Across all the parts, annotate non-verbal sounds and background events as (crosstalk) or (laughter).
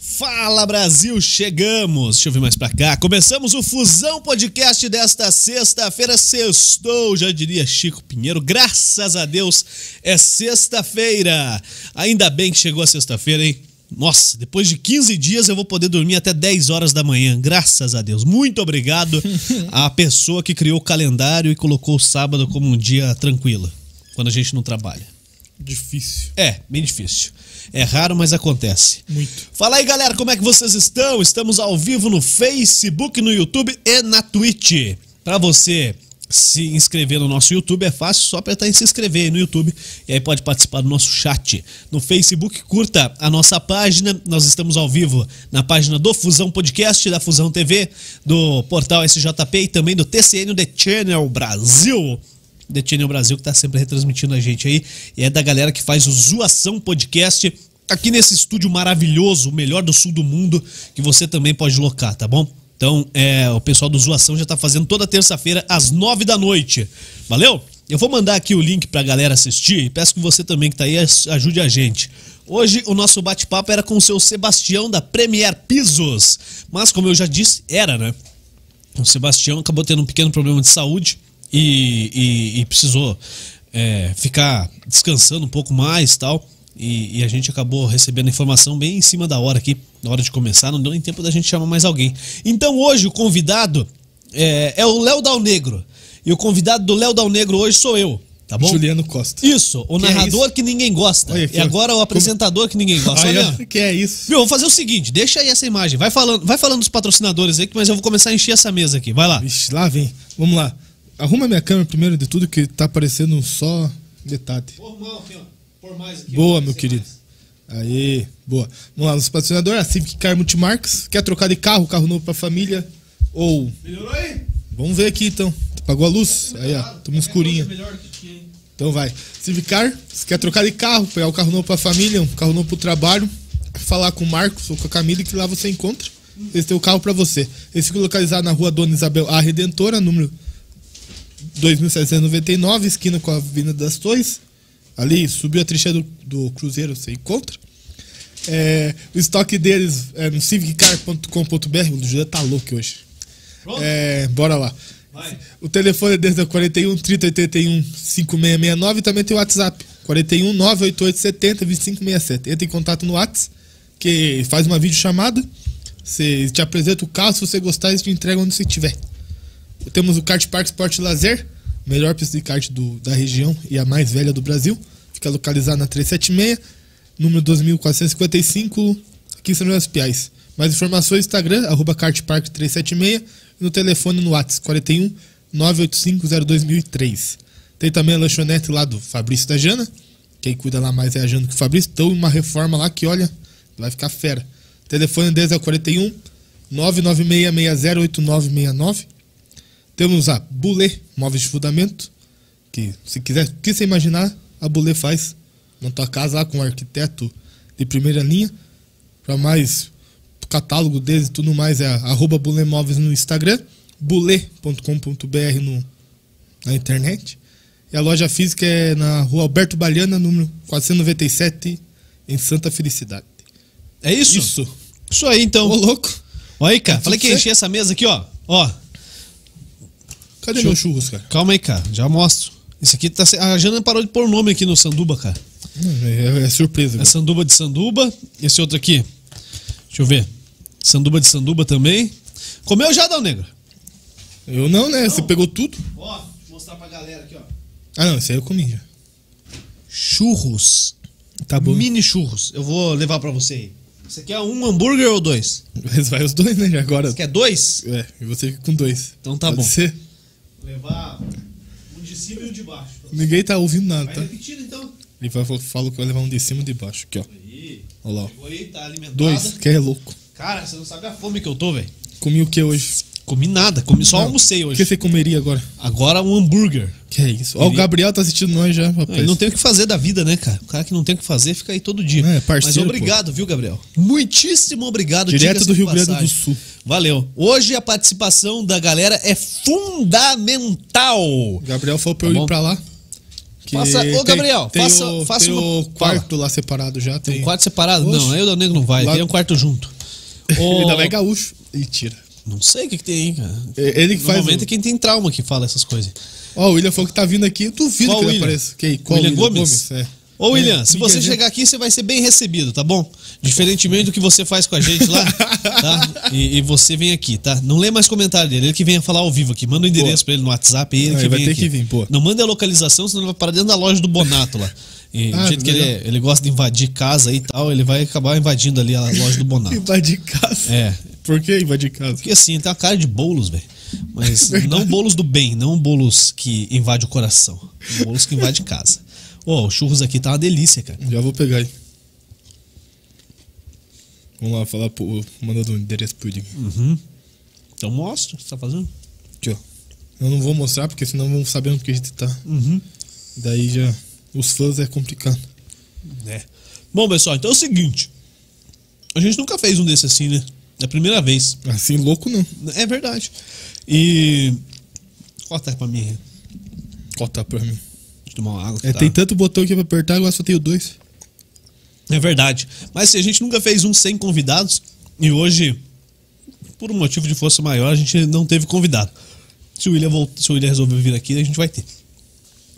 Fala Brasil, chegamos! Deixa eu vir mais pra cá. Começamos o Fusão Podcast desta sexta-feira. Sextou, já diria Chico Pinheiro. Graças a Deus é sexta-feira. Ainda bem que chegou a sexta-feira, hein? Nossa, depois de 15 dias eu vou poder dormir até 10 horas da manhã, graças a Deus. Muito obrigado à pessoa que criou o calendário e colocou o sábado como um dia tranquilo, quando a gente não trabalha. Difícil. É, bem difícil. É raro, mas acontece. Muito. Fala aí, galera, como é que vocês estão? Estamos ao vivo no Facebook, no YouTube e na Twitch. Pra você se inscrever no nosso YouTube é fácil, só apertar em se inscrever aí no YouTube e aí pode participar do nosso chat. No Facebook, curta a nossa página. Nós estamos ao vivo na página do Fusão Podcast, da Fusão TV, do portal SJP e também do TCN The Channel Brasil. The Channel Brasil que tá sempre retransmitindo a gente aí e é da galera que faz o Zoação Podcast tá aqui nesse estúdio maravilhoso, o melhor do sul do mundo, que você também pode locar, tá bom? Então, é, o pessoal do Zoação já tá fazendo toda terça-feira às nove da noite. Valeu? Eu vou mandar aqui o link pra galera assistir e peço que você também que tá aí aj- ajude a gente. Hoje o nosso bate-papo era com o seu Sebastião da Premier Pisos. Mas como eu já disse, era, né? O Sebastião acabou tendo um pequeno problema de saúde e, e- e precisou é, ficar descansando um pouco mais e tal. E, e a gente acabou recebendo a informação bem em cima da hora aqui, na hora de começar, não deu nem tempo da gente chamar mais alguém. Então hoje o convidado é, é o Léo Dal Negro. E o convidado do Léo Dal Negro hoje sou eu, tá bom? Juliano Costa. Isso, o Que é narrador isso? que ninguém gosta. Olha aqui, e ó. agora o Como- apresentador que ninguém gosta. Aí, Olha, ó, que é isso? meu, vou fazer o seguinte, deixa aí essa imagem. Vai falando, vai falando dos patrocinadores aí, mas eu vou começar a encher essa mesa aqui. Vai lá. Vixe, lá vem. Vamos lá. Arruma minha câmera primeiro de tudo, que tá aparecendo só detalhe. Boa, meu querido. Aí, boa. Vamos lá, nosso patrocinador, a Civic Car Multimarques. Quer trocar de carro, carro novo pra família? Ou. Melhorou aí? Vamos ver aqui então. Apagou a luz? Aí, ó. Tamo escurinha. Então vai. Civicar, se quer trocar de carro, pegar o carro novo pra família, um carro novo pro trabalho, falar com o Marcos ou com a Camila que lá você encontra. Eles têm o carro pra você. Eles ficam localizados na rua Dona Isabel A Redentora, número 2799, esquina com a Avenida das Torres. Ali, subiu a trincheira do, do Cruzeiro, você encontra. É, o estoque deles é no civiccar.com.br. O Júlio tá louco hoje. Pronto? É, bora lá. Vai. O telefone é desde um, o 41 30 81 5669 e também tem o WhatsApp. 41 988 70 2567. Entra em contato no WhatsApp, que faz uma videochamada. Você te apresenta o carro, se você gostar, eles te entregam onde você estiver. Temos o Kart Park Sport Lazer, melhor pista de kart do- da região e a mais velha do Brasil. Fica localizada na 376, número 2455, aqui em São José dos Piais. Mais informações no Instagram, arroba kartpark376 e no telefone no WhatsApp 41 985 02003. Tem também a lanchonete lá do Fabrício da Jana. Quem cuida lá mais é a Jana que o Fabrício. Então, uma reforma lá que, olha, vai ficar fera. Telefone deles é o 41 996608969. Temos a Bulê, móveis de fundamento. Que se quiser, o que você imaginar, a Bulê faz. Monta a casa lá com um arquiteto de primeira linha. Para mais catálogo deles e tudo mais, é arroba Bulê Móveis no Instagram, bulê.com.br no- na internet. E a loja física é na rua Alberto Baliana, número 497, em Santa Felicidade. É isso? Isso, Isso. aí então. Ô, louco. Olha aí, cara. Tudo Falei que ia certo? encher essa mesa aqui, ó. Ó, Cadê meu churros, cara? calma aí, cara. Já mostro. Isso aqui tá. se- A Jana parou de pôr o nome aqui no sanduba, cara. Hum, É, é surpresa. É velho. sanduba de sanduba. Esse outro aqui. Deixa eu ver. Sanduba de sanduba também. Comeu já, Dal Negro? Eu não, né? Você pegou tudo? Ó, vou mostrar pra galera aqui, ó. Ah, não, isso aí eu comi já. Churros. Tá bom. Mini churros. Eu vou levar pra você aí. Você quer um hambúrguer ou dois? Mas vai os dois, né? já Agora. Você quer dois? É, e você fica com dois. Então tá Pode bom. ser. Vou levar um de cima e um de baixo. Ninguém tá ouvindo nada, tá? repetindo então. Ele vai, falou que vai levar um de cima e um de baixo. Aqui, ó. Aí. Olha lá. ó. Chegou aí, tá alimentado. Dois, que é louco. Cara, você não sabe a fome que eu tô, velho. Comi o que hoje? Comi nada, comi só Não. almocei O hoje. que você comeria agora? Agora um hambúrguer. Que é isso? Ó, o Gabriel tá assistindo nós já, rapaz. Ele não tem o que fazer da vida, né, cara? O cara que não tem o que fazer fica aí todo dia. É, parceiro, Mas obrigado, viu, Gabriel? Muitíssimo obrigado. Direto diga-se do de Rio Grande do passagem. Sul. Valeu. Hoje a participação da galera é fundamental. O Gabriel falou pra Tá eu bom. ir pra lá. Que Faça- ô, Gabriel, tem faça- o, faça tem uma- o quarto lá separado já. Tem, Um quarto separado? Oxe. Não, aí o Del Negro não vai. Lá- Tem um quarto junto. Ô, (laughs) Ainda mais gaúcho. E tira. Não sei o que, que tem, hein, cara. Ele que faz. um Normalmente o- é quem tem trauma que fala essas coisas. Ó, o William falou que tá vindo aqui. Eu duvido Qual que ele William? apareça. Quem? Qual William Gomes? É. Ô, É, William, se Miguel você Zé- chegar aqui, você vai ser bem recebido, tá bom? Diferentemente do que você faz com a gente lá, (laughs) tá? E, e você vem aqui, tá? Não lê mais comentário dele, ele que venha falar ao vivo aqui. Manda o endereço pra ele no WhatsApp, ele Ah, que ele vai vem ter aqui. que vir, pô. Não manda a localização, senão ele vai parar dentro da loja do Bonato lá. E do Ah, jeito que ele, legal. é- ele gosta de invadir casa e tal, ele vai acabar invadindo ali a loja do (laughs) Bonato. Invadir casa. É. Por que invadir casa? Porque assim, tem uma cara de bolos, velho. (laughs) Mas não bolos do bem, não bolos que invade o coração. Bolos que invade casa. Ô, o churros aqui tá uma delícia, cara. Já vou pegar aí. Vamos lá, falar pro. Mandando um endereço pro William. Então mostra o que você tá fazendo. Aqui, ó. Eu não vou mostrar, porque senão vão sabendo que a gente tá. Daí já. Os fãs é complicado. É. Bom, pessoal, então é o seguinte. A gente nunca fez um desse assim, né? É a primeira vez. Assim, louco não. É verdade. E. Corta pra mim. Deixa Corta pra mim. eu tomar uma água. que É, tá- Tem tanto botão aqui pra apertar, agora só tenho dois. É verdade. Mas se a gente nunca fez um sem convidados e hoje, por um motivo de força maior, a gente não teve convidado. Se o William, vol- se o William resolver vir aqui, a gente vai ter.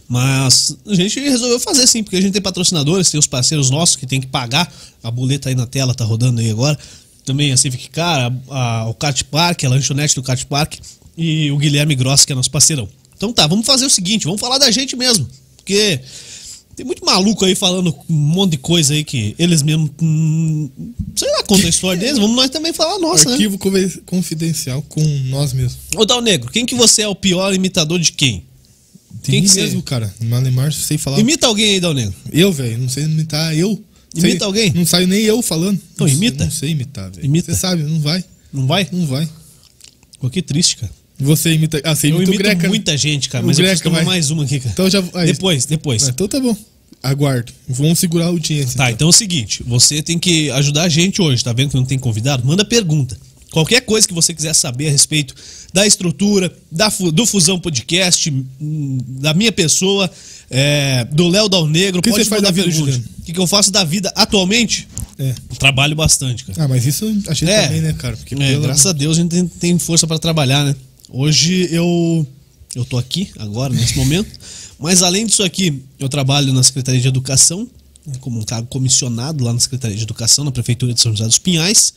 Mas a gente resolveu fazer sim, porque a gente tem patrocinadores, tem os parceiros nossos que tem que pagar. A boleta aí na tela tá rodando aí agora. Também a Civic Car, a- a- o Kart Park, a lanchonete do Kart Park e o Guilherme Gross, que é nosso parceirão. Então tá, vamos fazer o seguinte, vamos falar da gente mesmo. Porque tem muito maluco aí falando um monte de coisa aí que eles mesmo. hum, sei lá, conta a história deles, vamos nós também falar a nossa, né? Arquivo conven- confidencial com nós mesmos. Ô Dal Negro, quem que você é o pior imitador de quem? De Quem mim que você- um mesmo, cara. Malemar, sei falar. Imita alguém aí, Dal Negro. Eu, velho, não sei imitar eu. Imita Sei- alguém? Não saio nem eu falando. Então, Não sei- imita. Não sei imitar, velho. Imita. Você sabe, não vai. Não vai? Não vai. Pô, que triste, cara. Você imita. Ah, você Eu imita imito o Greca. né? muita gente, cara, O mas eu Greca preciso tomar vai. mais uma aqui, cara. Então já. Aí, depois, depois. Ah, então tá bom. Aguardo. Vamos segurar a audiência. Tá, então é o seguinte, você tem que ajudar a gente hoje, tá vendo que não tem convidado? Manda pergunta. Qualquer coisa que você quiser saber a respeito da estrutura, da, fu- do Fusão Podcast, hum, da minha pessoa, é, do Léo Dal Negro, que pode você faz mandar da vida, pergunta. Juliano? O que, que eu faço da vida atualmente? É. Trabalho bastante, cara. Ah, mas isso a gente É. também, né, cara? Porque É, pela- graças a Deus a gente tem, tem força pra trabalhar, né? Hoje eu eu tô aqui agora nesse momento, mas além disso aqui, eu trabalho na Secretaria de Educação, né, como um cargo comissionado lá na Secretaria de Educação, na prefeitura de São José dos Pinhais.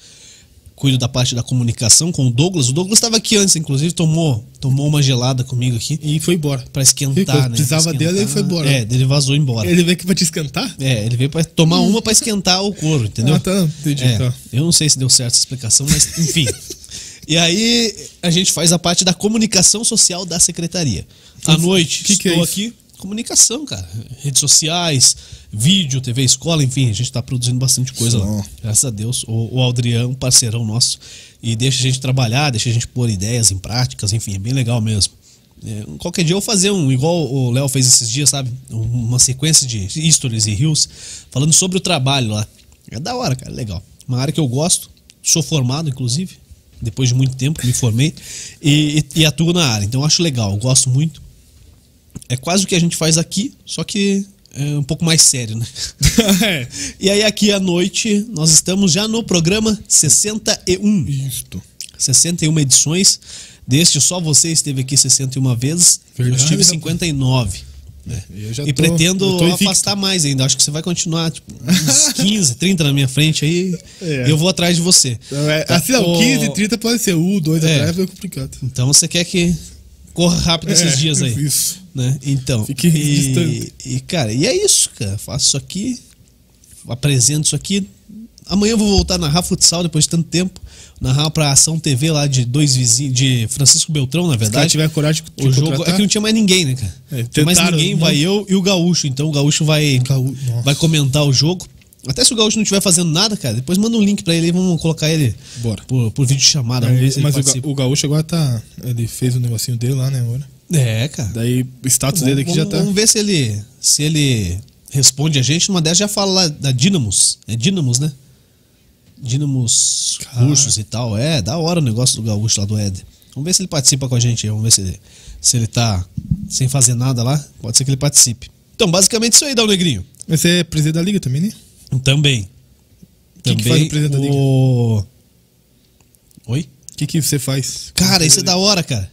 Cuido da parte da comunicação com o Douglas. O Douglas estava aqui antes, inclusive tomou tomou uma gelada comigo aqui E foi embora. pra esquentar, Ficou, né? precisava Esquentar. dela e foi embora. É, ele vazou embora. Ele veio aqui pra te escantar? É, ele veio pra tomar uma pra esquentar o couro, entendeu? Ah, tá, entendi, É, tá. Eu não sei se deu certo essa explicação, mas (laughs) enfim. e aí a gente faz a parte da comunicação social da secretaria. À noite, que que é estou isso? aqui. Comunicação, cara. Redes sociais, vídeo, TV escola, enfim, a gente tá produzindo bastante coisa lá. Bom. Graças a Deus. O, o Aldrian, é um parceirão nosso, e deixa a gente trabalhar, deixa a gente pôr ideias em práticas, enfim, é bem legal mesmo. É, qualquer dia eu vou fazer um, igual o Léo fez esses dias, sabe? Um- Uma sequência de stories e reels falando sobre o trabalho lá. É da hora, cara, é legal. Uma área que eu gosto, sou formado, inclusive, depois de muito tempo que me formei, e, e, e atuo na área. Então eu acho legal, eu gosto muito. É quase o que a gente faz aqui, só que é um pouco mais sério, né? (laughs) é. E aí aqui à noite nós estamos já no programa 61. Isto. 61 edições. Deste só você esteve aqui 61 vezes. eu Verdade, estive rapaz. 59. né? Eu já e tô- eu pretendo tô invicto. afastar mais ainda. Acho que você vai continuar tipo, uns (laughs) 15, 30 na minha frente aí. É. E eu vou atrás de você. Então, é, Tá. assim, não, Ô, 15, 30 pode ser U, 2 É. atrás, é complicado. Então você quer que corra rápido esses É, dias aí. Isso. né? Então. Fique e, distante. e, cara, e é isso, cara. Faço isso aqui, apresento isso aqui. Amanhã eu vou voltar a narrar futsal depois de tanto tempo. Narrar pra Ação TV lá de dois vizinhos, de Francisco Beltrão, na Se cara verdade. tiver coragem de te o jogo é contratar, que não tinha mais ninguém, né, cara? É, Não tinha mais tentaram, ninguém, né? vai eu e o Gaúcho. Então o Gaúcho vai, Gaú- Nossa. vai comentar o jogo. Até se o Gaúcho não estiver fazendo nada, cara, depois manda um link pra ele e vamos colocar ele Bora. por, por vídeo chamada. Vamos ver se Ah, é, ele mas o, participa. Ga- o Gaúcho agora tá. Ele fez o negocinho dele lá, né? Agora. É, cara. Daí o status dele aqui vamos, já tá. vamos ver se ele, se ele responde a gente. Numa dessas já fala lá da Dynamos. É Dynamos, né? Dynamos Cara. cursos e tal. É, da hora o negócio do gaúcho lá do Ed. Vamos ver se ele participa com a gente aí. Vamos ver se ele, se ele tá sem fazer nada lá. Pode ser que ele participe. Então, basicamente isso aí, Dal Negrinho. Mas você é presidente da liga também, né? Também. Que Também que faz o presidente da liga? o... Oi? O que, que você faz? Cara, isso é da hora, cara.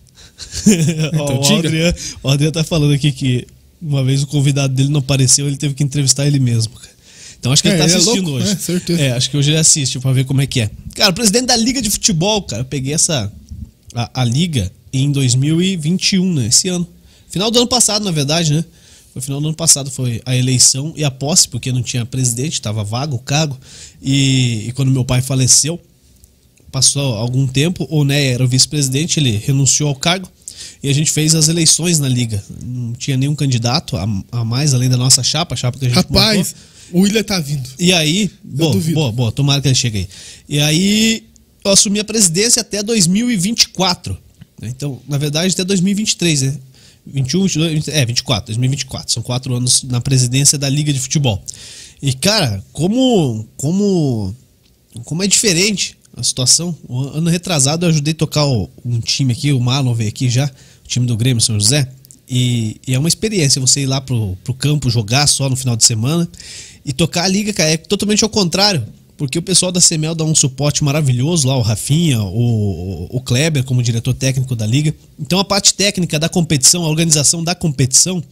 (laughs) Ó, o, Então, diga. Adriano, o Adriano tá falando aqui que uma vez o convidado dele não apareceu, ele teve que entrevistar ele mesmo, cara. Então acho que É, ele tá ele é assistindo louco, hoje. né? Certeza. É, acho que hoje ele assiste pra ver como é que é. Cara, o presidente da Liga de Futebol, cara, eu peguei essa. A, a Liga em 2021, né? Esse ano. Final do ano passado, na verdade, né? Foi final do ano passado, foi a eleição e a posse, porque não tinha presidente, tava vago o cargo. E, e quando meu pai faleceu, passou algum tempo, o Né era o vice-presidente, ele renunciou ao cargo e a gente fez as eleições na liga. Não tinha nenhum candidato a, a mais além da nossa chapa, a chapa que a gente montou. Rapaz, o Willian tá vindo. E aí, boa, duvido. boa, boa, tomara que ele chegue aí. E aí, eu assumi a presidência até 2024. né? Então, na verdade, até 2023, né? 21, 22, 23, é, 24, 2024. São quatro anos na presidência da Liga de Futebol. E, cara, como, como, como é diferente a situação. O ano retrasado eu ajudei a tocar o- um time aqui, o Marlon veio aqui já, o time do Grêmio São José. E, e é uma experiência você ir lá pro, pro campo jogar só no final de semana e tocar a liga, cara. É totalmente ao contrário. Porque o pessoal da CML dá um suporte maravilhoso lá, o Rafinha, o, o Kleber como diretor técnico da liga. Então a parte técnica da competição, a organização da competição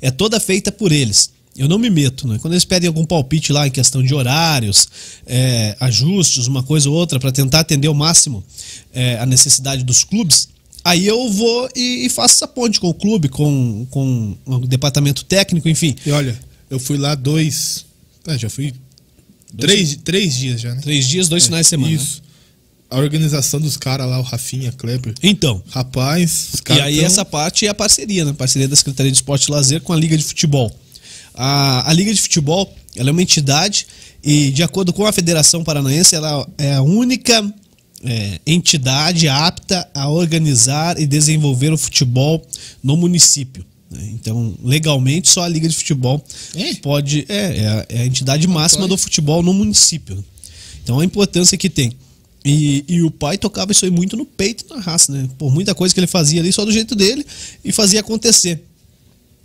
é toda feita por eles. Eu não me meto, né? Quando eles pedem algum palpite lá em questão de horários, é, ajustes, uma coisa ou outra, para tentar atender ao máximo é, a necessidade dos clubes, Aí eu vou e, e faço essa ponte com o clube, com, com o departamento técnico, enfim. E olha, eu fui lá dois. Ah, já fui. Três, três dias já, né? Três dias, dois finais de semana. né? Isso. A organização dos caras lá, o Rafinha, Kleber. Então, Rapaz, os e caras. aí tão- essa parte é a parceria, né? Parceria da Secretaria de Esporte e Lazer com a Liga de Futebol. A, a Liga de Futebol, ela é uma entidade e, de acordo com a Federação Paranaense, ela é a única é, entidade apta a organizar e desenvolver o futebol no município. né? Então, legalmente, só a Liga de Futebol É? pode... É, é a- é a entidade máxima pode. do futebol no município. Então, a importância que tem. E, e o pai tocava isso aí muito no peito e na raça, né? Por muita coisa que ele fazia ali, só do jeito dele, e fazia acontecer.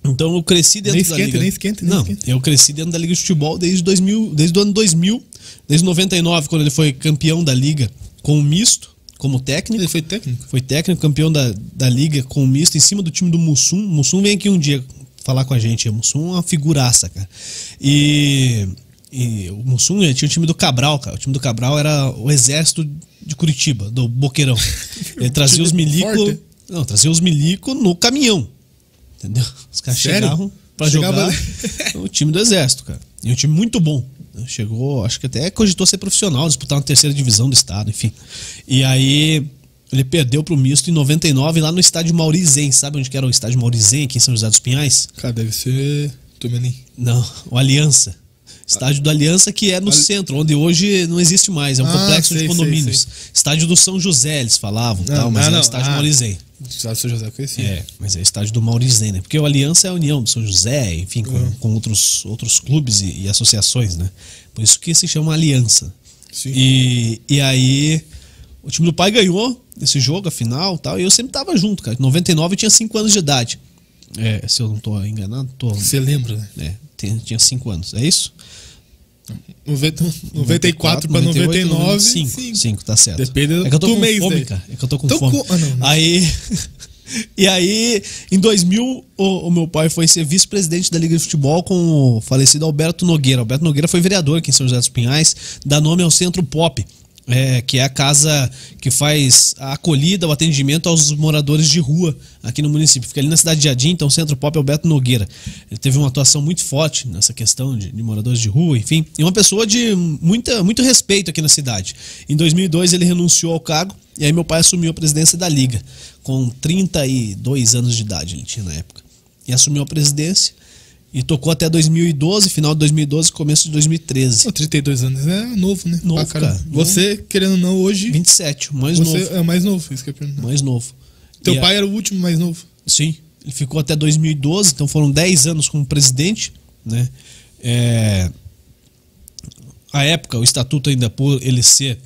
Então eu cresci dentro Nem da esquenta, liga. nem esquenta, nem Não, esquenta. eu cresci dentro da liga de futebol desde 2000, desde o ano 2000, desde 99 quando ele foi campeão da liga com o misto como técnico. Ele foi técnico. Foi técnico, campeão da, da liga com o misto em cima do time do Mussum. Mussum vem aqui um dia falar com a gente. O Mussum é uma figuraça, cara. E, e o Mussum ele tinha o time do Cabral, cara. O time do Cabral era o exército de Curitiba, do (laughs) Boqueirão. Ele trazia os milico. Forte. Não, trazia os milico no caminhão. Entendeu? Os caras Sério? chegavam pra Chegava jogar (laughs) o time do Exército, cara. E um time muito bom. Chegou, acho que até cogitou ser profissional, disputar na terceira divisão do estado, enfim. E aí ele perdeu pro misto em 99 lá no estádio Maurizen. Sabe onde que era o estádio Maurizen, aqui em São José dos Pinhais? Cara, deve ser. Tomeni. Não, o Aliança. Estádio do Aliança, que é no centro, onde hoje não existe mais, é um Ah, complexo de sei, sei, condomínios. Estádio do São José, eles falavam, Não, tal, mas ah, era não, o estádio ah. Maurizen. Sabe São José, eu conheci. É, mas é estádio do Maurizen, né? Porque o Aliança é a união do São José, enfim, com, com outros, outros clubes e, e associações, né? Por isso que se chama Aliança. Sim. E, e aí, o time do pai ganhou esse jogo, a final e tal, e eu sempre tava junto, cara. Em 99 eu tinha 5 anos de idade. É, se eu não tô enganado, tô. Você lembra, né? É, tem- tinha 5 anos, é isso? 90, 94 pra 99. 5, 5, tá certo. Depende é que eu tô do com mês fome, daí. cara. É que eu tô com Então, fome. co- ah, não, não. Aí. (laughs) e aí, em 2000, o, o meu pai foi ser vice-presidente da Liga de Futebol com o falecido Alberto Nogueira. Alberto Nogueira foi vereador aqui em São José dos Pinhais, dá nome ao Centro Pop. é, que é a casa que faz a acolhida, o atendimento aos moradores de rua aqui no município. Fica ali na cidade de Jardim, então o Centro Pop Alberto Nogueira. Ele teve uma atuação muito forte nessa questão de, de moradores de rua, enfim. E uma pessoa de muita, muito respeito aqui na cidade. Em 2002 ele renunciou ao cargo e aí meu pai assumiu a presidência da Liga, com 32 anos de idade ele tinha na época. E assumiu a presidência e tocou até 2012, final de 2012, começo de 2013. Pô, 32 anos é novo, né? Novo, Pra caramba. cara. Você, querendo ou não, hoje. 27, o mais você novo. é o mais novo, isso que eu ia perguntar. Mais novo. Teu E a- pai era o último mais novo. Sim, ele ficou até 2012, então foram 10 anos como presidente, né? É, A época, o estatuto ainda por ele ser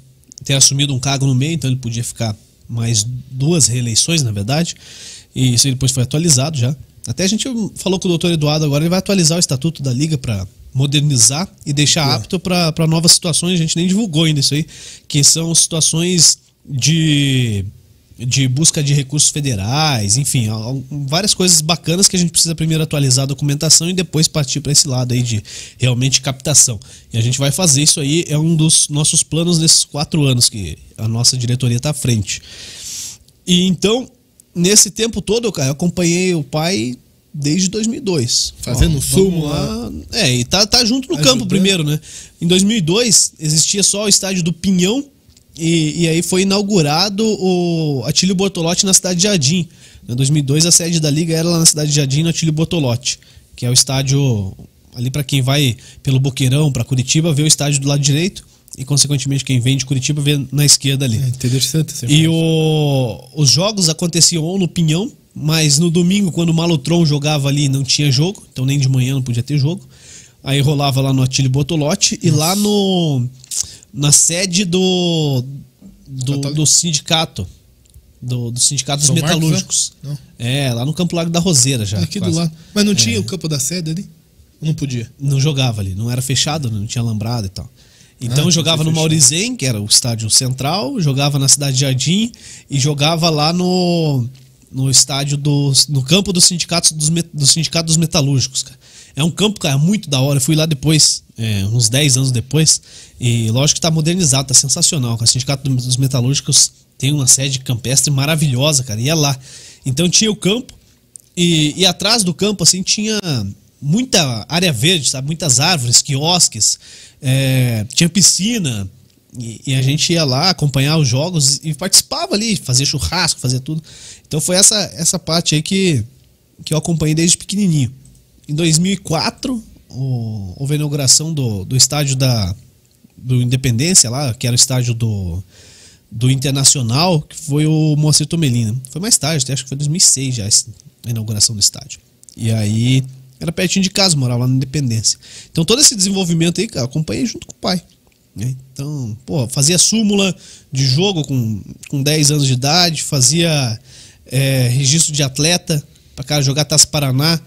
ter assumido um cargo no meio, então ele podia ficar mais duas reeleições, na verdade. E isso aí depois foi atualizado já. Até a gente falou com o doutor Eduardo agora, ele vai atualizar o estatuto da liga para modernizar e deixar Boa. apto para novas situações. A gente nem divulgou ainda isso aí, que são situações de, de busca de recursos federais, enfim, al- al- várias coisas bacanas que a gente precisa primeiro atualizar a documentação e depois partir para esse lado aí de realmente captação. E a gente vai fazer isso aí, é um dos nossos planos nesses quatro anos que a nossa diretoria está à frente. E então, nesse tempo todo, cara, eu acompanhei o pai desde 2002. Fazendo Ó, sumo vamos lá. É, e tá, tá junto no campo Ajudando. primeiro, né? Em 2002, existia só o estádio do Pinhão. E, e aí foi inaugurado o Atílio Bortolotti na cidade de Jardim. Em 2002, a sede da liga era lá na cidade de Jardim, no Atílio Bortolotti, que é o estádio ali para quem vai pelo Boqueirão, para Curitiba, vê o estádio do lado direito e, consequentemente, quem vem de Curitiba vê na esquerda ali. É interessante. esse E jogo. o- os jogos aconteciam ou no Pinhão, mas no domingo, quando o Malotron jogava ali, não tinha jogo, então nem de manhã não podia ter jogo. Aí rolava lá no Atílio Botolote e lá no na sede do do, Católica. do sindicato do, do sindicato dos São Marcos, metalúrgicos. né? É Não. É, lá no Campo Largo da Roseira já. Aqui do quase. É. lado. Mas não tinha o campo da sede ali? Ou não podia? Não jogava ali, não era fechado, não tinha alambrado e tal. Então Ah, jogava no tinha que ser Maurizen, que era o estádio central, jogava na Cidade Jardim e jogava lá no, no estádio do. no campo dos sindicatos dos, met- do sindicato dos metalúrgicos, cara. É um campo, cara, muito da hora. Eu fui lá depois, é, uns 10 anos depois, e lógico que tá modernizado, tá sensacional. Cara. O Sindicato do- dos Metalúrgicos tem uma sede campestre maravilhosa, cara, e é lá. Então tinha o campo, e, e atrás do campo, assim, tinha muita área verde, sabe? Muitas árvores, quiosques, é, tinha piscina. E, e a gente ia lá acompanhar os jogos e participava ali, fazia churrasco, fazia tudo. Então foi essa, essa parte aí que, que eu acompanhei desde pequenininho. Em 2004, o, houve a inauguração do, do estádio da, do Independência lá, que era o estádio do, do Internacional, que foi o Moacir Tomelina. Foi mais tarde, até acho que foi 2006 já esse- a inauguração do estádio. E aí era pertinho de casa, morava lá na Independência. Então todo esse desenvolvimento aí, cara, eu acompanhei junto com o pai. né? Então, pô, fazia súmula de jogo com, com 10 anos de idade, fazia é, registro de atleta pra cara jogar Taça Paraná,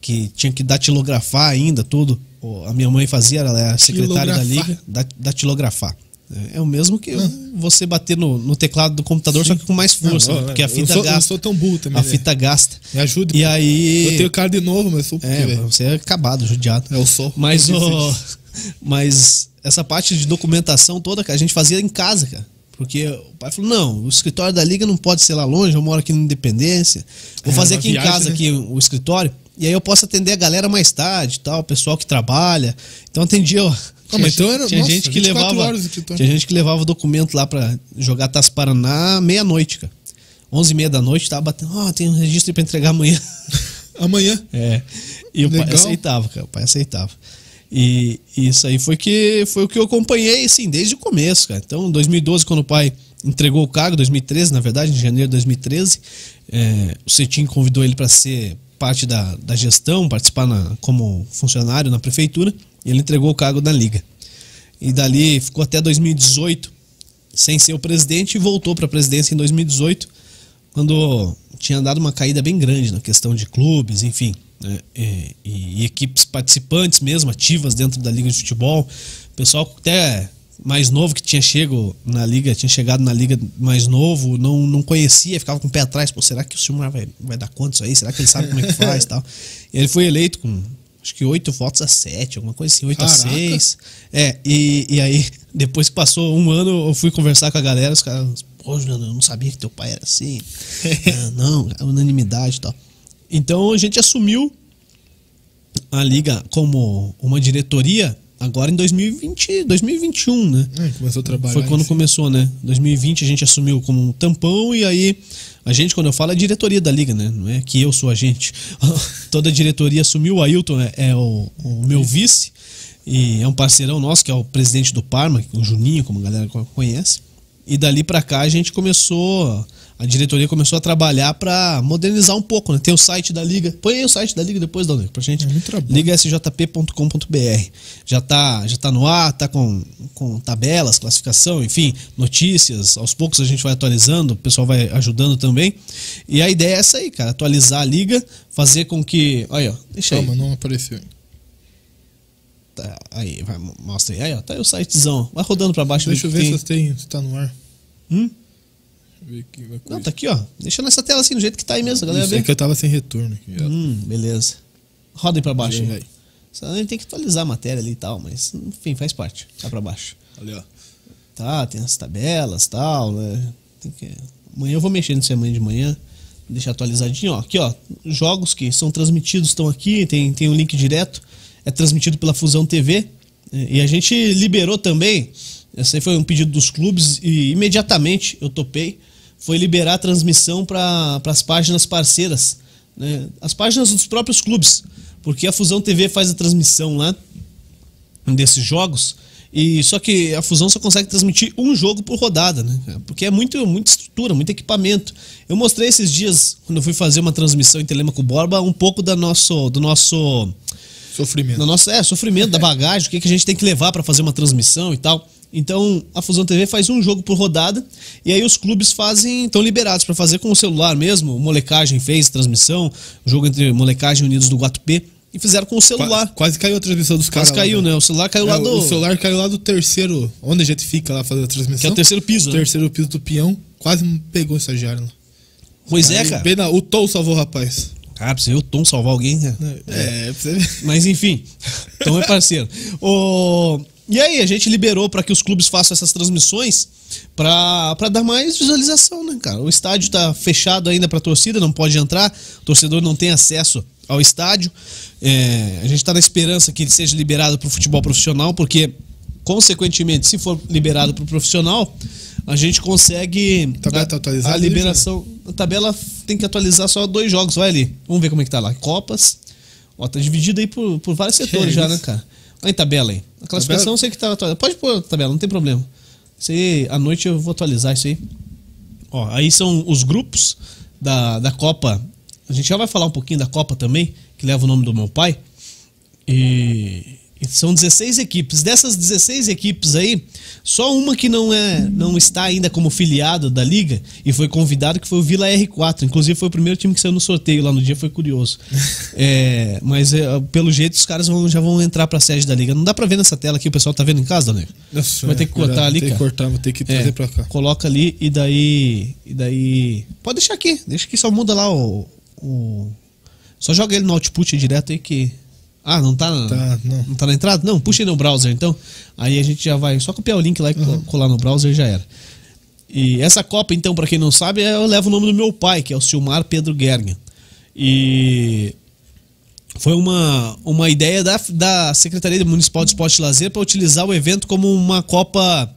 que tinha que datilografar ainda tudo. Pô, A minha mãe fazia, ela era secretária da Datilografar. liga da- datilografar. É- É o mesmo que você bater no, no teclado do computador, só que com mais força, Ah. Não, né? porque a eu fita sou- eu gasta. sou tão burro também, A né? fita gasta. Me ajuda. E pô. aí. Eu tenho cara de novo, mas sou É, você é acabado, judiado. É, eu sou. Mas, Eu o, desisto. mas essa parte de documentação toda que a gente fazia em casa, cara. Porque o pai falou: não, o escritório da liga não pode ser lá longe, eu moro aqui na Independência. Vou É, fazer uma aqui em viagem, casa né? aqui o escritório. E aí eu posso atender a galera mais tarde, e tal, o pessoal que trabalha. Então atendia. ó, Ah, mas então era- tinha nossa, gente que 24 levava, horas então. o escritório. tinha gente que levava o documento lá pra jogar Taça Paraná meia-noite, cara. 11 e meia da noite, tava batendo, ó, tem um registro aí pra entregar amanhã. (laughs) Amanhã. É. E o pai Legal. aceitava, cara. O pai aceitava. E e isso aí foi que foi o que eu acompanhei, assim, desde o começo, cara. Então, em 2012, quando o pai entregou o cargo, 2013, na verdade, em janeiro de 2013, é, o Cetim convidou ele para ser parte da, da gestão, participar na- como funcionário na prefeitura, e ele entregou o cargo na liga. E dali ficou até 2018 sem ser o presidente e voltou para a presidência em 2018, quando tinha dado uma caída bem grande na questão de clubes, enfim, né? e, e- e equipes participantes mesmo, ativas dentro da liga de futebol. O pessoal até mais novo que tinha chego na liga, tinha chegado na liga mais novo, não, não conhecia, ficava com o pé atrás, pô, será que o Silmar vai, vai dar conta disso aí? Será que ele sabe como é que faz e tal? E ele foi eleito com acho que oito votos a sete, alguma coisa assim, oito a Caraca. seis. É, e, e aí, (laughs) depois que passou um ano, eu fui conversar com a galera, os caras, pô, Juliano, eu não sabia que teu pai era assim. Ah, não, é unanimidade e tal. Então a gente assumiu a liga como uma diretoria agora em 2020, 2021, né? É, começou a trabalhar. Foi quando assim. começou, né? 2020 a gente assumiu como um tampão e aí a gente, quando eu falo, é a diretoria da liga, né? Não é que eu sou a gente. (laughs) Toda a diretoria assumiu. O Ailton é, é o, o meu vice e é um parceirão nosso que é o presidente do Parma, o Juninho, como a galera co- conhece. E dali pra cá a gente começou, a diretoria começou a trabalhar pra modernizar um pouco, né? Tem o site da liga. Põe aí o site da liga depois, Dalton, pra gente. É muito trabalho. ligasjp.com.br. Já tá, já tá no ar, tá com, com tabelas, classificação, enfim, notícias. Aos poucos a gente vai atualizando, o pessoal vai ajudando também. E a ideia é essa aí, cara, atualizar a liga, fazer com que, olha, ó, deixa aí. Calma, não apareceu. ainda. Tá, aí, vai, mostra aí. Aí, ó, tá aí o sitezão. Vai rodando pra baixo. Deixa eu que ver tem. se tem, se tá no ar. Hum? Deixa eu ver aqui uma coisa. Não, tá aqui, ó. Deixa nessa tela assim, do jeito que tá aí mesmo, a galera Isso, é vê. que eu tava sem retorno aqui. Hum, beleza. Roda aí pra baixo. Vem aí. aí. Só a gente tem que atualizar a matéria ali e tal, mas enfim, faz parte. Tá pra baixo. Ali, ó. Tá, tem as tabelas e tal, né? Tem que... Amanhã eu vou mexer nisso aí amanhã de manhã. Deixar atualizadinho, ó. Aqui, ó. Jogos que são transmitidos estão aqui, tem, tem um link direto. É transmitido pela Fusão TV. E e a gente liberou também. Esse aí foi um pedido dos clubes e imediatamente eu topei. Foi liberar a transmissão para as páginas parceiras. né? As páginas dos próprios clubes. Porque a Fusão TV faz a transmissão lá um desses jogos. E só que a Fusão só consegue transmitir um jogo por rodada, né? cara? Porque é muito, muita estrutura, muito equipamento. Eu mostrei esses dias, quando eu fui fazer uma transmissão em Telemaco Borba, um pouco da nosso, do nosso Sofrimento. no nosso é, sofrimento da bagagem, o que, que a gente tem que levar pra fazer uma transmissão e tal. Então, a Fusão TV faz um jogo por rodada e aí os clubes fazem, estão liberados pra fazer com o celular mesmo. O Molecagem fez transmissão, jogo entre Molecagem e Unidos do Guato P, e fizeram com o Qua- celular. quase caiu a transmissão dos caras. Quase lá, caiu, né? O celular caiu lá É, do O celular caiu lá do terceiro, onde a gente fica lá fazendo a transmissão. que é o terceiro piso, né? Terceiro piso do peão. Quase pegou o estagiário lá. Pois é, Aí, cara. bem na- o Tom salvou o rapaz. Cara, precisa eu Tom salvar alguém, né? É, pra você ver. (laughs) Mas enfim, (laughs) Tom é parceiro. Ô, E aí, a gente liberou para que os clubes façam essas transmissões para dar mais visualização, né, cara? O estádio tá fechado ainda para torcida, não pode entrar, o torcedor não tem acesso ao estádio. É, a gente tá na esperança que ele seja liberado para o futebol profissional, porque, consequentemente, se for liberado para o profissional, a gente consegue. Tabela tá a- atualizada, A liberação. A tabela tem que atualizar só dois jogos, vai ali. Vamos ver como é que tá lá. Copas. Ó, tá dividido aí por, por vários setores é já, isso? né, cara? Olha em tabela aí. A classificação eu sei que tá atualizada. Pode pôr a tabela, não tem problema. Isso aí, à noite eu vou atualizar isso aí. Ó, aí são os grupos da, da Copa. A gente já vai falar um pouquinho da Copa também, que leva o nome do meu pai. E, e são 16 equipes. Dessas 16 equipes aí, só uma que não é não está ainda como filiada da liga e foi convidado, que foi o Vila R4. Inclusive foi o primeiro time que saiu no sorteio lá no dia, foi curioso. É, mas é, pelo jeito os caras vão- já vão entrar para a sede da liga. Não dá para ver nessa tela aqui, o pessoal tá vendo em casa, Daniel? Nossa, Vai ter que cortar cuidado, ali, Vou ter é que cara. cortar, vou ter que É, trazer pra cá. Coloca ali e daí. E daí. Pode deixar aqui. Deixa que só muda lá o. o- Só joga ele no output direto aí que. Ah, não tá, na- Tá, não. tá na entrada? Não, puxa aí no browser então. Aí a gente já vai. Só copiar o link lá e co- colar no browser já era. E essa Copa, então, pra quem não sabe, eu levo o nome do meu pai, que é o Silmar Pedro Gergen. E foi uma, uma ideia da, da Secretaria Municipal de Esporte e Lazer para utilizar o evento como uma Copa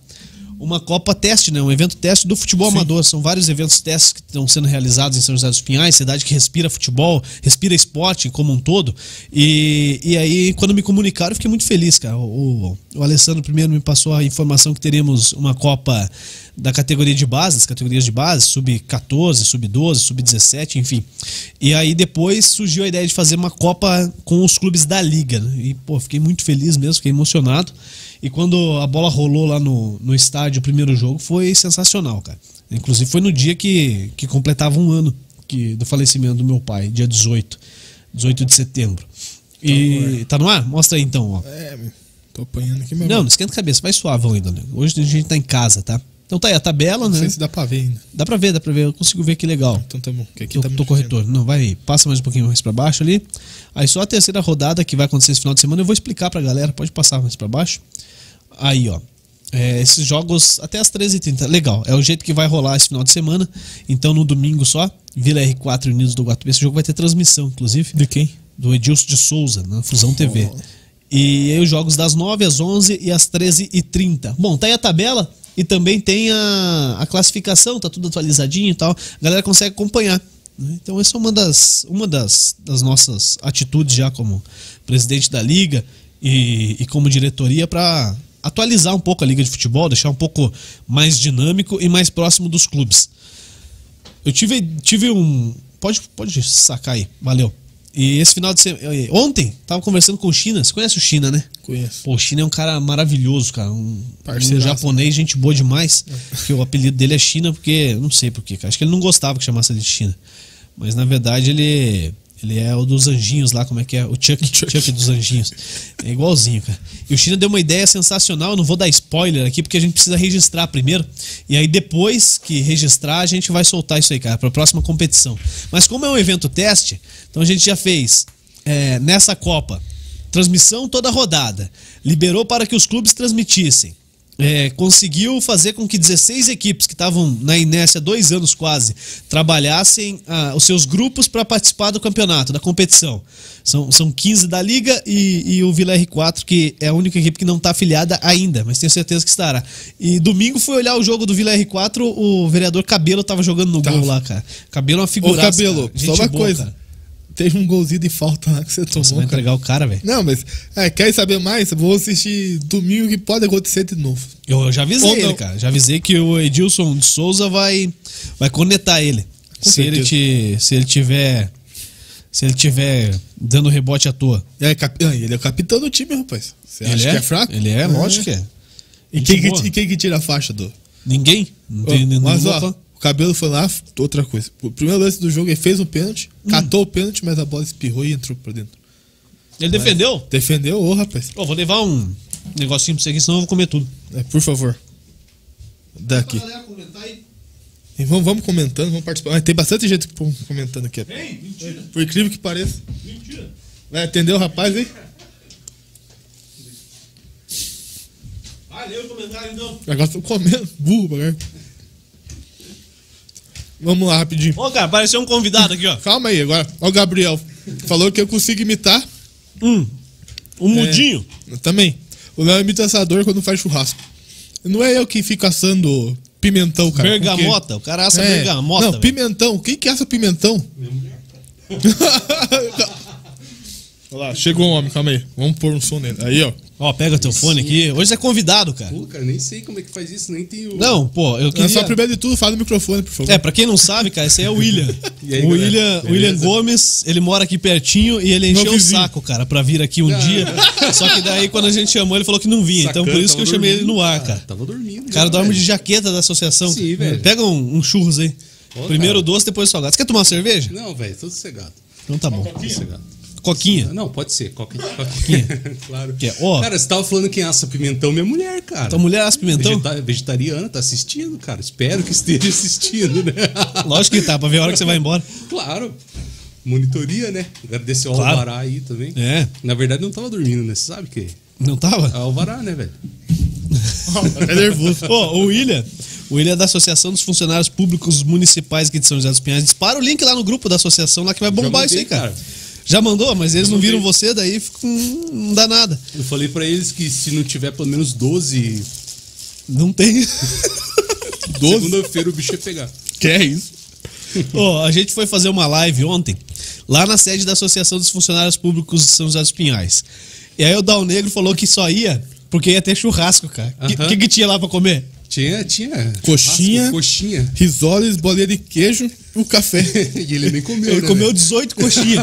uma Copa teste, né? um evento teste do futebol amador. São vários eventos testes que estão sendo realizados em São José dos Pinhais, cidade que respira futebol, respira esporte como um todo. E, e aí, quando me comunicaram, eu fiquei muito feliz, cara. O, o- o Alessandro primeiro me passou a informação que teremos uma Copa da categoria de base, das categorias de base, sub-14, sub-12, sub-17, enfim. E aí depois surgiu a ideia de fazer uma Copa com os clubes da Liga. né? E, pô, fiquei muito feliz mesmo, fiquei emocionado. E quando a bola rolou lá no, no estádio, o primeiro jogo, foi sensacional, cara. Inclusive foi no dia que, que completava um ano que, do falecimento do meu pai, dia 18, 18 de setembro. E tá no ar? Mostra aí então, ó. É, meu, tô apanhando aqui, mas Não, não esquenta a cabeça, vai suavão ainda, né? Hoje a gente tá em casa, tá? Então tá aí a tabela, não né? sei se dá pra ver ainda. Dá pra ver, dá pra ver, eu consigo ver que legal. Então tá bom, que aqui Eu tá tô muito pequeno. corretor. Não, vai aí. Passa mais um pouquinho mais pra baixo ali. Aí só a terceira rodada que vai acontecer esse final de semana, eu vou explicar pra galera. Pode passar mais pra baixo. Aí, ó. É, esses jogos até as 13h30. Legal. É o jeito que vai rolar esse final de semana. Então no domingo só, Vila R4 Unidos do Guatupê. Esse jogo vai ter transmissão, inclusive De quem? do Edilson de Souza, na Fusão TV. Oh. E aí os jogos das 9 às 11 e às 13h30. Bom, tá aí a tabela e também tem a, a classificação, tá tudo atualizadinho e tal. A galera consegue acompanhar. né? Então essa é uma das, uma das, das nossas atitudes já como presidente da liga e, e como diretoria para atualizar um pouco a liga de futebol, deixar um pouco mais dinâmico e mais próximo dos clubes. Eu tive, tive um. Pode, pode sacar aí, valeu. E esse final de semana. Ontem, tava conversando com o China. Você conhece o China, né? Conheço. Pô, o China é um cara maravilhoso, cara. Um, um Parceiraço. japonês, gente boa demais. Que o apelido dele é China, porque. Não sei porquê, cara. Acho que ele não gostava que chamasse ele de China. Mas na verdade ele. Ele é o dos anjinhos lá, como é que é? O Chuck, Chuck. dos anjinhos. É igualzinho, cara. E o China deu uma ideia sensacional. Eu não vou dar spoiler aqui, porque a gente precisa registrar primeiro. E aí, depois que registrar, a gente vai soltar isso aí, cara, para a próxima competição. Mas como é um evento teste, então a gente já fez é, nessa Copa Transmissão toda rodada. Liberou para que os clubes transmitissem. É, conseguiu fazer com que 16 equipes que estavam na inércia há dois anos quase trabalhassem ah, os seus grupos para participar do campeonato, da competição. São, são 15 da Liga e, e o Vila R4, que é a única equipe que não está afiliada ainda, mas tenho certeza que estará. E domingo foi olhar o jogo do Vila R4, o vereador Cabelo estava jogando no Tava. gol lá, cara. Cabelo é uma Tá. Ô, figuraça. Cabelo, cara. Gente só uma boa, coisa. cara. Teve um golzinho de falta lá que você tomou, Você vai cara. entregar o cara, velho. Não, mas é, quer saber mais? Vou assistir domingo que pode acontecer de novo. Eu, eu já avisei Ou não. ele, cara. Já avisei que o Edilson de Souza vai, vai conectar ele. Com se, ele te, se ele tiver. Se ele tiver dando rebote à toa. É, cap... ah, ele é o capitão do time, rapaz. Você acha que é fraco? Ele é, lógico que é. E quem Gente que, boa. ti- e quem que tira a faixa do. Ninguém? Não tem Ô, nenhum mas ó, outro? o cabelo foi lá, f- outra coisa. O primeiro lance do jogo ele fez o pênalti, Hum. catou o pênalti, mas a bola espirrou e entrou pra dentro. Ele defendeu? Defendeu, ô rapaz. Ó, vou levar um negocinho pra você aqui, senão eu vou comer tudo. É, por favor. Daqui. E vamos, vamos comentando, vamos participar. Ah, tem bastante gente com- comentando aqui. Ei, mentira, Por incrível que pareça. mentira. Vai atender o rapaz, hein? Ah, leu o comentário então. Agora tô comendo. Burro, cara. Vamos lá, rapidinho. Ô, cara, apareceu um convidado aqui, ó. Calma aí, agora. Ó, o Gabriel. Falou que eu consigo imitar. Hum. É, Um. Um mudinho. Eu também. O Léo imita assador quando faz churrasco. Não é eu que fico assando pimentão, cara. porque- bergamota. O cara assa É. bergamota. Não, velho. pimentão. Quem que assa pimentão? Olha lá, chegou um homem, calma aí. Vamos pôr um som nele. Aí, ó. Ó, pega teu fone aqui. Hoje você é convidado, cara. Pô, cara, nem sei como é que faz isso, nem tem o. Não, pô, é eu Mas queria... Só primeiro de tudo, fala no microfone, por favor. É, pra quem não sabe, cara, esse aí é o William. (laughs) E aí, o galera? William, Beleza? William Gomes, ele mora aqui pertinho e ele encheu o vizinho. saco, cara, pra vir aqui um dia. Só que daí, quando a gente chamou, ele falou que não vinha. então, Sacana, por isso que eu tava chamei ele no dormindo, Ah, ar, cara. Tava dormindo. O cara dorme de jaqueta da associação. Sim, velho. Pega um, um churros aí. Primeiro doce, depois salgado. Você quer tomar uma cerveja? Não, velho, tô sossegado. Então tá bom. Tô sossegado. Coquinha. Não, pode ser. Coca... Coquinha. (laughs) claro. Que é, ó. Cara, você tava falando quem assa pimentão, minha mulher, cara. Tua Então, mulher então? assa pimentão? Vegeta- Vegetariana, tá assistindo, cara. Espero que esteja assistindo, (laughs) né? Lógico que tá, pra ver a hora que você vai embora. Claro. Monitoria, né? Agradecer ao Claro. Alvará aí também. É. Na verdade, não tava dormindo, né? Você sabe que Não tava? é Alvará, né, velho? É nervoso. Ô, o William, o William é da Associação dos Funcionários Públicos Municipais aqui de São José dos Pinhais. Dispara o link lá no grupo da associação lá que vai bombar mandei, isso aí, cara. cara. Já mandou, mas eles não mandei. viram você, daí fica um- não dá nada. Eu falei pra eles que se não tiver pelo menos 12, Não tem. 12? segunda-feira o bicho ia pegar. Que é isso? Ó, a gente foi fazer uma live ontem lá na sede da Associação dos Funcionários Públicos de São José dos Pinhais. E aí o Dal Negro falou que só ia porque ia ter churrasco, cara. O Aham. que, que tinha lá pra comer? Tinha, tinha. Coxinha. Raspa, coxinha. (laughs) Risoles, bolinha de queijo e o café. E ele nem comeu, Ele né, comeu velho? (laughs) 18 coxinhas.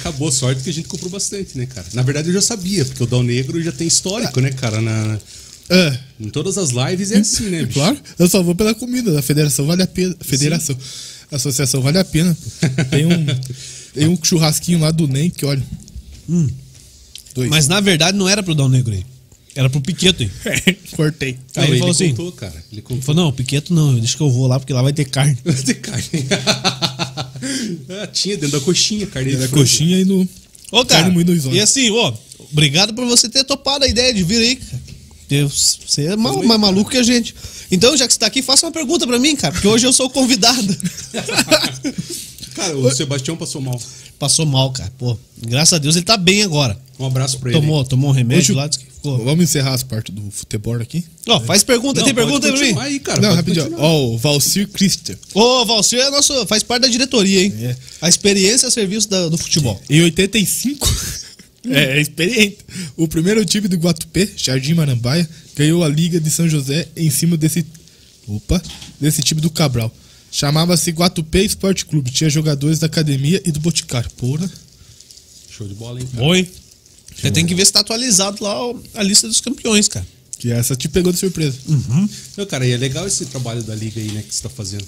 Acabou, sorte que a gente comprou bastante, né, cara? Na verdade, eu já sabia, porque o Dal Negro já tem histórico, né, cara? Na, (laughs) É. em todas as lives Hum, é assim, né, E bicho? Claro, eu só vou pela comida da federação, vale a pena. Federação. Associação vale a pena. pô. Tem um, tem um churrasquinho lá do NEM que olha. Hum. Dois. (laughs) mas na verdade não era pro Dal Negro aí. Era pro Piqueto aí. Cortei. Não, Aí ele ele falou assim- contou, cara. Ele Ele contou. (laughs) falou, não, Piqueto não, deixa que eu vou lá porque lá vai ter carne. De carne. (laughs) ah, tinha dentro da coxinha, carne de Era frango. é coxinha e no. Ô, cara, Carne moída nos olhos. e assim, ô, obrigado por você ter topado a ideia de vir aí, cara. Deus, você é mal- mais maluco que a gente. Então, já que você tá aqui, faça uma pergunta pra mim, cara, porque hoje eu sou o (laughs) convidado. Cara, o Sebastião passou mal. Passou mal, cara, pô. Graças a Deus ele tá bem agora. Um abraço pra ele. Tomou, tomou um remédio Hoje o- É. lá, disse que ficou. Vamos encerrar as partes do futebol aqui. Ó, faz pergunta, Não, tem pode pergunta aí pra continuar mim? aí, cara. Não, pode rapidinho. continuar. Ó, o Valcir Christian. Ô, Valcir é nosso, faz parte da diretoria, hein? É. A experiência a serviço da- do futebol. Em 85, (laughs) É, é experiente. O primeiro time do Guatupé, Jardim Marambaia, ganhou a Liga de São José em cima desse. Opa! Desse time do Cabral. Chamava-se Guatupé Esporte Clube. Tinha jogadores da academia e do Boticário. Porra. Show de bola, hein, cara? Bom, hein? Você tem que ver se tá atualizado lá o- a lista dos campeões, cara. Que essa te pegou de surpresa. Hum, Não, cara, e é legal esse trabalho da liga aí, né, que você tá fazendo.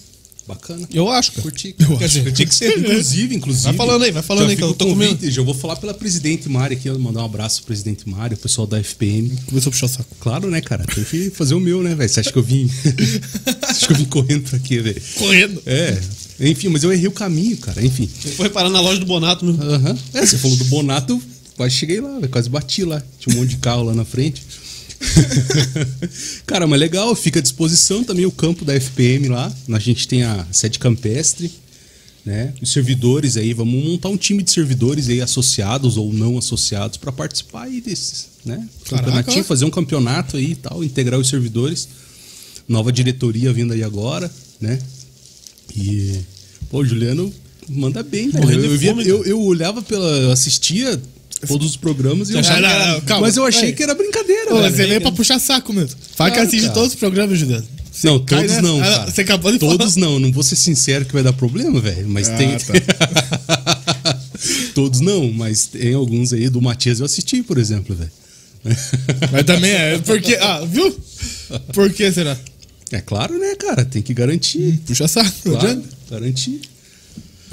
Bacana. Eu acho, cara. Curti. Eu acho. Tinha que (laughs) ser. Inclusive, inclusive. Vai falando aí, vai falando já aí, que fica eu tô o com convite, já vou falar pela presidente Mari aqui, ó, mandar um abraço pro presidente Mari, o pessoal da FPM. Começou a puxar o saco. Claro, né, cara? Tem que fazer o meu, né, velho? Você acha que eu vim. (laughs) Você acha que eu vim correndo pra aqui, velho? Correndo. É. Enfim, mas eu errei o caminho, cara. Enfim. Foi parar na loja do Bonato né? mesmo. Aham. É, você falou do Bonato, eu quase cheguei lá, velho, quase bati lá. Tinha um monte de carro lá na frente. (laughs) Cara, mas legal, fica à disposição também o campo da FPM lá. A gente tem a sede campestre, né? Os servidores aí, vamos montar um time de servidores aí, associados ou não associados, para participar aí desses, né? Caraca. Campeonatinho, fazer um campeonato aí e tal, integrar os servidores. Nova diretoria vindo aí agora, né? E. Pô, o Juliano manda bem, velho. Morreu de Eu, via- fome, eu, eu olhava pela. eu assistia todos os programas e eu Não, achava. não, que era- não, calma. mas eu achei Aí. que era brincadeira, Ô, velho. você veio pra puxar saco mesmo. Faz que Claro, é assiste cara. todos os programas, Juliano. Não, Cai todos nessa. não, Ah, cara. Você acabou de Todos não, não vou ser sincero que vai dar problema, velho. Mas Ah, tem. (laughs) Todos não, mas tem alguns aí do Matias eu assisti, por exemplo, velho. (laughs) falar. Mas também é. Porque. Ah, viu? Por que será? É claro, né, cara? Tem que garantir. Puxa saco, não Claro, adianta. garantir.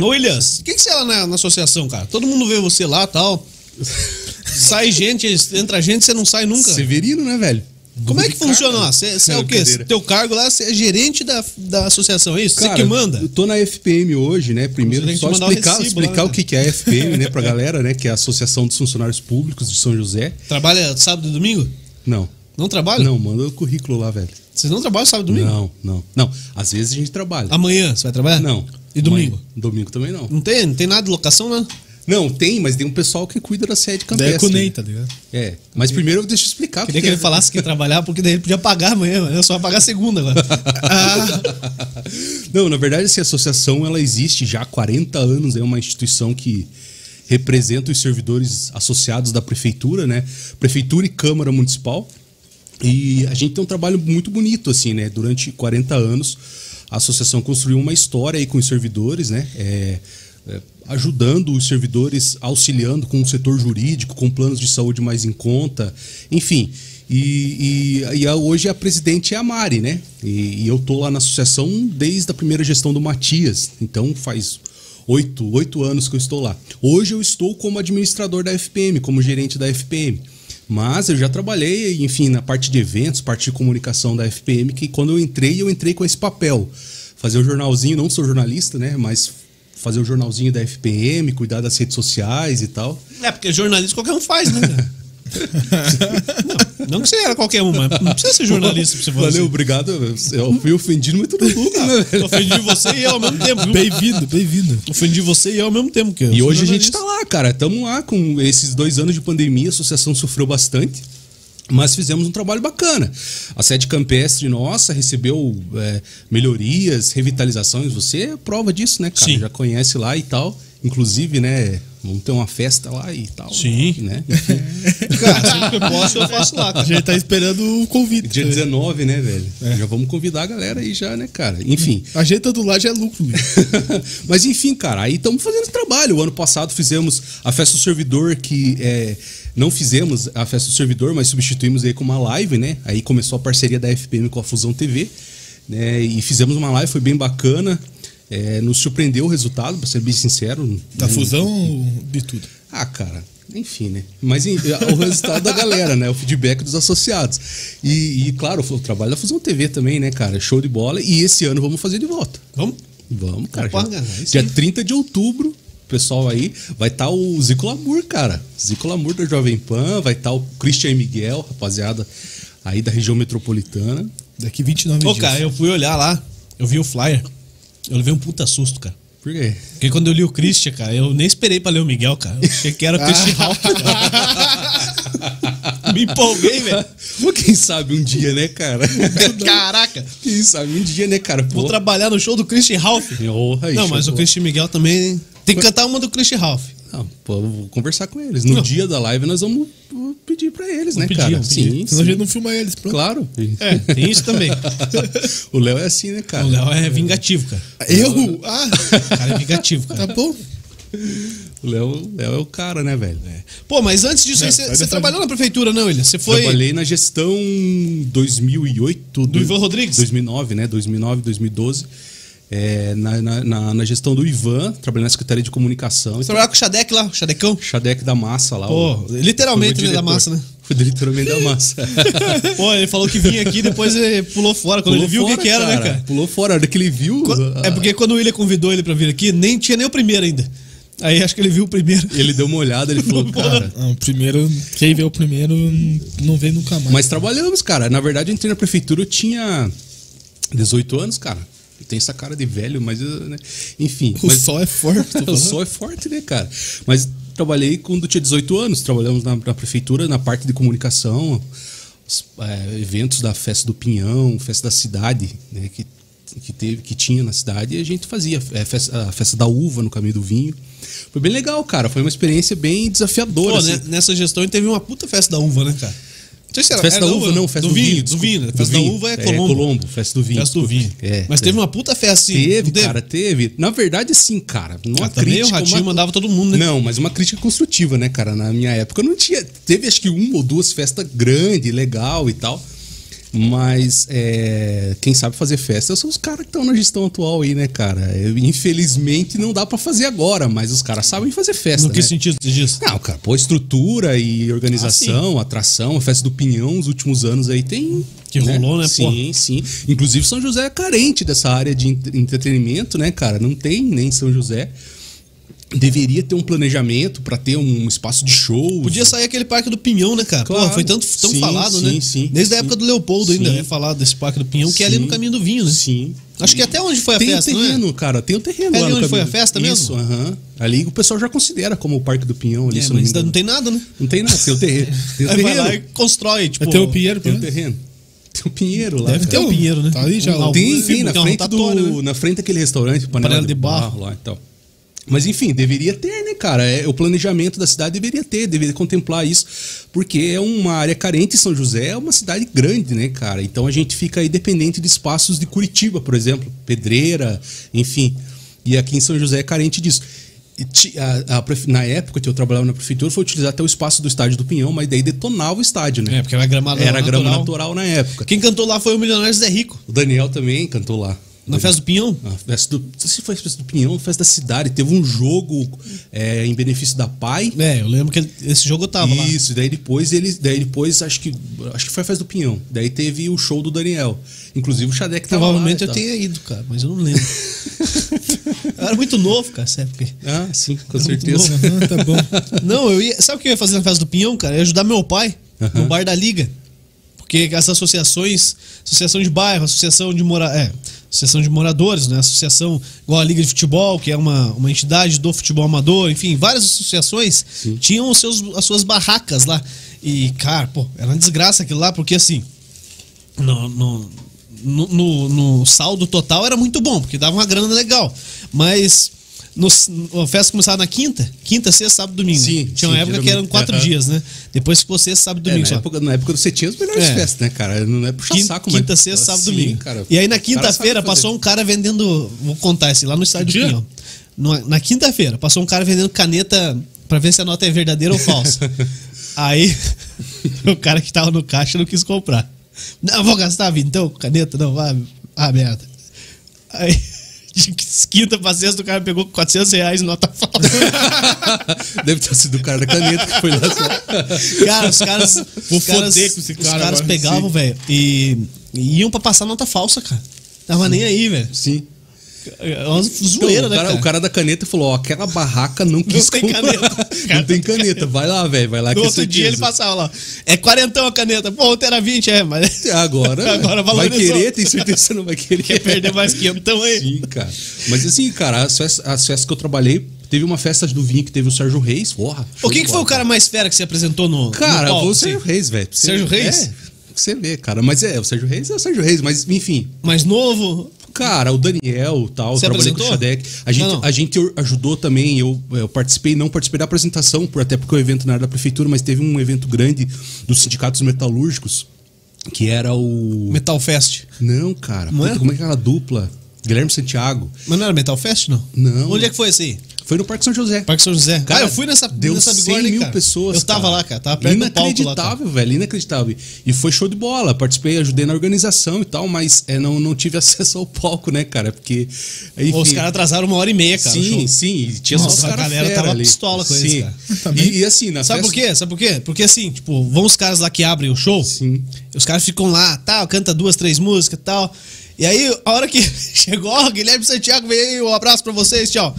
Ô, Williams, o que, que você é lá na, na associação, cara? Todo mundo vê você lá e tal. Sai gente, entra gente, você não sai nunca. Severino, né, velho? Como é que Complicado. funciona lá? Você você é Não, o quê? brincadeira. Teu cargo lá, você é gerente da, da associação, é isso? Você que manda? Eu tô na FPM hoje, né? Você tem Primeiro, que só mandar o explicar, recibo lá, explicar o né? que, que é a FPM, né, pra galera, né? Que é a Associação dos Funcionários Públicos de São José. Trabalha sábado e domingo? Não. Não trabalha? Não, manda o currículo lá, velho. Vocês não trabalham sábado e domingo? Não, não. Não. Às vezes a gente trabalha. Amanhã você vai trabalhar? Não. E domingo? Amanhã. Domingo também não. Não tem, não tem nada de locação, né? Não, tem, mas tem um pessoal que cuida da sede Daí é com o campestre. Ney, tá ligado? É. Mas primeiro eu deixo eu explicar. então. Queria porque- que ele falasse que ia trabalhar, porque daí ele podia pagar amanhã, mas eu só vai pagar segunda (laughs) agora. Ah, Não, na verdade, essa associação ela existe já há 40 anos, é uma instituição que representa os servidores associados da prefeitura, né? Prefeitura e Câmara Municipal. E a gente tem um trabalho muito bonito, assim, né? Durante 40 anos, a associação construiu uma história aí com os servidores, né? É, é, ajudando os servidores, auxiliando com o setor jurídico, com planos de saúde mais em conta, enfim. E, e- e a- hoje a presidente é a Mari, né? E, e eu tô lá na associação desde a primeira gestão do Matias, então faz oito, oito anos que eu estou lá. Hoje eu estou como administrador da FPM, como gerente da FPM. Mas eu já trabalhei, enfim, na parte de eventos, parte de comunicação da FPM, que quando eu entrei, eu entrei com esse papel. Fazer o jornalzinho, não sou jornalista, né? Mas fazer o jornalzinho da FPM, cuidar das redes sociais e tal. É, porque jornalista qualquer um faz, né? (laughs) cara? não, não que você era qualquer um, mas não precisa ser jornalista pra você assim. fazer. Valeu, obrigado. Eu fui ofendido, mas tudo (laughs) bom, cara. Eu ofendi você e eu ao mesmo tempo. viu? Bem-vindo, bem-vindo. Ofendi você e eu ao mesmo tempo. Que eu E sou hoje a gente jornalista. tá lá, cara. Tamo lá com esses dois anos de pandemia, a associação sofreu bastante. Mas fizemos um trabalho bacana. A sede campestre nossa recebeu é, melhorias, revitalizações. Você é prova disso, né, cara? Sim. Já conhece lá e tal. Inclusive, né? Vamos ter uma festa lá e tal. Sim. Né? Enfim, Cara, sempre que eu posso, eu faço lá. A Cara. gente tá esperando o convite. (laughs) É. Dia 19, né, velho? Já vamos convidar a galera aí já, né, cara? Enfim. Ajeita do lado já é lucro, meu. (laughs) Mas enfim, cara, aí estamos fazendo esse trabalho. O ano passado fizemos a festa do servidor, que é, não fizemos a festa do servidor, mas substituímos aí com uma live, né? Aí começou a parceria da FPM com a Fusão TV, né? E fizemos uma live, foi bem bacana. É, nos surpreendeu o resultado, pra ser bem sincero. Da Né? tá fusão de tudo. Ah, cara, enfim, né? Mas em- o resultado da galera, né? O feedback dos associados. E, e, claro, o trabalho da Fusão TV também, né, cara? Show de bola. E esse ano vamos fazer de volta. Vamos? Vamos, cara. Opa, já, cara, é aí dia 30 de outubro, o pessoal aí, vai estar o Zico Lamour, cara. Zico Lamour da Jovem Pan, vai estar o Christian Miguel, rapaziada aí da região metropolitana. Daqui 29 Ô, dias. cara, eu fui olhar lá, eu vi o flyer, eu levei um puta susto, cara. (laughs) Por quê? Porque quando eu li o Christian, cara, eu nem esperei pra ler o Miguel, cara. Eu achei que era o Christian Ah. Ralph. (laughs) cara. Me empolguei, velho. Ou quem sabe um dia, (laughs) né, cara? Caraca, quem sabe um dia, né, cara? vou Pô, trabalhar no show do Christian Ralph. honra aí, Não, mas show o de bola. Christian Miguel também Tem que cantar uma do Christian Ralph. Ah, pô, vou conversar com eles. No Não. dia da live nós vamos uh, pedir pra eles, né, pedir, cara? vamos pedir. Sim, Senão a sim. gente não filma eles, pronto. Claro. É, tem isso também. (laughs) o Léo é assim, né, (laughs) cara? O Léo é vingativo, cara. Eu? Ah, O cara é vingativo, cara. tá bom. (laughs) O Léo, Léo é o cara, né, velho? Pô, mas antes disso aí, É, você vai você defender. trabalhou na prefeitura, não, William? Você foi. Trabalhei na gestão 2008... Do, Ivan Rodrigues? 2009, né? 2009, 2012. É, na, na, na- na gestão do Ivan, trabalhei na Secretaria de Comunicação. Você trabalhava com o Xadec lá, o Xadecão? Xadec da Massa lá. Pô, o- literalmente, foi o né, da diretor. Massa, (laughs) né? Foi literalmente da Massa. Pô, ele falou que vinha aqui depois ele pulou fora. Quando (laughs) ele viu o que, fora, que era, né, cara? Pulou fora. A hora que ele viu... Qu- a- É porque quando o William convidou ele pra vir aqui, nem tinha nem o primeiro ainda. Aí acho que ele viu o primeiro. Ele deu uma olhada, ele falou, cara... Não, o primeiro, quem vê o primeiro não vê nunca mais. Mas trabalhamos, cara. Na verdade, eu entrei na prefeitura, eu tinha 18 anos, cara. Eu tenho essa cara de velho, mas... eu, né? Enfim. o mas- sol é (laughs) forte, tô o falando. sol é forte, né, cara? Mas trabalhei quando tinha 18 anos. Trabalhamos na, na prefeitura, na parte de comunicação, os, é, eventos da Festa do Pinhão, Festa da Cidade, né, que, que, teve, que tinha na cidade. E a gente fazia é, festa, a Festa da Uva no Caminho do Vinho. Foi bem legal, cara. Foi uma experiência bem desafiadora. Pô, assim. né, nessa gestão ele teve uma puta festa da uva, né, cara? Não sei se era Festa era da uva, não, festa do, vinho. Do desculpa. vinho, né? Do Festa da vinho. uva é Colombo. festa do vinho. Festa do vinho. desculpa. É, Mas teve é. uma puta festa assim. Teve, não cara, teve. Na verdade, sim, cara. Não Ah, há também o crítica. é Ratinho uma- mandava todo mundo, né? Não, mas uma crítica construtiva, né, cara? Na minha época não tinha. Teve acho que uma ou duas festas grandes, legal e tal. Mas é, quem sabe fazer festa são os caras que estão na gestão atual aí, né, cara? Eu, infelizmente não dá pra fazer agora, mas os caras sabem fazer festa. No que né? sentido você diz? Não, cara, pô, estrutura e organização, atração, a festa do Pinhão, os últimos anos aí tem. Ah, Que rolou, né, pô? Sim, sim. Inclusive, São José é carente dessa área de entre- entretenimento, né, cara? Não tem nem São José. Deveria ter um planejamento pra ter um espaço de show. Podia sair aquele parque do Pinhão, né, cara? Pô, Claro. foi tanto, tão Sim, falado, sim, né? sim, Desde a sim. época do Leopoldo ainda Sim. é falado desse parque do Pinhão, que é ali Sim. no caminho do vinho, né? Sim. Acho que até onde foi a tem festa, o não é? terreno, cara. Tem o terreno É lá ali no onde foi caminho. a festa Isso, mesmo? aham. Ali o pessoal já considera como o Parque do Pinhão ali. É, se eu mas não, ainda me não engano. tem nada, né? não tem nada, tem (laughs) o terreno. Tem o Aí vai lá e terreno. constrói, tipo. É ter o Pinheiro, Tem pelo o menos. terreno. Tem o pinheiro lá. Deve cara. ter o Pinheiro, né? Tá aí já, Um- Tem, algum- tem, na tem uma frente rotatória, do, né? na frente daquele restaurante, panela, Panela de barro. lá e tal. Mas enfim, deveria ter, né, cara? É, o planejamento da cidade deveria ter, deveria contemplar isso, porque é uma área carente. São José é uma cidade grande, né, cara? Então a gente fica aí dependente de espaços de Curitiba, por exemplo, Pedreira, enfim. E aqui em São José é carente disso. E ti- a- a prefe- na época que eu trabalhava na prefeitura, foi utilizar até o espaço do estádio do Pinhão, mas daí detonava o estádio, né? É, porque era gramado Era natural. grama natural na época. Quem cantou lá foi o milionário Zé Rico, O Daniel também cantou lá. na festa do Pinhão. Na festa do. Não sei se foi a festa do Pinhão, ou festa da cidade. Teve um jogo é, em benefício da PAI. É, eu lembro que ele- esse jogo eu tava lá. Isso, daí depois eles. Daí depois, acho que. Acho que foi a festa do Pinhão. Daí teve o show do Daniel. Inclusive o Xadec tava Provavelmente eu lá, né, tá? e tenha ido, cara, mas eu não lembro. eu era muito novo, cara, essa época. tal. Ah, sim, com muito certeza. (laughs) Aham, tá bom. Não, eu ia. Sabe o que eu ia fazer na festa do Pinhão, cara? Eu ia ajudar meu pai no bar da Liga. Porque as associações, associação de bairro, associação de mora, é, associação de moradores, né? Associação igual a Liga de Futebol, que é uma, uma entidade do futebol amador, enfim, várias associações tinham os seus, as suas barracas lá. E, cara, pô, era uma desgraça aquilo lá, porque assim, no, no, no, no- no saldo total era muito bom, porque dava uma grana legal. Mas no, a festa começava na quinta, quinta, sexta, sábado, domingo. Sim, Tinha uma sim, época que geralmente. eram quatro Aham. dias, né? Depois ficou sexta, sábado, É, domingo. na, só. época, na época você tinha as melhores É. festas, né, cara? Não é puxar Quinta, saco, mas. quinta, sexta, sábado, Sim, domingo. cara. e aí na Os caras quinta-feira sabem fazer. passou um cara vendendo. Vou contar esse lá no estádio Que do dia? Pinhão. Numa- Na quinta-feira, passou um cara vendendo caneta pra ver se a nota é verdadeira ou (laughs) falsa. aí (laughs) o cara que tava no caixa não quis comprar. Não, vou gastar, vida, então, caneta, não, vai, ah, merda. Aí, (laughs) de quinta pra sexta, o cara pegou 400 reais em nota falsa. (laughs) (laughs) Deve ter sido o cara da caneta que foi lá (laughs) só. Cara, os caras. Vou os caras, foder com esse Os cara caras agora, pegavam, sim. velho, e, e iam pra passar nota falsa, cara. Tava nem aí, velho. Sim. É uma Então, zoeira, o, né, cara, cara? o cara da caneta falou: ó, aquela barraca não quis tem comprar. caneta. Cara, não tem caneta. Vai lá, velho. Vai lá No que é outro dia certeza. ele passava lá. É quarentão a caneta. Pô, ontem era 20, é, mas (laughs) (laughs) Agora, Agora vai valorizou. querer, tem certeza que você não vai querer. quer perder mais quinhentão aí. (laughs) Sim, cara. Mas assim, cara, as festas, as festas que eu trabalhei, teve uma festa do vinho que teve o Sérgio Reis, porra. O show que, de que foi o bola. cara mais fera que se apresentou no. Cara, no foi palco, o Sérgio assim? Reis, velho. Você- Sérgio Reis? É, você vê, cara. Mas é, o Sérgio Reis é o Sérgio Reis, mas enfim. Mais novo? Cara, o Daniel, tal, Você trabalhei com o apresentou? Xadec. A gente, Não, não. a gente or- ajudou também, eu, eu participei, não participei da apresentação, por, até porque o evento não era da prefeitura, mas teve um evento grande dos sindicatos metalúrgicos, que era o. Metal Fest. Não, cara. Não puta, é? Como é que era a dupla? Guilherme Santiago. Mas não era Metal Fest, não? Não. Onde é que foi esse aí? Foi no Parque São José. Parque São José. Cara, ah, eu fui nessa, deu nessa 100 bigorna, mil cara. pessoas. Eu tava cara. lá, cara. Tava perto do palco lá. tá? cara. Inacreditável, velho. Inacreditável. E foi show de bola. Participei, ajudei na organização e tal, mas é, não, não tive (laughs) acesso ao palco, né, cara? Porque. Enfim, Os caras atrasaram uma hora e meia, cara. o Sim, show. sim. e Tinha Nossa, só os a caras galera fera tava ali. pistola com eles, Sim. cara. E, e assim, na Sabe festa... por quê? Sabe por quê? Porque assim, tipo, vão os caras lá que abrem o show. Sim. Os caras ficam lá, tal, canta duas, três músicas e tal. E aí, a hora que (laughs) chegou, ó, Guilherme Santiago veio, um abraço pra vocês, tchau.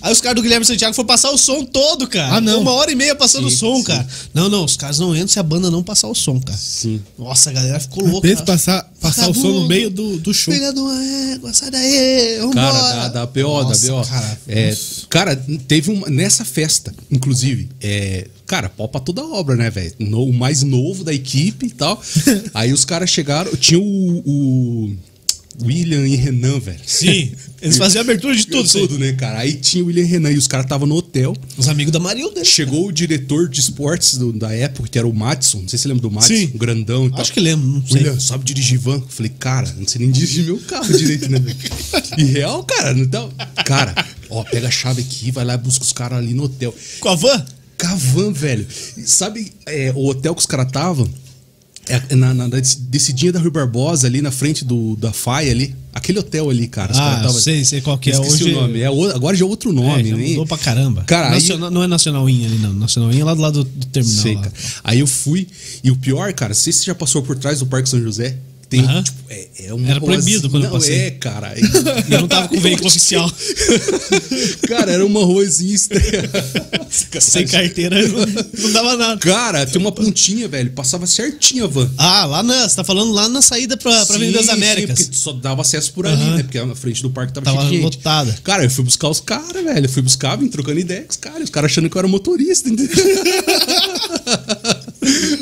Aí os caras do Guilherme Santiago foram passar o som todo, cara. Ah, não. Uma hora e meia passando Sim, o som, sim. cara. Não, não, os caras não entram se a banda não passar o som, cara. Sim. Nossa, a galera ficou louca. Pensa cara. passar, passar o som no Vagabundo. meio do, do show. Filha de uma égua, sai daí, vambora. Cara, da, da PO, Nossa, da BO. Cara, É, cara, teve uma. Nessa festa, inclusive, é, cara, pau pra toda obra, né, velho? No- O mais novo da equipe e (laughs) tal. Aí os caras chegaram. Tinha o, o William e Renan, velho. sim, eles faziam a abertura (laughs) de tudo. Tudo, né, cara? Aí tinha o William e Renan e os caras estavam no hotel. Os amigos da Marilda. né? Chegou o diretor de esportes do- da época, que era o Matson. Não sei se você lembra do Matson, Sim. um grandão e tal. Acho que lembro, não sei. William, sabe dirigir van? Eu falei, cara, não sei nem dirigir meu carro direito, (laughs) né? velho? e real, cara, não dá. Cara, ó, pega a chave aqui, vai lá e busca os caras ali no hotel. Com a van? Cavan, velho. E Sabe é, o hotel que os caras estavam? É, na, na, na descidinha da Rui Barbosa, ali na frente do, da FAI ali. Aquele hotel ali, cara. os Ah, caras tavam- sei, sei qual que é. Esqueci Hoje- o nome. É o- agora já é outro nome, é, já né? mudou pra caramba. Cara, aí- Nacional- não é Nacionalinha ali, não. Nacionalinha é lá do lado do, do terminal. Sei, lá. cara. Aí eu fui, e o pior, cara, não sei se você já passou por trás do Parque São José. Tem, Aham. tipo, é, é uma Era proibido quando eu não, passei. é, cara. (laughs) E Eu não tava com o (laughs) veículo oficial, cara, era uma ruazinha (laughs) estranha. sem carteira, não dava nada. (laughs) Cara, tem uma pontinha, velho. Passava certinha a van. Ah, lá na. Você tá falando lá na saída Ah, pra, pra Sim, Avenida das sim, Américas. porque só dava acesso por ali, Aham. né? Porque na frente do parque tava, Tava cheio de gente. lotada. Cara, eu fui buscar os caras, velho. Eu fui buscar, vim trocando ideia com os caras. Os caras achando que eu era (laughs) motorista, entendeu?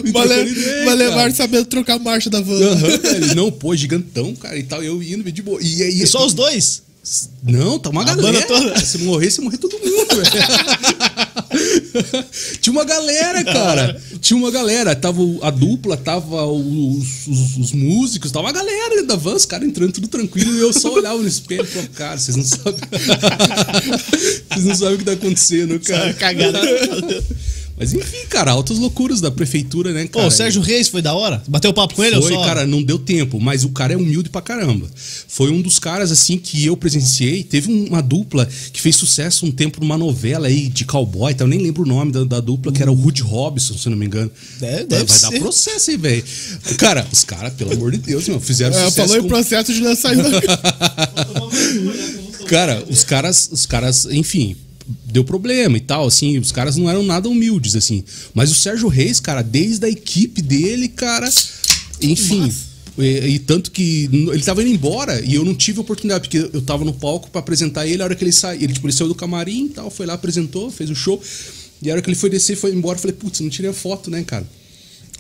Vim Vai trocando ideia, le- vai cara. levar sabendo trocar a marcha da van. Aham, velho. Não, pô, é gigantão, cara, e tal. Eu indo de boa. E aí. E só os dois? Não, tá uma galera. banda toda? cara. Se morresse, ia morrer todo mundo, velho. (laughs) Tinha uma galera, cara. Tinha uma galera. Tava o- a dupla, tava os, os- os músicos, tava a galera dentro da van, os caras entrando tudo tranquilo. E eu só olhava no espelho e falava, cara, vocês não sabem. (laughs) vocês não sabem o que tá acontecendo, cara. é (laughs) Cagada. Mas enfim, cara, altas loucuras da prefeitura, né, Pô, cara? o Sérgio Reis foi da hora? Bateu papo com ele ou Foi, só? cara, não deu tempo, mas o cara é humilde pra caramba. Foi um dos caras, assim, que eu presenciei. Teve um, uma dupla que fez sucesso um tempo numa novela aí de cowboy, e tal. eu nem lembro o nome da, da dupla, que era o Rude Robson, se eu não me engano. Deve- Vai- deve Vai ser. dar processo aí, velho. Cara, os caras, pelo amor de Deus, meu, fizeram É, sucesso. falou em com- processo de lançamento. Cara, os caras, os caras, enfim, deu problema e tal, assim, os caras não eram nada humildes, assim. Mas o Sérgio Reis, cara, desde a equipe dele, cara, enfim. é, E, e tanto que n- ele tava indo embora e eu não tive oportunidade, porque eu tava no palco pra apresentar ele, a hora que ele saiu, ele, tipo, ele saiu do camarim e tal, foi lá, apresentou, fez o show. E a hora que ele foi descer, foi embora, eu falei, putz, não tirei a foto, né, cara?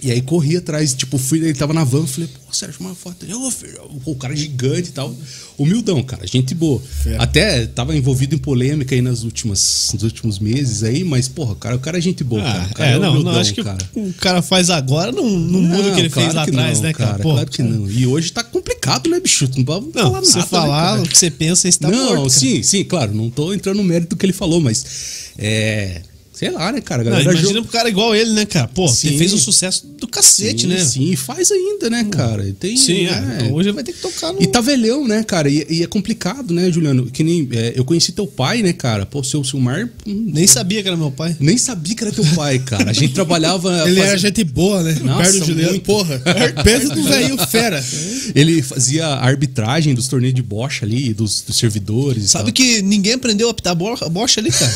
E aí corri atrás, tipo, fui, ele tava na van, falei, pô, Sérgio, uma foto. Ele, Ô, filho, o cara é gigante e tal. Humildão, cara, gente boa. Até tava envolvido em polêmica aí nas últimas, nos últimos meses aí, mas, porra, cara, o cara é gente boa, cara. Ah, O cara é, não, não, humildão, acho que cara. o cara faz agora não, não muda o que ele Não, fez claro lá que atrás, não, né, cara? Pô, tá claro que não. E hoje tá complicado, né, bicho? Não vamos Não, falar você nada, né, falar cara? o que você pensa, você tá não, morto. cara. sim, sim, claro. Não tô entrando no mérito do que ele falou, mas. É. Sei lá, né, cara? A Não, galera imagina jo- pro cara igual ele, né, cara? Pô, você Sim. fez um sucesso do cacete, sim, né? Sim, e faz ainda, né, cara? Tem, Sim, né? é, hoje vai ter que tocar no. E tá velhão, né, cara? E, e é complicado, né, Juliano? Que nem. é, eu conheci teu pai, né, cara? Pô, seu Silmar. hum, Nem sabia que era meu pai. Nem sabia que era teu pai, cara. A gente trabalhava. (laughs) Ele era fazia- gente boa, né? Nossa, Perto do Juliano, muito. porra. Pensa no velhinho fera. Ele fazia a arbitragem dos torneios de bocha ali, dos, dos servidores. e Sabe tal. que ninguém aprendeu a apitar bo- bocha ali, (laughs) cara?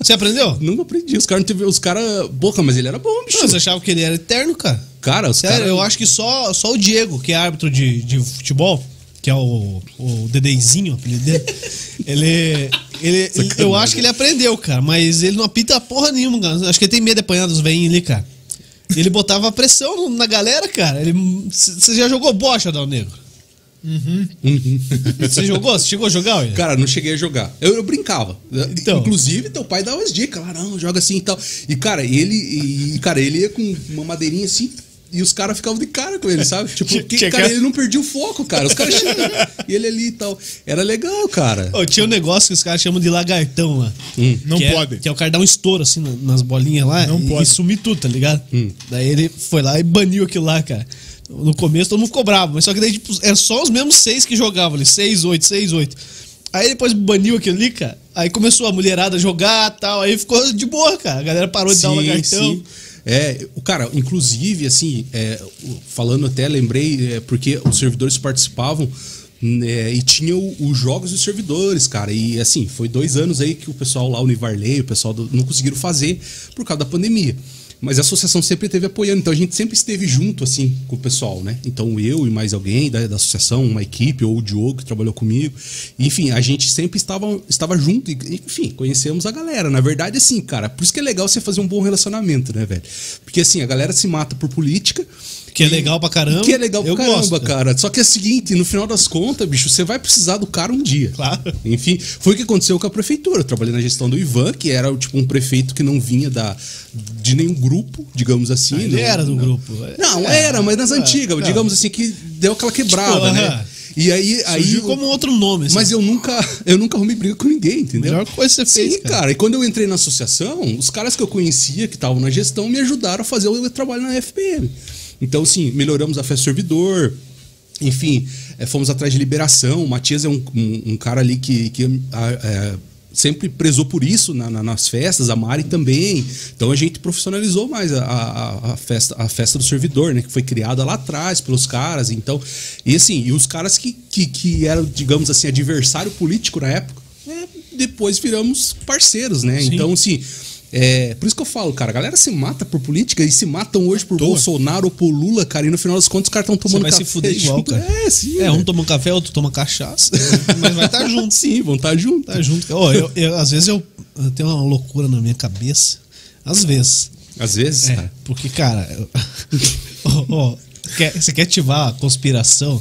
você aprendeu? Nunca aprendi. Os caras não teve. Os caras. Boca, mas ele era bom, bicho. Não, você achava que ele era eterno, cara? Cara, os Sério, caras. eu acho que só, só o Diego, que é árbitro de, de futebol, que é o, o Dedeizinho, o apelido (laughs) dele, ele. ele eu acho que ele aprendeu, cara, mas ele não apita porra nenhuma, cara. Acho que ele tem medo de apanhar dos veinhos ali, cara. Ele botava pressão no- na galera, cara. Ele- c- Você já jogou bocha, Dal Negro? Uhum. (laughs) Você jogou? Você chegou a jogar? William? Cara, não cheguei a jogar. Eu, eu brincava. Então. Inclusive, teu pai dava umas dicas. Lá, não, joga assim e tal. E, cara, ele. E, cara, ele ia com uma madeirinha assim. E os caras ficavam de cara com ele, sabe? Tipo, que, Tinha cara, cara- ele não perdia o foco, cara. Os caras (laughs) chegando. e ele ali e tal. Era legal, cara. Ô, tinha um negócio que os caras chamam de lagartão lá. Hum. Não que é- pode. que é o cara dar um estouro assim na- nas bolinhas lá Não e, pode. e sumir tudo, tá ligado? Hum. Daí ele foi lá e baniu aquilo lá, cara. No começo todo mundo ficou bravo, mas só que daí tipo, era só os mesmos seis que jogavam ali. Seis, oito, seis, oito. Aí depois baniu aquilo ali, cara. Aí começou a mulherada a jogar tal. Aí ficou de boa, cara. A galera parou de dar o lagartão. É, o cara, inclusive, assim, é, o- falando até, lembrei, é, porque os servidores participavam né, e tinha o- os jogos dos servidores, cara. E assim, foi dois anos aí que o pessoal lá, o Nivarley, o pessoal do- não conseguiram fazer por causa da pandemia. Mas a associação sempre esteve apoiando, então a gente sempre esteve junto, assim, com o pessoal, né? Então eu e mais alguém da, da associação, uma equipe, ou o Diogo que trabalhou comigo. Enfim, a gente sempre estava, estava junto e, enfim, conhecemos a galera. Na verdade, assim, cara, por isso que é legal você fazer um bom relacionamento, né, velho? Porque assim, a galera se mata por política. Que é E- legal pra caramba. Que é legal pra Eu caramba, gosto. cara. Só que é o seguinte, no final das contas, bicho, você vai precisar do cara um dia. Claro. Enfim, foi o que aconteceu com a prefeitura. Eu trabalhei na gestão do Ivan, que era tipo um prefeito que não vinha da, de nenhum grupo, digamos assim. Ah, Ele não- era do não. grupo. é. Não, era, mas nas antigas, não. digamos assim, que deu aquela quebrada, Tipo, aham. né? E aí. aí Surgiu como outro nome. assim. Mas eu nunca, eu nunca arrumei briga com ninguém, entendeu? Melhor coisa que você Sim, fez, cara. cara. E quando eu entrei na associação, os caras que eu conhecia, que estavam na gestão, me ajudaram a fazer o meu trabalho na FPM. Então, assim, melhoramos a festa servidor. Enfim, eh, fomos atrás de liberação. O Matias é um, um- um cara ali que, que ah, eh, sempre prezou por isso na- na- nas festas, a Mari também. Então a gente profissionalizou mais a, a- a festa, a festa do servidor, né? Que foi criada lá atrás pelos caras. Então, e assim, e os caras que, que, que eram, digamos assim, adversário político na época, é, depois viramos parceiros, né? Então, assim. É, por isso que eu falo, cara, a galera se mata por política e se matam hoje por Bolsonaro ou por Lula, cara, e no final das contas os caras estão tomando vai se café fuder igual, junto. cara. É, sim. É, velho. um toma café, outro toma cachaça, (laughs) mas vai estar junto. Sim, vão estar junto. Tá junto. cara. Ó, eu, eu- às vezes eu, eu tenho uma loucura na minha cabeça. Às vezes. Às vezes, É, cara. porque, cara, eu- (laughs) ó, ó, quer- você quer ativar a conspiração?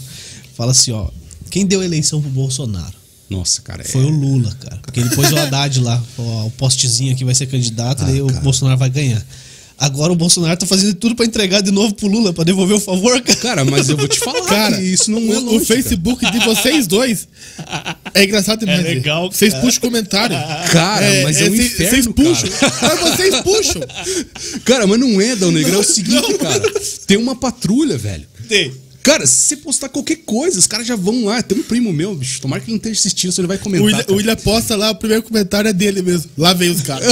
Fala assim, ó. Quem deu a eleição pro Bolsonaro? Nossa, cara. é- Foi o Lula, cara. Porque ele pôs o Haddad lá, ó, o postezinho aqui vai ser Ah, candidato, daí o cara. Bolsonaro vai ganhar. Agora o Bolsonaro tá fazendo tudo pra entregar de novo pro Lula, pra devolver o favor, (laughs) cara. Cara, mas eu vou te falar Cara, que isso não é o, longe, o Facebook de vocês dois é engraçado demais. É legal, velho. Vocês cara. puxam comentário. Cara, mas é, um cês- inferno, Vocês puxam. cara. Mas vocês puxam. Cara, mas não é, Dal Negrão. É o seguinte, cara. Tem uma patrulha, velho. Cara, se você postar qualquer coisa, os caras já vão lá. Tem um primo meu, bicho. Tomara que ele não esteja assistindo, senão ele vai O William, comentar. o cara. William posta lá, o primeiro comentário é dele mesmo. Lá vem os caras.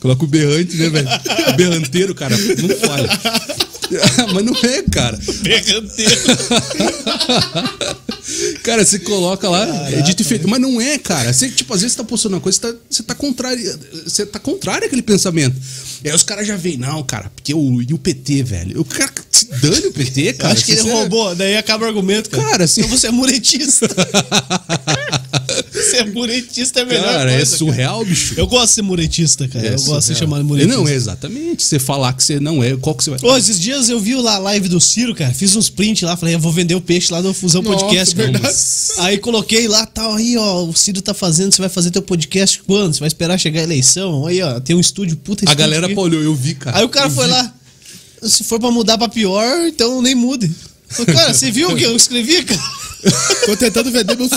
Coloca o berrante, né, velho? O berranteiro, cara, não falha. (laughs) Mas não é, cara. (laughs) Cara, você coloca lá, é dito e feito. Mas não é, cara. Você, tipo, às vezes você tá postando uma coisa, você tá, você tá contrário. Você tá contrário àquele pensamento. E aí os caras já veem, não, cara, porque o, e o PT, velho? O cara se dane o PT, Eu cara. acho que ele Você- é roubou, daí acaba o argumento, cara. Cara, assim- Então você é (laughs) muretista. Ser muretista é a melhor Cara, coisa. é surreal, bicho. Eu gosto de ser muretista, cara. eu É gosto de ser surreal. chamado de muretista. Não, é exatamente. Você falar que você não é, qual que você vai. Ô, esses dias eu vi lá a live do Ciro, cara. Fiz uns print lá, falei, eu vou vender o peixe lá no Fusão Nossa, Podcast. verdade. cara. (laughs) Aí coloquei lá, tal, aí, ó, o Ciro tá fazendo, você vai fazer teu podcast quando? Você vai esperar chegar a eleição? Aí, ó, tem um estúdio, puta A estúdio galera aqui. pô, olhou, eu vi, cara. Aí o cara foi lá. Se for pra mudar pra pior, então nem mude. Falei, Cara, você viu o que eu escrevi, cara? Tô tentando vender meus.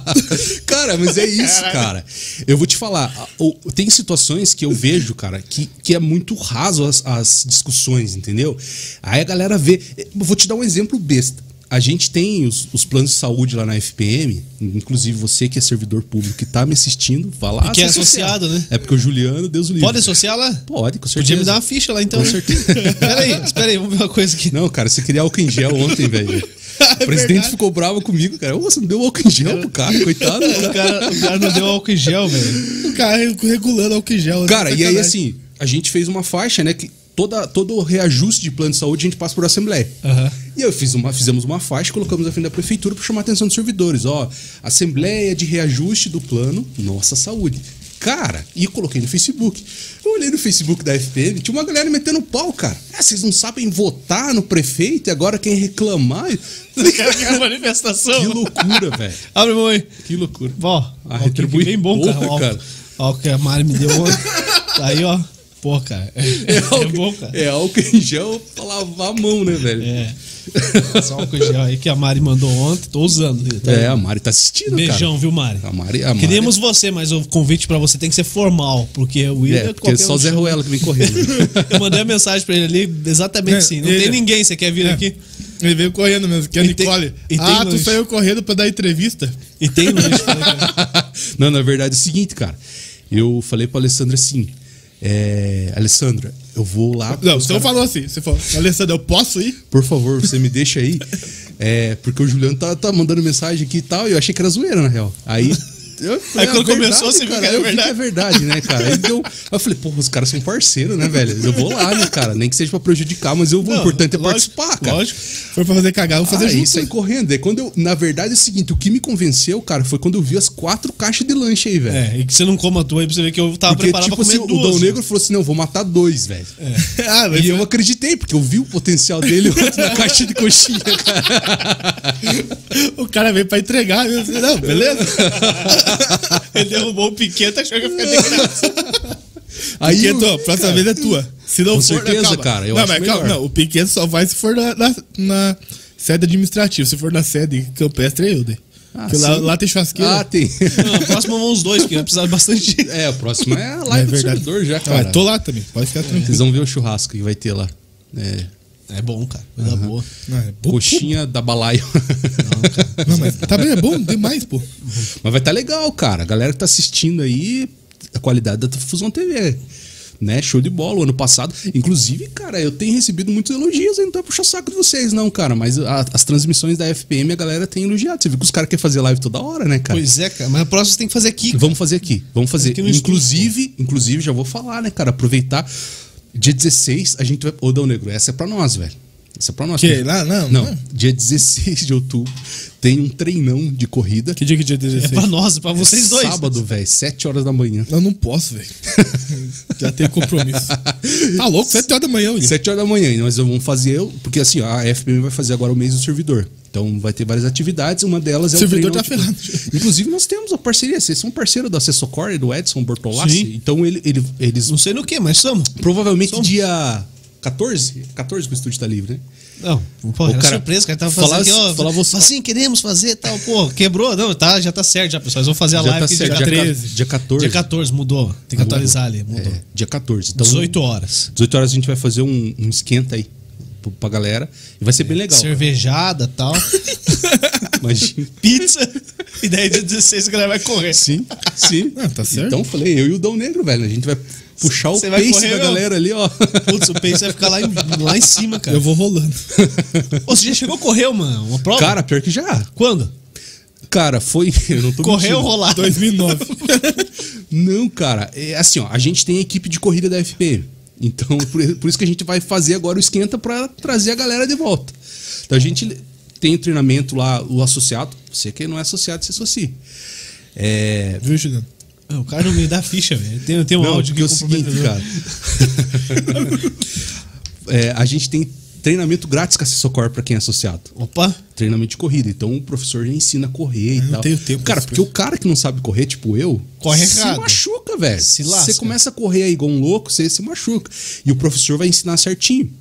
(laughs) cara, mas é isso, cara. Eu vou te falar, a- o- tem situações que eu vejo, cara, que, que é muito raso as, as discussões, entendeu? Aí a galera vê. Eu vou te dar um exemplo besta. A gente tem os, os planos de saúde lá na FPM, inclusive você que é servidor público que tá me assistindo, vai lá. E que é se associar. associado, né? É porque o Juliano, Deus o livre. Pode associar lá? Pode, com certeza. Podia me dar uma ficha lá então. Com né? certeza. espera aí, espera aí, vamos ver uma coisa aqui. Não, cara, você queria álcool em gel ontem, velho. (laughs) É o presidente verdade. ficou bravo comigo, cara. Ô, Você não deu álcool em gel pro cara, (laughs) coitado. O cara, o cara não deu álcool em gel, velho. o cara é regulando álcool em gel. Cara, e aí sacanagem. assim, a gente fez uma faixa, né? Que toda, todo o reajuste de plano de saúde a gente passa por assembleia. Aham. E eu fiz uma, fizemos uma faixa, colocamos na frente da prefeitura para chamar a atenção dos servidores. Ó, assembleia de reajuste do plano Nossa Saúde. Cara, e eu coloquei no Facebook. Eu olhei no Facebook da FPM, tinha uma galera metendo pau, cara. Ah, vocês não sabem votar no prefeito e agora quem reclamar. (laughs) Eu falei, Quero ver a manifestação. que loucura, velho. Abre mão aí. Que loucura. Ó, Ah, ó, retribui que é bem bom, pouco, cara. Ó, cara. ó, o que a Mari me deu ontem. Tá aí, ó. Pô, cara. É, bom, cara. É álcool em gel pra lavar a mão, né, velho? É. Só um gel aí que a Mari mandou ontem. Tô usando. tá? É, a Mari tá assistindo, Beijão, viu, Mari? cara. A Mari, a Mari Queremos você, mas o convite pra você tem que ser formal, porque o William É, porque só o Zé Ruela que vem correndo. um (laughs) (laughs) Eu mandei a mensagem pra ele ali, exatamente É, assim. Não ele- tem ninguém, você quer vir É. aqui? Ele veio correndo mesmo, que é a E tem- Nicole. e tem ah, tu lanche. saiu correndo pra dar entrevista? E tem né? lanche. falei pra ele. Não, na verdade é o seguinte, cara. Eu falei pra Alessandra assim: é, Alessandra, eu vou lá. Não, você não falou assim. Você falou, Alessandro, eu posso ir? Por favor, você me deixa aí. É, porque o Juliano tá, tá mandando mensagem aqui e tal. E eu achei que era zoeira, na real. Aí. Eu falei, "Ah, Aí quando começou, você viu cara, que era eu vi verdade. é verdade, né, cara? Aí deu- aí eu falei, porra, os caras são parceiros, né, velho? Eu vou lá, né, cara? Nem que seja pra prejudicar, mas eu vou. o Não, importante é lógico, participar, cara. Lógico. Foi pra fazer cagar, eu vou fazer ah, junto. isso aí correndo. É quando eu, na verdade é o seguinte, o que me convenceu, cara, foi quando eu vi as quatro caixas de lanche aí, velho. É, e que você não coma a tua aí pra você ver que eu tava Porque, preparado tipo pra comer assim, o duas. né? Dão Negro falou assim: não, vou matar dois, velho. Ah, mas E eu acreditei, porque eu vi o potencial dele ontem (laughs) na caixa de coxinha, cara. o cara veio pra entregar. eu disse, Não, (laughs) beleza? Ele derrubou o piquete, achou que ia ficar de graça. Aí eu- ah, Piqueto, a próxima vez é tua. Se não Com for, certeza, acaba. cara, eu não, acho mas calma, melhor. não. O Piqueto só vai se for na, na, na sede administrativa. Se for na sede campestre, é eu dei. Ah, Porque lá, sim. lá tem churrasqueira. Ah, tem. (laughs) Não, a próxima vão os dois, porque vai precisar de bastante. É, a próxima é a live do servidor já, cara. Ah, tô lá também, pode ficar tranquilo. Vocês vão ver o churrasco que vai ter lá. É, É bom, cara. Coisa boa. Ah, é bom. coxinha da balaio. (laughs) Não, mas tá bem, é bom demais, pô. Mas vai estar legal, cara. A galera que tá assistindo aí, a qualidade da Fusão TV. Né? Show de bola. O ano passado. Inclusive, cara, eu tenho recebido muitos elogios. Eu não tô puxando saco de vocês, não, cara. Mas a- as transmissões da FPM a galera tem elogiado. Você viu que os caras querem fazer live toda hora, né, cara? Pois é, cara. Mas a próxima você tem que fazer aqui. Vamos fazer aqui. Vamos fazer. Aqui no estúdio, inclusive, inclusive, já vou falar, né, cara? Aproveitar. Dia 16, a gente vai. Ô, Dão Negro, essa é pra nós, velho. Essa é pra nós. Que? Lá? Não, Não. né? não. Dia 16 de outubro tem um treinão de corrida. Que dia que dia é É 16? pra nós, pra vocês dois. Sábado, velho, 7 horas da manhã. Eu não posso, velho. Já tenho (laughs) compromisso. Tá louco? 7 horas da manhã, William. 7 horas da manhã, e nós vamos fazer, eu- porque assim, a FPM vai fazer agora o mês do servidor. Então vai ter várias atividades, uma delas é o Servidor treinão tá de- ferrado. (laughs) Inclusive nós temos a parceria, vocês são parceiro da Cessocor e do Edson Bortolassi. Sim. Então ele, ele- eles Não sei no que, mas somos. provavelmente dia 14, 14 que o estúdio tá livre, né? Não, pô, O era cara- surpresa, o cara tava fazendo falar- aqui, ó, falar você- assim, queremos fazer tal, pô, quebrou, não, tá, já tá certo já, pessoal, nós vamos fazer a live aqui certo, dia, dia, 13, 14. Dia 14. dia 14, mudou, tem que atualizar ali, mudou, É, dia 14. Então, 18 horas, 18 horas a gente vai fazer um, um esquenta aí pro- pra galera. E vai ser bem legal. cervejada tal, Imagina. pizza, (laughs) e daí dia 16 o cara vai correr. Sim, sim. Ah, tá certo. Então falei, eu e o Dão Negro, velho. A gente vai puxar o Você vai pace correr, da meu? galera ali, ó. Putz, o Pace vai ficar lá em, lá em cima, cara. Eu vou rolando. Ô, você já chegou, correu, mano, uma prova? Cara, pior que já. Quando? Cara, foi. (laughs) Eu não tô Correu ou mentindo. rolado? 2009. (laughs) Não, cara. É assim, ó. A gente tem a equipe de corrida da FP. Então, por, por isso que a gente vai fazer agora o esquenta pra trazer a galera de volta. Então, a gente tem o treinamento lá, o associado. Você que não é associado, se associe. É, Viu, Juliano? Ah, O cara não me dá ficha, velho, tem, tem um Não, áudio porque que é o seguinte, cara. né? (laughs) É, a gente tem treinamento grátis com a Cissocor pra quem é associado. Opa, Treinamento de corrida. Então o professor já ensina a correr e não tal. tenho tempo Cara, pra porque o cara que não sabe correr, tipo eu, Corre se errado. machuca, velho. Se lasca. Você começa a correr aí igual um louco, você se machuca. E o professor vai ensinar certinho.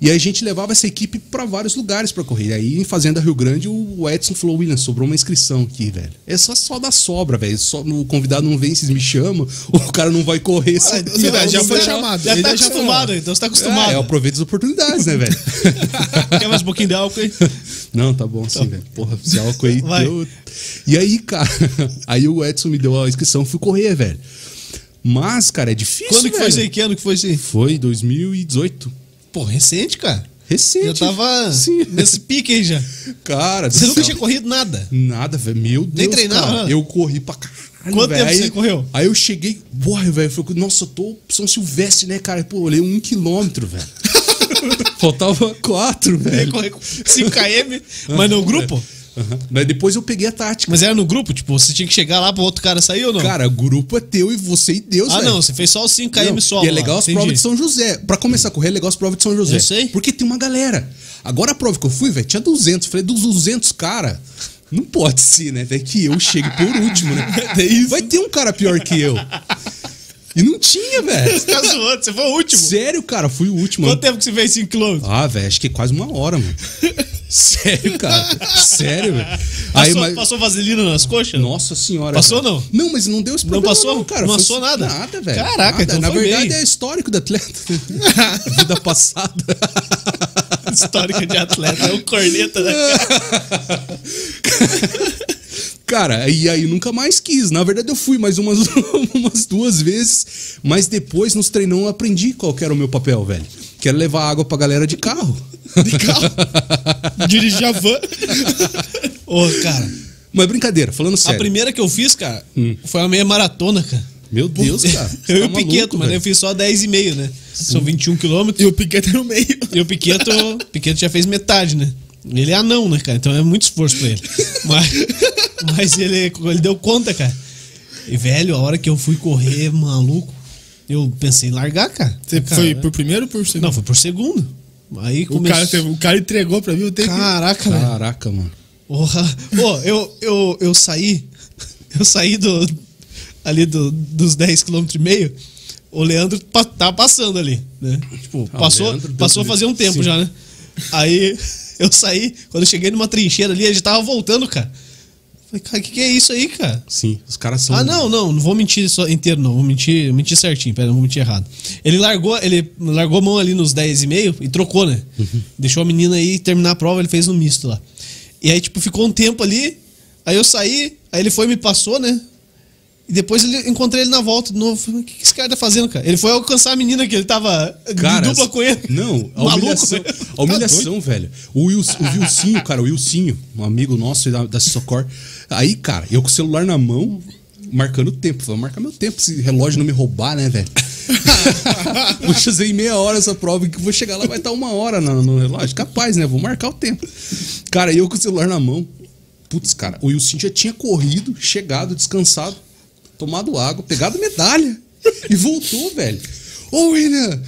E aí a gente levava essa equipe pra vários lugares pra correr. E aí em Fazenda Rio Grande, o Edson falou: William, sobrou uma inscrição aqui, velho. É só, só da sobra, velho. Só, o convidado não vem, vocês me chamam, (laughs) ou o cara não vai correr. (laughs) Você Não, tá já foi Você chamado, Já ele tá já é foi acostumado, então você tá acostumado. é, eu aproveito as oportunidades, (laughs) né, velho? (laughs) Quer mais um pouquinho de álcool aí? Não, tá bom sim, velho. Porra, esse álcool aí Vai. deu. E aí, cara, (laughs) aí o Edson me deu a inscrição fui correr, velho. Mas, cara, é difícil. Quando que foi velho. isso aí? Que ano que foi isso aí? Foi 2018. Pô, recente, cara. Recente. Eu tava Sim. nesse pique aí já. (laughs) Cara, do Você nunca céu. tinha corrido nada. Nada, velho. Meu Deus. treinava, cara. né? Eu corri pra caralho. Quanto velho. tempo Aí- você correu? Aí eu cheguei, porra, velho. eu Falei, nossa, eu tô São Silvestre, né, cara? Pô, eu olhei um (laughs) quilômetro, velho. Faltava quatro, Eu ia velho. É. correr com 5km, mas no grupo? Aham. Mas depois eu peguei a tática. Mas era no grupo, tipo, você tinha que chegar lá pro outro cara sair ou não? Cara, o grupo é teu e você e Deus, ah, velho. não, você fez só os 5 Não, km solo. E é lá, legal as entendi. (laughs) provas de São José. Pra começar a correr, é legal as provas de São José. Eu sei. Porque tem uma galera. Agora a prova que eu fui, velho, tinha 200. Falei, dos 200, cara, não pode ser, né? velho, que eu chego por último, (laughs) né? É Vai ter um cara pior que eu. E não (laughs) tinha, velho. Você tá zoando, você foi o último. Sério, cara, fui o último. Quanto tempo que você fez 5 km? Ah, velho, acho que é quase uma (laughs) hora, mano. Sério, cara. Sério, velho. Aí, Passou, mas- passou vaselina nas coxas? Nossa senhora. Passou cara. ou não? Não, mas não deu esse Não problema. passou? cara. Não Foi- assou nada? Nada, velho. Caraca, Nada. então Na foi verdade bem. é histórico (laughs) do atleta. Vida passada. Histórica de atleta, é o corneta, né? É, Cara, e aí nunca mais quis. Na verdade eu fui mais umas, (laughs) umas duas vezes, mas depois nos treinão eu aprendi qual que era o meu papel, velho. Que era levar água pra galera de carro. (laughs) De carro. (laughs) Dirigir a van. Ô, cara, Mas brincadeira, falando a sério. Hum. primeira que eu fiz, cara, foi uma meia maratona, cara. Meu Deus, cara. você (laughs) Eu e tá o maluco, Piqueto, mas velho. eu fiz só 10,5, né? São 21 quilômetros. E o piquete no meio. (laughs) E o Piqueto, Piqueto já fez metade, né? Ele é anão, né, cara? Então é muito esforço (laughs) pra ele. Mas, mas ele, ele deu conta, cara. E, velho, a hora que eu fui correr, maluco, eu pensei em largar, cara. Você Cara, foi por primeiro ou por segundo? Não, foi por segundo. Aí O começou... cara, Ah, o cara entregou pra mim o tempo. Caraca, velho. Caraca, mano. Porra. Ô, (laughs) eu, eu, eu saí. (laughs) Eu saí do. Ali do, dos 10 km e meio. O Leandro pa, tá passando ali, né? Tipo, Ah, o passou, Leandro deu passou a tudo fazer um isso. tempo Sim. já, né? Aí (laughs) eu saí, quando eu cheguei numa trincheira ali, ele já tava voltando, cara. Falei, cara, o que, que é isso aí, cara? Sim, os caras são. Ah, não, não, não vou mentir só inteiro, não. Vou mentir, mentir certinho, pera, não vou mentir errado. Ele largou, ele largou a mão ali nos 10 e meio e trocou, né? Uhum. Deixou a menina aí terminar a prova, ele fez no misto lá. E aí, tipo, ficou um tempo ali, aí eu saí, aí ele foi e me passou, né? E depois ele encontrei ele na volta de novo. Falei, o que que esse cara tá fazendo, cara? Ele foi alcançar a menina que ele tava Cara, assim, de dupla com ele. Não, a Maluco, Tá humilhação, velho. a humilhação velho. O, Wils, o Wilsinho, cara, o Wilsinho, um amigo nosso da, da Socor. Aí, cara, eu com o celular na mão, marcando o tempo. Falei, marca meu tempo, esse relógio não me roubar, né, velho? (laughs) vou fazer em meia hora essa prova, que eu vou chegar lá, vai estar uma hora no, no relógio. Capaz, né? Vou marcar o tempo. Cara, eu com o celular na mão. Putz, cara, o Wilson já tinha corrido, chegado, descansado, tomado água, pegado medalha e voltou, velho. Ô, William,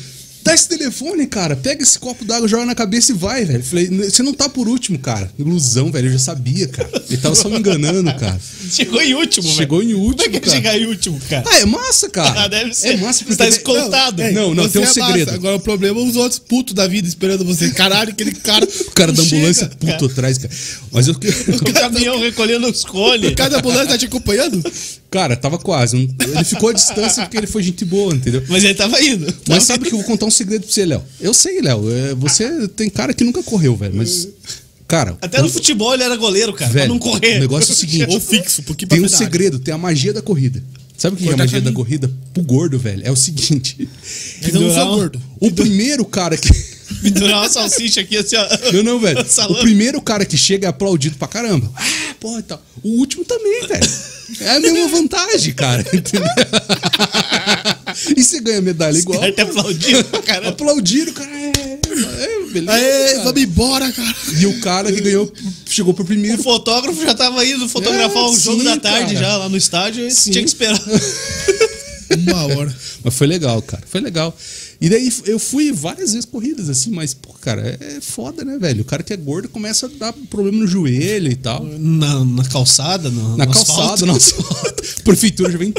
dá esse telefone, cara. Pega esse copo d'água, joga na cabeça e vai, velho. Falei, você não tá por último, cara. Ilusão, velho. Eu já sabia, cara. Ele tava só me enganando, cara. Chegou em último, velho. Chegou em último, Como é que ele cara. chegar em último, cara? Ah, é massa, cara. Ah, deve ser. É massa porque Tá tem- escoltado. Não, não, não Você tem um é massa. segredo. Agora o problema é os outros putos da vida esperando você. Caralho, aquele cara. (laughs) O cara da Chega. ambulância puto atrás, cara. Mas (laughs) eu. O caminhão recolhendo os cones. O cara da ambulância tá te acompanhando? Cara, tava quase. Um, Ele ficou à distância porque ele foi gente boa, entendeu? Mas ele tava indo. Mas sabe que eu vou contar um segredo pra você, Léo. Eu sei, Léo. é, Você tem cara que nunca correu, velho. Mas. Cara. Até no futebol ele era goleiro, cara, velho, pra não correr. O negócio é o seguinte: Ou fixo, porque tem um pra verdade. segredo, tem a magia da corrida. Sabe o que é a Cortar magia da caminho. corrida? Pro gordo, velho. É o seguinte. Mas eu não Pendurar sou um- gordo. O primeiro (laughs) cara que. (laughs) Pendurar uma salsicha aqui assim, ó. Eu não, velho. Salame. O primeiro cara que chega é aplaudido pra caramba. Ah, porra, tal. O último também, velho. É a mesma vantagem, cara. (laughs) Entendeu? E você ganha medalha igual. Ele tá aplaudindo pra caramba. Aplaudiram, cara. É, é, beleza. Aê, cara. vamos embora, cara. E o cara que ganhou chegou pro O primeiro. fotógrafo já tava indo fotografar É, o jogo sim, da tarde cara. já lá no estádio e tinha que esperar. (laughs) Uma hora. Mas foi legal, cara. Foi legal. E daí eu fui várias vezes corridas assim, mas, pô, cara, é foda, né, velho? O cara que é gordo começa a dar problema no joelho e tal. Na, na calçada, no, Na no calçada, asfalto. né? na asfalto. Prefeitura já vem.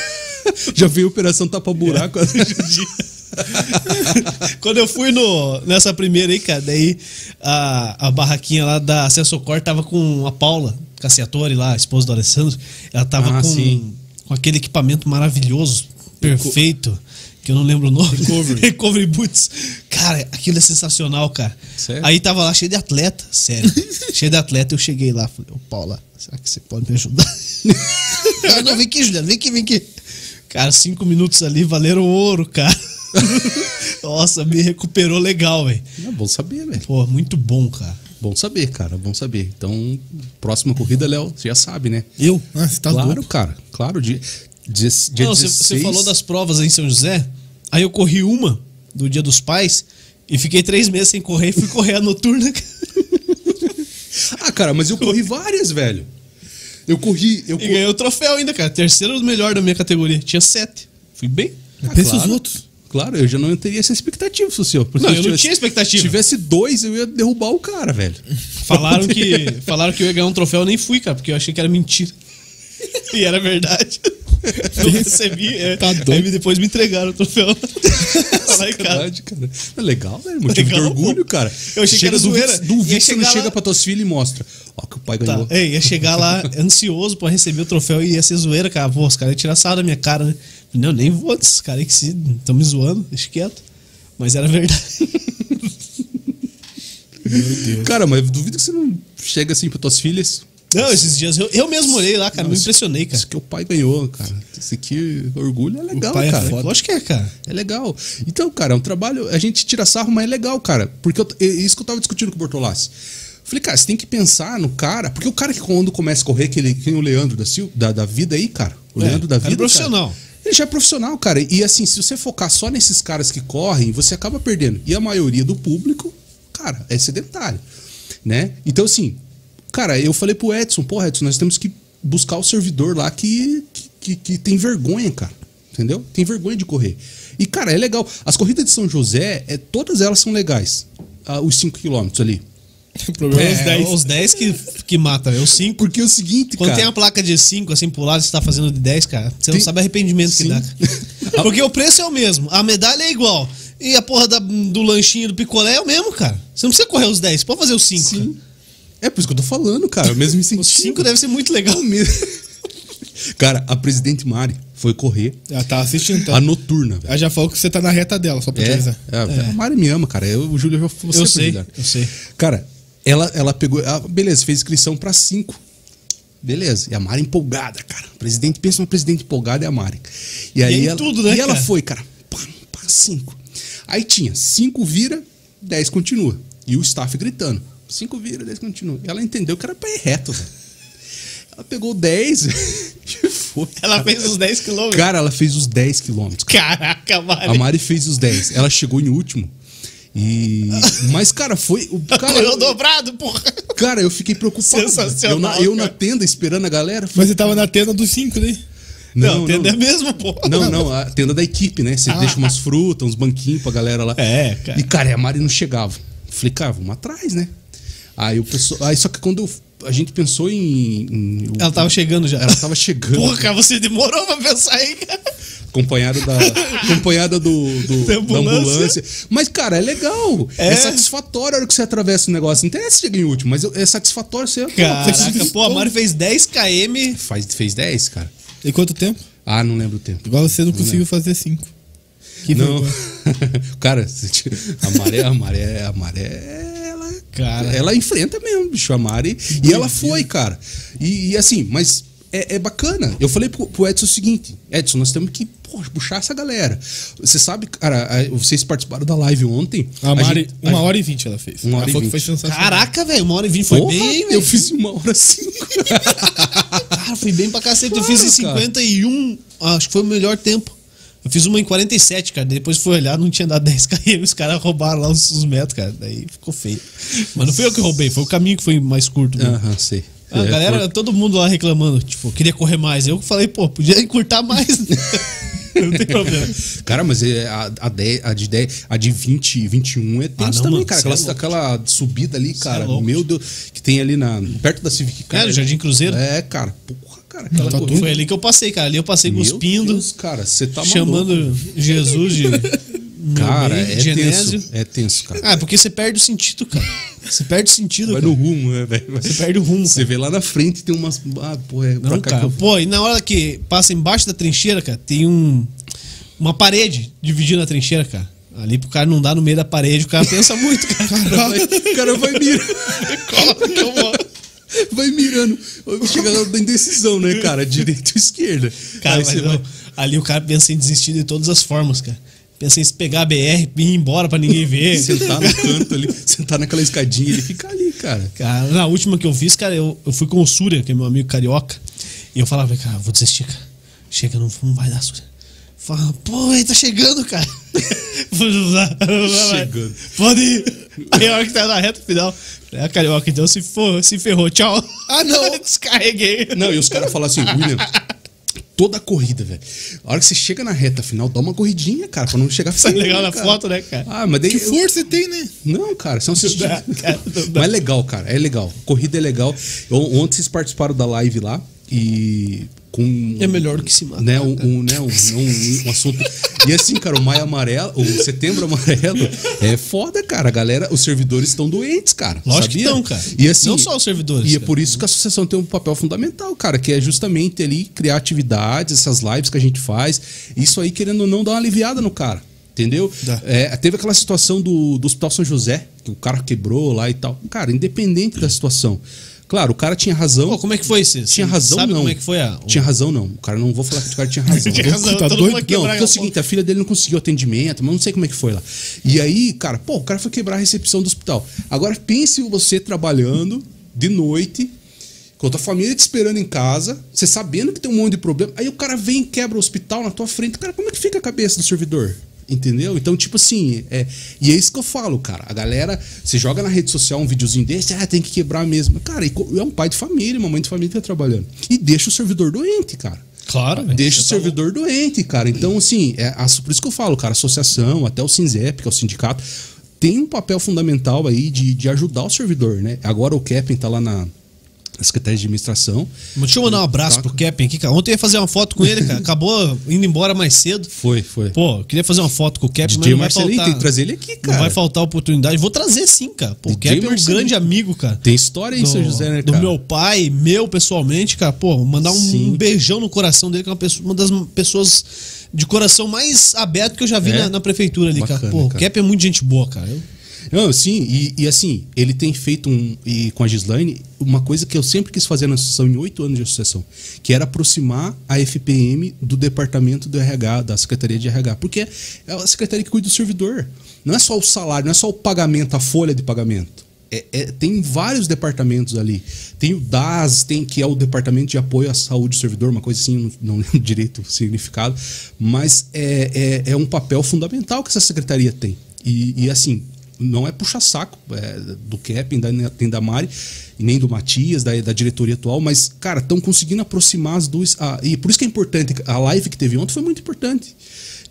(laughs) já veio Operação Tapa Buraco. É. (laughs) Quando eu fui no, nessa primeira aí, cara, daí a, a barraquinha lá da Acessocor tava com a Paula Cassiatore lá, a esposa do Alessandro. Ela tava Ah, com, sim. com aquele equipamento maravilhoso, perfeito, que eu não lembro o nome. Recovery. (laughs) Recovery Boots. Cara, aquilo é sensacional, cara. Sério? Aí tava lá cheio de atleta, sério. cheio de atleta, eu cheguei lá, falei, ô Paula, será que você pode me ajudar? (laughs) Ela, não, vem aqui, Juliano, vem aqui, vem aqui. Cara, cinco minutos ali valeram ouro, cara. (laughs) Nossa, me recuperou legal, velho. É bom saber, velho. Pô, muito bom, cara. Bom saber, cara. Bom saber. Então, próxima corrida, Léo, você já sabe, né? Eu? Ah, você tá claro, louco. cara. Claro, dia, dia, dia Não, você- 16. você falou das provas aí em São José. Aí eu corri uma do Dia dos Pais e fiquei três meses sem correr e fui correr a noturna. cara. Ah, cara, mas eu corri várias, velho. Eu corri. Eu (laughs) E corri... ganhei o troféu ainda, cara. Terceiro melhor da minha categoria. Tinha sete. Fui bem. Ah, Pensa os outros. Claro, eu já não teria essa expectativa, Sucio. Não, eu não tinha expectativa. Se tivesse dois, eu ia derrubar o (laughs) cara, velho. Falaram que, falaram que eu ia ganhar um troféu, eu nem fui, cara, porque eu achei que era mentira. E era (laughs) verdade. Eu recebi, é, Tá doido. aí me- depois me entregaram o (laughs) troféu. Tá lá em casa. Sacanagem, cara. É legal, né? Motivo Legal, de orgulho, cara. Eu achei que era do zoeira. Vix- Do Ia Vix, você não chegar chega lá- pra tuas filhas e mostra. Ó, que o pai Tá. ganhou. É, ia chegar lá ansioso pra receber o troféu e ia ser zoeira, cara. Pô, os caras iam tirar sarro da minha cara, né? Não, nem vou, esses caras aí que se estão me zoando, deixa quieto. Mas era verdade. (laughs) é. Cara, mas eu duvido que você não chega assim pra tuas filhas. Não, esses dias eu, eu mesmo olhei lá, cara, me impressionei, cara. Isso que o pai ganhou, cara. Isso aqui, orgulho é legal, Pai, cara. é foda. Lógico que é, cara. É legal. Então, cara, é um trabalho. A gente tira sarro, mas é legal, cara. Porque eu- é isso que eu tava discutindo com o Bortolassi. Falei, cara, você tem que pensar no cara. Porque o cara que quando começa a correr, que, ele, que nem o Leandro da, Sil- da, da vida aí, cara. O É, Leandro da cara vida. profissional. cara, ele já é profissional, cara. E assim, se você focar só nesses caras que correm, você acaba perdendo. E a maioria do público, cara, é sedentário. Né? Então, assim, cara, eu falei pro Edson, pô, Edson, nós temos que buscar o servidor lá que, que, que- que tem vergonha, cara. Entendeu? Tem vergonha de correr. E, cara, é legal. As corridas de São José, é, todas elas são legais. Ah, os 5 quilômetros ali. O problema é os É, 10. os 10 que, que mata, é os 5. Porque é o seguinte, Quando cara. tem a placa de 5 assim pro lado, você tá fazendo de 10, cara, você não Tem- sabe o arrependimento Sim. que dá. cara. Porque o preço é o mesmo, a medalha é igual. E a porra da- do lanchinho do picolé é o mesmo, cara. Você não precisa correr os 10, pode fazer os 5. Sim. É por isso que eu tô falando, cara. O mesmo (laughs) incentivo. Os 5 deve ser muito legal. Cara, a presidente Mari foi correr Ela tá assistindo, então. a noturna, velho. Ela já falou que você tá na reta dela, só pra É, utilizar. é, A Mari me ama, cara. Eu, o Júlio já falou Eu sempre, sei, cara. eu sei. Cara, ela, ela pegou. ah, beleza, fez inscrição pra cinco. Beleza. E a Mari empolgada, cara. Presidente, pensa uma presidente empolgada é a Mari. E aí aí ela, tudo, né, E ela cara? foi, cara. Pá, pá, cinco. Aí tinha cinco vira, dez continua. E o staff gritando. Cinco vira, dez continua. E ela entendeu que era pra ir reto, velho. Ela pegou 10 (laughs) e foi. (laughs) Ela fez os 10 quilômetros. Cara, ela fez os 10 quilômetros. Caraca, A Mari. Mari fez os 10. Ela chegou em último. E. Mas, cara, foi. (laughs) O cara, Correu dobrado, porra. cara, eu fiquei preocupado. Sensacional, Eu na, eu na cara. tenda esperando a galera. Mas você tava na tenda dos 5, né? Não, Não, tenda é não. mesmo, porra. Não, não, a tenda da equipe, né? Você deixa umas frutas, uns banquinhos pra galera lá. É, cara. E, cara, e a Mari não chegava. Falei, cara, vamos atrás, né? Aí o pessoal. Aí só que quando eu- a gente pensou em. em- Ela tava chegando já. (laughs) Ela tava chegando. Porra, cara, você demorou pra pensar aí, cara. acompanhada da acompanhada do, do- (laughs) da, Da ambulância. ambulância. Mas cara, é legal. É, É. satisfatório a hora que você atravessa o negócio. Não interessa se chega em último, mas é satisfatório você. Caraca, pô, a Mari fez 10 km. Faz fez 10, cara. E quanto tempo? Ah, não lembro o tempo. Igual você não conseguiu fazer 5. Que não. vergonha. (laughs) cara, se te- a maré, a maré, a maré, ela, Cara. ela enfrenta mesmo, bicho, a Mari. E ela foi, cara. E, e assim, mas é, é bacana. Eu falei pro, pro Edson o seguinte: Edson, nós temos que pô, puxar essa galera. Você sabe, cara, a- vocês participaram da live ontem. A Mari, gente- a- uma hora e vinte ela fez. Uma hora ela e falou que vinte. foi sensacional. Caraca, velho, uma hora e vinte foi Porra, bem, Eu velho. fiz em uma hora (laughs) assim. cinco. Cara, foi bem pra cacete. eu Claro, fiz em cara. 51, acho que foi o melhor tempo. Eu fiz uma em 47, cara. Depois fui olhar, não tinha dado (laughs) 10 km. Os caras roubaram lá os, os metros, cara. Daí ficou feio. Mas não foi eu que roubei, foi o caminho que foi mais curto. mesmo. Aham, sei. A É, galera, foi- todo mundo lá reclamando, tipo, queria correr mais. Eu falei, pô, podia encurtar mais. né? (laughs) não tem problema. Cara, mas é, a, a, 10, a de 10, a de 20 e 21 é tenso Ah, não, também, mano, cara. cê é Aquela, aquela subida ali, cara. é louco. meu Deus, que tem ali na, perto da Civic Cara, o Jardim Cruzeiro. É, cara. Porra, cara, aquela Tá corrida. Foi ali que eu passei, cara. Ali eu passei Meu cuspindo, Deus, cara, você tá maluco. chamando Jesus (laughs) de. Cara, meu bem, é de tenso. Genésio. É (laughs) tenso, cara. Ah, porque você perde o sentido, cara. Você perde o sentido, Vai cara. no rumo, né, velho? Você perde o rumo, Você cara. vê lá na frente tem umas. Ah, pô, é pra Não, tá. cá cara. que eu vou. Pô, e na hora que passa embaixo da trincheira, cara, tem um uma parede dividindo a trincheira, cara. Ali pro cara não dar no meio da parede, o cara pensa muito, cara. O cara vai mirar. Cola que eu vou. (laughs) Vai mirando. Chega lá da indecisão, né, cara? Direita ou esquerda. Cara, Aí mas você não. vai. ali o cara pensa em desistir de todas as formas, cara. Pensa em se pegar a BR e ir embora pra ninguém ver. Sentar no canto ali, sentar naquela escadinha, ele fica ali, cara. Cara, na última que eu fiz, cara, eu, eu fui com o Surya, que é meu amigo carioca. E eu falava, cara, vou desistir, cara. Chega, não, não vai dar, Surya. (laughs) Fala, pô, ele tá chegando, cara. Chegando. Chegando. Pode ir. Aí a hora que tá na reta final, é, carioca, então se, for, se ferrou, tchau. Ah, (laughs) não. Descarreguei. Não, e os caras falam assim, William, toda corrida, velho. A hora que você chega na reta final, dá uma corridinha, cara, pra não chegar Tá feio. legal né, na cara? foto, né, cara? Ah, mas daí. Que força tem, né? Não, cara, são esses. (laughs) dá, cara, não dá. Mas é legal, cara, é legal. Corrida é legal. On- Ontem vocês participaram da live lá e. Com, É melhor do que se matar, Né, um, um- né, um, um- um assunto. E assim, cara, o maio amarelo, o setembro amarelo, é foda, cara. A galera, os servidores estão doentes, cara. Lógico que sabia? estão, cara. E assim, Não só os servidores, E é cara. por isso que a associação tem um papel fundamental, cara, que é justamente ali criar atividades, essas lives que a gente faz. Isso aí, querendo ou não, dá uma aliviada no cara. Entendeu? Dá. É, teve aquela situação do, do Hospital São José, que o cara quebrou lá e tal. Cara, independente da situação. Claro, o cara tinha razão. Pô, como é que foi isso? tinha razão, Sabe não. como é que foi a... o- Tinha razão, não. O cara não vou falar que o (laughs) cara tinha razão. Tinha razão, Tá todo doido? mundo vai Não, quebrar porque é o a seguinte, a filha dele não conseguiu atendimento, mas não sei como é que foi lá. E aí, cara, pô, o cara foi quebrar a recepção do hospital. Agora pense você trabalhando de noite, com a tua família te esperando em casa, você sabendo que tem um monte de problema, aí o cara vem e quebra o hospital na tua frente. Cara, como é que fica a cabeça do servidor? Entendeu? Então, tipo assim, é, e é isso que eu falo, cara. A galera, você joga na rede social um videozinho desse, ah, tem que quebrar mesmo. Cara, e co- é um pai de família, uma mãe de família que tá trabalhando. E deixa o servidor doente, cara. Claro, velho. Deixa o Você tá servidor doente, cara. Então, assim, é, a- por isso que eu falo, cara, a associação, até o SINZEP, que é o sindicato, tem um papel fundamental aí de, de ajudar o servidor, né? Agora o Kevin tá lá na na Secretaria de Administração. Deixa eu mandar um abraço Tá. pro Kevin aqui, cara. Ontem eu ia fazer uma foto com ele, cara. Acabou indo embora mais cedo. Foi, foi. Pô, eu queria fazer uma foto com o Cap, mas DJ não vai é Marcelinho, faltar. tem que trazer ele aqui, cara. Não vai faltar oportunidade. Vou trazer sim, cara. Pô, o DJ Cap é um Marcelinho. grande amigo, cara. Tem história aí em São do- José, né, Do cara? meu pai, meu pessoalmente, cara, pô, mandar um Sim. beijão no coração dele, que é uma, pessoa- uma das pessoas de coração mais aberto que eu já vi É? na, na prefeitura ali, cara. Bacana, Pô, o cara. Cap é muito gente boa, cara. Eu- Não, sim, e, e assim, ele tem feito um, e com a Gislaine uma coisa que eu sempre quis fazer na associação, em oito anos de associação, que era aproximar a FPM do departamento do RH, da Secretaria de RH, porque é a secretaria que cuida do servidor. Não é só o salário, não é só o pagamento, a folha de pagamento. É- é- tem vários departamentos ali. Tem o DAS, tem que é o Departamento de Apoio à Saúde do Servidor, uma coisa assim, eu não, (laughs) não lembro direito o significado, mas é, é, é um papel fundamental que essa secretaria tem. E- e assim, não é puxa saco é, do Kevin, da, nem da Mari, nem do Matias, da, da diretoria atual, mas, cara, estão conseguindo aproximar as duas. ah, e por isso que é importante, a live que teve ontem foi muito importante.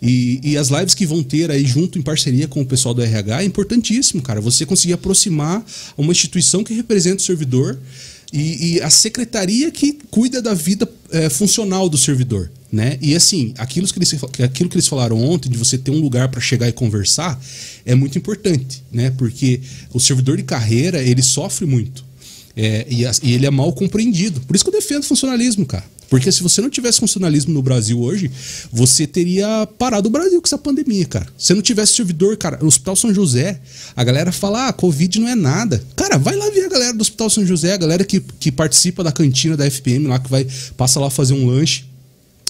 E, e as lives que vão ter aí junto em parceria com o pessoal do RH é importantíssimo, cara. Você conseguir aproximar uma instituição que representa o servidor e, e a secretaria que cuida da vida eh, funcional do servidor, né? E assim, aquilo que eles, aquilo que eles falaram ontem de você ter um lugar para chegar e conversar é muito importante, né? Porque o servidor de carreira ele sofre muito É, e, as- e ele é mal compreendido. Por isso que eu defendo funcionalismo, cara. Porque se você não tivesse funcionalismo no Brasil hoje, você teria parado o Brasil com essa pandemia, cara. Se não tivesse servidor, cara, no Hospital São José, a galera fala, ah, Covid não é nada. Cara, vai lá ver a galera do Hospital São José, a galera que, que participa da cantina da FPM lá, que vai, passa lá fazer um lanche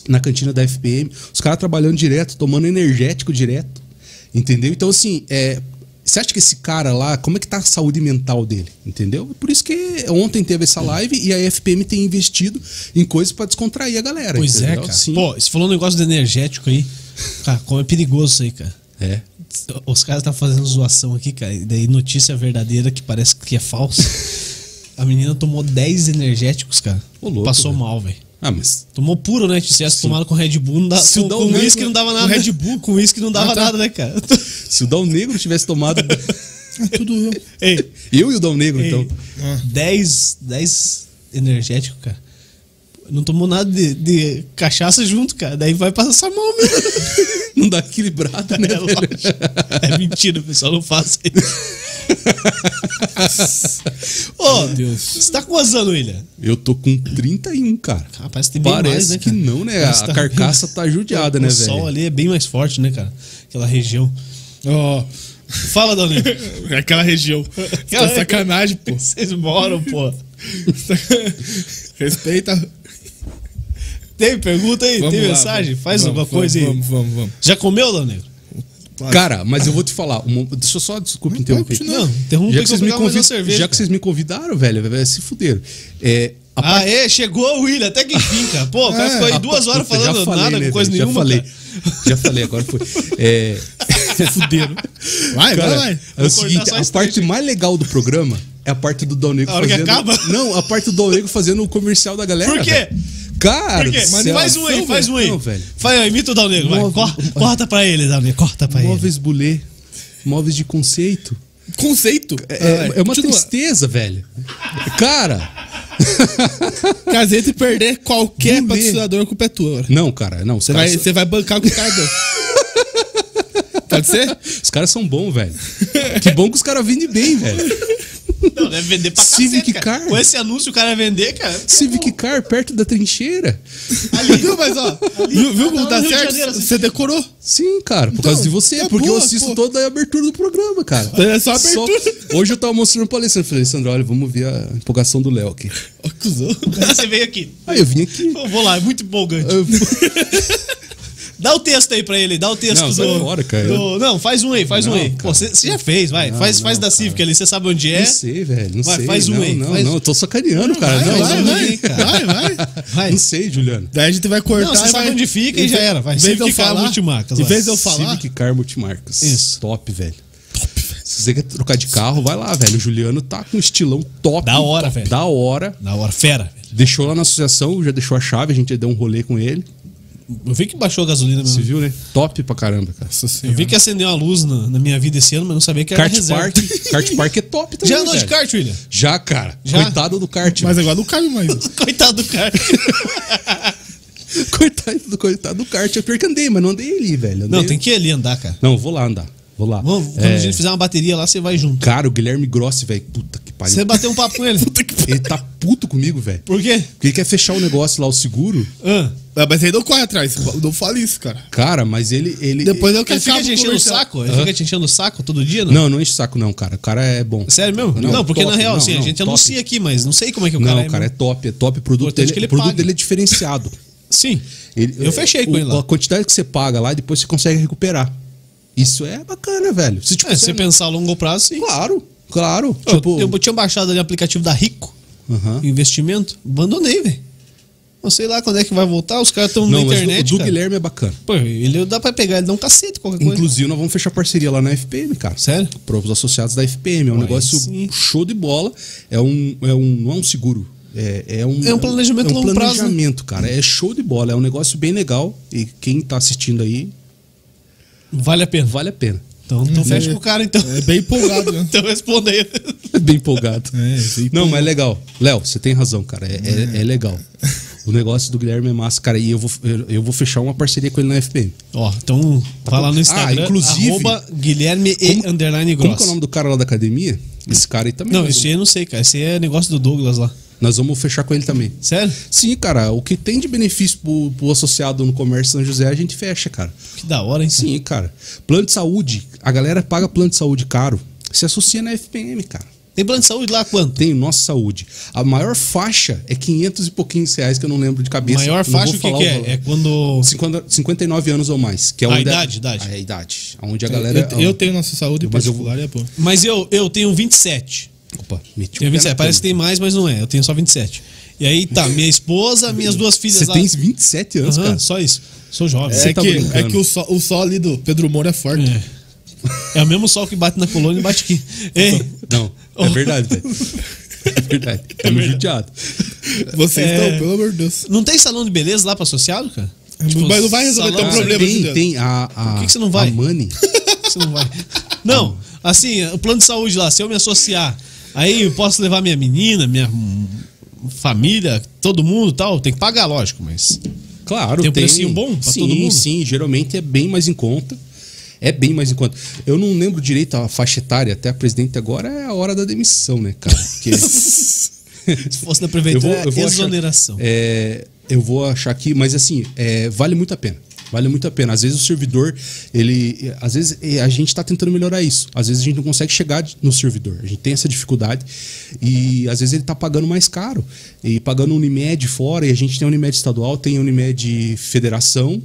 na cantina da FPM. Os caras trabalhando direto, tomando energético direto. Entendeu? Então, assim, é, você acha que esse cara lá, como é que tá a saúde mental dele? Entendeu? É Por isso que ontem É. teve essa live e a FPM tem investido em coisas pra descontrair a galera. Pois é, entendeu? cara. Sim. Pô, você falou um negócio do energético aí. Cara, como é perigoso isso aí, cara. É. Os caras tá fazendo zoação aqui, cara. E daí notícia verdadeira que parece que é falsa. A menina tomou 10 energéticos, cara. Ô, louco, Passou velho. mal, velho. Ah, mas. Tomou puro, né? Se tivesse tomado com Red Bull, não dá, Se com, dá com um negro, uísque não dava com nada. Red Bull? Com uísque não dava Ah, tá. nada, né, cara? (laughs) Se o Dal Negro tivesse tomado. É tudo eu. Ei, eu e o Dal Negro, então, então. 10, 10 energético, cara. Não tomou nada de, de cachaça junto, cara. Daí vai passar mal mesmo. Não dá equilibrado, né? (laughs) É, velho? (laughs) lógico. é mentira, pessoal, não faça isso. Ô, Meu Deus. você tá com quantos anos, William? Eu tô com 31, cara. Rapaz, tem bem mais, Parece né, que cara? não, né? Parece que tá- A carcaça tá judiada, o né, O sol velho? ali é bem mais forte, né, cara? Aquela região. Ó, É Fala, Doninho. (laughs) aquela região. Aquela- Tá sacanagem, (laughs) pô. Vocês moram, pô. Respeita. Tem pergunta aí? Vamos tem lá, mensagem? vamos, Faz vamos, alguma coisa aí. Vamos, vamos, vamos. Já comeu, Leonel? Cara, mas eu vou te falar. uma- Deixa eu só, desculpa interromper. continua. Não, interrompa já aí que, eu vocês vou me pegar mais uma convid- cerveja, já que cara. vocês me convidaram, velho, velho, se fuderam. É, a Ah, é, chegou o William, até que enfim, cara. Pô, o cara É, ficou aí duas Puta, horas já falando falei, nada, né, com coisa velho? nenhuma. Já falei, cara. (laughs) já falei agora foi. É, Fuderam. Vai, Cara, vai, vai. é o Vou seguinte, cortar só a esse parte mais legal do programa é a parte do Dal Negro A hora que fazendo... acaba? Não, a parte do Dal Negro fazendo o comercial da galera. Por quê? velho. Cara, Por quê? do Mas céu. faz um aí, Não, faz velho, um aí. Não, velho. Faz aí, imita o Dal Negro, vai. Móvel- Cor- corta pra ele, Dal Negro, corta pra ele. Móveis Bulê, móveis de conceito. Conceito. É, é uma Continua. tristeza, velho. Cara, Casete perder qualquer Bulê. patrocinador com o pé tua. agora. não, cara, não. Os Você vai, caras, são- você vai bancar com o cara dança. Pode ser? (laughs) os caras são bons, velho. que bom que os caras vendem bem, velho. Não, deve vender pra Civic cacete, cara. Car. Com esse anúncio o cara ia vender, cara. Civic Car perto da trincheira. Viu, mas ó, viu, viu como Tá lá no tá Rio de certo? Janeiro, assim. Você decorou. Sim, cara, por causa de você. tá porque eu boa, assisto pô. toda a abertura do programa, cara. É só a abertura. hoje eu tava mostrando pra Alessandro. Falei, Alessandro, olha, vamos ver a empolgação do Léo aqui. Ó, cuzão. Aí você veio aqui. Aí eu vim aqui. Eu vou lá, é muito empolgante. Eu- Dá o texto aí pra ele, dá o texto Não, do. sai fora, cara. do- Não, faz um aí, faz um Não, aí. Pô, cara. você você já fez, vai. faz faz da Civic ali, você sabe onde é. Não sei, velho. Não Vai, sei. faz um não, aí, Não, faz não, um. eu tô sacaneando, cara. Vai, não, vai, não, vai, vai, vai, Vai. não sei, Juliano. Daí a gente vai cortar. Não, você e sabe vai... onde fica e já era, vai. Em vez de eu Civic Car falar, Multimarcas, em vai. vez de eu falar, Civic Car Multimarcas. Isso. Top, velho. Se você quer trocar de carro, vai lá, velho. O Juliano tá com um estilão top. Da hora, top, velho. Da hora. Na hora, fera. velho. Deixou lá na associação, já deixou a chave, a gente deu um rolê com ele. Eu vi que baixou a gasolina Você mesmo. viu, né? Top pra caramba, cara. Nossa Eu senhora. vi que acendeu a luz na, na minha vida esse ano, mas não sabia que era Kart reserva. Park. kart Park é top também. (laughs) Já andou de velho. (laughs) kart, William? Já, cara. Já? Coitado do kart. Mas velho. agora não cabe (laughs) mais. Coitado do kart. (laughs) Coitado, do, coitado do kart. Eu pior que andei, mas não andei ali, velho. Andei- Não, tem que ir ali andar, cara. Não, vou lá andar. Vou lá. Vamos, quando É, a gente fizer uma bateria lá, você vai junto. Cara, o Guilherme Grossi, velho. Puta que pariu. Você bateu um papo (laughs) com ele. Ele tá puto comigo, velho. Por quê? Porque ele quer fechar o negócio lá, o seguro. Hã? Ah, mas aí não corre atrás. Não fala isso, cara. Cara, mas ele. ele Depois eu que Ele fica te acabo com o enchendo o comercial. saco? Ele fica te enchendo o saco todo dia, não? Não, não enche o saco, não, cara. O cara é bom. Sério mesmo? Não, Não, porque na top, real, não, assim, a não, gente top. anuncia aqui, mas não sei como é que o cara Não, cara, é mesmo. top, é top. O produto, Importante dele, que ele o produto pague. dele é diferenciado. Sim. Ele- eu fechei com o- ele lá. A quantidade que você paga lá, depois você consegue recuperar. Isso é bacana, velho. Se, tipo, É, se você você- pensar a longo prazo, sim. Claro, claro. Eu- tipo, eu, tinha baixado ali o aplicativo da Rico, Aham. investimento, abandonei, velho. Não sei lá quando é que vai voltar, os caras estão na Não, mas o- internet, o do cara. Guilherme é bacana. Pô, ele dá pra pegar, ele dá um cacete qualquer coisa. Inclusive, nós vamos fechar parceria lá na FPM, cara. Sério? Para os associados da FPM. É um Ué, negócio sim. show de bola. É um, é um, não é um seguro. É, é, um, É um planejamento é um a longo prazo, né? planejamento, cara. É show de bola. É um negócio bem legal. E quem tá assistindo aí, Vale a pena. vale a pena. (laughs) Então, então fecha é- com o cara, então. É bem empolgado, né? (laughs) Então responda aí. É bem empolgado. É, bem não, mas é legal. Léo, você tem razão, cara. É, é- é legal. O negócio do Guilherme é massa, cara. E eu vou, eu- eu vou fechar uma parceria com ele na FPM. Ó, então vai lá no Instagram, inclusive- arroba Guilherme e Como- underline Como gross. que é o nome do cara lá da academia? Esse cara aí também. Não, nós esse aí eu não sei, cara. Esse aí é negócio do Douglas lá. Nós vamos fechar com ele também. Sério? Sim, cara, o que tem de benefício pro, pro associado no comércio São José, a gente fecha, cara. Que da hora, hein? Sim, cara. Plano de saúde, a galera paga plano de saúde caro, se associa na FPM, cara. Tem plano de saúde lá quanto? Tem o Nossa Saúde. A maior faixa é 500 e pouquinhos reais, que eu não lembro de cabeça. Maior Não vou faixa, o que, falar que é? valor. É quando. 50 59 anos ou mais. Que é A onde idade, idade. A idade. Onde a galera... Eu, eu tenho nossa saúde Mas eu- particular e é bom. Mas eu, eu tenho 27. Opa, meti Tenho o pé na 27. Parece que cama. tem mais, mas não é. Eu tenho só 27. E aí tá, minha esposa, minhas duas filhas Você lá. tem 27 anos, Aham, cara. só isso. Sou jovem. Você É, tá que, brincando. é que o sol, o sol ali do Pedro Moura é forte. É. É o mesmo sol que bate na colônia e bate aqui. Ei, Não, (laughs) é verdade, velho. É verdade. É Oh. verdade. judiado. Vocês É. estão, pelo amor de Deus. não tem salão de beleza lá pra associado, cara? É, Tipo, mas não vai resolver teu salão- problema. Tem, Juliano. tem. A, a, Por que que você não vai? A Mani. Você não vai. Não, assim, o plano de saúde lá, se eu me associar, aí eu posso levar minha menina, minha hum, família, todo mundo e tal. Tem que pagar, lógico, mas. (laughs) Claro, Tem um precinho bom pra sim, todo mundo? Sim, geralmente é bem mais em conta. É bem mais em conta. Eu não lembro direito a faixa etária, até a presidente agora é a hora da demissão, né, (laughs) cara? Porque Se fosse da prefeitura, é achar- exoneração. é, eu vou achar aqui, mas assim, é, vale muito a pena. Vale muito a pena. Às vezes o servidor, ele. Às vezes é, a gente está tentando melhorar isso. Às vezes a gente não consegue chegar de- no servidor. A gente tem essa dificuldade. E às vezes ele está pagando mais caro. E pagando Unimed fora, e a gente tem a Unimed estadual, tem a Unimed Federação,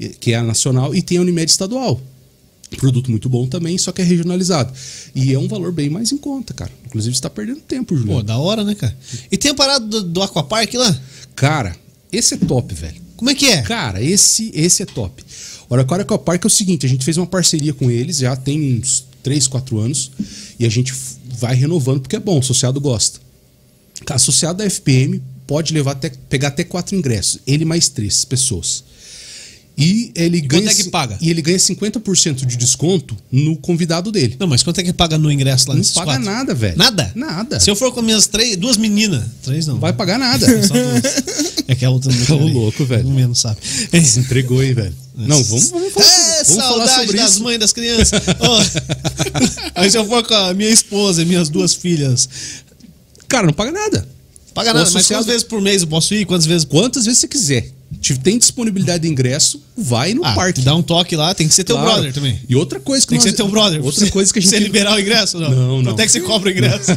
e- que é a nacional, e tem a Unimed estadual. Produto muito bom também, só que é regionalizado. E é um valor bem mais em conta, cara. Inclusive, você está perdendo tempo, Juliano. Pô, da hora, né, cara? E tem a parada do, do Aquapark lá? Cara, esse é top, velho. Como é que é? Cara, esse, esse é top. Araraquara Park é o seguinte, a gente fez uma parceria com eles, já tem uns 3, 4 anos, e a gente f- vai renovando porque é bom, o associado gosta. Tá, Associado da FPM pode levar até, pegar até quatro ingressos, ele mais três pessoas. E ele quanto ganha é que ci- paga? E ele ganha 50% de desconto no convidado dele. Não, mas quanto é que paga no ingresso lá Não nesses paga quatro? nada, velho. Nada? É. Nada. Se eu for com minhas três, duas meninas. Três não. Vai pagar nada. (laughs) Só duas. É que a outra não Ô, louco, velho. Um menos sabe. Se entregou, hein, velho. Não, vamos, vamos falar, É, sobre- vamos saudade falar sobre das isso. mães das crianças. (laughs) Ó, aí se eu for com a minha esposa e minhas duas filhas. Cara, não paga nada. Paga O nada, mas associado- quantas vezes por mês eu posso ir? Quantas vezes por. Quantas vezes você quiser. Te- Tem disponibilidade de ingresso, vai no Ah, parque. Dá um toque lá, tem que ser teu Claro. brother também. E outra coisa que Tem que nós- ser teu brother. Outra Você- (laughs) coisa que a gente Você liberar o ingresso? Não, Não, não. Quanto é que você cobra o (laughs) ingresso?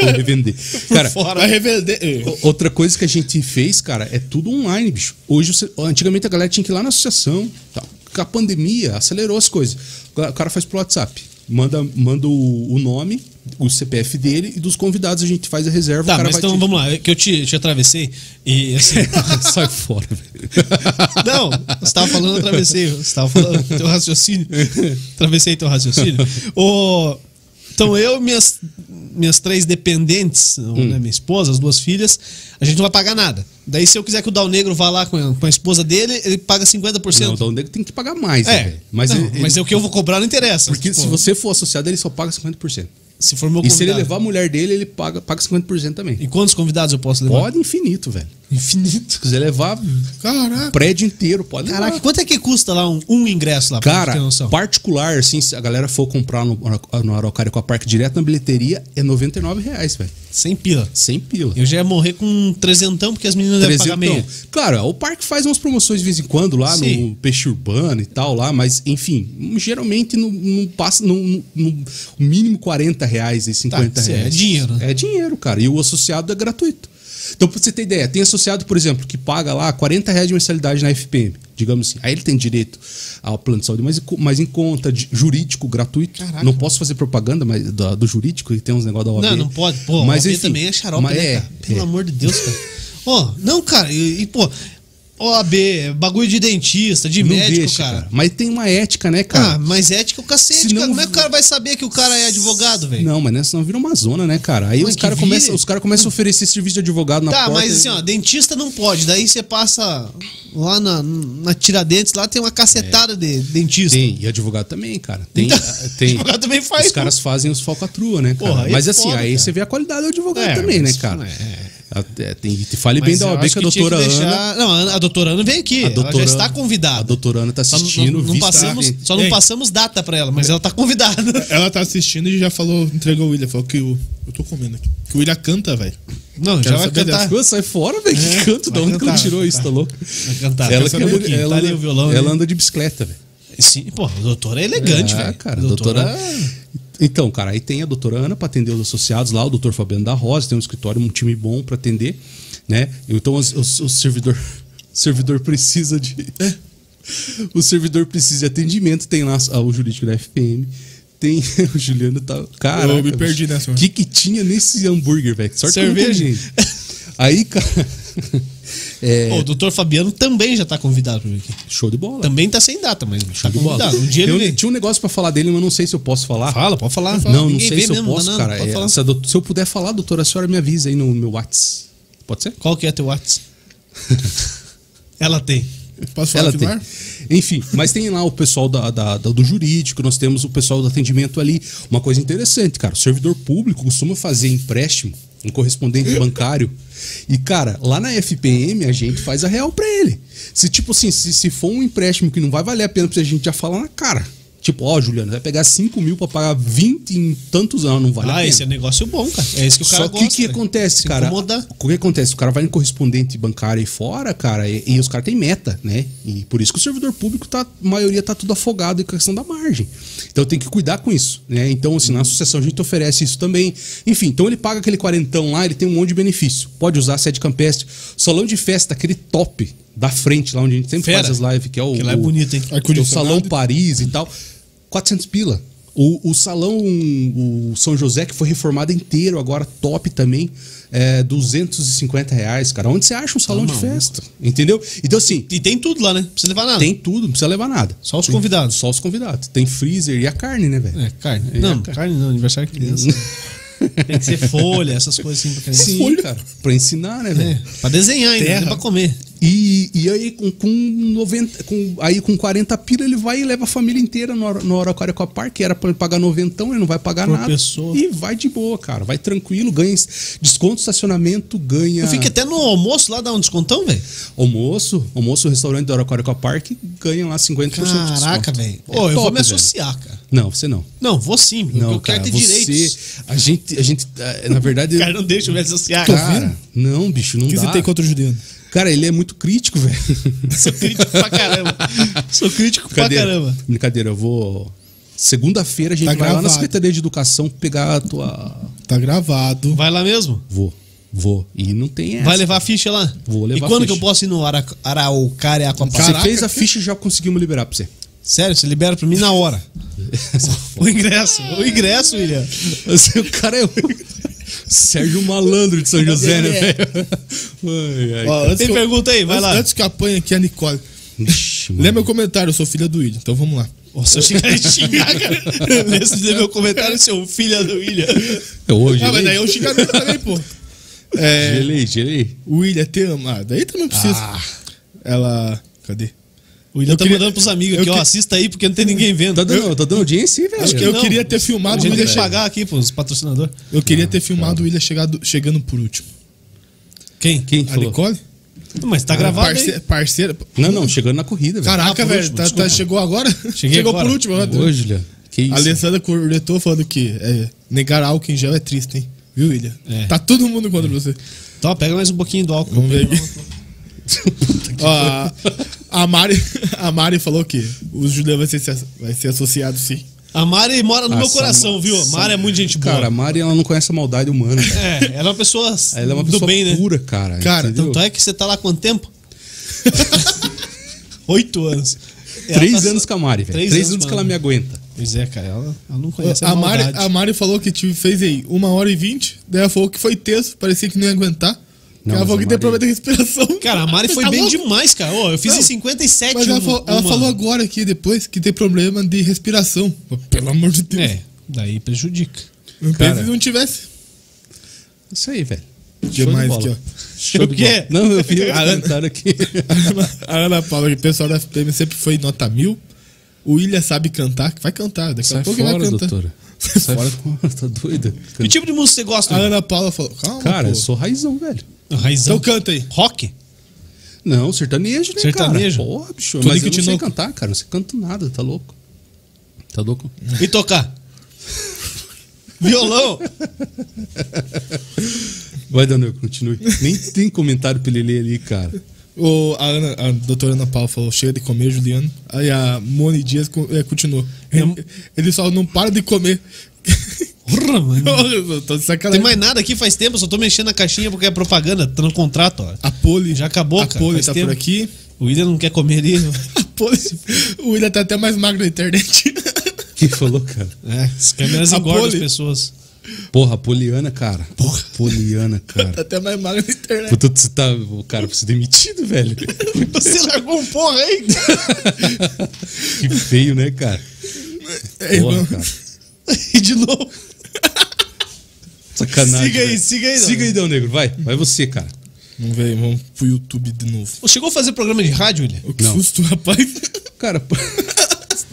Vou revender. Cara, fora. Vai revender. eh, o- outra coisa que a gente fez, cara, é tudo online, bicho. Hoje, você- antigamente a galera tinha que ir lá na associação. Tal. Com a pandemia, acelerou as coisas. O cara faz pro WhatsApp. Manda, manda o, o nome, o CPF dele e dos convidados a gente faz a reserva. o Tá, cara mas vai então é te- vamos lá, que eu te, te atravessei e assim. (laughs) Sai fora, velho. Não, você tava falando, eu atravessei. Você tava falando teu raciocínio. Atravessei teu raciocínio. Ô, então eu, minhas, minhas três dependentes, Hum. né, minha esposa, as duas filhas, a gente não vai pagar nada. Daí, se eu quiser que o Dal Negro vá lá com a, com a esposa dele, ele paga 50%. Não, o Dal Negro tem que pagar mais, né, é, velho? Mas, não, ele- ele- mas é o que eu vou cobrar não interessa. Porque Tipo, se você for associado, ele só paga 50%. se for meu E se ele convidado. levar a mulher dele, ele paga, paga 50% também. E quantos convidados eu posso levar? Pode infinito, velho. Infinito. Se quiser levar Caraca. prédio inteiro, pode levar. Caraca, quanto é que custa lá um, um ingresso lá? pra Cara, gente ter noção? particular, assim, se a galera for comprar no, no Araucária com a Parque direto na bilheteria, é R$ 99 reais, velho. sem pila. Sem pila. Eu já ia morrer com um trezentão, porque as meninas devem pagar meia. Trezentão. Claro, o parque faz umas promoções de vez em quando lá Sim. no Peixe Urbano e tal, lá, mas enfim, geralmente não, não passa no, mínimo 40 reais e 50 Tá, isso é reais. dinheiro, né? É dinheiro, cara. E o associado é gratuito. Então, pra você ter ideia, tem associado, por exemplo, que paga lá 40 reais de mensalidade na FPM, digamos assim. Aí ele tem direito ao plano de saúde, mas, em co- mas em conta de jurídico gratuito. Não posso fazer propaganda mas do, do jurídico, que tem uns negócios da OAB. Não, não pode. Pô, mas mas OAB enfim, também é xarope, mas né, é, cara? Pelo é. amor de Deus, cara. Ó, não, cara, e, e, pô, OAB, bagulho de dentista, de Não médico, deixa, cara. cara. Mas tem uma ética, né, cara? Ah, mas ética é o cacete, Se não- cara. Como é que o cara vai saber que o cara é advogado, velho? Não, mas né, senão vira uma zona, né, cara? Aí Mas os é que caras vire. começam cara começa a oferecer serviço de advogado na Tá, porta. é mas assim, ó, dentista não pode. Daí você passa lá na, na Tiradentes, lá tem uma cacetada de dentista. É. Tem, e advogado também, cara. Tem, Então, (laughs) ah, tem. advogado também faz, Os caras fazem os falcatrua, né, cara? Porra, aí mas é assim, foda, aí cara. você vê a qualidade do advogado É, também, né, mas cara? isso Até tem, te fale bem Mas da eu OAB acho que a que tinha doutora que deixar- Ana. Não, a doutora Ana vem aqui. A ela doutora- já está convidada. A doutora Ana tá Só não- assistindo, não, não vista- passamos, Só não Ei. passamos data pra ela, mas ela tá convidada. Ela tá assistindo e já falou, entregou o William. Falou que o. Eu tô comendo aqui. Que o William canta, velho. Não, já Quero vai saber cantar. dessa. Pô, Tá, sai fora, velho. Que canto, da É, vai onde que ela cantar, tirou vai isso, tá louco? Vai cantar. Ela, Pensa que um anda, pouquinho, ela, tá ali anda- o violão. ela ali. anda de bicicleta, velho. Sim, pô, a doutora é elegante, Ah, velho. cara, a doutora... Então, cara, aí tem a doutora Ana para atender os associados lá, o doutor Fabiano da Rosa, tem um escritório, um time bom para atender, né? Então os- os- o servidor (laughs) o servidor precisa de (laughs) o servidor precisa de atendimento, tem lá ah, o jurídico da FPM. Tem, (laughs) o Juliano tá. Cara, Eu me perdi nessa. O que, que tinha nesse hambúrguer, velho? Sorte Cerveja. Que não tem gente. Aí, cara. (laughs) é, Pô, o doutor Fabiano também já tá convidado pra vir aqui. show de bola. Também tá sem data, mas tá Show de bola. convidado. Um dia ele Eu vem. tinha um negócio pra falar dele, mas não sei se eu posso falar. Fala, pode falar. Não, não Ninguém sei vê se eu mesmo, posso, não, cara. pode É, falar. se, a doutora- se eu puder falar, doutora, a senhora me avisa aí no meu WhatsApp. Pode ser? Qual que é teu (laughs) WhatsApp? ela tem. Posso falar Ela aqui tem. no ar? Enfim, mas tem lá o pessoal da, da- da- do jurídico, nós temos o pessoal do atendimento ali. Uma coisa interessante, cara. O servidor público costuma fazer empréstimo, um correspondente bancário. E, cara, lá na FPM a gente faz a real pra ele. Se, tipo assim, se, se for um empréstimo que não vai valer a pena pra você, a gente já fala na cara. Tipo, ó, Juliano, vai pegar 5 mil pra pagar 20 em tantos anos, não vale a ah, pena. esse é negócio bom, cara. É isso que o cara Só que o gosta. que, velho. acontece, Se cara? incomodar. O que acontece? O cara vai no correspondente bancário aí fora, cara, e, e os caras têm meta, né? E por isso que o servidor público, tá, a maioria tá tudo afogado em questão da margem. Então tem que cuidar com isso, né? Então, assim, na associação a gente oferece isso também. Enfim, então ele paga aquele quarentão lá, ele tem um monte de benefício. Pode usar a sede campestre, salão de festa, aquele top da frente, lá onde a gente sempre Fera. faz as lives, que é o. Que lá é o- bonito, hein? o Salão Paris e tal. 400 pila. O, o salão o São José, que foi reformado inteiro, agora top também, é 250 reais, cara. Onde você acha um salão de Tá maluco. festa? Entendeu? Então, assim, E tem tudo lá, né? Não precisa levar nada. tem tudo, não precisa levar nada. Só os convidados. Só os convidados. Tem freezer e a carne, né, velho? É, carne. Não, É, carne não, aniversário de criança. né? (laughs) tem que ser folha, essas coisas assim pra criança. Sim, É cara. Pra ensinar, né, velho? É, pra desenhar ainda, Terra. não é pra comer. E, e aí, com, com 90, com, aí com 40 pila, ele vai e leva a família inteira no, Ara- no Araucarica Park, que era pra ele pagar noventão, ele não vai pagar Por nada. pessoa. E vai de boa, cara. Vai tranquilo, ganha es- desconto, estacionamento, ganha Eu fico até no almoço lá, dá um descontão, velho. almoço, almoço, restaurante do Araucarica Park, ganha lá 50% de desconto. Caraca, velho. É Pô, eu vou top, me velho. associar, cara. Não, você não. Não, vou sim. porque Não, eu cara, quero ter você, (laughs) direitos. A gente, a gente, ah, na verdade... O cara não deixa eu me associar. Tô Cara, vendo. cara, não, bicho, não O que dá. você tem contra o judeu? Cara, ele é muito crítico, velho. (laughs) Sou crítico pra caramba. Sou crítico pra Brincadeira. caramba. Brincadeira, eu vou. Segunda-feira a gente Tá vai lá na gravado. Secretaria de Educação pegar a tua. Tá gravado. Vai lá mesmo? Vou, vou. E não tem essa. Vai levar a ficha lá? Vou levar E a quando ficha. que eu posso ir no Ara- Araucária Você Aquapark? fez a ficha e já conseguimos liberar pra você. Sério, você libera pra mim na (laughs) hora. o ingresso, o ingresso, William. Assim, o cara é. o (laughs) Sérgio Malandro de São José, né, velho? Ai, é. ai, Ó, cara. antes Tem que eu- pergunta aí, vai antes- lá. Antes que eu apanhe aqui a Nicole. Ixi, mano. Lê meu comentário, eu sou filha do William, então vamos lá. Nossa, eu cheguei a xingar, (laughs) cara. Lê esse meu comentário, seu filho do William. É hoje. Ah, mas daí gelei, eu xingamento também, pô. É, gelei, gelei. William, te ama. Ah, daí também precisa. Ah. Ela. Cadê? O William Eu tá queria- mandando pros amigos aqui, eu ó. que- Assista aí, porque não tem ninguém vendo. Tá dando, tá dando audiência, hein, velho? Acho que eu queria ter A filmado o gente tem William que chegar. pagar aqui pros patrocinadores. Eu queria ter filmado o William chegado- chegando por último. Quem? Quem A falou? Nicole? Mas ah, tá gravado aí. Parceira. parceira Não, não, chegando na corrida, velho. Caraca, Ah, por velho. último, tá- tá- desculpa. chegou agora? Cheguei chegou agora. por último, né? Hoje, Léo. Que isso? A Alessandra corretou falando que é, negar álcool em gel é triste, hein? Viu, William? É. Tá todo mundo contra você. Então, pega mais um pouquinho do álcool. Vamos ver (laughs) aqui. Ó, a- a, Mari, (laughs) a Mari falou que o Julian vai ser, vai ser associado sim. A Mari mora no Ah, meu essa- coração, viu? A Mari é muito gente boa. Cara, a Mari, ela não conhece a maldade (laughs) humana. velho. é, ela é uma pessoa Ela é uma do pessoa bem, né? pura, cara. Cara, então entendeu? Tanto é que você tá lá há quanto tempo? Oito anos. Ela Três tá- anos com É a Mari, velho. Três Três, anos anos, com que ela ela. me aguenta. Pois é, cara, ela, ela não conhece a, a, Mari, é maldade. a Mari falou que tipo, fez aí uma hora e vinte, daí ela falou que foi tenso, parecia que não ia aguentar. Não, ela mas falou a que tem Mari- problema de respiração. (laughs) Cara, a Mari foi Tá bem louco? demais, cara. Ô, eu fiz Não, em 57 Mas ela, um- falou, ela uma- falou agora aqui depois que tem problema de respiração. Pô, Pelo amor de Deus. É, daí prejudica. não cara. pensa se não tivesse. Isso aí, velho. Que mais aqui, ó. (laughs) Show O de quê? bola. Não, (laughs) eu vi o A Ana- comentário aqui. A Ana Paula, que o pessoal da FPM sempre foi nota mil. O William sabe cantar, que vai cantar. Daqui Sai a pouco ele fora, vai cantar. doutora. Sai Sai fora. fora, tá doida? Que tipo de música você gosta? A Ana Paula falou, calma, Cara, pô. eu sou raizão, velho. Raizão. Então canta aí. Rock? Não, sertanejo, né, Sertanejo? cara? Porra, bicho. Tudo mas que eu te não sei louco. cantar, cara. Eu não sei canto nada, tá louco? Tá louco? E tocar? (laughs) Violão? Vai, Daniel, continue. Nem tem comentário pra ele ler ali, cara. O, a, Ana, a doutora Ana Paula falou, chega de comer, Juliano. Aí a Moni Dias co- eh, continuou. Ele, ele só não para (laughs) de comer. Porra, mano. Eu tô de Tem sacanagem. mais nada aqui faz tempo, eu só tô mexendo na caixinha porque é propaganda, tá no contrato, ó. A Poli. Já acabou, A cara, Poli faz tá tempo. por aqui. O William não quer comer ali. né? (laughs) A Poli. O William tá até mais magro na internet. (laughs) Quem falou, cara? É, as câmeras A engordam as poli. pessoas. Porra, Poliana, cara. Porra. Poliana, cara. tá até mais magro na internet. Puta, você tá. o Cara, você demitido, velho. Você largou um porra aí? Que feio, né, cara? É, Porra, irmão. cara. (laughs) E de novo. Sacanagem. Siga aí, velho. siga aí, Dão Siga aí, Dão Negro. Vai, vai você, cara. Vamos ver, vamos pro YouTube de novo. Ô, Chegou a fazer programa de rádio, William? Ô, Que Não. susto, rapaz. Cara, (laughs) pra-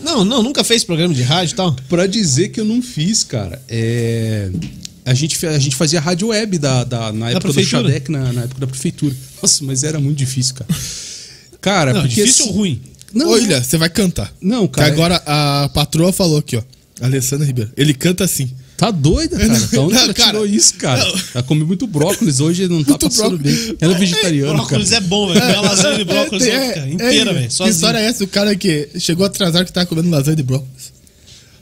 Não, não, nunca fez programa de rádio e tal. pra dizer que eu não fiz, cara, é. A gente, fe- a gente fazia rádio web da, da- na época do prefeitura? Xadec, na, na época da prefeitura. Nossa, mas era muito difícil, cara. Cara, Não, porque. difícil assim- ou ruim? Não, Ô, William, você vai cantar. Não, cara, é- Que agora a patroa falou aqui, ó. Alessandra Ribeiro. Ele canta assim. Tá doida, (laughs) cara. Tá onde Não, ela cara, tirou isso, cara? não. Ela come muito brócolis hoje não tá Muito passando brócolis. bem. Ela é vegetariana, Brócolis é cara. bom, velho. Pega lasanha de brócolis É, ó, cara, é, inteira, é, velho. Que história Sozinho. é essa? O cara que chegou atrasado que tava comendo lasanha de brócolis.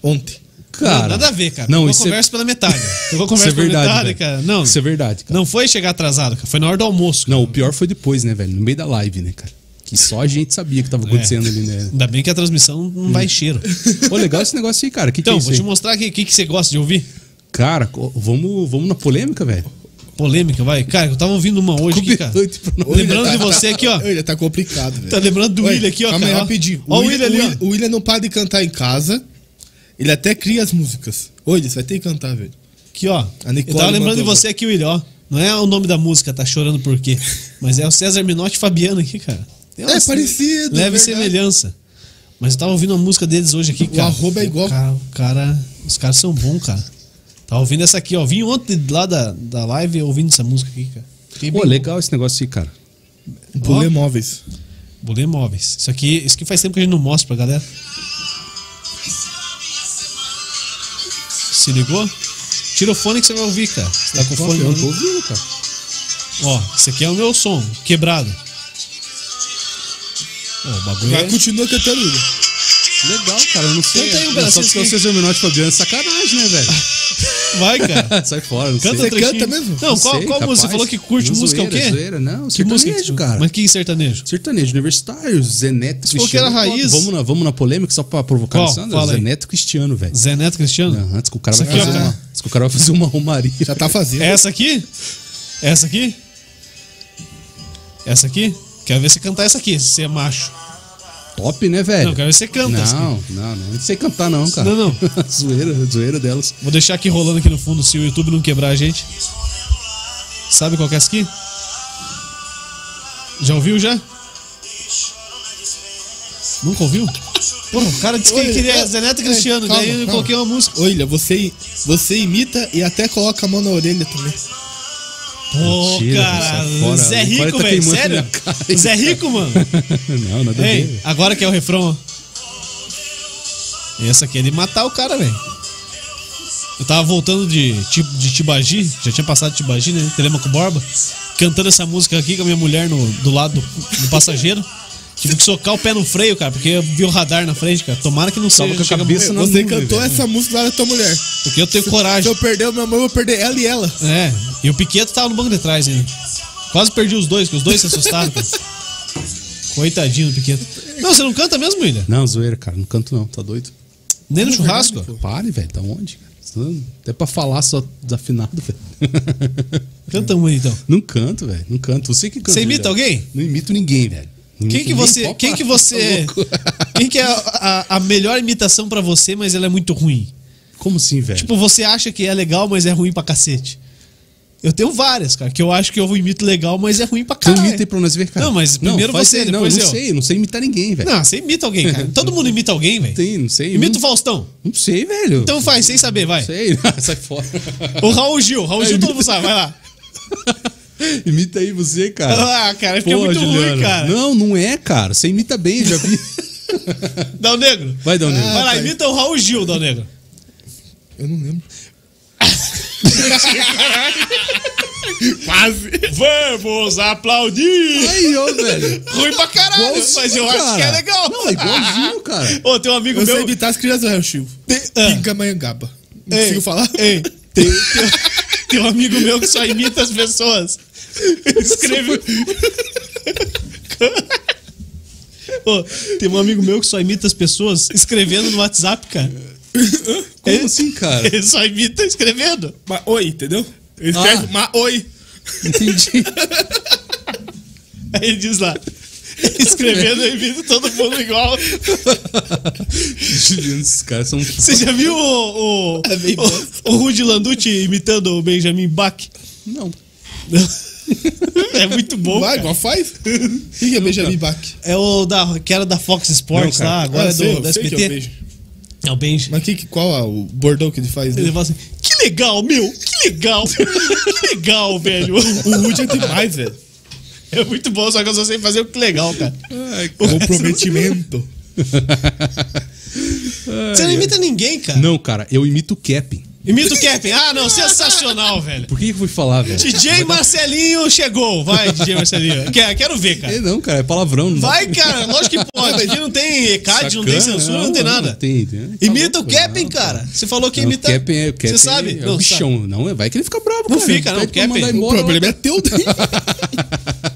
Ontem. Não, Cara, nada a ver, cara. Não, Tocou isso é, conversa pela metade. Tocou isso conversa é verdade. pela metade, velho. cara. Não, Isso é verdade, cara. não foi chegar atrasado, cara. Foi na hora do almoço. Não, o pior foi depois, né, velho? No meio da live, né, cara? Que só a gente sabia que tava É. acontecendo ali, né? Ainda bem que a transmissão não Hum. vai (laughs) cheiro. Ô, legal esse negócio aí, cara. Que Então, que é vou isso te aí? mostrar aqui o que, que você gosta de ouvir. Cara, co- vamos, vamos na polêmica, velho? Polêmica, vai. Cara, eu tava ouvindo uma hoje aqui, cara. Combinante pra nós. Lembrando de você aqui, ó. Ele tá complicado, velho. Tá lembrando do Ué, William aqui, ó. Calma aí, cara, ó. rapidinho. Ó, o William ali, ó. William- o William não para de cantar em casa. Ele até cria as músicas. Ô, William, você vai ter que cantar, velho. Aqui, ó. A Nicole eu tava lembrando de mandou. você aqui, William, ó. Não é o nome da música, tá chorando por quê? Mas é o César Minotti e Fabiano aqui, cara. Tem É parecido, Leve verdade. semelhança. Mas eu tava ouvindo a música deles hoje aqui, O cara. arroba é igual. O cara, o cara- os caras são bons, cara. Tava ouvindo essa aqui, ó. Vim ontem lá da, da live ouvindo essa música aqui, cara. Fiquei Pô, bem- legal esse negócio aí, cara. Pulei móveis. Bolê Móveis. Isso aqui, isso aqui faz tempo que a gente não mostra pra galera. Se ligou? Tira o fone que você vai ouvir, cara. Você tá com o fone. né? eu não tô ouvindo, cara. Ó, esse aqui é o meu som, quebrado. Ó, o bagulho Vai, é... continua cantando, William. Legal, cara. Eu não sei. Canta aí um Eu só pedacinho porque aqui. vocês dominam de Fabiano é sacanagem, né, (laughs) velho? Vai, (laughs) cara. Sai fora, não Canta sei. um trechinho. canta mesmo? Não, Não qual, sei, qual capaz. música? Você falou que curte Não, música zoeira, o quê? zoeira, não, Que música? sertanejo, é cara. Mas que sertanejo? Sertanejo universitário, Zeneto falou Cristiano. que era raiz. Vamos na, vamos na polêmica só pra provocar Qual? o Sandro? Fala aí. Zeneto Cristiano, velho. Zé Neto Cristiano? Não, Antes que o cara Isso vai aqui, ó, fazer cara. uma. Antes que o cara vai fazer uma romaria. Já tá fazendo. Essa aqui? Essa aqui? Essa aqui? Quero ver você cantar essa aqui, se você é macho. Top, né, velho? Não, quero ver você canta. essa aqui. Não, não, não. Não sei cantar, não, cara. Não, (laughs) zoeira, (laughs) zoeira delas. Vou deixar aqui rolando aqui no fundo se o YouTube não quebrar a gente. Sabe qual que é essa aqui? Já ouviu já? Nunca ouviu? Porra, o cara disse que ele Oi, queria é, Zé Neto é, Cristiano, calma, daí eu calma. coloquei uma música. Ô, William, você, você imita e até coloca a mão na orelha também. Pô, Mentira, cara, sai fora. Zé Agora Rico, tá velho, queimando sério? minha cara. Zé Rico, mano. não, nada a ver. Ei, agora que é o refrão, ó. Essa aqui é de matar o cara, velho. Eu tava voltando de, Ti- de Tibagi, já tinha passado Tibagi, né? Telemaco Borba. Cantando essa música aqui com a minha mulher no, do lado do, do passageiro. (laughs) Tive que socar o pé no freio, cara, porque eu vi o radar na frente, cara. Tomara que não seja. Tava com a chega- cabeça na Você nuvem, cantou velho. essa música lá da tua mulher. Porque eu tenho Se coragem. eu perder o meu amor, eu vou perder ela e ela. É, e o Piqueto tava no banco de trás ainda. Quase perdi os dois, porque os dois se assustaram, cara. Coitadinho do Piqueto. Não, você não canta mesmo, William? Não, zoeira, cara. Não canto, não. Tá doido? Nem no churrasco? Pare, velho. Tá onde, cara? Você não- Até pra falar só desafinado, (laughs) velho. Canta uma aí, então. não canto, velho. Não canto. Você que canta. Você imita velho. alguém? Não imito ninguém, velho. Não Quem imito que ninguém, você. pode Quem que parar, você. tá louco? (laughs) (laughs) Quem que é a, a- a melhor imitação pra você, mas ela é muito ruim? Como assim, velho? Tipo, você acha que é legal, mas é ruim pra cacete. Eu tenho várias, cara, que eu acho que eu imito legal, mas é ruim pra Então caralho. imita aí pra nós ver, cara. Não, mas primeiro faz você, aí. não, depois não eu. sei, não sei imitar ninguém, velho. Não, você imita alguém, cara. Todo mundo imita alguém, velho. Tem, não sei. Um Imita o não, Faustão. não sei, velho. Então faz, sem saber, vai. Não sei, (laughs) sai fora. O Raul Gil, Raul Gil todo mundo sabe, vai lá. imita aí você, cara. Ah, cara, fica Pô, muito ruim, Juliano. cara. Não, não é, cara. Você imita bem, já vi. Dá o negro. Vai, Dão Negro. Vai lá, imita o Raul Gil, Dal Negro. Eu não lembro. (laughs) Quase. Vamos aplaudir. Aí, ô, velho. Ruim pra caralho, mas eu acho que é legal. Não, é igualzinho, cara. Ô, tem um amigo Eu meu. sei imitar as crianças do Raio Chivo. Ah. Pinga Mangaba. Não Ei, consigo falar? Ei, tem, tem- tem um amigo meu que só imita as pessoas. Escreve. Ô, tem um amigo meu que só imita as pessoas escrevendo no WhatsApp, cara. Como Ele- assim, cara? Ele só imita escrevendo. Ma oi, entendeu? Ele escreve Ah. ma oi. (laughs) Entendi. Aí ele diz lá. (laughs) Escrevendo, eu imito todo mundo igual. Juliano, esses caras são. Você já viu o, o, o, o Rudy Landucci imitando o Benjamin Bach? Não. É muito bom. Vai, cara. (laughs) igual faz. Ih, eu beijo a Bibac. É o da, que era da Fox Sports Não, cara. lá, agora é Ah, sei, do, da eu sei que eu SBT. beijo. É o Benji. Mas que, que- qual é o bordão que ele faz? Ele Né? fala assim: que legal, meu, que legal, (laughs) que legal, velho. O Rude é demais, velho. É muito bom, só que eu só sei fazer o que é legal, cara. Comprometimento. Você não imita ninguém, cara. Não, cara, eu imito o Cap. Imita o Kevin. Ah, não, sensacional, velho. Por que que eu fui falar, velho? DJ Marcelinho chegou. Vai, DJ Marcelinho. Quer- Quero ver, É, cara. não, cara, é palavrão. Não Vai, cara, lógico que pode. Aqui não tem ECAD, não tem censura, não tem nada. tem, tem. Tá Imita o louco, Kevin, não, cara. Você falou que Não, imita. O Cap é, o Cap Você sabe? É, é Não, o sabe. bichão. Não, é- vai que ele fica bravo, Não cara. fica, não, o é Pede pra Cap mandar é- O embora. problema é teu, né?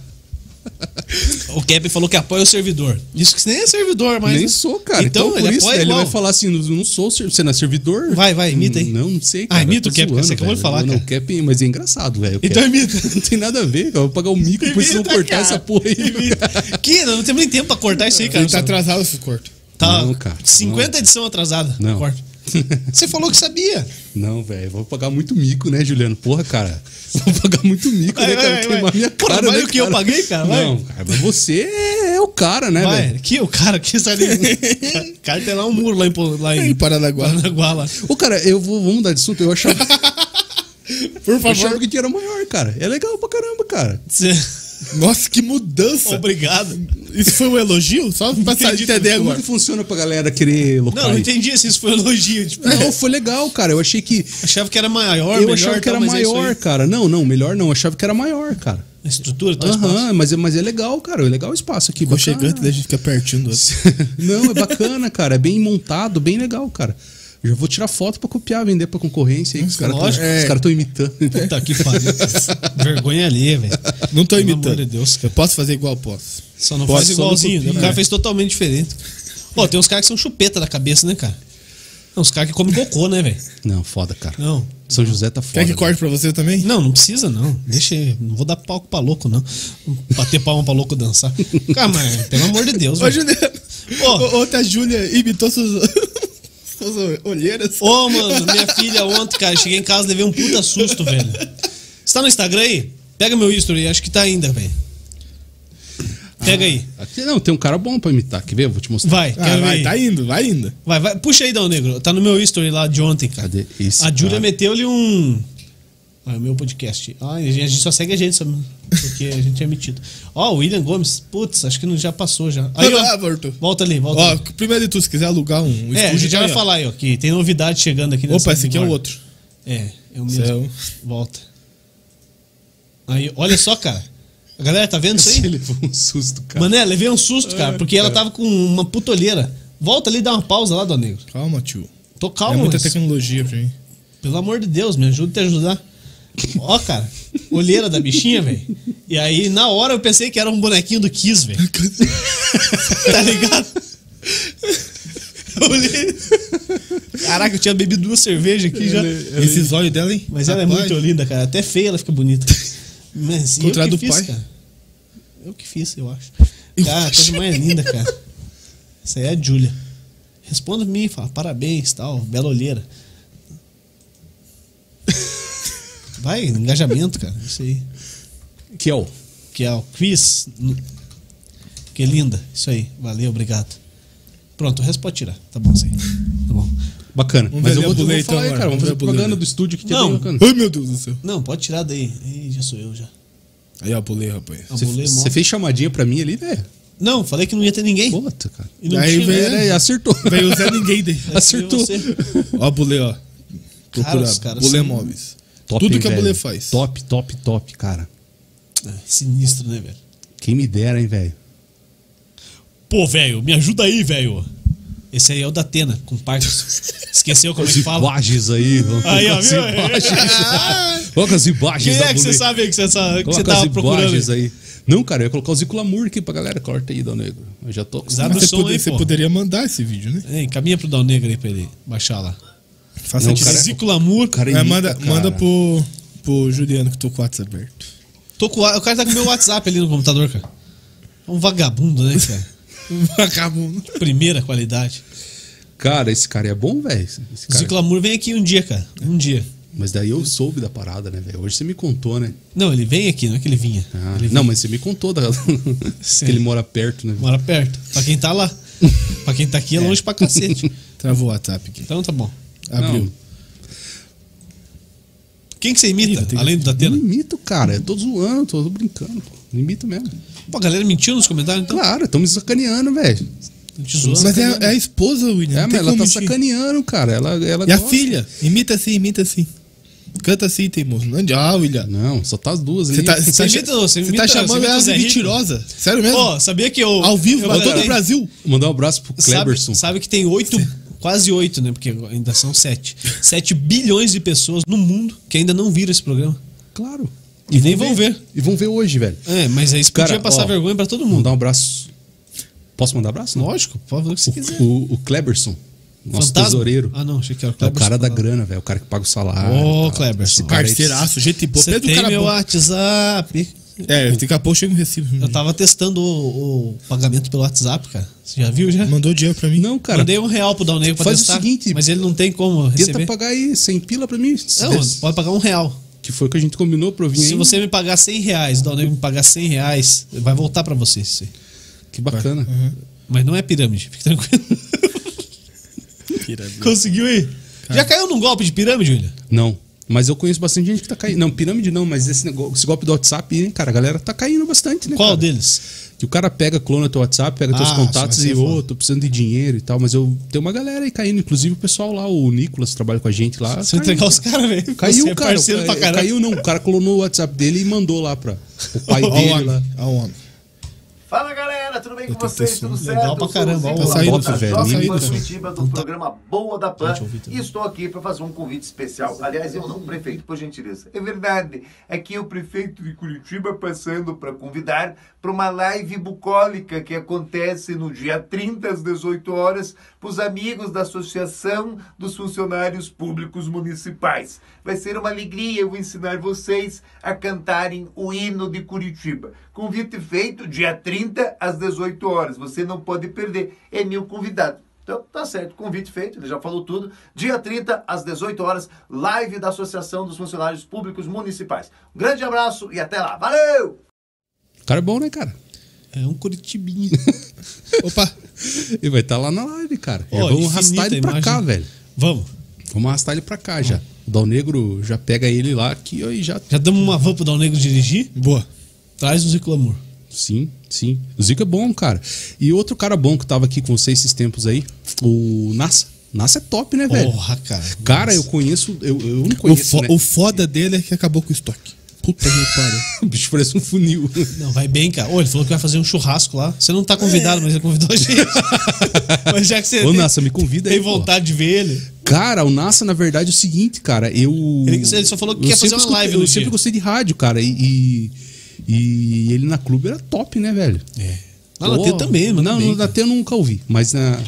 O Kevin falou que apoia o servidor. Diz que nem é servidor, mas. Nem sou, cara. Então, Então, por ele isso apoia né, ele igual. vai falar assim: não sou servidor. Você não é servidor? Vai, vai, imita aí. Não, não sei, cara. Ah, imita o Tô Cap, zoando, você acabou de velho. falar, Não, cara. o Cap, mas é engraçado, velho. o Então Cap. imita. (laughs) Não tem nada a ver, cara. Eu vou pagar o mico depois vocês vão Imita, cortar cara. essa porra aí. Imita. Que não, não temos nem tempo pra cortar isso aí, cara. Ele tá atrasado esse corte. Tá Não, cara, 50 edição atrasada. Não. Corta. Você falou que sabia. (laughs) Não, velho. Vou pagar muito mico, né, Juliano? Porra, cara. (laughs) Vou pagar muito mico, Vai, né, cara? vai, vai, Queimar vai. minha Porra, cara, vai né, o que eu paguei, cara, vai. Não, cara. Mas você é o cara, né, Vai, velho? que o cara que sai (laughs) de. O cara tem lá um muro lá em, Po- lá em Em Paranaguá. (laughs) Paranaguá. lá. Ô, cara, eu vou... Vamos mudar de assunto. (laughs) Eu achava, Por eu achava favor. que dinheiro era maior, cara. É legal pra caramba, cara. Você- Nossa, que mudança. (laughs) Obrigado. Isso foi um elogio? Só pra Entendi, entender Como agora. que É funciona pra galera querer locar Não, não aí? entendi se isso foi um elogio. Tipo, Não, foi legal, cara. Eu achei que. achava que era maior, Eu melhor, achava que tal, era mas é isso maior, aí. cara. Não, não, melhor não. Eu achava que era maior, cara. A estrutura, tá, tal espaço. Aham, mas, é, mas é legal, cara. É legal o espaço aqui. Aconchegante, bacana. daí a gente fica pertinho do outro. (laughs) (laughs) Não, é bacana, cara. É bem montado, bem legal, cara. Já vou tirar foto pra copiar, vender pra concorrência aí. que Os caras lógico. estão É. imitando. Puta que (laughs) pariu. tá Vergonha ali, velho. Não tô Pelo imitando. amor de Deus, Eu posso fazer igual? Posso. Só não Posso, faz só igualzinho. não né? copia. O cara fez totalmente diferente. Pô, tem uns caras que são chupeta da cabeça, né, cara? Não, os caras que comem cocô, né, velho? (laughs) Não, foda, cara. Não. São José tá foda. Quer né? que velho. corte pra você também? Não, não precisa, não. Deixa aí. Não vou dar palco pra louco, não. Bater palma pra louco dançar. Cara, mas pelo amor de Deus, Ô, velho. Juliano. Ô. Ô, ontem a Júlia imitou suas, (laughs) suas olheiras. Ô, mano, minha filha ontem, cara, cheguei em casa, levei um puta susto, velho. Você tá no Instagram aí? Pega meu history, acho que tá ainda, velho. Pega aí. Aqui, não, tem um cara bom pra imitar. Quer ver? Eu vou te mostrar. Vai, Ah, quero vai, ver. tá aí. indo, vai indo. Vai, vai. Puxa aí, Dão Negro. Tá no meu history lá de ontem, cara. Cadê? Esse A Júlia cara. meteu-lhe um. Ah, é o meu podcast. Ah, a gente só segue a gente, só porque a gente é metido. Ó, o William Gomes. Putz, acho que não já passou já. Aí, Ah, ó. voltou. Volta ali, volta Ó, ali. primeiro de tudo, se quiser alugar um É, a gente já vai também, ó. falar aí, ó, que tem novidade chegando aqui Opa, esse aqui é o borda. outro. É, é o Esse mesmo. é o- Volta. Aí, olha só, cara. A galera tá vendo isso (laughs) Você aí? levou um susto, cara. Mané, levei um susto, É, cara, porque ela tava com uma putolheira. Volta ali e dá uma pausa lá, Dona Negro. Calma, tio. Tô é calmo, muita mas, tecnologia pra mim. pelo amor de Deus, me ajuda a te ajudar. Ó, cara, olheira da bichinha, velho. E aí, na hora, eu pensei que era um bonequinho do Kiss, velho. (laughs) tá ligado? Eu olhei. Caraca, eu tinha bebido duas cervejas aqui já. Esses olhos dela, hein? Mas ela é Rapaz, muito linda, cara. Até feia ela fica bonita. Mas eu Contrário que do fiz, pai. cara. Eu que fiz, eu acho. Eu cara, a acho. coisa mais linda, cara. Essa aí é a Júlia. Responda pra mim, fala parabéns, tal, bela olheira. Vai, engajamento, cara. Isso aí. Que é o. Que é o Chris. Que linda. Isso aí. Valeu, obrigado. Pronto, o resto pode tirar. Tá bom, isso aí. Tá bom. Bacana. Vamos Mas ver eu a vou, eu buleta vou falar aí, agora. cara. Vamos Vamos ver fazer a buleta. propaganda do estúdio que Não. é bem bacana. Ai, meu Deus do céu. Não, pode tirar daí. Ih, já sou eu já. Aí, ó, pulei, rapaz. Eu Você- vou ler mó- Você fez chamadinha pra mim ali, velho. Não, falei que não ia ter ninguém. Puta, cara. E não Aí tinha, vem- né? É, acertou. Veio o Zé (laughs) Ninguém daí. É, Acertou. Você. ó, pulei, ó. Procura os caras Bulê são- Móveis. (laughs) Top, Tudo hein, que a velho? Bulê faz. Top, top, top, cara. É, Sinistro, né, velho? Quem me dera, hein, velho. Pô, velho, me ajuda aí, velho. Esse aí é o da Atena, com Parkinson. Esqueceu como é que fala? Imagens aí. Vamos Aí, ó, com as viu? (laughs) Ah, imagens. Vamos com as Quem imagens da é que você Bulê. sabe aí que você, sabe, que você Coloca as tava procurando? imagens aí? aí. Não, cara, eu ia colocar o Zico Lamour aqui pra galera. Corta aí, Dão Negro. Eu já tô Abre acostumado. o Você, som poder- aí, você pô. poderia mandar esse vídeo, né? Ei, caminha pro Dal Negro aí pra ele baixar lá. Faça Não, a direção. cara- Zico Lamour. Cara, É, imita, manda, cara. manda pro, pro Juliano que tô com o WhatsApp aberto. é- Tô com, o cara tá com meu WhatsApp ali no computador, cara. É um vagabundo, né, cara? né? Vagabundo. Primeira qualidade. Cara, esse cara é bom, velho. Esse (laughs) cara- Zico Lamour vem aqui um dia, cara. Um dia. Mas daí eu soube da parada, né, velho? Hoje você me contou, né? Não, ele vem aqui, não é que ele vinha. Ah, ele não, mas você me contou da... (laughs) que ele mora perto, né? mora perto. Pra quem (laughs) tá lá. pra quem tá aqui é longe pra cacete. Travou o WhatsApp aqui. Então tá bom. Abriu. Quem que você imita, Ih, tem- além do da Eu não Atena? imito, cara. Eu tô zoando, tô brincando, pô. Não imito mesmo. Pô, a galera mentiu nos comentários, então. Claro, estão me sacaneando, velho. Tô te zoando. Mas é, é a esposa, William. não É, mas tem ela como tá mentir. sacaneando, cara. Ela, ela E a gosta. filha? Imita assim, imita assim. Canta assim, teimoso. Não, ah, William. Não, só tá as duas ali. Você tá, você Você tá, cha- imita- você você imita- tá você chamando imita o ela Zé de Rico? mentirosa? Sério mesmo? Ó, sabia que eu. Ao vivo, eu pra todo mandei- o Brasil. Mandar um abraço pro Sabe, Cleberson. sabe que tem oito, quase oito, né? Porque ainda são sete. Sete bilhões de pessoas no mundo que ainda não viram esse programa. Claro. E nem vão ver. E vão ver hoje, velho. É, mas aí isso Cara, podia passar ó, vergonha pra todo mundo. Mandar um abraço. Posso mandar abraço? Não? Lógico, pode fazer o que você quiser. O, o, o Kleberson, nosso Fantasma? tesoureiro. Ah, não, achei que era o É o Kleber. cara da grana, velho. O cara que paga o salário. Ô, tá. Kleberson. Esse cara aí- Parceiraço, gente boa. Você Pedro tem cara meu bom. WhatsApp. É, daqui a pouco chega um recibo. Eu tava testando o, o pagamento pelo WhatsApp, cara. Você já viu já? Mandou dinheiro pra mim. Não, cara. Mandei um real pro Dalnego pra faz o testar. seguinte, mas ele não tem como Tenta receber. pagar aí 100 pila pra mim. se Não, desse. pode pagar um real. Que foi o que a gente combinou pra eu vir Se aí. você me pagar 100 reais, o Dalnego me pagar 100 reais, vai voltar pra você. isso aí. Que bacana. Mas não é pirâmide, fique tranquilo. (laughs) Conseguiu aí? Já caiu num golpe de pirâmide, William? Não. Mas eu conheço bastante gente que tá caindo. Não, pirâmide não, mas esse, negócio, esse golpe do WhatsApp, hein, cara, a galera tá caindo bastante, né? Qual cara? deles? Que o cara pega, clona teu WhatsApp, pega teus Ah, contatos isso vai e, ser ô, foda. tô precisando de dinheiro e tal. Mas eu tenho uma galera aí caindo. Inclusive o pessoal lá, o Nicolas, que trabalha com a gente lá. Você caiu. entregar os caras, velho. Caiu, Você é cara. parceiro pra caralho. caiu, não. O cara clonou o WhatsApp dele e mandou lá pra o (laughs) pai Olha o dele lá. homem. Olha o homem. Fala galera, tudo bem com Puta, vocês? tá Tudo som certo? legal pra Eu sou o caramba, Tá Zico ó, Labuta, saindo, da velho, Jovem lindo Pan isso. Curitiba, do Então tá. programa Boa da Pan. Deixa eu ouvir também. E estou aqui para fazer um convite especial. Aliás, eu não, prefeito, por gentileza. É verdade, aqui é o prefeito de Curitiba passando para convidar para uma live bucólica que acontece no dia 30 às 18 horas para os amigos da Associação dos Funcionários Públicos Municipais. Vai ser uma alegria eu vou ensinar vocês a cantarem o hino de Curitiba. Convite feito dia 30 às 18 horas. Você não pode perder. É meu convidado. Então, tá certo, convite feito, ele já falou tudo. Dia 30, às 18 horas, live da Associação dos Funcionários Públicos Municipais. Um grande abraço e até lá. Valeu! O cara é bom, né, cara? É um Curitibinha. (laughs) Opa. Ele vai estar lá na live, cara. Ó, E vamos infinita arrastar ele pra imagem. cá, velho. Vamos. Vamos arrastar ele pra cá já. O Dal Negro já pega ele lá aqui ó, e já. Já damos uma van pro Dalnego dirigir? Boa. Traz o Zico Amor. Sim, sim. O Zico é bom, cara. E outro cara bom que tava aqui com vocês esses tempos aí, o Nassa. Nassa é top, né, velho? Porra, cara. Cara, eu conheço. Eu, eu não O, conheço. fo- né? (laughs) o foda dele é que acabou com o estoque. Puta que pariu. O bicho parece (laughs) um funil. Não, vai bem, cara. Ô, ele falou que vai fazer um churrasco lá. Você não tá convidado, mas ele convidou a gente. mas já que você Ô, tem, Nassa, me convida aí. tem pô. vontade de ver ele. Cara, o NASA, na verdade, é o seguinte, cara, eu. Ele- ele só falou que eu quer fazer sempre uma escutei- live Eu no sempre dia. gostei de rádio, cara, e. E e ele na clube era top, né, velho? É. Lá na Pô, T também, mano. Não, também, não, na cara. T eu nunca ouvi, mas na.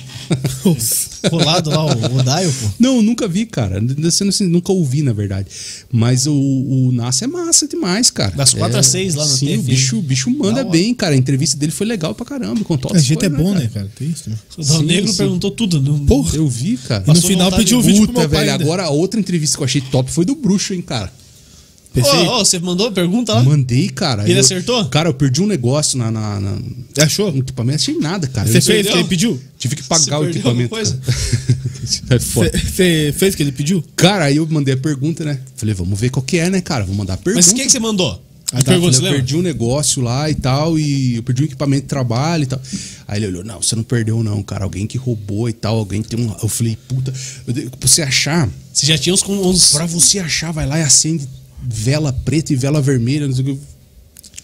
Colado lá o, o Daio, pô. Não, eu nunca vi, cara. Sendo assim, nunca ouvi, na verdade. Mas o, o Nassa é massa demais, cara. Das quatro é, às seis lá na Sim, TFM. o bicho, o bicho manda Da hora. bem, cara. A entrevista dele foi legal pra caramba. Contou A outras gente é coisas, bom, né, cara? Tem isso também. O Dal Sim, Negro sim. perguntou tudo. Não... Porra. Eu vi, cara. E no Passou final vontade pediu o de- vídeo pro Puta, meu pai né? velho. ainda. Agora, a outra entrevista que eu achei top foi do Bruxo, hein, cara. Ó, Pensei- ó, você mandou a pergunta lá? Mandei, cara. E ele Eu- acertou? Cara, eu perdi um negócio na, na, na- Achou? no equipamento, achei nada, cara. Você Eu- fez o que perdeu? ele pediu? Tive que Você pagar o perdeu equipamento. alguma coisa? Cara. (laughs) É foda. Você fez o que ele pediu? Cara, aí eu mandei a pergunta, né? Falei, vamos ver qual que é, né, cara? Vou mandar a pergunta. Mas o que, que você mandou? Ah, pergunta, tá, falei, você eu lembra? perdi um negócio lá e tal, e eu perdi um equipamento de trabalho e tal. Aí ele olhou, não, você não perdeu não, cara. Alguém que roubou e tal, alguém que tem um... Eu falei, puta... eu dei- Pra você achar, Você já tinha uns. com- uns... pra você achar, vai lá e acende vela preta e vela vermelha, não sei o que.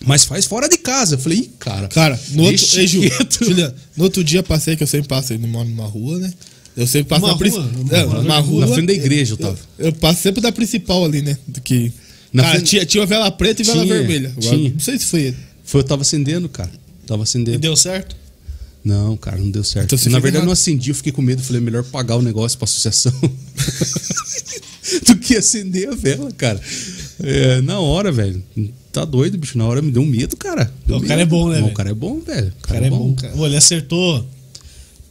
Mas faz fora de casa. Eu falei, Ih, cara... Cara, no outro, deixa Ei, Ju, quieto. Juliana, no outro dia passei, que eu sempre passo, eu moro numa rua, né? Eu sempre passo Uma na principal. rua? É, Uma uma rua? rua. Na frente da igreja eu tava. Eu, eu passo sempre da principal ali, né? Do que. Na cara, frente- tinha, tinha vela preta e vela Tinha, vermelha. Agora, tinha. Não sei se foi ele. Foi, eu tava acendendo, cara. Tava acendendo. E deu certo? Não, cara, não deu certo. Então você Na fez verdade, eu errado. não acendi, eu fiquei com medo. Falei, é melhor pagar o negócio pra associação (laughs) do que acender a vela, cara. É, na hora, velho. Tá doido, bicho. Na hora me deu um medo, cara. Deu O cara medo. é bom, né, Não, O velho? cara é bom, velho. O O cara é bom, cara. Pô, ele acertou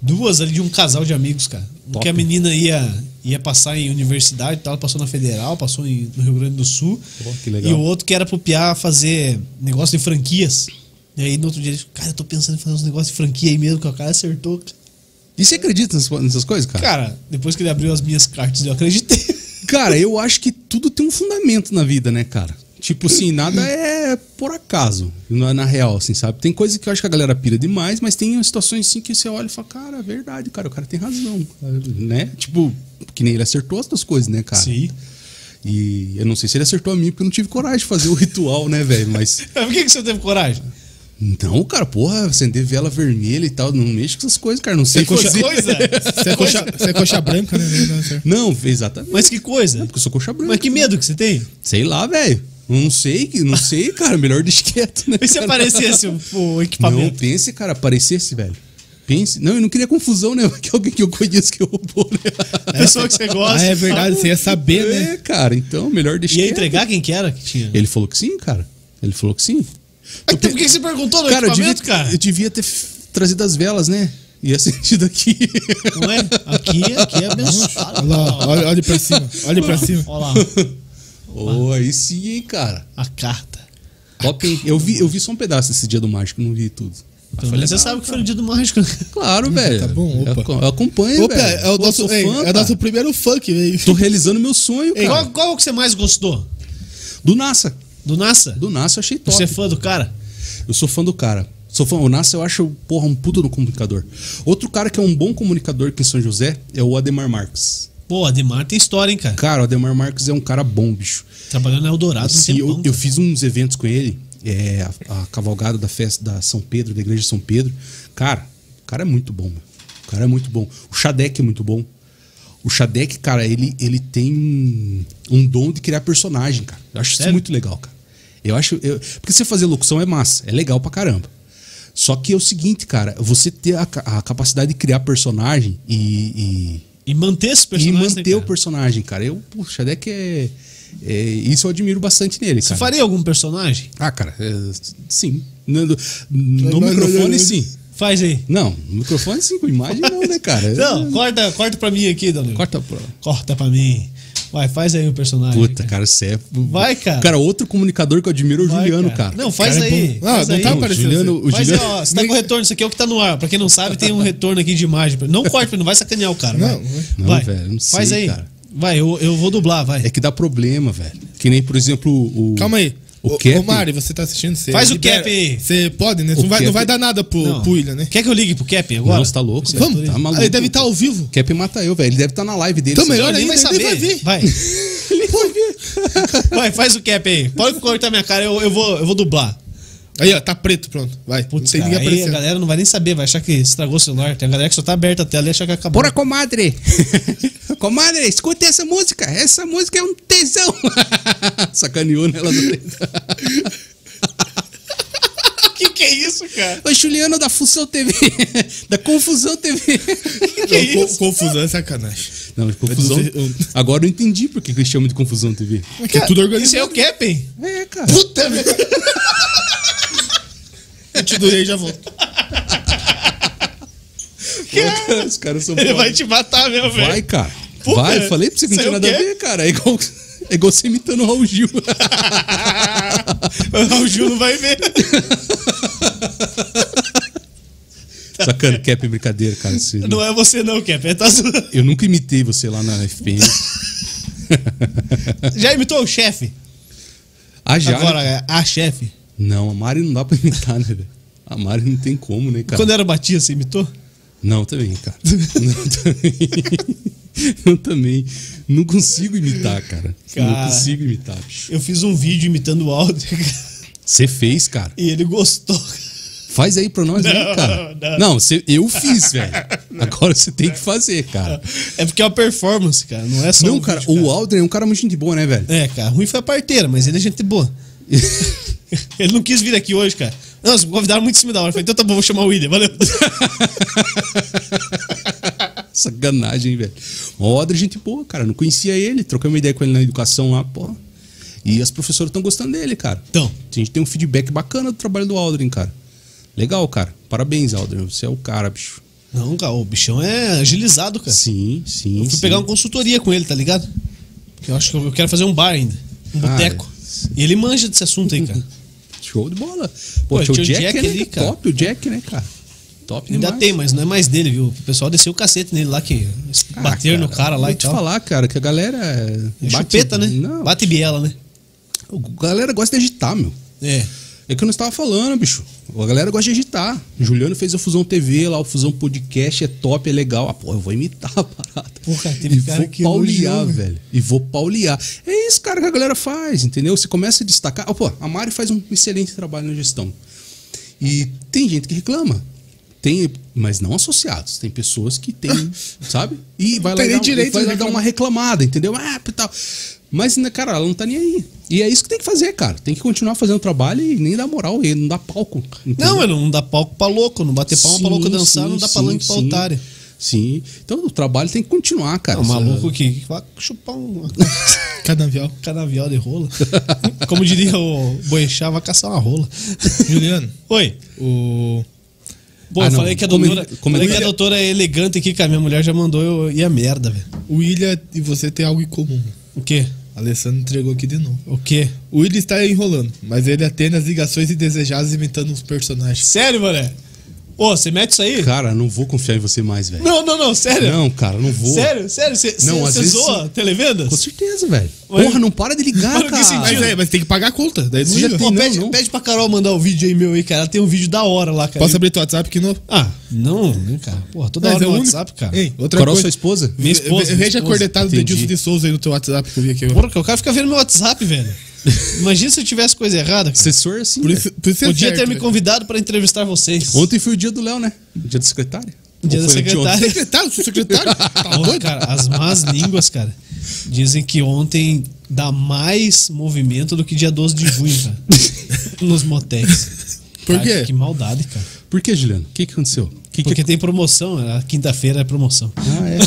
duas ali de um casal de amigos, cara. Um Top. que a menina ia, ia passar em universidade e tal, passou na Federal, passou em- no Rio Grande do Sul. Pô, que legal. E o outro que era pro Piá fazer negócio de franquias. E aí no outro dia ele falou, cara, eu tô pensando em fazer uns negócios de franquia aí mesmo, que o cara acertou. Tá. E você acredita nessas, nessas coisas, cara? cara? Cara, depois que ele abriu as minhas cartas, eu acreditei. eu acho que tudo tem um fundamento na vida, né, cara? Tipo assim, nada é por acaso, na, na real, assim, sabe? Tem coisa que eu acho que a galera pira demais, mas tem situações assim que você olha e fala, cara, é verdade, cara, o cara tem razão, né? Tipo, que nem ele acertou as duas coisas, né, cara? Sim. E eu não sei se ele acertou a mim, porque eu não tive coragem de fazer o ritual, né, velho? Mas. Mas por que, que você teve coragem? Não, cara, porra, acender vela vermelha e tal, não mexe com essas coisas, cara. Não sei Que fazer. (laughs) coisa! Você é coxa, você é coxa branca, né? Não, não, certo. Não, exatamente. É, Mas que coisa! Porque eu sou coxa branca. né? Mas que medo que você tem? Sei lá, velho. Não sei, que- não sei, cara. Melhor deixa quieto, né? (laughs) E se cara? aparecesse o, o Não, equipamento? pense, cara, aparecesse, velho. Pense. Não, eu não queria confusão, né? (laughs) Que alguém que eu conheço que roubou, né? A (laughs) pessoa que você gosta. Ah, é verdade, fala, é, você ia saber, né? É, cara, então, melhor deixa Ia quieto. entregar quem que era que tinha. Ele falou que sim, cara. Ele falou que sim. Então por É que que você perguntou no Cara, eu devia, equipamento, cara? eu devia ter f- trazido as velas, né? Ia (laughs) sentido aqui. Não é? Aqui, aqui é abençoado. Olha lá, olha, olha pra cima, olha pra cima. Olha lá, Oh, aí sim, hein, cara. a carta. Top, hein? Eu vi, eu vi só um pedaço desse dia do mágico, não vi tudo. Pelo menos você sabe que foi no dia do mágico. Claro, velho. tá bom, opa. Eu aco- Eu acompanho, Opa, velho. é o Pô, nosso, sou é, fã, é o cara. nosso primeiro funk, velho. Tô realizando meu sonho, Ei, cara. qual, qual que você mais gostou? Do NASA. Do NASA? Do NASA eu achei top. Você é fã do cara? Eu sou fã do cara. Sou fã. O Nasser eu acho, porra, um puto no comunicador. Outro cara que é um bom comunicador aqui em São José é o Ademar Marques. Pô, Ademar tem história, hein, cara? Cara, o Ademar Marques é um cara bom, bicho. Trabalhando na Eldorado, Assim, um eu, tempão. eu fiz uns eventos com ele, é, a, a cavalgada da festa da São Pedro, da Igreja de São Pedro. Cara, o cara é muito bom, meu. O cara é muito bom. O Xadec é muito bom. O Xadec, cara, ele, ele tem um, um dom de criar personagem, cara. Eu acho isso Sério? muito legal, cara. Eu acho. eu- porque você fazer locução é massa, é legal pra caramba. Só que é o seguinte, cara, você ter a, ca- a capacidade de criar personagem e- e E manter esse e personagem. né, manter o personagem. personagem, cara. Eu, puxa, é que é, é. Isso eu admiro bastante nele, Você cara. faria algum personagem? Ah, cara, é, sim. No, no- no Mas- microfone, mas- sim. Faz aí. Não, no microfone, sim, com imagem, não, né, cara? (laughs) Não, corta, corta pra mim aqui, Danilo. Corta, Corta a prova. pra mim. Vai, faz aí o personagem. Puta, cara, você é. Vai, cara. Cara, outro comunicador que eu admiro é o Vai, Juliano, cara. Não, faz Cara é aí. bom. Ah, faz não aí. tá o aparecendo. Juliano, o Faz aí, Juliano ó, você tá com retorno, isso aqui é o que tá no ar. Pra quem não sabe, tem um retorno aqui de imagem. Não corte, não vai sacanear o cara. Não, vai. não, Vai, velho, não sei, Faz aí. cara. Vai, eu, eu vou dublar, vai. é que dá problema, velho. Que nem, por exemplo, o. Calma aí. O O cap? Ô, Mari, você tá assistindo? Você Faz o libera- cap aí. Você pode, né? O Não vai, cap- não vai dar nada pro, Não. pro William, né? Quer que eu ligue pro Cap agora? Não, você tá louco, velho. Vamos. Tá maluco. ele deve estar ao vivo. Cap mata eu, velho. Ele deve estar na live dele. Então, sabe? melhor Ele ainda, vai ele saber. vai ver. Vai. (laughs) Vai, faz o cap aí. Pode cortar minha cara, eu, eu, vou, eu vou dublar. Aí, ó, tá preto, pronto. Vai. Putz, não tem cara, ninguém aí a aparecendo. galera não vai nem saber, vai achar que estragou o celular. Tem a galera que só tá aberta a tela e acha que acabou. Bora, comadre! (laughs) comadre, escuta essa música! Essa música é um tesão! (laughs) Sacaneou nela do que que é isso, cara? Ô, Juliano da Fusão TV! (laughs) da Confusão TV! que é Co- isso? Confusão é sacanagem. (laughs) Não, de confusão. É Eu não sei, Agora eu entendi por que que eles chamam de Confusão TV. É que é tudo Isso é o organizado. cap, hein? É, cara. Puta merda. (laughs) Eu te durei e já volto. Os caras são Ele foda. (laughs) vai te matar mesmo, Vai, velho. cara. Puta, Vai, falei pra você que não sei tinha o nada a quê. ver, cara. É igual, é igual você imitando o Raul Gil. (laughs) (laughs) O Gil não vai ver. Sacana, Cap, é brincadeira, cara. Você- Não é você não, Cap. É tá (laughs) zoando. Eu nunca imitei você lá na FM. Já imitou o chefe? Ah, já. né? Agora, é a chefe. Não, a Mari não dá pra imitar, né, velho? A Mari não tem como, né, cara? Quando era Batia, você imitou? Não, também, cara. Não, também. (laughs) Eu também. Não consigo imitar, cara. Não Cara. consigo imitar, bicho. Eu fiz um vídeo imitando o áudio Você fez, cara. (laughs) e ele gostou. Faz aí pra nós, né, Não, cara? não. Não, você- eu fiz, velho. Agora você tem que fazer, cara. É porque é uma performance, cara. Não é só Não, um cara, vídeo, o Aldrin é um cara muito gente boa, né, velho? É, cara, ruim foi a parteira, mas ele é gente (laughs) boa. ele não quis vir aqui hoje, cara. Não, vocês me convidaram muito em cima da hora. Eu falei, então tá bom, vou chamar o William, (laughs) valeu. Sacanagem, velho. O Aldrin é gente boa, cara. Não conhecia ele. Troquei uma ideia com ele na educação lá, pô. E as professoras estão gostando dele, cara. Então, A gente tem um feedback bacana do trabalho do Aldrin, cara. Legal, cara. Parabéns, Aldrin. Você é o cara, bicho. não, cara, o bichão é agilizado, cara. Sim, sim. Eu fui sim. pegar um uma consultoria com ele, tá ligado? Que eu acho que eu eu quero fazer um bar ainda. Um Ah, boteco. E ele manja desse assunto aí, cara. Show de bola. Pô, tinha o Jack, né? ali, cara. Top o Jack, né, cara? Top Ainda demais. tem, mas não é mais dele, viu? O pessoal desceu o cacete nele lá, que Ah, bateram um no cara lá vou e te tal. falar, cara, que a galera... É bate- chupeta, né? Não, Bate biela, né? a galera gosta de agitar, meu. É. É que eu não estava falando, bicho. A galera gosta de agitar. Juliano fez o Fusão TV lá, o Fusão Podcast é top, é legal. Ah, pô, eu vou imitar a parada. Porra, teve e cara vou que paulear, elogiou, velho. E vou paulear. É isso, cara, que a galera faz, entendeu? Você começa a destacar. Ah, pô, a Mari faz um excelente trabalho na gestão. E tem gente que reclama. Tem, mas não associados. Tem pessoas que tem, sabe? E vai lá, Tem e nem dá- e direito vai de lá dar uma reclamada, entendeu? Ah, e tal. Mas, né, cara, ela não tá nem aí. E é isso que tem que fazer, cara. Tem que continuar fazendo o trabalho e nem dar moral, e não dar palco. entendeu? Não, é não dá palco pra louco, não bater palma pra louco dançar, não dá palanque pra otário. Sim. Então o trabalho tem que continuar, cara. É um maluco que vai chupar um (laughs) Canavial. canavial de rola. Como diria o Boechat, vai caçar uma rola. Juliano, Oi. o. Pô, Ah, eu não. falei que a Come- doutora, come- falei que a doutora é elegante aqui, cara. Minha mulher já mandou eu ir a merda, velho. O William e você tem algo em comum. O quê? Alessandro entregou aqui de novo. O quê? O William está enrolando, mas ele atende as ligações indesejadas imitando os personagens. Sério, mané? Ô, você mete isso aí? Cara, não vou confiar em você mais, velho. Não, não, não, sério. Não, cara, não vou. Sério, sério, você Não, às vezes zoa Tá Com televendas? certeza, velho. Mas- Porra, não para de ligar, Mano, que cara. sentido? Mas, é, mas tem que pagar a conta. Daí você Ui, já eu tem. Pô, Não, pede, não. pede pra Carol mandar o vídeo aí meu aí, cara. Ela tem um vídeo da hora lá, cara. Posso abrir teu WhatsApp aqui novo? Ah, não, né, cara? Porra, toda hora é no o único- WhatsApp, cara. Ei, outra Carol, coisa. sua esposa? Minha esposa, Ve- minha Veja a esposa. cornetada do Entendi. Edilson de Souza aí no teu WhatsApp que eu vi aqui. ó. Porra, que o cara fica vendo meu WhatsApp, velho. Imagina se eu tivesse coisa errada. cara. Assessor, assim. Por velho. isso, por isso é Podia certo, ter me né? convidado pra entrevistar vocês. Ontem foi o dia do Léo, né? O dia da secretária. Dia Ou da foi anteontem? secretária. Secretário, (laughs) sou secretário. (laughs) Tá Porra, doido? cara, as más línguas, cara, dizem que ontem dá mais movimento do que dia 12 de junho, (laughs) cara. nos motéis. Por Cara, quê? Que maldade, cara. Por que, Juliano? O que, que aconteceu? O Que que... Porque tem promoção, a quinta-feira é promoção. Ah, é.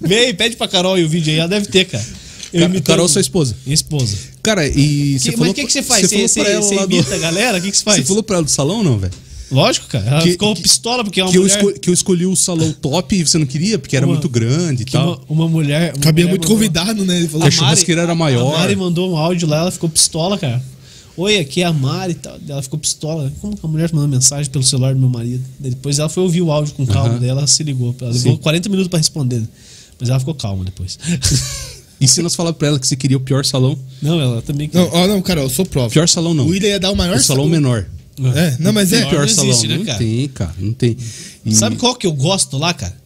Vem aí, pede pra Carol aí o vídeo aí, ela deve ter, cara. Eu Ca- imitando- Carol, um. sua esposa. Esposa. Cara, e. Que- mas o que, que você faz? Você, você, ela você lá do- imita a galera? O que, que você faz? Você falou pra ela do salão ou não, velho? Lógico, cara. Ela Que- ficou que- pistola porque é uma Que, eu mulher... esco- que eu escolhi o salão top e você não queria, porque era Uma- muito grande e que uma, tal. uma mulher... Uma Tá. Cabia mulher muito mandou- convidado, né? Ele A falou. A churrasqueira era maior. A Mari mandou um áudio lá, ela ficou pistola, cara. Oi, aqui é a Mari e tal. Ela ficou pistola. Como que a mulher mandou mensagem pelo celular do meu marido? Daí Depois ela foi ouvir o áudio com calma, Aham. daí ela se ligou. Ela levou 40 minutos pra responder. Mas ela ficou calma depois. (laughs) E se nós falar pra ela que você queria o pior salão? não, ela também. Não, ó, não, cara, eu sou prova. Pior salão não. O William ia dar o maior O salão sa- um menor. É, não, mas é. O pior não salão. existe, né, não cara? tem, cara. Não tem. E- Ah. Sabe qual que eu gosto lá, cara?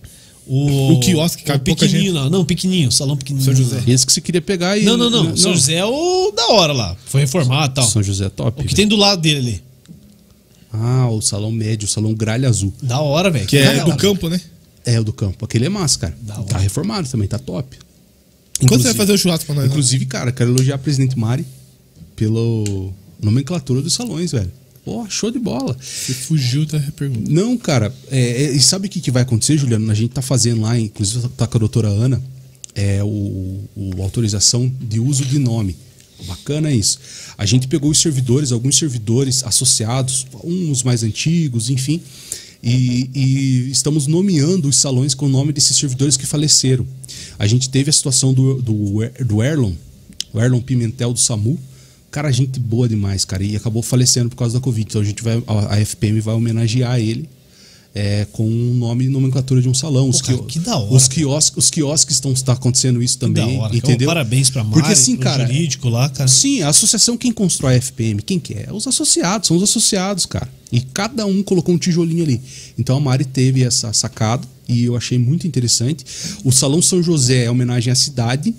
O, O quiosque, cara, o pouca pequenininho, lá. não, pequenininho, salão pequenininho. São José. Esse que você queria pegar e. Não, não, não. São José é o da hora lá. Foi reformado e tal. São José é top. O que velho. tem do lado dele ali? Ah, o salão médio, o salão gralha azul. Da hora, velho. Que é Cara, do campo, né? É o do campo. Aquele é massa, cara. Da hora. Tá reformado também, tá top. Quando você vai Inclusive- fazer o churrasco pra nós? né? Inclusive, cara, quero elogiar a presidente Mari pela nomenclatura dos salões, velho. Pô, show de bola. Você fugiu da pergunta. Não, cara, é, é, e sabe o que, que vai acontecer, Juliano? A gente tá fazendo lá, inclusive tá com a doutora Ana, é, o, o autorização de uso de nome. Bacana isso. A gente pegou os servidores, alguns servidores associados, uns mais antigos, enfim, e, e estamos nomeando os salões com o nome desses servidores que faleceram. A gente teve a situação do, do, Er- do Erlon, o Erlon Pimentel do SAMU, Cara, gente boa demais, cara. E acabou falecendo por causa da Covid. Então a gente vai. A a FPM vai homenagear ele é, com um nome e nomenclatura de um salão. os cara, quio- que da hora, Os quiosques, os quiosques estão tá acontecendo isso também. da hora, cara. entendeu? Parabéns pra Mari, Porque assim, pro cara. jurídico lá, cara. Sim, a associação quem constrói a FPM, quem que é? Os associados, são os associados, cara. E cada um colocou um tijolinho ali. Então a Mari teve essa sacada e eu achei muito interessante. O Salão São José é homenagem à cidade.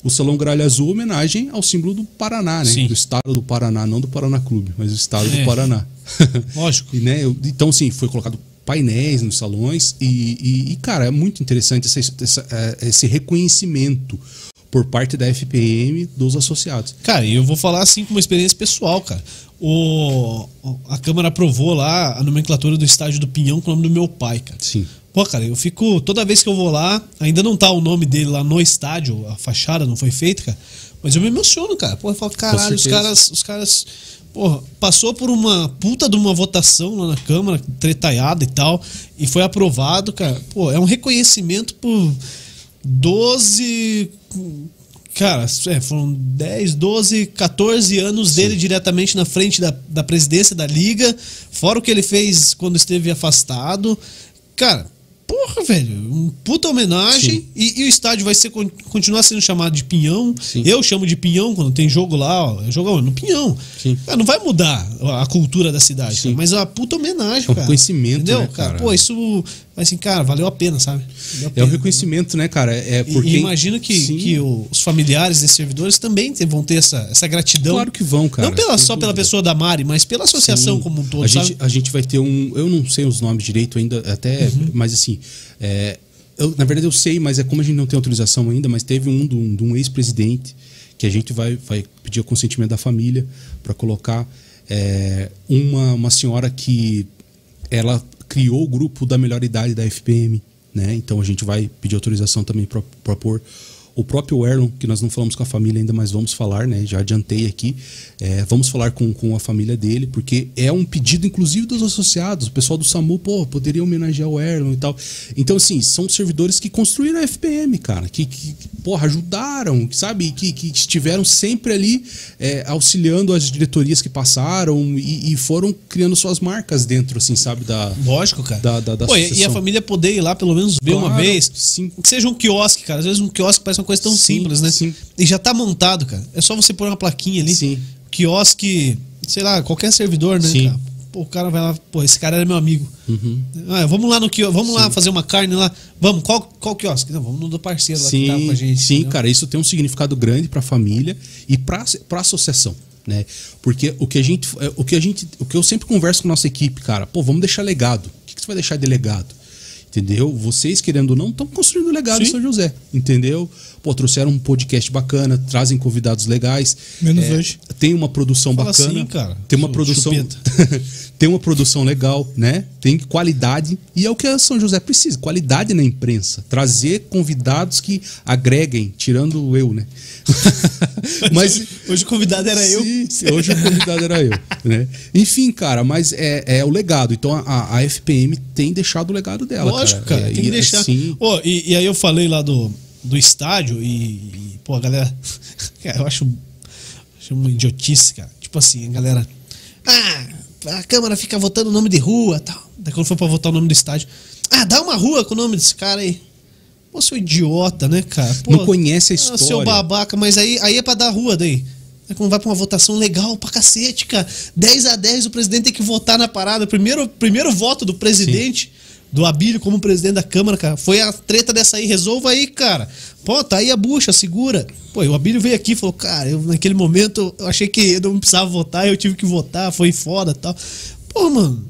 O Salão Gralha Azul é homenagem ao símbolo do Paraná, né? Sim. Do estado do Paraná, não do Paraná Clube, mas do estado É. do Paraná. (laughs) Lógico. E, né, eu- então, assim, foi colocado painéis nos salões e, e- e, cara, é muito interessante essa- essa- eh, esse reconhecimento por parte da FPM dos associados. Cara, e eu vou falar assim com uma experiência pessoal, cara. O, o- a Câmara aprovou lá a nomenclatura do estádio do Pinhão com o nome do meu pai, cara. Sim. Pô, cara, eu fico. Toda vez que eu vou lá, ainda não tá o nome dele lá no estádio, a fachada não foi feita, cara. Mas eu me emociono, cara. Pô, eu falo, caralho, os certeza. caras. Os caras. Porra, passou por uma puta de uma votação lá na Câmara, tretaiada e tal, e foi aprovado, cara. Pô, é um reconhecimento por 12. Cara, é, foram 10, 12, 14 anos dele diretamente na frente da, da presidência da Liga, fora o que ele fez quando esteve afastado. Cara, porra, velho, um puta homenagem. E, e o estádio vai ser, con- continuar sendo chamado de Pinhão. Sim. Eu chamo de Pinhão quando tem jogo lá, ó, jogo aonde? no Pinhão. Sim. Cara, não vai mudar a cultura da cidade, Sim. cara, mas é uma puta homenagem, É um cara. reconhecimento, entendeu, né, cara? cara? Pô, isso, assim, cara, valeu a pena, sabe? Valeu a É o pena. reconhecimento, né, cara? É E- porque e imagino que, Sim, que o- os familiares desses servidores também te- vão ter essa, essa gratidão. Claro que vão, cara. Não pela, Sem só pela dúvida. pessoa da Mari, mas pela associação como um todo, a gente, sabe? a gente vai ter um. Eu não sei os nomes direito ainda, até. Uhum. Mas assim. é, eu, na verdade eu sei, mas é como a gente não tem autorização ainda, mas teve um de um, de um ex-presidente que a gente vai, vai pedir o consentimento da família para colocar é, uma, uma senhora que ela criou o grupo da melhor idade da FPM, né? Então a gente vai pedir autorização também para propor o próprio Erlon, que nós não falamos com a família ainda, mas vamos falar, né? Já adiantei aqui. É, vamos falar com, com a família dele, porque é um pedido, inclusive, dos associados. O pessoal do SAMU, pô, poderia homenagear o Erlon e tal. Então, assim, são servidores que construíram a FPM, cara. Que, que porra, ajudaram, sabe? Que, que estiveram sempre ali é, auxiliando as diretorias que passaram e, e foram criando suas marcas dentro, assim, sabe? Da, Lógico, cara. Da- da- da Pô, e- e a associação. família poder ir lá pelo menos ver uma Claro, vez. sim. Que seja um quiosque, cara. Às vezes um quiosque parece uma coisa tão Sim, simples, né? sim. E já tá montado, cara. É só você pôr uma plaquinha ali. Sim. Quiosque, sei lá, qualquer servidor, né, Sim. Uhum. cara? Pô, o cara vai lá, pô, esse cara era meu amigo. Ah, vamos lá no quiosque, vamos lá fazer uma carne lá. Vamos, qual, qual quiosque? Não, vamos no do parceiro lá sim, que tá com a gente. Sim, entendeu? cara, isso tem um significado grande para a família e para a associação. Né? Porque o que a gente. é, O que a gente. O que eu sempre converso com a nossa equipe, cara, pô, vamos deixar legado. O que, que você vai deixar de legado? Entendeu? Vocês, querendo ou não, estão construindo legado em Sim. São José. Entendeu? Pô, trouxeram um podcast bacana, trazem convidados legais. É, Menos É. hoje. Tem uma produção Fala bacana. assim, cara, Tem uma seu produção. chupeta. (laughs) tem uma produção legal, né? Tem qualidade. E é o que a São José precisa: qualidade na imprensa. Trazer convidados que agreguem, tirando eu, né? (laughs) mas. Hoje o convidado era eu. Sim, sim, hoje o convidado era eu, né? Enfim, cara, mas é, é o legado. Então a, a FPM tem deixado o legado dela. Lógico, cara. É, tem e que deixar. assim- Ô, e, e aí eu falei lá do, do estádio e, e, Pô, a galera. (laughs) Cara, eu acho, acho uma idiotice, cara. Tipo assim, a galera. Ah, a Câmara fica votando o nome de rua e tal. Daí quando foi pra votar o nome do estádio. Ah, dá uma rua com o nome desse cara aí. Pô, seu idiota, né, cara? Pô, Não conhece a ah, Seu história. babaca, mas aí, aí é pra dar rua daí. É quando vai pra uma votação legal pra cacete, cara. 10 a 10 o presidente tem que votar na parada. Primeiro, primeiro voto do presidente, do Abílio como presidente da Câmara, cara. Foi a treta dessa aí. Resolva aí, cara. Pô, tá aí a bucha, segura. Pô, e o Abílio veio aqui e falou, cara, eu, naquele momento eu achei que eu não precisava votar, eu tive que votar, foi foda e tal. Pô, mano.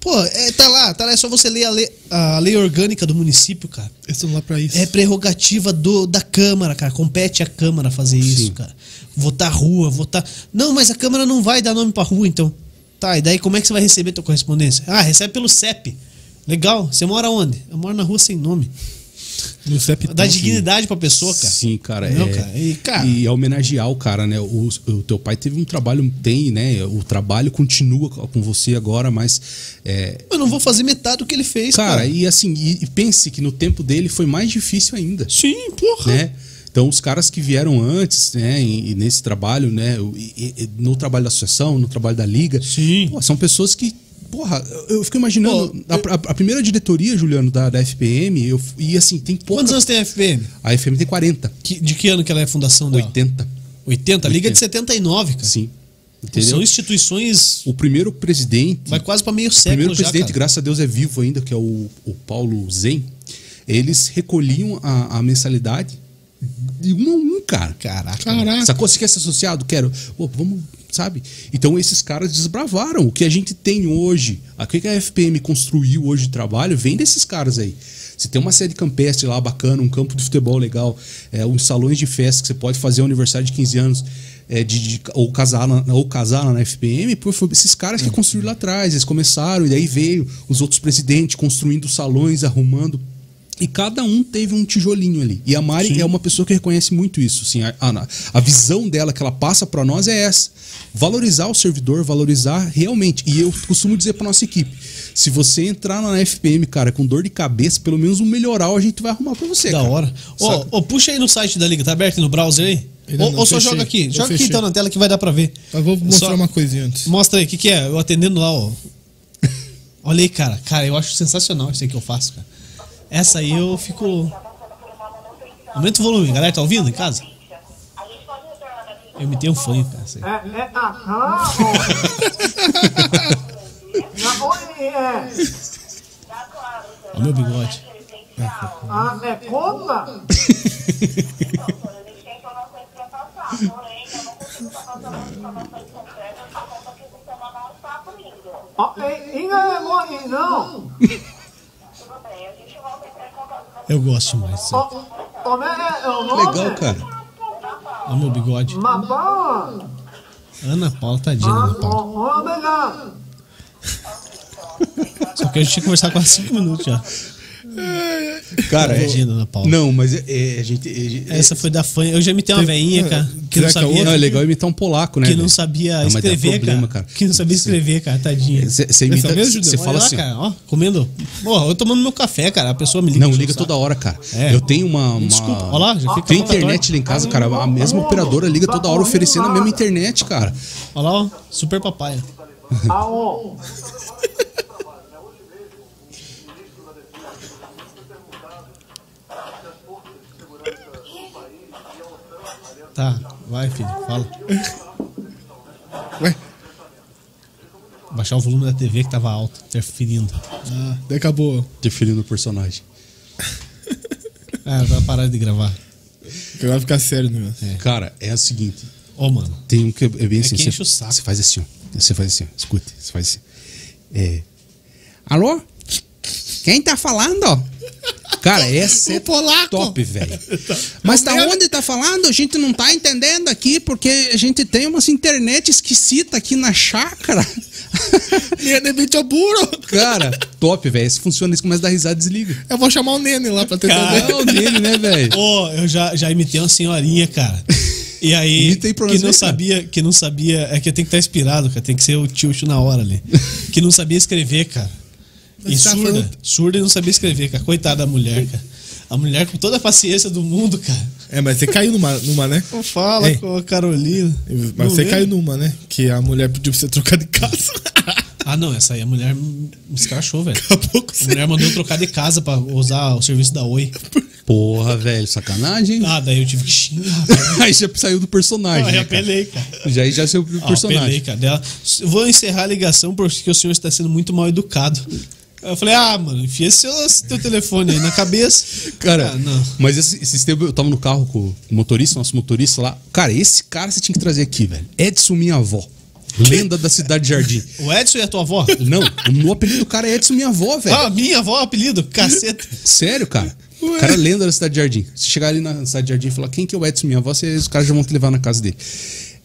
Pô, é, tá lá, tá lá. É só você ler a lei, a lei orgânica do município, cara. Eles estão lá pra isso. É prerrogativa do, da Câmara, cara. Compete à Câmara fazer isso, cara. Votar rua, votar. Não, mas a Câmara não vai dar nome pra rua, então. Tá, e daí como é que você vai receber tua correspondência? Ah, recebe pelo CEP. Legal. Você mora onde? Eu moro na rua sem nome. No CEP Dá dignidade pra pessoa, cara. Então, Sim, cara. Não, é, cara, e, cara- e é homenagear o cara, né? O, o teu pai teve um trabalho, tem, né? O trabalho continua com você agora, mas. é, Eu não vou fazer metade do que ele fez, cara. cara, e assim, e, e pense que no tempo dele foi mais difícil ainda, Sim, porra. né? Então, os caras que vieram antes, né, e, e nesse trabalho, né, e- e- e no trabalho da associação, no trabalho da liga, Sim. pô, são pessoas que, porra, eu, eu fico imaginando, Pô, a, a- a primeira diretoria, Juliano, da, da FPM, eu, e assim, tem Quantos poucas... anos tem a FPM? A FPM tem 40, Que- de que ano que ela é a fundação dela? 80, 80? Liga é de 80. 79, cara. Então, sim, São entendeu? instituições. O primeiro presidente. Vai quase pra meio o primeiro século já, presidente, cara. graças a Deus, é vivo ainda, que é o, o Paulo Zen. Eles recolhiam a, a mensalidade de um a um, cara. Caraca. Caraca. Sacou? Você quer ser associado? Quero. Pô, vamos, sabe? Então esses caras desbravaram. O que a gente tem hoje, a- o que a FPM construiu hoje de trabalho, vem desses caras aí. Você tem uma sede campestre lá bacana, um campo de futebol legal, é, uns salões de festa que você pode fazer aniversário de 15 anos. é, de, de- ou casar na, ou casar lá na FPM, pô, foi esses caras que construíram lá atrás, eles começaram, e daí veio os outros presidentes construindo salões, arrumando. E cada um teve um tijolinho ali. E a Mari é uma pessoa que reconhece muito isso. Assim, a, a- a visão dela que ela passa para nós é essa: valorizar o servidor, valorizar realmente. E eu costumo dizer para nossa equipe: se você entrar na FPM, cara, com dor de cabeça, pelo menos um melhoral a gente vai arrumar para você. Da cara. hora. Ô, Saca? ô, puxa aí no site da Liga, tá aberto no browser aí? Ainda Ou, não, ou só fechei. joga aqui. Eu Joga aqui fechei. Tá então na tela que vai dar pra ver. Mas vou mostrar Só- uma coisinha antes. Mostra aí, o que, que é? Eu atendendo lá, ó. Olha aí, cara. Cara, eu acho sensacional isso aí que eu faço, cara. Essa aí eu fico. Aumenta o volume, galera. Tá ouvindo em casa? Eu me tenho um fã, cara. isso aí. É, né? (laughs) Aham, amor. Na oi, é. Olha o meu bigode. Ah, né? (laughs) Como? Ó, e- e não é mole, não. Eu gosto mais. disso aí. Ó, ó, né? É o nome? Legal, cara. Amo o bigode. Uma boa. Ana Paula, tadinha da Ana Paula. Obrigado. Só que a gente tinha conversado quase cinco minutos já. Cara, é- Imagina, Ana Paula. Não, mas é, é, a gente. é- é- Essa foi da fã. Eu já imitei uma veinha, cara, que não Será que a sabia, Não, é legal imitar um polaco, né? que não velho? sabia Não, mas dá escrever, problema, cara. cara. É, Que não sabia escrever, cara, tadinha. Você você Essa imita. mesmo, Você Judeu? fala Olha lá, assim. ó. cara, ó, comendo. Porra, eu tomando meu café, cara. A pessoa me liga. Não, enchendo liga o saco. toda hora, cara. É. Eu tenho uma. uma- Desculpa, olha lá, já fica Tem a boca internet né? lá em casa, cara. A mesma operadora liga toda hora oferecendo a mesma internet, cara. Olha lá, ó, super papai. Aô. Tá, vai, filho, fala. Ué, Baixar o volume da TV que tava alto, tá interferindo. ah, daí acabou. Interferindo no personagem. Ah, vai parar de gravar. Agora vai ficar sério o negócio. Cara, é o seguinte. Ô, mano. Tem um que é bem assim. que você, enche o saco. você faz assim, ó. Você faz assim, ó. Escute, você faz assim. É. Alô? Quem tá falando? Cara, essa é polaco. (laughs) top, velho. Mas da onde tá falando? A gente não tá entendendo aqui, porque a gente tem umas internet esquisita aqui (laughs) na chácara. Nene, bicho é burro! Cara, top, velho. Isso funciona, isso começa a dar risada e desliga. Eu vou chamar o Nene lá pra tentar Cara. ver. É o dele, (laughs) né, velho? Ô, eu já, já imitei uma senhorinha, cara. E aí, (laughs) Imita aí pra que nós não ver, cara. sabia, que não sabia, é que tem que estar inspirado, cara, tem que ser o tio na hora (laughs) ali. Que não sabia escrever, cara. E Você tá surda, falando- surda e não sabia escrever, cara. Coitada da mulher, cara. A mulher com toda a paciência do mundo, cara. É, mas você caiu numa, numa né? Não fala Ei. com a Carolina. Não Mas você lembro. caiu numa, né? Que a mulher pediu pra você trocar de (laughs) casa. Ah, não, essa aí a mulher me escrachou, velho. Acabou com A você. mulher mandou eu trocar de casa pra usar o serviço da Oi. Porra, velho, sacanagem. Ah, daí eu tive que xingar. (laughs) Aí já saiu do personagem. Aí né, eu cara? apelei, cara. Já já saiu do é Ah, apelei, personagem. cara. Dela, vou encerrar a ligação porque o senhor está sendo muito mal educado. Aí Eu falei, ah, mano, enfia esse seu, esse teu telefone aí na (laughs) cabeça. Cara, Ah, não. mas esse, esse tempo eu tava no carro com o motorista, nosso motorista lá. Cara, esse cara você tinha que trazer aqui, velho. Edson Minha Avó. Lenda da cidade de Jardim. O Edson e a tua avó? Não, o meu apelido do cara é Edson Minha Avó, velho. Ah, minha avó é o apelido? Caceta. Sério, cara. O cara é lenda da cidade de Jardim. Se chegar ali na cidade de Jardim e falar quem que é o Edson Minha Avó, você- os caras já vão te levar na casa dele.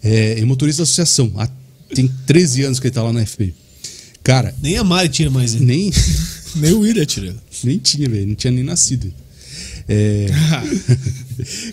É, é motorista da associação. Há- tem 13 anos que ele tá lá na FPI. Cara, Nem a Mari tira mais ele. nem. (laughs) Nem o William tirando. Nem tinha, velho. Não tinha nem nascido. (laughs) É...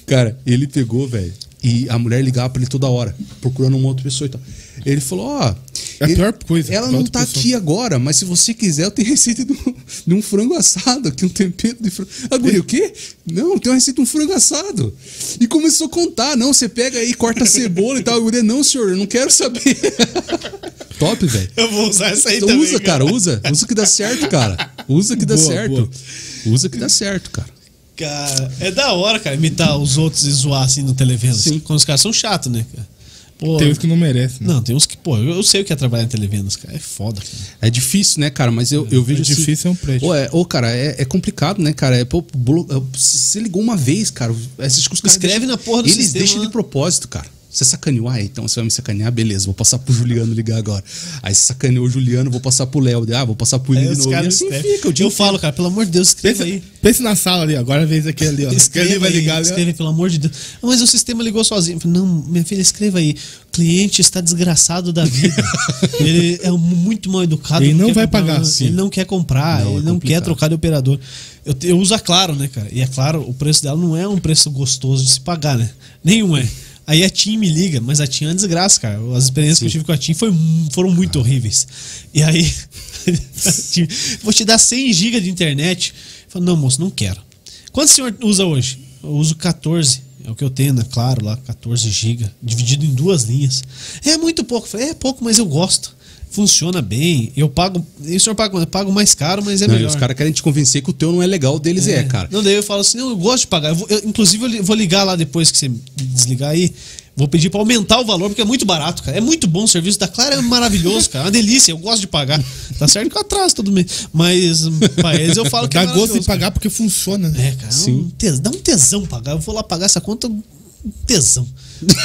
cara, ele pegou, velho. E a mulher ligava pra ele toda hora, procurando uma outra pessoa e tal. Ele falou: Ó. É a ele- pior coisa, Ela pra não outra tá pessoa. aqui agora, mas se você quiser, eu tenho (laughs) receita de um, de um frango assado aqui, um tempero de frango. Agora, o quê? Não, tem uma receita de um frango assado. E começou a contar: Não, você pega aí, corta a cebola e tal. Eu falei: Não, senhor, eu não quero saber. (laughs) Top, velho. Eu vou usar essa aí Então também. usa, cara, usa. Usa que dá certo, cara. Usa que dá Boa, certo. boa. Usa que dá certo, cara. Cara, é da hora, cara, imitar os outros e zoar assim no televendas. Sim. Quando os caras são chatos, né, cara? Pô, Tem uns que não merece, né? Não, tem uns que, pô, eu, eu sei o que é trabalhar em televendas, cara. É foda, cara. É difícil, né, cara? Mas eu, eu vejo assim- difícil é um prédio. Ô, é, ô, cara, é, é complicado, né, cara? É, pô, blo- é, você ligou uma vez, cara. Esses que os caras Escreve na porra do Eles sistema, deixam né? de propósito, cara. Você sacaneou, ah, então você vai me sacanear, beleza, vou passar pro Juliano ligar agora. Aí você sacaneou o Juliano, vou passar pro Léo, ah, vou passar pro Aí Lino É, de os novo. E caras assim escrevem. fica o dia Eu falo, cara, pelo amor de Deus, escreva Pensa, aí. pensa na sala ali, agora vez aquele ali, ó. Aquele ali Escreva vai aí, ligar ali. ó. escreva, aí, pelo amor de Deus. Ah, Mas o sistema ligou sozinho. Eu falei, Não, minha filha, escreva aí. O cliente está desgraçado da vida. ele é um- muito mal educado. Ele não quer vai comprar, pagar, Ele sim. não quer comprar, Não, é ele não quer complicado. trocar de operador. Eu, te- eu uso a Claro, né, cara? E é claro, o preço dela não é um preço gostoso de se pagar, né? Nenhum é. Aí a Tim me liga, mas a Tim é uma desgraça, cara. As experiências que eu tive com a Tim foi mu- foram muito horríveis. E aí, (laughs) a TIM, vou te dar 100 GB de internet. Eu falo, não, moço, não quero. Quanto o senhor usa hoje? Eu uso 14. É o que eu tenho, né? Claro, lá, 14 GB, dividido em duas linhas. É muito pouco. Eu falei, é pouco, mas eu gosto. Funciona bem. Eu pago. E o senhor paga quanto? Eu pago mais caro, mas é Não, e melhor. os caras querem te convencer que o teu não é legal, o deles é, cara. Não, daí eu falo assim, não, eu gosto de pagar. Eu vou- eu, inclusive, eu li- vou ligar lá depois que você desligar aí. Vou pedir pra aumentar o valor, porque é muito barato, cara. É muito bom o serviço da Clara, é maravilhoso, cara. É uma delícia, eu gosto de pagar. Tá certo que eu atraso todo mês. Mas pra eles eu falo que é Dá gosto em maravilhoso, cara. pagar porque funciona. né? É, cara. Sim. dá um tesão pagar. Eu vou lá pagar essa conta, um tesão.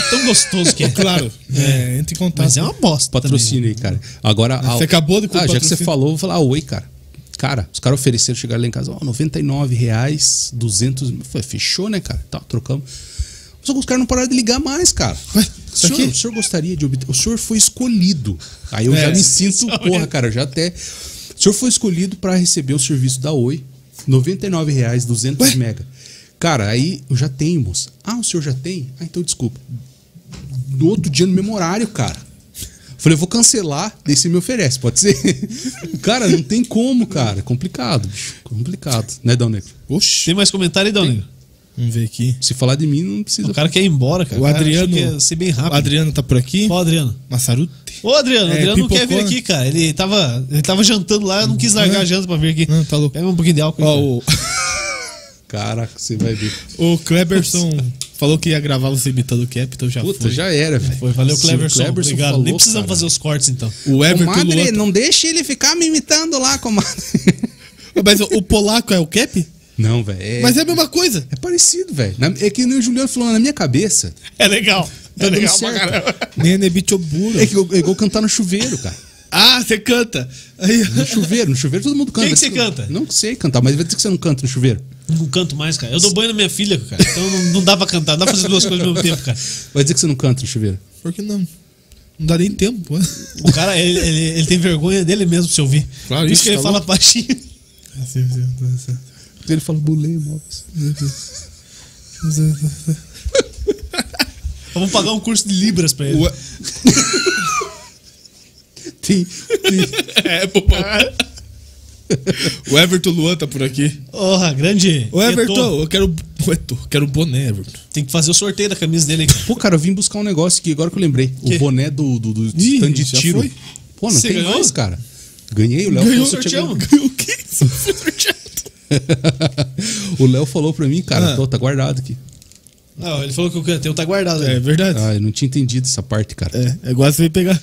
Tão gostoso que é. (laughs) Claro. É, entra em contato. Mas é uma bosta. Patrocínio aí, cara. Agora. É, Você acabou de Ah, já que você patrocínio. falou, eu vou falar, ah, oi, cara. Cara, os caras ofereceram, chegaram lá em casa, ó, R$ 99 reais, 200 mil. Falei, fechou, né, cara? Tá, trocamos. Só que os caras não pararam de ligar mais, cara. O pra senhor, quê? o senhor gostaria de obter. O senhor foi escolhido. Aí eu É, já me sinto, porra, cara, eu já até. O senhor foi escolhido para receber o serviço da Oi, R$ 99,00, 200 mega. Cara, aí eu já tenho, moça. Ah, o senhor já tem? Ah, então desculpa. Do outro dia no mesmo horário, cara. Falei, eu vou cancelar, daí você me oferece, pode ser? (laughs) cara, não tem como, cara. Complicado, bicho. Complicado. Né, Downer? Oxi. Tem mais comentário aí, Dona? Vamos ver aqui. Se falar de mim, não precisa. O cara quer ir embora, cara. O Cara, Adriano- acho que é ser bem O rápido. Adriano tá por aqui. Qual Adriano? Massarute. Ô, Adriano, o É, Adriano não quer vir pipocou, né? aqui, cara. Ele tava, ele tava jantando lá, eu não quis largar a janta pra vir aqui. Não, tá louco. Pega um pouquinho de álcool. aí, cara. Ó, Caraca, você vai ver. o, o Cleberson falou que ia gravar você imitando o Cap, então já Puta, foi. já é. era, velho. Foi, valeu, Se o Cleverson. Obrigado. falou, Nem precisamos cara. fazer os cortes, então. O Everton Comadre, né? Luan. não deixa ele ficar me imitando lá, comadre. Mas o, o polaco é o Cap? (laughs) Não, velho. É, Mas é a mesma coisa. é parecido, velho. Na- É que nem o Juliano falou na minha cabeça. É legal. Tá legal pra caramba. Nene Bichobura. É, que, eu- é igual cantar no chuveiro, cara. Ah, você canta. Aí, No chuveiro, no chuveiro todo mundo canta. Quem que você Vai dizer canta? Não sei cantar, mas vai dizer que você não canta no chuveiro. Não canto mais, cara. Eu dou banho na minha filha, cara. Então não, não dá pra cantar. Não dá pra fazer duas coisas ao mesmo tempo, cara. Vai dizer que você não canta no chuveiro. por que não? Não dá nem tempo. né? O cara, ele, ele, ele tem vergonha dele mesmo se ouvir. Claro, Por isso, que ele tá fala baixinho. tá Ele fala, bulei, móveis. Vamos pagar um curso de Libras pra (laughs) ele. Ué. Tem, tem- É, bom. O Everton Luan tá por aqui. Porra, grande. Ô, Etor. Everton, eu quero. Ô, Etor, quero um boné, Everton. Tem que fazer o sorteio da camisa dele, cara. Pô, cara, eu vim buscar um negócio aqui, agora que eu lembrei. Quê? O boné do, do, do Ih, stand de já tiro. foi? Pô, não Você tem ganhou? mais, cara. Ganhei, o Léo Ganhou falou o que eu tinha sorteio? ganho. O que isso? (laughs) O Léo falou pra mim, cara, Ah. tô- tá guardado aqui. Não, ele falou que o canteiro tá guardado. É né? verdade. Ah, eu não tinha entendido essa parte, cara. É, agora você vem pegar.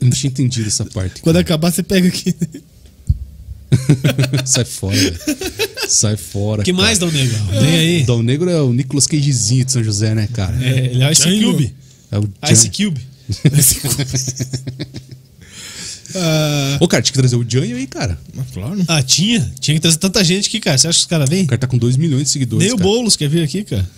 Eu não tinha entendido essa parte. Quando acabar, você pega aqui. cara. (laughs) Sai fora, velho. Sai fora. O que cara. mais, Dão Negro? Vem aí. Dom Negro é o Nicolas Cagezinho de São José, né, cara? É, ele é o Ice Django. Cube. É o Ice Jan. Cube. Ah, Ô, cara, tinha que trazer o Jan aí, cara. mas claro, né? não. Ah, tinha? Tinha que trazer tanta gente aqui, cara. Você acha que os caras vêm? O cara tá com 2 milhões de seguidores. Nem o cara. Boulos quer vir aqui, cara.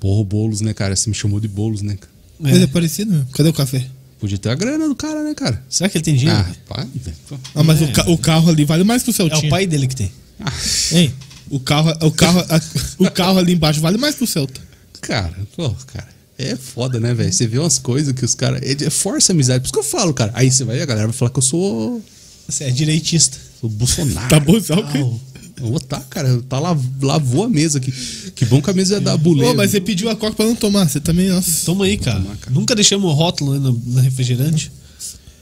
Porra, o Boulos, né, cara? Você me chamou de Boulos, né? cara? É. Ele é parecido mesmo. Cadê o café? Podia ter a grana do cara, né, cara? Será que ele tem dinheiro? Ah, pá, velho. Ah, mas É. o, ca- o carro ali vale mais que o é Celtinha. o pai dele que tem. Ah, Hein? O carro, o, carro, a- o carro ali embaixo vale mais que o Celta. Cara, pô, cara. É foda, né, velho? Você vê umas coisas que os caras. É, é força a amizade. Por isso que eu falo, cara. Aí você vai ver, a galera vai falar que eu sou. Você é direitista. Sou Bolsonaro. Tá bom, só Ah, que... eu- eu vou tá, cara. Tá lá, lavou a mesa aqui. Que bom que a mesa é da buleira. Ô, mas você pediu a coca pra não tomar. Você também, nossa. Toma aí, cara. Nunca deixamos o rótulo né, na, na refrigerante.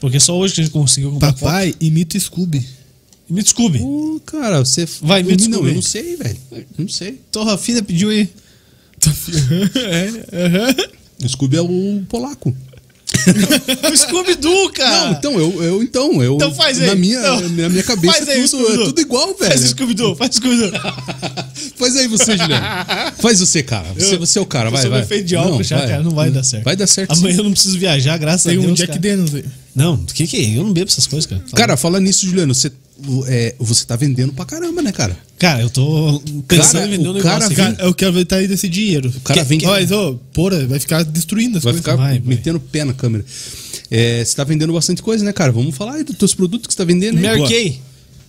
Porque só hoje que a gente conseguiu Tá comprar. coca. Papai imita o Scooby. E tá, Me desculpe. Ô, cara, você. Vai, me Não, desculpa eu aí. não sei, velho. Eu Não sei. Torra filha pediu (laughs) aí. O Scooby é o polaco. O Scooby-Doo, cara! Não, então, eu, eu então, eu. Ah. Então faz aí. Na minha, Não. na minha cabeça Faz aí, é tudo, Scooby-Doo. é tudo igual, velho. Faz o Scooby-Doo, faz o (laughs) Scooby-Doo. Faz aí você, Juliano. (laughs) Faz você, cara. Você, Eu- você é o cara, eu vai, sou vai. defeito de álcool já, cara. Não vai dar certo. Vai dar certo. Amanhã sim. eu não preciso viajar, graças Tem a um Deus. Jack cara. Daniels aí. Não, o que, que é? Eu não bebo essas coisas, cara. Fala. Cara, falando nisso, Juliano, você, o- é, você tá vendendo pra caramba, né, cara? Cara, eu tô pensando Cara, em vender um o negócio. cara aqui. vem- Cara, eu quero ver tá aí desse dinheiro. O cara vem- Mas, ô, porra, vai ficar destruindo as Vai coisas. ficar vai, vai. metendo pé na câmera. É, você tá vendendo bastante coisa, né, cara? Vamos falar aí dos teus produtos que você tá vendendo, né? Mary Kay.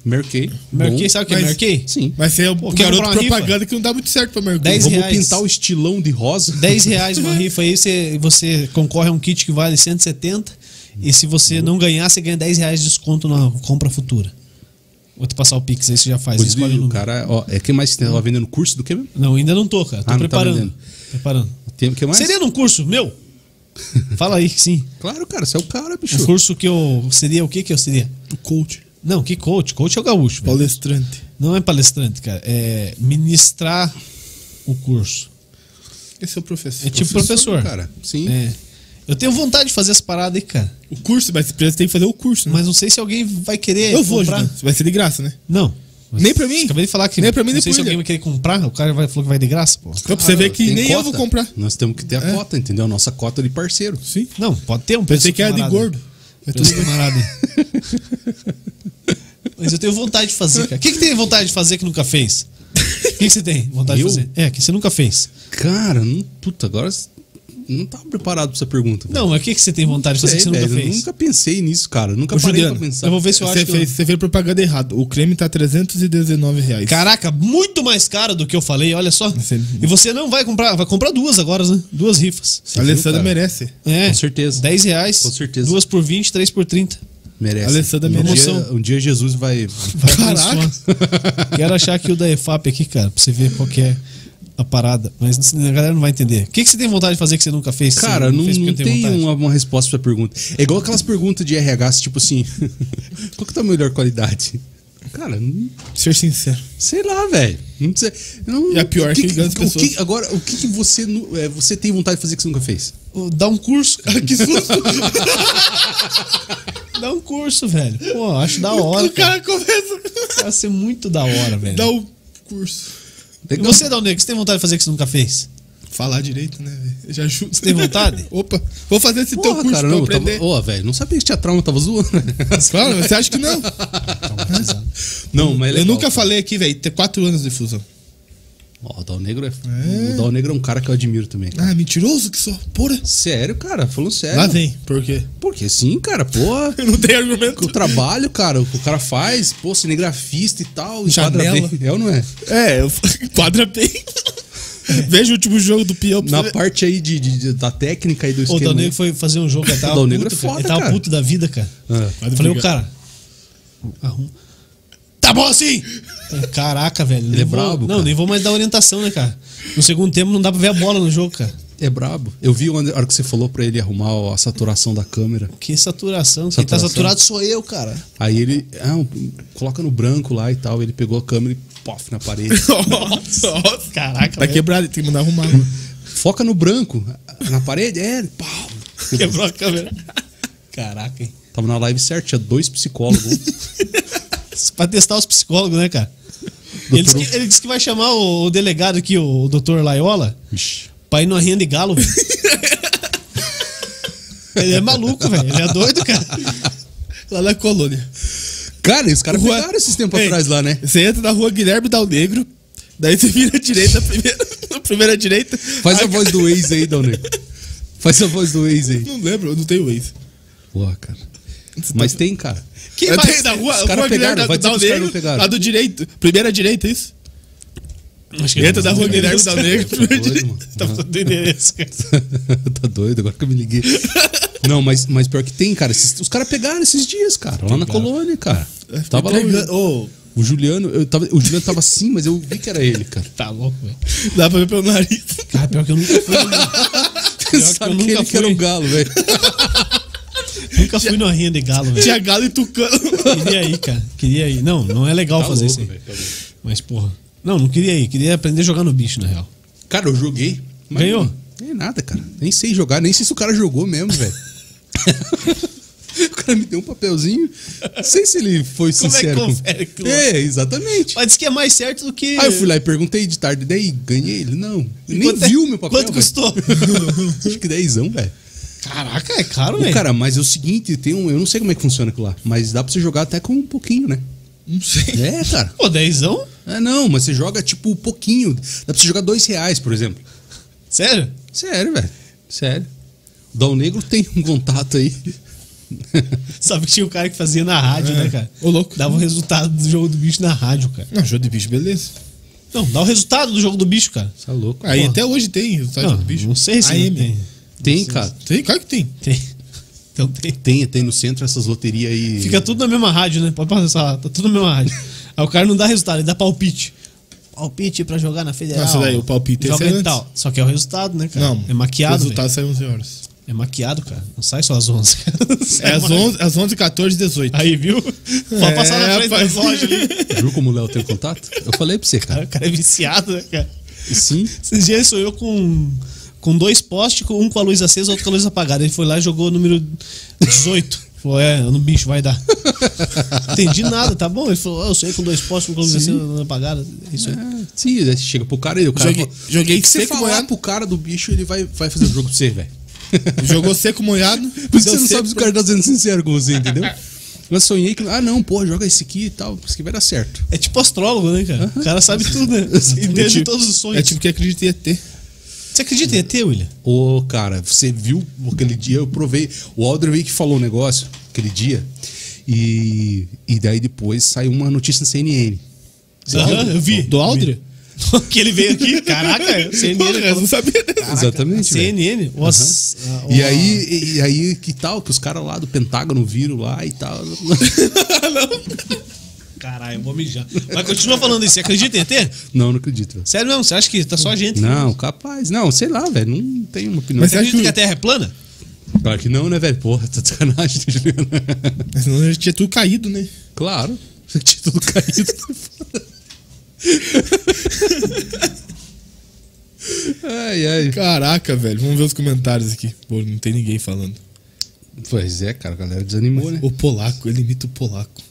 Mary Kay. Mary Bom. Kay, sabe o que é mas- Mary Kay? Sim. Mas você é o Pô, quer garoto comprar uma propaganda que não dá muito certo pra Mercúrio. Dez Vamos reais. pintar o estilão de rosa. 10 reais uma rifa aí, você, você concorre a um kit que vale 170. E se você não ganhar, você ganha 10 reais de desconto na compra futura. Vou te passar o Pix aí, você já (laughs) faz. Pois Escolhe o o número. cara, ó, é que mais que você tá vendendo curso do que mesmo? Não, ainda não tô, cara. Tô Ah, não tá preparando. vendendo. preparando. Tem que mais? Seria num curso (laughs) meu? Fala aí que sim. Claro, cara, você é o cara, bicho. Um curso que eu seria o que que eu seria? O coach, Não, que coach? Coach é o gaúcho. velho. palestrante. Não é palestrante, cara. É ministrar o curso. Esse é o professor. É tipo professor. Cara, sim. É. Eu tenho vontade de fazer essa parada aí, cara. O curso, mas você tem que fazer o curso, né? Mas não sei se alguém vai querer eu vou, comprar. Juliano. Vai ser de graça, né? Não. Nem pra mim. Acabei de falar que Nem pra mim, não nem sei pro se alguém William. vai querer comprar. O cara vai, falou que vai de graça, pô. Então, pra você ver que Tem nem eu vou cota. comprar. Nós temos que ter É. a cota, entendeu? A nossa cota de parceiro. Sim. Não, pode ter um preço Pensei que era de camarada. gordo. É tudo Preço um camarada. (laughs) Mas eu tenho vontade de fazer, cara. O que, que tem vontade de fazer que nunca fez? que que você tem vontade Eu? de fazer? É, que você nunca fez. Cara, não, puta, agora c- não tava preparado pra essa pergunta. velho. Não, mas o que que você tem vontade de fazer que você Sei, nunca velho, fez? Eu nunca pensei nisso, cara. Nunca Ô, parei Juliano, pra pensar. Eu vou ver se eu acho Você que... fez, você fez propaganda errada. O creme tá 319 reais. Caraca, muito mais caro do que eu falei, olha só. Você- E você não vai comprar, vai comprar duas agora, né? Duas rifas. a Alessandra viu, cara? merece. É, Com certeza. 10 reais. Com certeza. Duas por 20, três por 30. Merece. Alessandra um merece. Dia, um dia Jesus vai. Vai é Caraca. abençoar. Quero achar aqui o da EFAP aqui, cara, pra você ver qual que é a parada. Mas a galera não vai entender. O que, que você tem vontade de fazer que você nunca fez? que Cara, você não, fez porque não tem vontade? uma, uma resposta pra pergunta. É igual aquelas perguntas de RH, tipo assim: (laughs) qual que tá a melhor qualidade? Cara, não- Ser sincero. sei lá, velho. Não sei. Não, E É a pior o que engana as o pessoas. Agora, o que, que você, nu- é, você tem vontade de fazer que você nunca fez? Dá um curso, (laughs) cara. Que susto! Dá um curso, velho. Pô, acho da hora. o Cara. cara começa um- Vai ser muito da hora, a velho. dar o curso. E você, Dalneco, você tem vontade de fazer que você nunca fez? Falar direito, né, velho? Já ajuda. Você tem vontade? (laughs) Opa, vou fazer esse teu Porra, um curso cara, pra eu não, eu aprender. tava, Ô, velho, não sabia que tinha trauma, tava zoando. (laughs) Claro, você acha (laughs) que não? não, mas é eu legal. nunca falei aqui, velho. Tem quatro anos de fusão. Ó, o Dal Negro é, O Dal Negro é um cara que eu admiro também. cara. Ah, mentiroso que sou. Porra. Sério, cara, falando sério. Lá vem. Por quê? Porque sim, cara, porra. Eu não tenho Que argumento. o trabalho, cara, o que o cara faz, pô, cinegrafista e tal, enquadra Janela. bem. É ou não é? É, eu... (laughs) quadra bem. Veja o último jogo do peão. pra Na você ver. parte aí de, de- de- da técnica e do Ô, O esquema. Dalneco foi fazer um jogo que ele tava O Dal Negro puto, é cara. foda, Ele tava cara. puto da vida, cara. Ah. Eu falei, ô, cara. Arruma. Tá bom assim! Caraca, velho. nem é vou- brabo, Não, cara. nem vou mais dar orientação, né, cara? No segundo tempo não dá pra ver a bola no jogo, cara. É brabo. Eu vi onde- a hora que você falou pra ele arrumar a saturação da câmera. Que saturação. Quem tá Saturação. saturado sou eu, cara. Aí ele ah, um- coloca no branco lá e tal. Ele pegou a câmera e pof na parede. Nossa, nossa. (laughs) Caraca, (laughs) Tá velho. quebrado, tem que mandar arrumar. Foca no branco. Na parede? É, pau. Quebrou a câmera. Caraca, hein? Tava na live certo, tinha dois psicólogos. um, Isso é Pra testar os psicólogos, né, cara? Ele disse, que, ele disse que vai chamar o, o delegado aqui, o, doutor Laiola, (laughs) Vixe. pra ir no arrinha de galo, (laughs) velho. ele é maluco, velho. Ele é doido, cara. Lá na colônia. Cara, e os caras Rua- pegaram esses tempos Ei, atrás lá, né? Você entra na rua Guilherme Dal Negro, daí você vira à direita, (laughs) a primeira, a primeira direita. Faz Ai, a voz do ex aí, Dal Negro. Faz a voz do ex aí. Não lembro, eu não tenho Waze. Porra, cara. Mas tem, cara. Quem Eu mais tenho- da rua, os caras rua pegaram, Guilherme vai dizer Dal que os um caras não Negro, pegaram. a do direito. Primeira direita, é isso? Acho que é Entra da rua Guilherme Dal Negro, primeira doido, direita. mano. Tá falando do endereço, cara. (laughs) tá doido, agora que eu me liguei. Não, mas, mas pior que tem, cara. Esses- os caras pegaram esses dias, cara. Lá na colônia, cara. Tava lá Entregando- o, Ô, o Juliano. Eu tava, o Juliano tava assim, mas eu vi que era ele, cara. Tá louco, velho. dá pra ver pelo nariz. Cara, pior que eu nunca fui, né? no- Pensaram que, nunca ele que era fui. o galo, velho. nunca fui no arrinha de galo, velho. Tinha galo e tucano. Queria ir, cara. Queria ir. Não, não é legal Tá fazer louco, isso aí. velho, tá louco. Mas, porra. Não, não queria ir. Queria aprender a jogar no bicho, na real. Cara, eu joguei. mas Ganhou? não- Nem nada, cara. Nem sei jogar, nem sei se o cara jogou (laughs) mesmo, velho. (laughs) o cara me deu um papelzinho. Não sei se ele foi Como é que sincero. com- confere aquilo lá? é, exatamente. Mas diz que é mais certo do que. Aí eu fui lá e perguntei de tarde, daí ganhei ele. Não, ele nem Quanto é- viu meu papel. Quanto velho. custou? (laughs) Acho que dezão, velho. Caraca, é caro, Ô, velho. Cara, mas é o seguinte, tem um, eu não sei como é que funciona aquilo lá, mas dá pra você jogar até com um (laughs) pouquinho, né? Não sei. É, cara. Pô, dezão? É, não, mas você joga tipo um pouquinho. Dá pra você jogar dois reais, por exemplo. Sério? Sério, velho. Sério. O Dal Negro tem um contato aí. Sabe que tinha um cara que fazia na rádio, né, cara? É. Ô, louco. Dava o resultado do jogo do bicho na rádio, cara. Não, jogo de bicho, beleza. Tá Não, dá o resultado do jogo do bicho, cara. Você é louco. Aí Pô, até hoje tem resultado Não, de bicho. não sei se AM. não tem. tem, cara. Tem, claro que tem. Tem. Então tem. Tem, tem no centro essas loterias aí. Fica tudo na mesma rádio, né? Pode passar, tá tudo na mesma rádio. Aí o cara não dá resultado, ele dá palpite. Palpite pra jogar na federal. Nossa, daí o palpite é Joga antes. em tal. Só que é o resultado, né, cara? é maquiado. O resultado sai 11 horas. velho. É maquiado, cara. Não sai só às 11. É Sai às mais. 11, às 11 14 18. Aí, (laughs) viu? Pode passar na frente É, rapaz. da loja ali. Viu como o Léo tem o contato? Eu falei pra você, cara. O cara é viciado, né, cara? E Sim. Esses dias ele sonhou com, com dois postes, com um com a luz acesa, outro com a luz apagada. Ele foi lá e jogou o número 18. Falou, é, no bicho, vai dar. Entendi nada, tá bom? Ele falou, ah, eu sonhei com dois postes, um com a luz acesa, um apagada. É Isso aí. É, sim, daí você chega pro cara e o cara. Joguei- fala, joguei "O que você seco falar boiado." pro cara do bicho, ele vai, vai fazer o jogo pra você, velho. Jogou seco molhado. Por isso deu (laughs) que você não seco sabe se o cara tá sendo sincero com você, entendeu? (laughs) Eu sonhei que. Ah, não, pô, joga esse aqui e tal. Isso aqui vai dar certo. É tipo astrólogo, né, cara? O cara sabe tudo, (laughs) né? Entende todos os sonhos. É tipo que acredita em ET. Você acredita em ET, William? Ô, cara, você viu aquele dia? Eu provei. O Alder que falou um negócio aquele dia. E, e daí depois saiu uma notícia na CNN. Aham, eu vi. Do Aldrin? (laughs) que ele veio aqui, (laughs) caraca, é Porra, CNN. eu não sabia dessa. Exatamente. velho. CNN? Nossa, ah, E ó. aí, e, e aí, que tal? Que os caras lá do Pentágono viram lá e tal. (laughs) Caralho, eu vou mijar. Mas continua falando isso, você acredita em ET? Não, não acredito. velho. Sério mesmo, você acha que tá só a gente? Não, capaz. Não, sei lá, velho. Não tem uma opinião. Mas Você acha acredita que- que a Terra é plana? Claro que não, né, velho? Porra, tá de sacanagem, né, (laughs) Juliano? Mas senão já tinha tudo caído, né? Claro. Você tinha tudo caído. (laughs) ai, ai. Caraca, velho. Vamos ver os comentários aqui. Pô, não tem ninguém falando. Pois é, cara, a galera desanimou, né? O polaco, ele imita o polaco.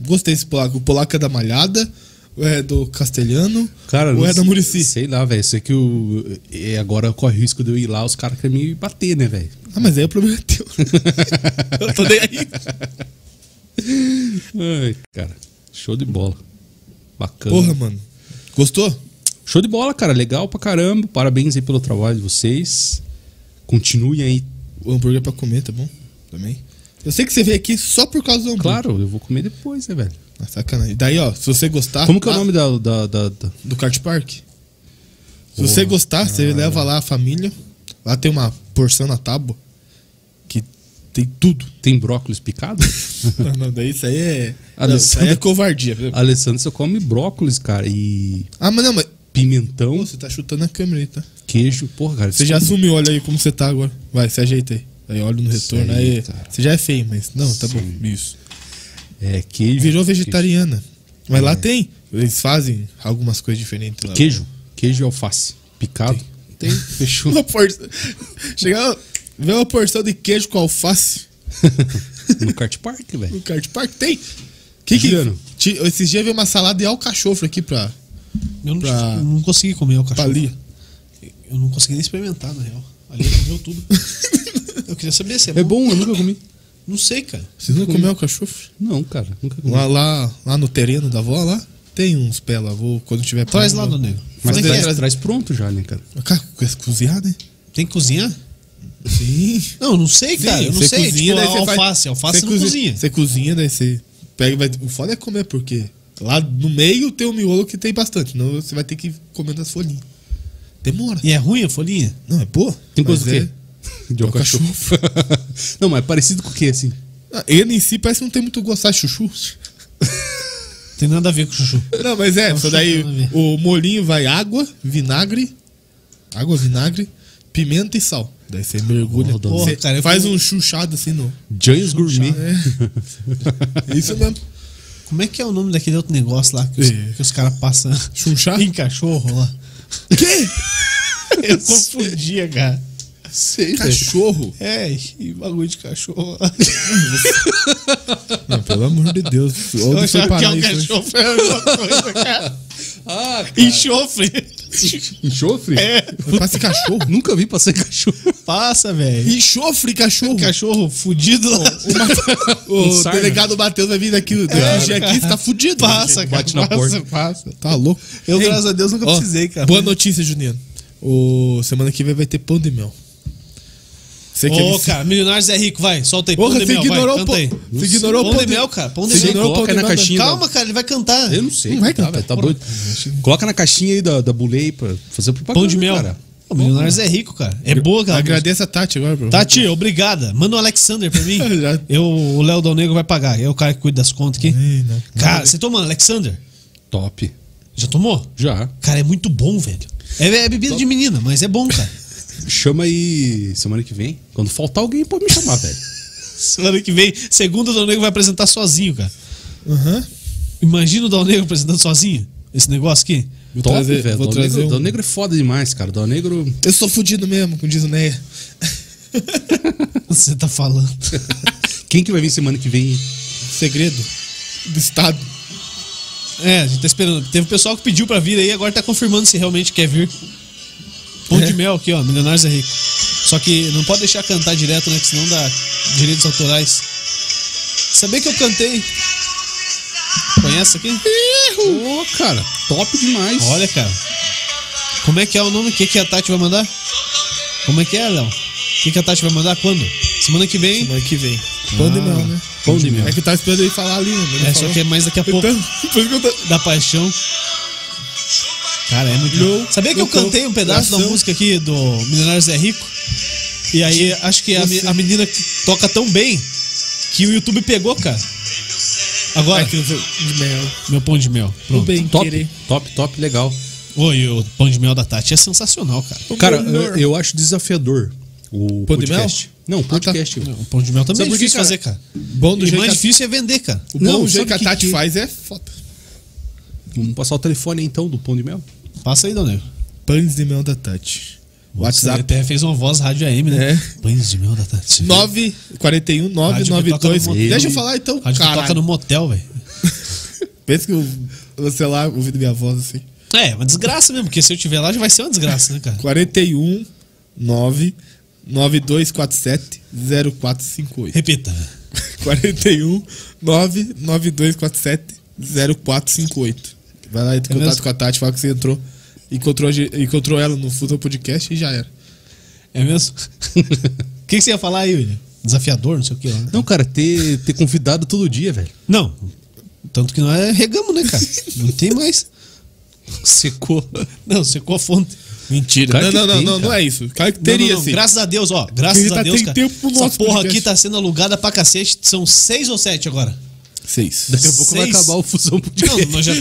Gostei desse polaco. O polaco é da malhada, é do castelhano, Cara, ou não é da sei- Murici. Sei lá, velho. Sei que o. e Agora corre o risco de eu ir lá, os caras querem me bater, né, velho? Ah, mas aí o problema é (laughs) teu. eu tô nem aí. Ai, cara. Show de bola. Bacana. Porra, mano. Gostou? Show de bola, cara. Legal pra caramba. Parabéns aí pelo trabalho de vocês. Continuem aí. O hambúrguer é pra comer, tá bom? Também. Eu sei que você veio aqui só por causa do hambúrguer. Claro, eu vou comer depois, né, velho? Ah, sacanagem. Daí, ó, se você gostar. Como que é o lá nome da- da- da- da... Do kart park. Se você gostar, você leva lá a família. Lá tem uma porção na (laughs) tábua. Que tem tudo. Tem brócolis (laughs) picado? não, não, daí isso aí é. Ah, não, não. Ah. isso aí é covardia. viu? Alessandro só come brócolis, cara, e Ah, mas não, mas. Pô, pimentão, você tá chutando a câmera aí, tá? queijo. Porra, cara, Você já assumiu, olha aí como você tá agora. Vai, se ajeita aí. Aí olha no retorno. aí, Aí, cara. você já é feio, mas. Não, tá bom. Isso. é queijo. Virou vegetariana. Mas lá tem. Eles fazem algumas coisas diferentes lá. Queijo, queijo e alface picado. Tem, fechou. Uma porção. Chegar. Vê uma porção de queijo com alface. (laughs) no kart park, velho. No kart park tem. Que que Juliano. Ti- Esses dias veio uma salada e alcachofra aqui pra, Eu não, Pra- eu não consegui comer o pra cachorro. ali. Eu não consegui nem experimentar, na real. Ali comeu (laughs) tudo. eu queria saber se é, É bom. bom, eu nunca comi. Não sei, cara. Vocês não comeram alcachofra? Não, cara, nunca comi. Lá, lá, lá no terreno da avó lá, tem uns pé lá, vou quando tiver Traz pronto, lá, vou- meu nego. Mas Falei traz, que é. traz pronto já, né, cara? Cara, co- cozinhar, né? Tem que cozinhar? Sim. Não, eu não sei, cara. eu não você sei. tipo, daí você faz- alface. Alface você não cozinha. Você cozinha, daí você pega e vai. O foda é comer, porque lá no meio tem um miolo que tem bastante. Não, você vai ter que comer nas folhinhas. Demora. E é ruim a folhinha? Não, é boa. Tem mas coisa do quê? é- (laughs) De alcachofra. (laughs) não, mas é parecido com o quê, assim? Ah, Ele em si parece que não tem muito gosto, sabe, chuchu? (laughs) Tem nada a ver com chuchu. Não, mas é, só chuchu, daí nada a ver. o molinho vai água, vinagre, água, vinagre, pimenta e sal. Daí você mergulha. Roda. Você Porra, cara, eu faz como- um chuchado assim no. Giants Gourmet. É isso mesmo. Como é que é o nome daquele outro negócio lá que os, É. que os caras passam Chunchar? (laughs) em cachorro lá? Que? (laughs) Eu confundia, cara. Sei, velho. Cachorro. É, e bagulho de cachorro. Não, pelo amor de Deus. (laughs) Eu Onde foi achava que é parar um isso? né? cachorro, é a mesma coisa, cara. Ah, Enxofre. enxofre? É, Parece cachorro. (laughs) Nunca vi passar cachorro. passa, velho. Enxofre, cachorro. Cachorro fudido lá. O sarna. delegado Matheus vai vir daqui no É, dia cara. aqui, você tá fudido. Passa, cara. Bate na passa, passa. Tá louco. Eu, Ei, graças a Deus, nunca ó, precisei, cara. Boa notícia, Juliano. O semana que vem vai ter pão de mel. Você Ô, vici- cara, milionários é rico, vai. Solta aí. Porra, pão de você mel, vai. ignorou o Canta pão- aí. você ignorou o pão pão de de- mel, cara. Pão de Você mel. ignorou o pão Coloca de aí na mel. da- caixinha. né? Calma, cara, ele vai cantar. Eu não sei. Não vai tá, cantar. velho, tá doido. Coloca na caixinha aí da, da Bulei aí pra fazer propaganda. Pão de mel. Cara. Pô, milionários é rico, cara. É boa, cara. tá Agradeço a Tati agora, bro. Tati, obrigada. Manda o Alexander pra (laughs) mim. Já. Eu, o Léo Dal Negro vai pagar. É o cara que cuida das contas aqui. Ei, né? não. Cara, você toma Alexander? Top. Já tomou? Já. Cara, é muito bom, velho. É, é bebida de menina, mas é bom, cara. Chama aí semana que vem. Quando faltar alguém, pode me chamar, velho. Semana que vem, segunda, o Dal Negro vai apresentar sozinho, cara. Aham. Imagina o Dal Negro apresentando sozinho esse negócio aqui. Vou Top, trazer- velho. vou Dal trazer Negro, um- Dal Negro é foda demais, cara. Dal Negro. Eu sou fudido mesmo, como diz o Neia. (laughs) Você tá falando. Quem que vai vir semana que vem? (laughs) Segredo do Estado. É, a gente tá esperando. Teve pessoal que pediu pra vir aí, agora tá confirmando se realmente quer vir. Pão de É. mel aqui, ó. Milionários é rico. Só que não pode deixar cantar direto, né? Que senão dá direitos autorais. Sabia que eu cantei? Conhece aqui? Erro! Ô, cara, top demais. Olha, cara. Como é que é o nome? O que, que a Tati vai mandar? Como é que é, Léo? O que, que a Tati vai mandar? Quando? Semana que vem? Ah, Semana que vem. Pão de mel, né? pão de mel. É que eu tava esperando ele falar ali, né? Ele É, falou. só que é mais daqui a pouco. Então, (laughs) por isso que eu tô... Da paixão. Cara, é muito Meu, louco. Sabia que eu meu cantei um pedaço da coração. música aqui do Milionários é Rico? E aí, acho que a, me- a menina que toca tão bem que o YouTube pegou, cara. Agora, Ah, que eu- de mel. meu pão de mel. Tudo Pronto. bem, Top, querer. top, top, legal. Oi, o pão de mel da Tati é sensacional, cara. Cara, melhor. eu, eu acho desafiador o um Pão de Ah, tá. podcast. Não, o podcast. O pão de mel também Sabe é por que, difícil cara? fazer, cara. Bom do e jeito mais que a- difícil é vender, cara. o bom Não, do jeito que sabe a que- Tati que- faz é foda. Vamos passar o telefone aí, então do pão de mel? Passa aí, Donego. Pães de mel da Tati. Ele WhatsApp até fez uma voz rádio AM, né? É. Pães de mel da Tati. 941 992. Rádio que toca no Deixa eu motel. falar então. Rádio que toca Caralho. no motel, velho. Pensa que eu, eu sei lá, ouvindo minha voz assim. É, uma desgraça mesmo, porque se eu tiver lá já vai ser uma desgraça, né, cara? 41 9 9247 (laughs) 0458. Repita. 41 9 9247 0458. Vai lá, entra em É contato mesmo? com a Tati, fala que você entrou. Encontrou, a ge- encontrou ela no Futa Podcast e já era. É (laughs) mesmo? O que, que você ia falar aí, William? Desafiador, não sei o que lá. né? Não, cara, ter, ter convidado todo dia, velho. Não. Tanto que não é regamos, né, cara? Não tem (laughs) mais. Secou. Não, secou a fonte. Mentira. Cara, não, que não, não, tem, não, não cara. é isso. Cara que Teria, teria, sim. Graças a Deus, ó. Graças Ele tá- a Deus, tem cara. tempo pro Essa nosso porra podcast. aqui tá sendo alugada pra cacete. São seis ou sete agora. Seis. Daqui a pouco vai É Seis. acabar o fusão podcast. Não, (laughs) nós já...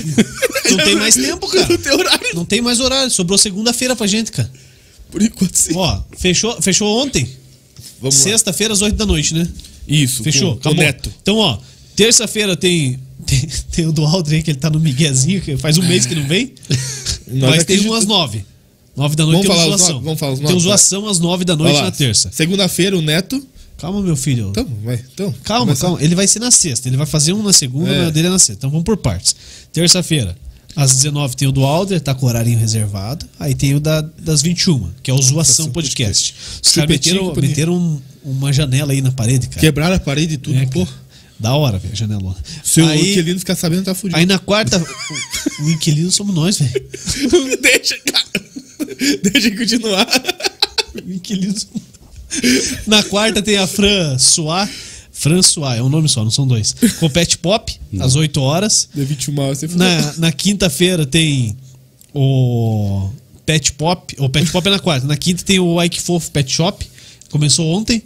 não tem mais tempo, cara. Não tem horário. Não tem mais horário. Sobrou segunda-feira pra gente, cara. Por enquanto, sim. Ó, fechou, fechou ontem. Vamos lá. Sexta-feira, às oito da noite, né? Isso. Fechou, com, com o acabou. Neto. Então, ó, terça-feira tem, tem, tem o do Aldrin, que ele tá no miguezinho, que faz um mês que não vem. Mas tem acreditamos. umas nove. Nove da noite Vamos tem falar o os zoação. nove, vamos falar os Tem o nove, tá. zoação às nove da Olha noite lá, na terça. Segunda-feira, o Neto. Calma, meu filho. Então, vai. Então, calma, começa- calma. Ele vai ser na sexta. Ele vai fazer um na segunda, É. mas o dele é na sexta. Então vamos por partes. Terça-feira. Às 19 tem o do Alder, tá com horário reservado. Aí tem o da, das 21, que é o Zoação Podcast. Os caras Chupetinho meteram, Company. meteram um- uma janela aí na parede, cara. Quebraram a parede e tudo, É, pô. cara. Da hora, velho, janelona. Se o aí, inquilino ficar sabendo, tá fudido. aí na quarta, o- o inquilino somos nós, velho. (laughs) (laughs) Deixa, cara. Deixa eu continuar. O inquilino somos Na quarta tem a Fran Suá. Fran Suá, é um nome só, não são dois. Compete Pop, às 8 horas. Deu 21 horas, você falou. Na, na quinta-feira tem o Pet Pop. O Pet Pop é na quarta. Na quinta tem o Ike Fofo Pet Shop. Começou ontem.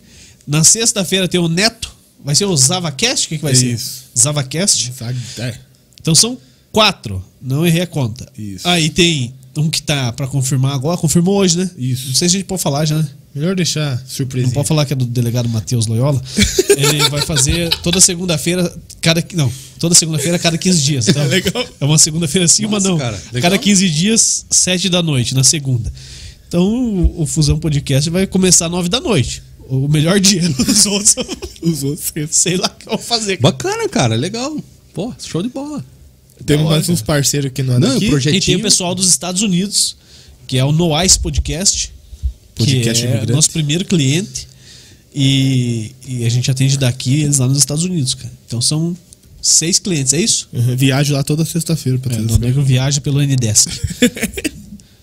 Na sexta-feira tem o Neto. Vai ser o ZavaCast? O que, que vai É ser? isso. ZavaCast. Sabe? É. Então são quatro. Não errei a conta. Isso. Aí tem um que tá pra confirmar agora. Confirmou hoje, né? Isso. Não sei se a gente pode falar já, né? Melhor deixar surpresa. Não pode falar que é do delegado Matheus (laughs) Loyola. Ele vai fazer toda segunda-feira, cada. Não, toda segunda-feira, cada 15 dias. Tá? (laughs) Legal. É uma segunda-feira sim, mas Nossa, não. cara, legal. cada 15 dias, 7 da noite, na segunda. Então o, o Fusão Podcast vai começar às 9 da noite. O melhor dia. (laughs) Os outros. Os outros. esquece. Sei lá o que eu vou fazer. Bacana, cara, legal. Pô, show de bola. Temos hora, mais uns parceiros aqui no Não, aqui. o projetinho. E tem o pessoal dos Estados Unidos, que é o Noice Podcast, Podcast que é imigrante. nosso primeiro cliente. E, e a gente atende daqui e eles lá nos Estados Unidos, cara. Então são seis clientes, é isso? Uhum, Viajo lá toda sexta-feira pra É, ter o Negro viaja pelo N10.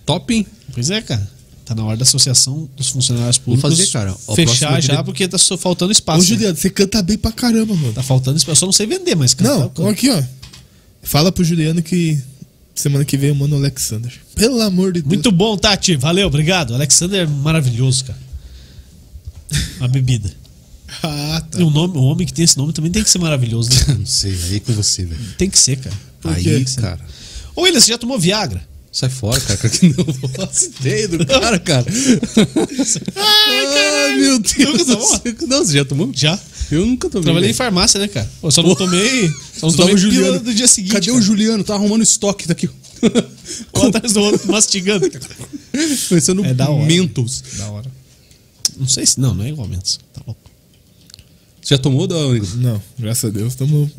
Top, hein? pois é, cara. Tá na hora da Associação dos Funcionários Vamos Públicos fazer, cara. Ó, o próximo fechar é já, dire- porque tá só faltando Ô, espaço. né? Juliano, você canta bem pra caramba, mano. Tá faltando espaço. Eu só não sei vender, mas, cara. Não, tá- aqui, ó. Fala pro Juliano que semana que vem eu mando o Alexander. Pelo amor de Deus. Muito bom, Tati. Valeu, obrigado. Alexander é maravilhoso, cara. Uma bebida. (laughs) Ah, tá. E um, nome, um homem que tem esse nome também tem que ser maravilhoso, (laughs) né? Não sei, aí com você, velho. Tem que ser, cara. Aí, quê? cara. Ô, William, você já tomou Viagra? Sai fora, cara. Cara, que não faço ideia do cara, cara. Ai, caralho. meu Deus. Nunca do tomou? céu. Não, você já tomou? Já. Eu nunca tomei. Trabalhei em velho. farmácia, né, cara? Pô, só não tomei. Só não Só tava tomei o pílula Juliano do dia seguinte. Cadê o cara. Juliano? Tá arrumando estoque (laughs) daqui. Um atrás do outro, (laughs) mastigando. Pensando É da hora. Mentos. da hora. Não sei se. Não, não é igual menos. Tá louco. Você já tomou, da Não, graças a Deus, tamo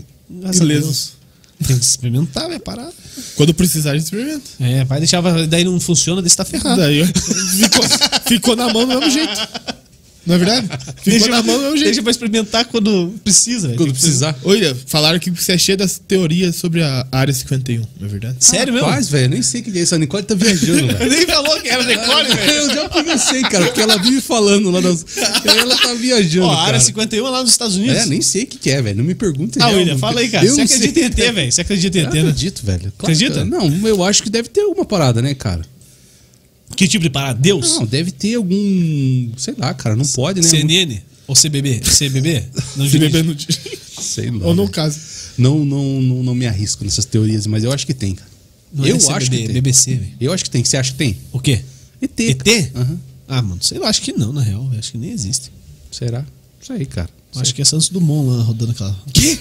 Graças a ilesos. Deus. Tem que experimentar, velho. Parar. Quando precisar, a gente experimenta. É, vai tá deixar. vai- Daí não funciona, daí você tá ferrado. Daí ó, ficou, ficou na mão do mesmo jeito. Não (laughs) é verdade? Ficou Deixa, na mão, é o jeito. deixa pra experimentar quando precisa. né? velho. Quando precisar. Olha, falaram que você é cheio das teorias sobre a Área 51, não é Ah, verdade? Sério mesmo? Rapaz, velho, nem sei o que é isso. A Nicole tá viajando, velho. (laughs) Nem falou que era decor, velho. Eu já pensei, cara, porque ela vive falando lá nas. Ela tá viajando. Ó, a área cara. 51 é lá nos Estados Unidos. É, nem sei o que, que é, velho. Não me pergunta. Ah, real, William, não. fala aí, cara. Eu Você não acredita sei. em ET, velho? Você acredita em ET, Eu né? acredito, velho. Claro Acredita? que- Não, eu acho que deve ter alguma parada, né, cara? Que tipo de parada? Deus? Não, deve ter algum. Sei lá, cara. Não pode, né? CNN? Ou CBB? CBB? (laughs) Não Se dirige. beber no dia. Sei lá. Ou no velho. caso. não, não, não, não me arrisco nessas teorias, mas eu acho que tem, cara. Não é eu CBB, acho que tem. BBC, velho. Eu acho que tem. Você acha que tem? O quê? ET. ET? cara. Aham. Ah, mano, sei lá, acho que não, na real. velho. Acho que nem existe. Será? Isso aí, cara. Eu Acho que é Santos Dumont lá rodando aquela. Que?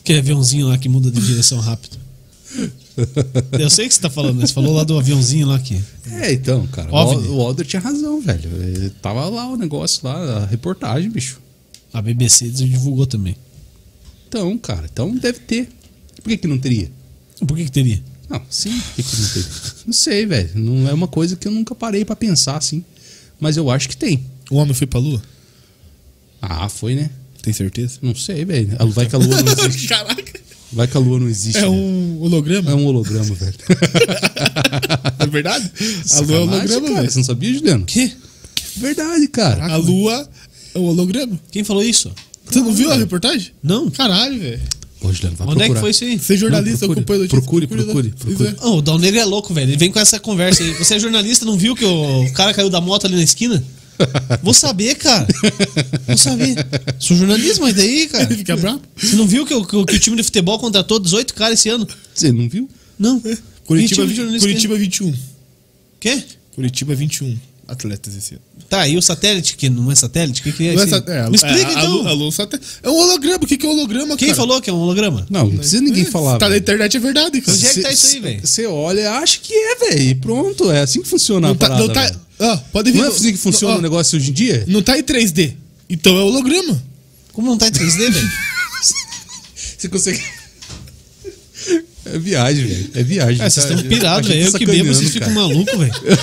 Aquele aviãozinho lá que muda de direção (laughs) rápido. Eu sei o que você tá falando, né? Você falou lá do aviãozinho lá que. É, então, cara. OVNI. O o Alder tinha razão, velho. É, Tava lá o negócio lá, a reportagem, bicho. A BBC divulgou também. Então, cara, então deve ter. Por que, que não teria? Por que, que teria? Não, sim, por que, que não teria? Não sei, velho. Não é uma coisa que eu nunca parei pra pensar, assim. Mas eu acho que tem. O um homem foi pra lua? Ah, foi, né? Tem (laughs) certeza? Não sei, velho. Ah, Vai que a (laughs) lua não existe. Caraca. Vai que a lua não existe. É né? um holograma, É um holograma, velho. não é verdade? A lua é um Sacanagem, holograma, cara. velho. Você não sabia, Juliano? Quê? Verdade, cara. A lua é um holograma. Quem falou isso? Você não viu a reportagem? Não. Caralho, velho. Pô, Juliano, vai Onde é que procurar. foi isso aí? Você é jornalista, Não, procure. acompanha notícias. Procure, procure, Pois procure. é. Ô, o Dal Negro é louco, velho. Ele vem com essa conversa aí. Você é jornalista, não viu que o cara caiu da moto ali na esquina? Vou saber, cara. Vou saber. Sou jornalista, mas daí, cara. Ele fica bravo. Você não viu que o, que o- que o time de futebol contratou 18 caras esse ano? Você não viu? Não. Curitiba, Vinte jornalistas Curitiba 21. que- Quê? Curitiba 21 atletas esse ano. Tá, e o satélite, que não é satélite? O que, que é Não é isso? aí? sat- é, Me explica é, a então. lua- a lua só tem- É um holograma. O que, que é um holograma, Quem cara? falou que é um holograma? Não, não precisa ninguém falar. Tá na velho. internet, é verdade, cara. Onde é que tá Cê- isso aí, cê- velho? Você olha, acha que é, velho. E pronto, é assim que funciona Não a tá, parada. não tá- velho. ó, pode vir. Não é assim que funciona Ó, o negócio hoje em dia? Não tá em 3D. Então é holograma. Como não tá em 3D, velho? Você consegue... (laughs) É viagem, velho. É viagem. Ah, vocês Tá- estão pirados, a gente velho. Eu tá que bebo, vocês sacaneando, ficam cara. malucos, velho.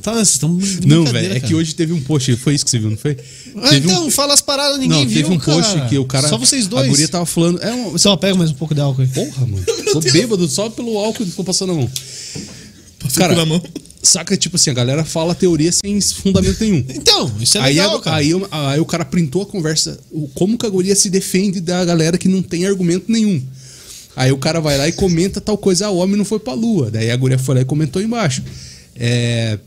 Tá, vocês estão. de Não, brincadeira, velho, é que cara. hoje teve um post, foi isso que você viu, não foi? Ah, Teve um- então, fala as paradas, ninguém não, viu, teve um post cara. que o cara... Só vocês dois. A guria tava falando... É uma... Só pega mais um pouco de álcool aí. (laughs) Porra, mano. Tô bêbado só pelo álcool que ficou passando na mão. Passou Cara, pela mão. saca, tipo assim, a galera fala a teoria sem fundamento nenhum. Então, isso é aí, legal, a- cara. aí o- aí o cara printou a conversa, o- como que a guria se defende da galera que não tem argumento nenhum. Aí o cara vai lá e comenta tal coisa, ah, o homem não foi pra lua. Daí a guria foi lá e comentou embaixo. É,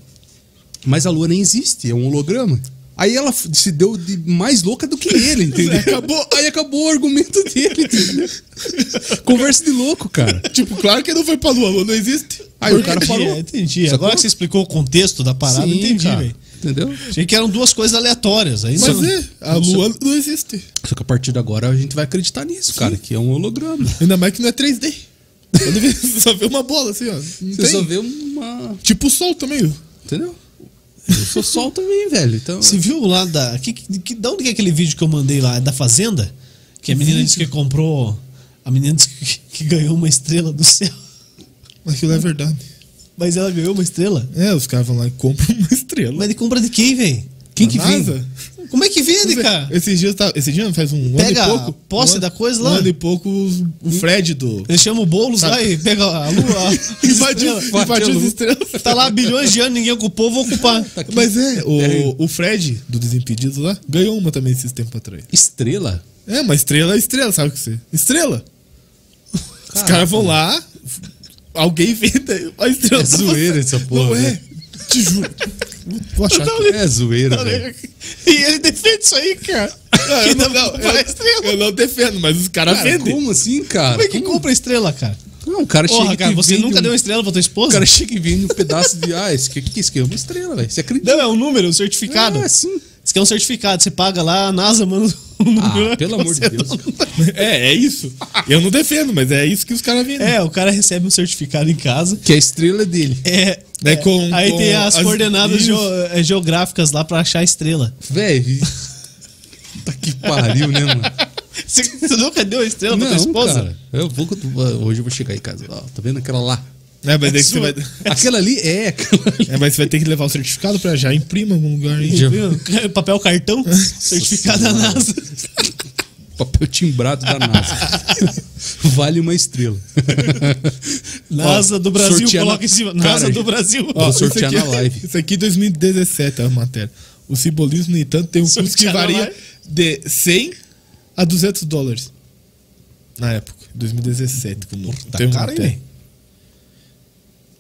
mas a lua nem existe, é um holograma. Aí ela f- se deu de mais louca do que (laughs) ele, entendeu? Acabou, aí acabou o argumento dele, entendeu? Conversa de louco, cara. Tipo, claro que não foi pra lua. A lua não existe. é Aí o cara entendi, falou. é, entendi. Sacou? Agora que você explicou o contexto da parada, Sim, entendi, cara. velho. Entendeu? Achei que eram duas coisas aleatórias. Aí Mas não- é, a lua não existe. Só que a partir de agora a gente vai acreditar nisso, cara, que é um holograma. Ainda mais que não é 3D. Quando vê, (laughs) você só vê uma bola assim, ó. Não Você tem. só vê uma. Tipo o sol também. ó. Entendeu? Eu sou sol também, velho. Então. Você viu lá da. Que, que, que- da onde que é aquele vídeo que eu mandei lá? É da Fazenda? Que a menina disse que comprou. A menina disse que, que ganhou uma estrela do céu. (laughs) Aquilo é verdade. Mas ela ganhou uma estrela? É, os caras vão lá e compram (laughs) uma estrela. Mas de compra de quem, velho? Quem que vende? Como é que vende, cara? Esses dias, tá, esse dia faz um Pega ano a e pouco. posse um ano- da coisa lá. Um ano e pouco, os- o Fred do... Ele chama o Boulos lá e pega a lua. a- Invadiu, estrela. invadiu as estrelas. (laughs) Tá lá bilhões de anos, ninguém ocupou, vou ocupar. Mas é, o, o Fred, do Desimpedidos lá, ganhou uma também esses tempos atrás. Estrela? É, mas estrela é estrela, sabe o que você? Estrela! Os caras vão lá, alguém vende a estrela. É pra você. zoeira essa porra, Não é, né? te juro. Vou achar aqui. É zoeira, velho. E ele defende isso aí, cara. Não, Que eu, dá não, é- não, pra comprar eu, estrela. eu não defendo, mas os caras Cara, vendem. como assim, cara? Como é que compra estrela, cara? Não, o cara chega Porra, e cara, te você vende nunca um... deu uma estrela pra tua O esposa? cara chega e vende um pedaço de. Ah, esse que, que isso aqui é uma estrela, velho. Você acredita? Não, é um número, um certificado. Ah, sim. Isso aqui é um certificado, você paga lá, a NASA manda o número. Ah, pelo amor de Você Deus. é assim, não- É, é isso. Eu não defendo, mas é isso que os caras vendem. É, o cara recebe um certificado em casa. Que a estrela é dele. É, Daí com- aí com tem as, as- coordenadas isso. geo- é, geográficas lá pra achar a estrela. Velho. (laughs) Tá que pariu, né, mano? (laughs) Você, você nunca deu a estrela pra tua Não, esposa? cara. Eu vou, hoje eu vou chegar em casa. Ó, tá vendo aquela lá? É, mas daí que você vai. Aquela ali é, aquela ali. (laughs) É, mas você vai ter que levar o certificado pra já. Imprima em algum lugar aí. (laughs) Papel cartão, certificado da NASA. Papel timbrado da NASA. (laughs) vale uma estrela. NASA do Brasil, sortear na- coloca em cima. Cara, NASA do gente, Brasil. Ó, Vou isso sortear aqui- na live. Isso aqui é 2017 a matéria. O simbolismo, no entanto, tem um custo que Sortear na varia live. de 100 a 200 dólares. Na época, 2017. Como tá tem uma caro, hein, matéria. velho?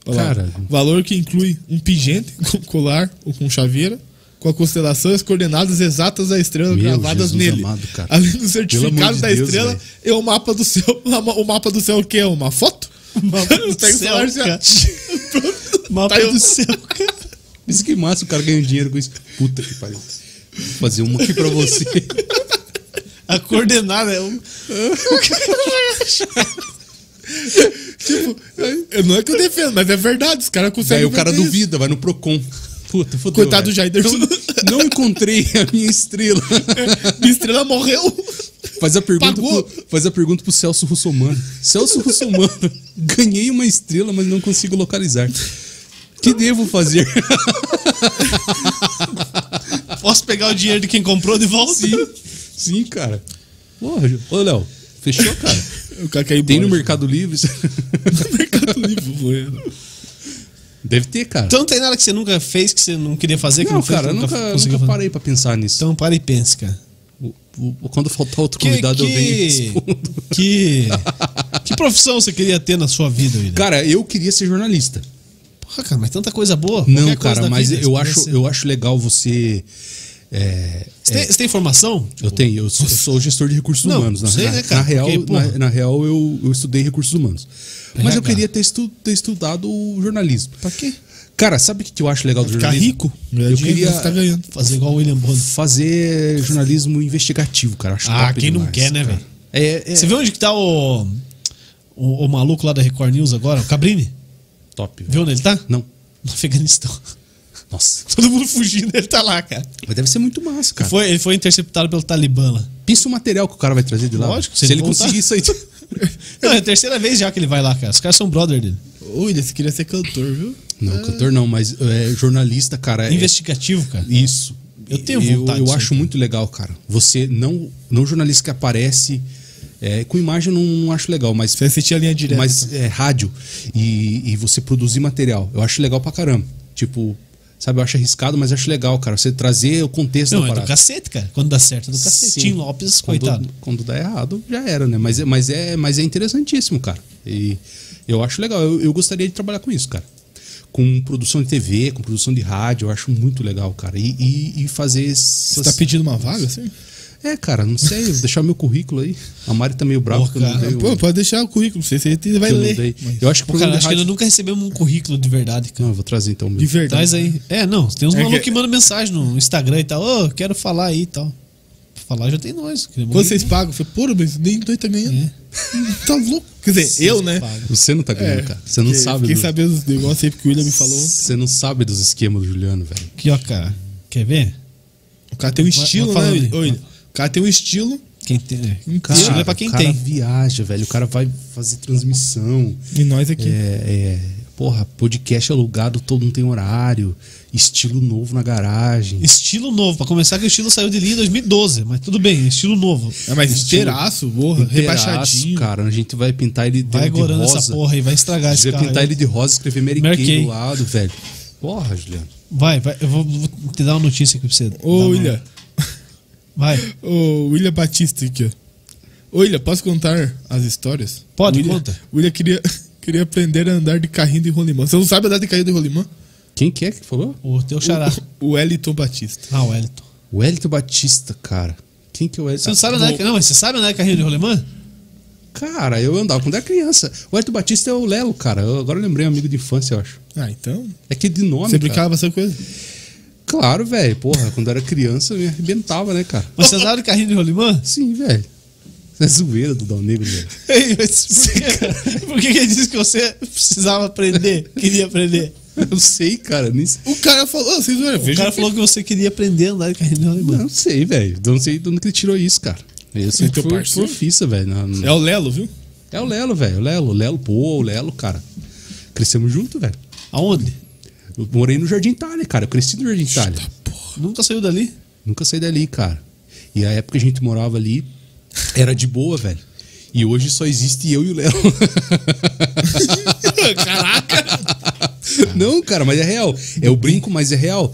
Olha lá. Cara. Valor que inclui um pingente (laughs) com colar ou com chaveira, com a constelação e as coordenadas exatas da estrela Meu gravadas Jesus nele. amado, cara. Além do Pelo amor certificado de da Deus, estrela velho. e o mapa do céu. (laughs) O mapa do céu o que é? Uma foto? (laughs) Mapa do Pega (laughs) o céu, celular e já- cara. Mapa do céu, cara. Isso que massa, o cara ganha dinheiro com isso. Puta que pariu. Vou fazer uma aqui pra (laughs) você. A coordenada é um. Tipo, eu- não é que eu defendo, mas é verdade. Os caras conseguem. Aí o cara fazer isso. duvida, vai no Procon. Puta, fodeu. Coitado do velho. Jaider. Não encontrei a minha estrela. Minha estrela morreu. Faz a pergunta, Pagou. pro, faz a pergunta pro Celso Russomano. Celso Russomano, (laughs) ganhei uma estrela, mas não consigo localizar. Que devo fazer? (laughs) Posso pegar o dinheiro de quem comprou de volta? Sim, sim, cara. Porra, Ju- ô Léo, fechou, cara? O cara caiu Tem no Mercado Livre? isso? Mercado Livre. morrendo. Deve ter, cara. Então não tem nada que você nunca fez que você não queria fazer? Que não, não, fez, cara, eu que nunca, conseguiu nunca fazer? parei pra pensar nisso. Então para e pense, cara. O- o- quando faltar outro Que, convidado, eu venho e que, respondo. que, que profissão você queria ter na sua vida, William? Cara, eu queria ser jornalista. Porra, cara, mas tanta coisa boa. Não, qualquer coisa cara, da mas vida, eu você acho, ser- eu acho legal você. é, Você, tem, você tem formação? Eu tenho, eu sou, eu sou gestor de recursos Não, humanos. Na, sei, na- né, cara? na real, Porque, porra. na, na real eu, eu estudei recursos humanos. Mas eu RH. queria ter, estu- ter estudado o jornalismo. Pra quê? Cara, sabe o que que eu acho legal do Ficar jornalismo? rico. Eu Dinheiro queria Você tá ganhando. Fazer igual o William Bonner. fazer jornalismo investigativo, cara. Acho Ah, top quem não demais, quer, né, cara. velho? É, é Você viu onde que tá o, o, o maluco lá da Record News agora, o Cabrini? top, velho. Viu onde ele tá? Não. No Afeganistão. (laughs) Nossa. Todo mundo fugindo, ele tá lá, cara. Mas deve ser muito massa, cara. Foi, ele foi interceptado pelo Talibã (laughs) lá. Pensa o material que o cara vai trazer de lá. Lógico, velho. se, se ele ele voltar. conseguir isso aí. Não, é a terceira vez já que ele vai lá, cara. Os caras são brother dele. Ô, William, você queria ser cantor, viu? Não, cantor não, mas é, jornalista, cara. é- Investigativo, cara. Isso. Eu tenho eu, vontade Eu disso aí, acho cara. muito legal, cara. Você não, não um jornalista que aparece é, com imagem, eu não, não acho legal, mas Você assistia a linha direta. mas é rádio e, e você produzir material. Eu acho legal pra caramba. Tipo, sabe, eu acho arriscado, mas acho legal, cara. Você trazer o contexto Não, da é do parada. cacete, cara. Quando dá certo, é do cacete. Sim. Tim Lopes, Quando- coitado. Quando dá errado, já era, né? Mas, é- mas, é, mas é interessantíssimo, cara. E eu acho legal. Eu, eu gostaria de trabalhar com isso, cara. Com produção de TV, com produção de rádio, eu acho muito legal, cara. E, e, e fazer. Você Essas... tá pedindo uma vaga, assim? É, cara, não sei, vou deixar meu currículo aí. A Mari tá meio brava Pô, que eu não cara, dei o- Pô, pode deixar o currículo. Você, você vai que eu não ler. dei. Mas- Eu acho que o Pô, Tipo, cara, programa de acho que rádio... nós nunca recebemos um currículo de verdade, cara. Não, eu vou trazer então o meu. De verdade. Traz aí. É, não. Tem uns É malucos que- que mandam mensagem no Instagram e tal. Ô, quero falar aí e tal. Falar já tem nós. queremos- Quando vocês pagam, eu falei, pô, mas nem dois tá ganhando. (laughs) tá louco. Quer dizer, eu, né? pagam. Você não tá ganhando, cara. Você não Porque sabe Fiquei do... sabendo dos negócios aí porque o William me falou. Você não sabe dos esquemas do Juliano, velho. Aqui, ó, cara. Quer ver? O cara tem um vai estilo, né, falando aí. William? Ô, William, O cara tem um estilo Quem tem. é. Cara, Estilo é pra quem o cara tem. viaja, velho. O cara vai fazer transmissão. e nós aqui. É, é, porra, podcast alugado, todo mundo tem horário. Estilo novo na garagem. Estilo novo. Pra começar, que o estilo saiu de linha em 2012. Mas tudo bem, estilo novo. É, mas inteiraço, porra, Inteiraço, rebaixadinho. cara. A gente vai pintar ele de, Vai de gorando rosa. essa porra aí, vai estragar A esse gente vai carro. pintar aí. ele de rosa, escrever Mary Mary Kay Kay. do lado, velho. Porra, Juliano. Vai, vai. Eu vou, vou te dar uma notícia aqui pra você. Dar Ô, uma- William. Vai. Ô, William Batista aqui, ó. Ô, William, posso contar as histórias? Pode, William, conta. William queria, (laughs) queria aprender a andar de carrinho de rolimã. Você não sabe andar de carrinho de rolimã? Quem que é que falou? O teu xará. O Wellington Batista. Ah, o Elton. O Hélito Batista, cara. Quem que é o Hélito? Você não sabe né, andar de... Não, mas você sabe é andar de carrinho de rolemã? Cara, eu andava quando era criança. O Hélito Batista é o Lelo, cara. Eu agora eu lembrei, um amigo de infância, eu acho. Ah, então... É que de nome, Você cara. brincava bastante coisa? Claro, velho. Porra, quando eu era criança eu me arrebentava, né, cara? Mas você é andava de carrinho de (laughs) rolemã? Sim, velho. Isso é zoeira do Dal Negro, velho. (laughs) Ei, mas por que, por que que ele disse que você precisava aprender? Queria aprender? Eu sei, cara. Nem... sei- O cara falou... "Ah, vocês O olham, veja cara falou que você queria aprender a andar de carrinho de rolemã. Não sei, velho. Eu Não sei de onde que ele tirou isso, cara. Eu sempre teu fui parceiro? profissa, velho. na- É o Lelo, viu? É o Lelo, velho. O Lelo. O Lelo, pô, o Lelo, cara. Crescemos junto, velho. Aonde? Eu morei no Jardim Itália, cara. Eu cresci no Jardim Itália. Nunca saiu (laughs) dali? Nunca saí dali, cara. E a época que a gente morava ali era de boa, velho. E hoje só existe eu e o Léo. (laughs) (laughs) Não, cara, mas é real. É o brinco, mas é real.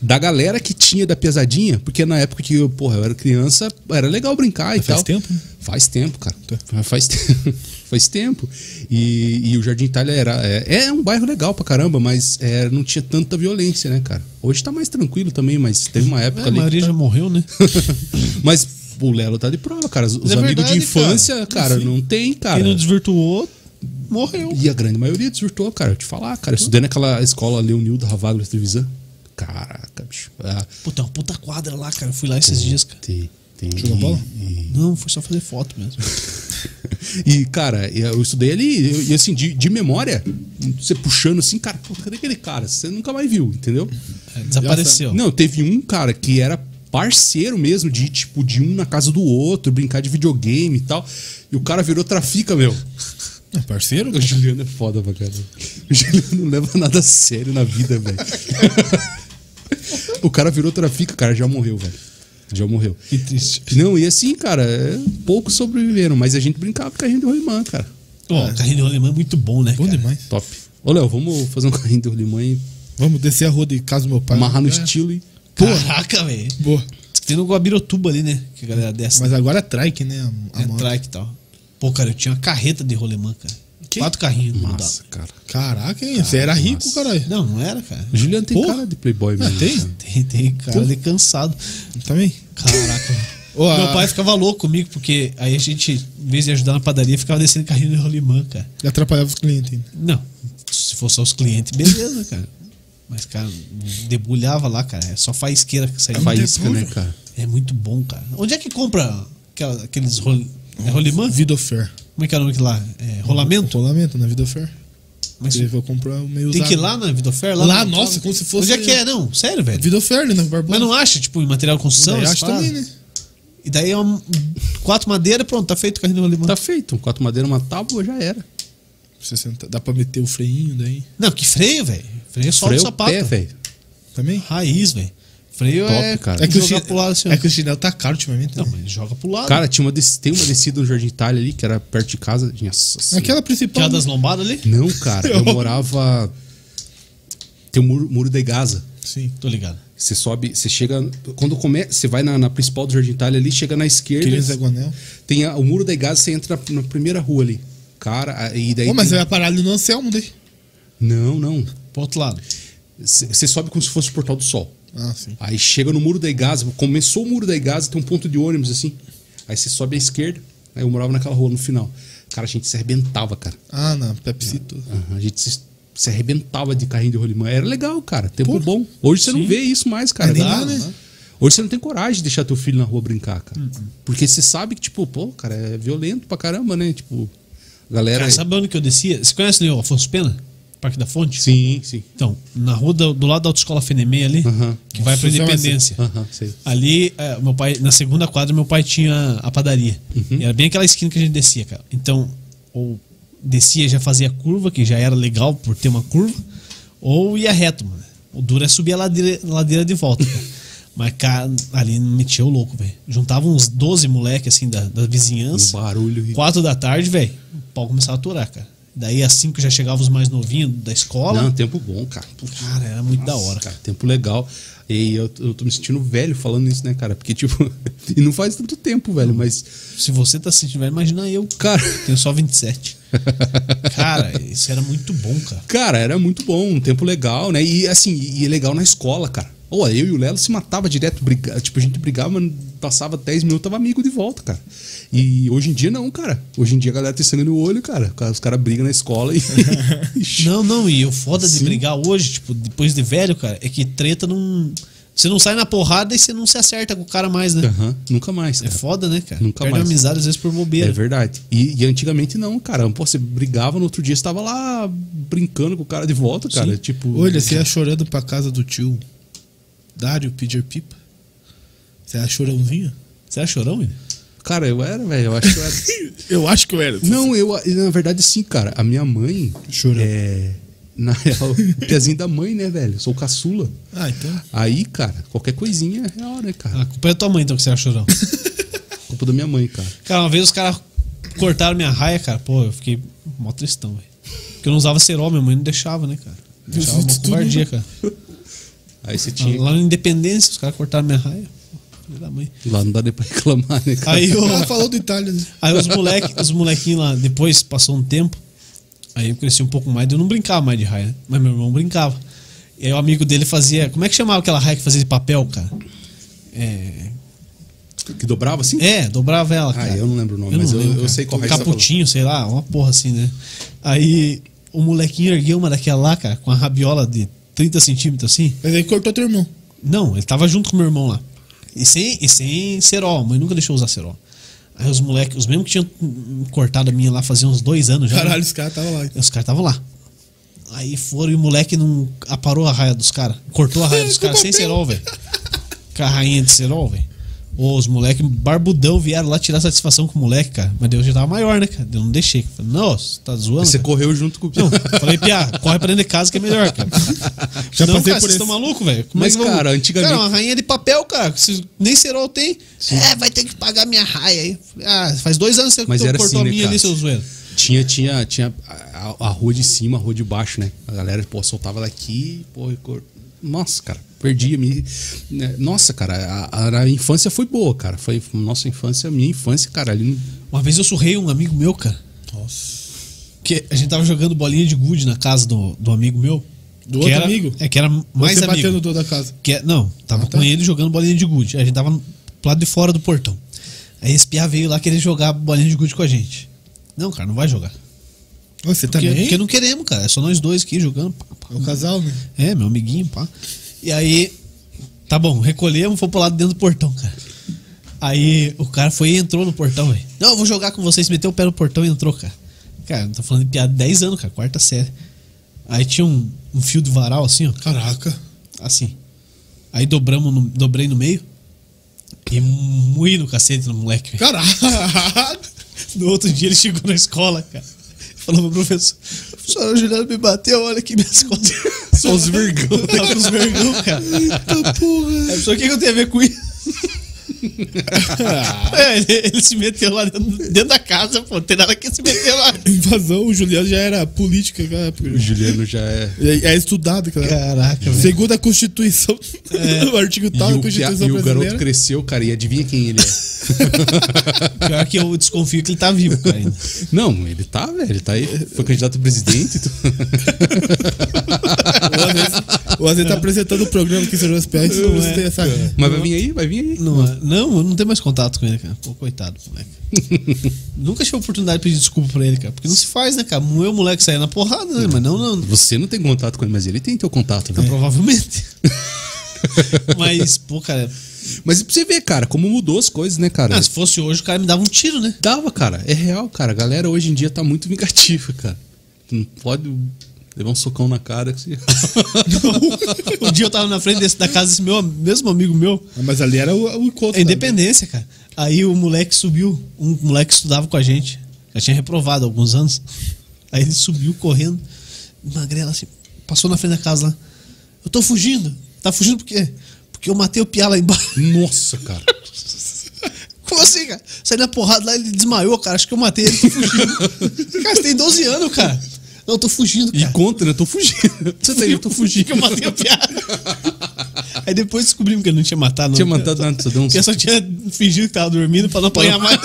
Da galera que tinha da pesadinha, porque na época que eu, porra, eu era criança, era legal brincar e faz tal. tempo, né? Faz tempo, cara. Faz, te- (laughs) faz tempo. E, e o Jardim Itália era, é, é um bairro legal pra caramba, mas é, não tinha tanta violência, né, cara? Hoje tá mais tranquilo também, mas teve uma época É, a ali. maioria que já morreu, né? tá- (laughs) mas o Lelo tá de prova, cara. Os, os é amigos verdade, de infância, cara, não tem, cara. Quem não desvirtuou, morreu. E a grande maioria desvirtuou, cara. Eu te falar, cara. Eu estudei naquela escola Leonildo Ravaglio Trevisan. Caraca, bicho. Ah, Puta, é uma puta quadra lá, cara. Eu fui lá esses dias, cara. tem, tem. Jogou bola? E, Não, foi só fazer foto mesmo. e, cara, eu estudei ali, eu- e assim, de, de memória, você puxando assim, cara, pô, cadê aquele cara? Você nunca mais viu, entendeu? É, Desapareceu. Não, teve um cara que era parceiro mesmo de tipo de um na casa do outro, brincar de videogame e tal. E o cara virou trafica, meu. É parceiro? O Juliano é foda pra caramba. O Juliano não leva nada a sério na vida, velho. o cara virou trafica, cara, já morreu, velho. Já morreu. Que triste. Não, e assim, cara, é, poucos sobreviveram, mas a gente brincava com carrinho de rolimã, cara. Ó, o carrinho de rolimã é muito bom, né? Bom cara? demais. Top. Ô, Léo, vamos fazer um carrinho de rolimã e Vamos descer a rua de casa do meu pai. amarrar no É. estilo e. Caraca, velho. Boa. Diz que Tem no Guabirotuba ali, né? Que a galera desce. Mas agora é trike, né? A, a é moto. trike e tal. Pô, cara, eu tinha uma carreta de rolemã, cara. Quatro carrinhos no Nossa, cara. Caraca, hein? Você era rico, nossa. caralho. Não, não era, cara. O Juliano tem Porra. cara de playboy mesmo. cara. Ah, Tem, tem cara de cansado. Também. Caraca. Ô, a- Meu pai ficava louco comigo, porque aí a gente, em vez de ajudar na padaria, ficava descendo carrinho de rolimã, cara. E atrapalhava os clientes. ainda. Não, se fosse só os clientes, beleza, cara. Mas, cara, debulhava lá, cara. É só faísqueira que saía. Faísca, né, cara? É muito bom, cara. Onde é que compra aquela- aqueles rol... é rolimã? Vidofer. Como é que é o nome que lá? É, rolamento? Rolamento na Vidofer. Mas né? Ele vai comprar o meio tem usado. que ir lá na Vidofer? Lá, Lá, na- nossa, como se Onde fosse- é que é? Não, sério, velho. Vidofer, ali na Mas né? Barbosa. não acha, tipo, em material de construção? Daí essas acho também, paradas? né? E daí é um, quatro madeiras, pronto, tá feito o carrinho de rolimã. Tá feito. Um quatro madeira, uma tábua, já era. Você senta- Dá pra meter o freinho daí. Não, que freio, velho. Freio é só Freio no o sapato. pé, velho. Também? Raiz, velho. Freio Top, é, cara. é que o jogar chi- pro lado assim. ó. é que o chinelo tá caro ultimamente. né? Não, mas joga pro lado. Cara, tinha uma des- tem uma descida no Jardim Itália ali, que era perto de casa. Nossa senhora. É Aquela principal. né? Aquela das lombadas ali? Não, cara, eu morava. Tem o muro, muro de Gaza. Sim. Tô ligado. Você sobe, você chega. Quando começa. Você vai na, na principal do Jardim Itália ali, chega na esquerda. Aquele hexagonal. Tem a- o muro de Gaza, você entra na primeira rua ali. Cara, a- e daí. Pô, mas é você tem- vai parar ali no Anselmo daí. Não, não. Pro outro lado. Você você sobe como se fosse o Portal do Sol. Ah, sim. Aí chega no muro da Igasa, começou o muro da Igasa, tem um ponto de ônibus assim. Aí você sobe à esquerda, aí eu morava naquela rua no final. Cara, a gente se arrebentava, cara. Ah, na É. Pepsi toda. Aham, A gente se, se arrebentava de carrinho de rolimã. Era legal, cara. Tempo bom. Hoje você não vê isso mais, cara. É, nem Dá, lá, né? né? Hoje você não tem coragem de deixar teu filho na rua brincar, cara. Porque você sabe que, tipo, pô, cara, é violento pra caramba, né? Tipo, a galera. Cara, sabe onde que eu descia? Você conhece ali o Afonso Pena? Parque da Fonte? Sim, sim. Então, na rua do, do lado da autoescola Fenemê ali, Aham. que vai pra Nossa, Independência. Aham, sei. Ali, é, meu pai, na segunda quadra, meu pai tinha a padaria. Uhum. E era bem aquela esquina que a gente descia, cara. Então, ou descia e já fazia curva, que já era legal por ter uma curva, ou ia reto, mano. O duro é subir a ladeira, ladeira de volta, cara. (laughs) Mas, cara, ali metia o louco, velho. Juntava uns 12 moleques, assim, da, da vizinhança. Um barulho. Quatro da tarde, velho, o pau começava a aturar, cara. Daí, às cinco, já chegavam os mais novinhos da escola. Não, tempo bom, cara. Puxa. Cara, era muito da hora, cara. cara. Tempo legal. E eu, eu tô me sentindo velho falando isso, né, cara? Porque, tipo, (laughs) e não faz tanto tempo, velho, Uhum. mas. Se você tá se sentindo velho, imagina eu. Cara. (laughs) Tenho só 27. cara, isso era muito bom, cara. Cara, era muito bom, um tempo legal, né? E assim, e e legal na escola, cara. Ou eu e o Lelo se matava direto, briga... tipo, a gente brigava, mas passava 10 minutos, tava amigo de volta, cara. E hoje em dia não, cara. Hoje em dia a galera tem sangue no olho, cara. Os caras brigam na escola (laughs) e. (laughs) Não, não, e o foda de brigar hoje, tipo, depois de velho, cara, é que treta não. Você não sai na porrada e você não se acerta com o cara mais, né? Aham, nunca mais. É Cara. foda, né, cara? Nunca Perde mais. amizade às vezes por bobeira. É verdade. E, e antigamente não, cara. Pô, você brigava no outro dia, você tava lá brincando com o cara de volta, cara. Sim. Tipo. Olha, você ia chorando pra casa do tio Dário Peter Pipa. Você era chorãozinho? Você é chorão, William? Cara, eu era, velho. Eu acho (laughs) que eu era. assim. (laughs) Eu acho que eu era. não, eu. Na verdade, sim, cara. A minha mãe. Chorão. É, Na real, o piazinho da mãe, né, velho? Sou caçula. Ah, então. Aí, cara, qualquer coisinha é real, né, cara? A culpa é da tua mãe, então, que você era chorão. Culpa da minha mãe, cara. Cara, uma vez os caras cortaram minha raia, cara. Pô, eu fiquei mó tristão, velho. Porque eu não usava cerol, minha mãe não deixava, né, cara? Deixava uma Isso tudo, covardia, né? cara. Aí você tinha. Lá na Independência, os caras cortaram minha raia. Filha da mãe. Lá não dá nem pra reclamar, né, cara? Aí, o- Ela falou do Itália. né? aí os moleque, os molequinhos lá, depois passou um tempo, aí eu cresci um pouco mais, eu não brincava mais de raia, né? mas meu irmão brincava. E aí o amigo dele fazia, como é que chamava aquela raia que fazia de papel, cara? É, Que dobrava assim? é dobrava ela, cara. eu não lembro o nome, mas eu- eu cara. sei qual Um raia você tá Caputinho, sei lá, uma porra assim, né? Aí o molequinho ergueu uma daquela lá, cara, com a rabiola de 30 centímetros assim, Mas aí cortou teu irmão. não, ele tava junto com meu irmão lá. E sem, e sem cerol, a mãe nunca deixou usar cerol. Aí os moleques, os mesmos que tinham hum, cortado a minha lá fazia uns dois anos já. né? Caralho, os caras estavam lá. Os caras estavam lá. Aí foram e o moleque não aparou a raia dos caras. Cortou a raia dos caras sem cerol, velho. Com a rainha de cerol, velho. Ô, os moleques barbudão vieram lá tirar satisfação com o moleque, cara. Mas Deus já tava maior, né, cara? Eu não deixei. Falei, não, você tá zoando. Você cara?" correu junto com o Não, falei, Pia, corre pra dentro de casa que é melhor, (laughs) cara. Já não, cara, passei por vocês esse. estão malucos, velho? Como Mas, é que vão- cara, antigamente- Cara, uma rainha de papel, cara. que vocês- nem cerol tem. É, vai ter que pagar minha raia aí. Falei, Ah, faz dois anos que Mas você era cortou assim, a né, minha cara? ali, seu zoeiro. Tinha, tinha, tinha a, a- a rua de cima, a rua de baixo, né? A galera, pô, soltava daqui, pô, e cor- nossa, cara, perdi a minha. né? Nossa, cara, a, a- a infância foi boa, cara. Foi nossa infância, minha infância, cara. Ali no- Uma vez eu surrei um amigo meu, cara. Nossa. Que a gente tava jogando bolinha de gude na casa do, do amigo meu. Do outro era, amigo? É, que era mais Você amigo. Ah, batendo toda a casa. Que é- não, tava tá. com ele jogando bolinha de gude. A gente tava pro lado de fora do portão. Aí esse piá veio lá querer jogar bolinha de gude com a gente. Não, cara, não vai jogar. Você Porque, também? porque não queremos, cara. É só nós dois aqui jogando. pá, pá. É o casal, né? É, meu amiguinho, pá. E aí, tá bom, recolhemos, foi pro lado dentro do portão, cara. Aí o cara foi e entrou no portão, velho. Não, eu vou jogar com vocês, meteu o pé no portão e entrou, cara. Cara, tô falando de piada 10 anos, cara, quarta série. Aí tinha um, um fio de varal assim, ó. Caraca. Assim. Aí dobramos no- dobrei no meio. E moí no cacete no moleque, velho. Caraca. No outro dia ele chegou na escola, cara. Falou pro professor: professor, o Juliano me bateu, olha aqui minhas costas. Só os vergão. Tava com os vergão, cara. Eita porra. Aí, só o que que eu tenho a ver com (laughs) isso? É, ele, ele se meteu lá dentro, dentro da casa, pô. Não tem nada que se meter lá. (laughs) Invasão, o Juliano já era política naquela época. O Juliano já é. É, é estudado, cara. Caraca, velho. Segundo a Constituição, É. (laughs) o artigo E, Tá, tal da o, pia- Constituição e o garoto Brasileira. cresceu, cara, e adivinha quem ele é? Pior que eu desconfio que ele tá vivo, cara. Ainda. (laughs) Não, ele tá, velho, ele tá aí. Foi candidato a presidente. tu- O Azê tá apresentando o programa aqui em São José dos Pinhais, Não não é, tem essa. Mas vai vir aí, vai vir aí. Não, é- não, eu não tenho mais contato com ele, cara. Pô, coitado, do (laughs) moleque. Nunca tive a oportunidade de pedir desculpa pra ele, cara. Porque não se faz, né, cara? Moer o moleque sair na porrada, né? Mas não, não. Você não tem contato com ele, mas ele tem teu contato, É. Tá (laughs) né? Provavelmente. Mas, pô, cara. Mas pra você ver, cara, como mudou as coisas, né, cara? ah, se fosse hoje, o cara me dava um tiro, né? (laughs) Dava, cara. É real, cara. A galera hoje em dia tá muito vingativa, cara. Tu Não pode levar um socão na cara que você... um dia eu tava na frente desse- da casa desse meu, mesmo amigo meu. Ah, Mas ali era o, o encontro. né? É independência, cara. Aí o moleque subiu, um moleque que estudava com a gente. Já tinha reprovado há alguns anos. Aí ele subiu correndo, magrela assim, passou na frente da casa lá. Eu tô fugindo. Tá fugindo por quê? Porque eu matei o piá lá embaixo. (laughs) Nossa, cara. Como assim, cara? Saí na porrada lá, ele desmaiou, cara. Acho que eu matei ele, tô (laughs) fugindo. cara, você tem 12 anos, cara. Não, eu tô fugindo, E cara. conta, né? Eu tô fugindo. (laughs) Você tá aí, eu tô fugindo. Que eu matei o (laughs) piá. Aí depois descobrimos que ele não tinha matado, não. Tinha matado nada, só deu um Porque eu só soco. tinha fingido que tava dormindo pra não apanhar mais.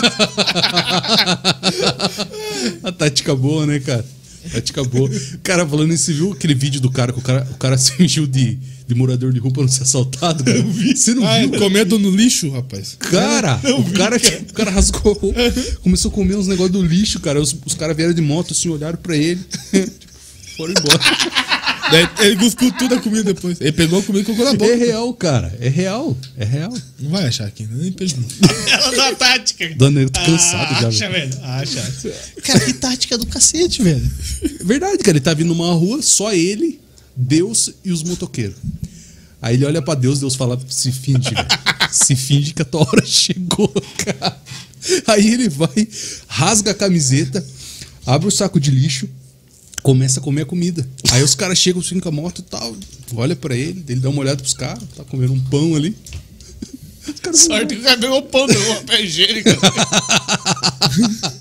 A tática boa, né, cara? Tática boa. Cara, falando isso, você viu aquele vídeo do cara que o cara, o cara (laughs) se fingiu de, de morador de rua pra não ser assaltado? Cara? Você não Ah, viu, é, comendo no lixo, rapaz. (laughs) Cara, o cara, o cara rasgou, a roupa, começou a comer uns negócios do lixo, cara. Os, os caras vieram de moto, assim, olharam pra ele. tipo, Foram embora. Daí ele cuspiu tudo a comida depois. Ele pegou a comida e colocou na É boca. real, cara. É real. É real. Não vai achar aqui, né? nem pergunta. Ela dá a tática. Dona, eu tô cansado É já, Acha, velho. velho. Ah, Acha. Cara, que tática do cacete, velho. Verdade, cara. Ele tá vindo numa rua, só ele, Deus e os motoqueiros. Aí ele olha pra Deus, Deus fala, se finge, velho. Se finge que a tua hora (laughs) chegou, cara. Aí ele vai, rasga a camiseta, abre o saco de lixo, começa a comer a comida. Aí os caras chegam assim com a moto e tal, olha pra ele, ele dá uma olhada pros caras, tá comendo um pão ali. Os caras Sorte que o cara pegou pão, pegou papel higiênico.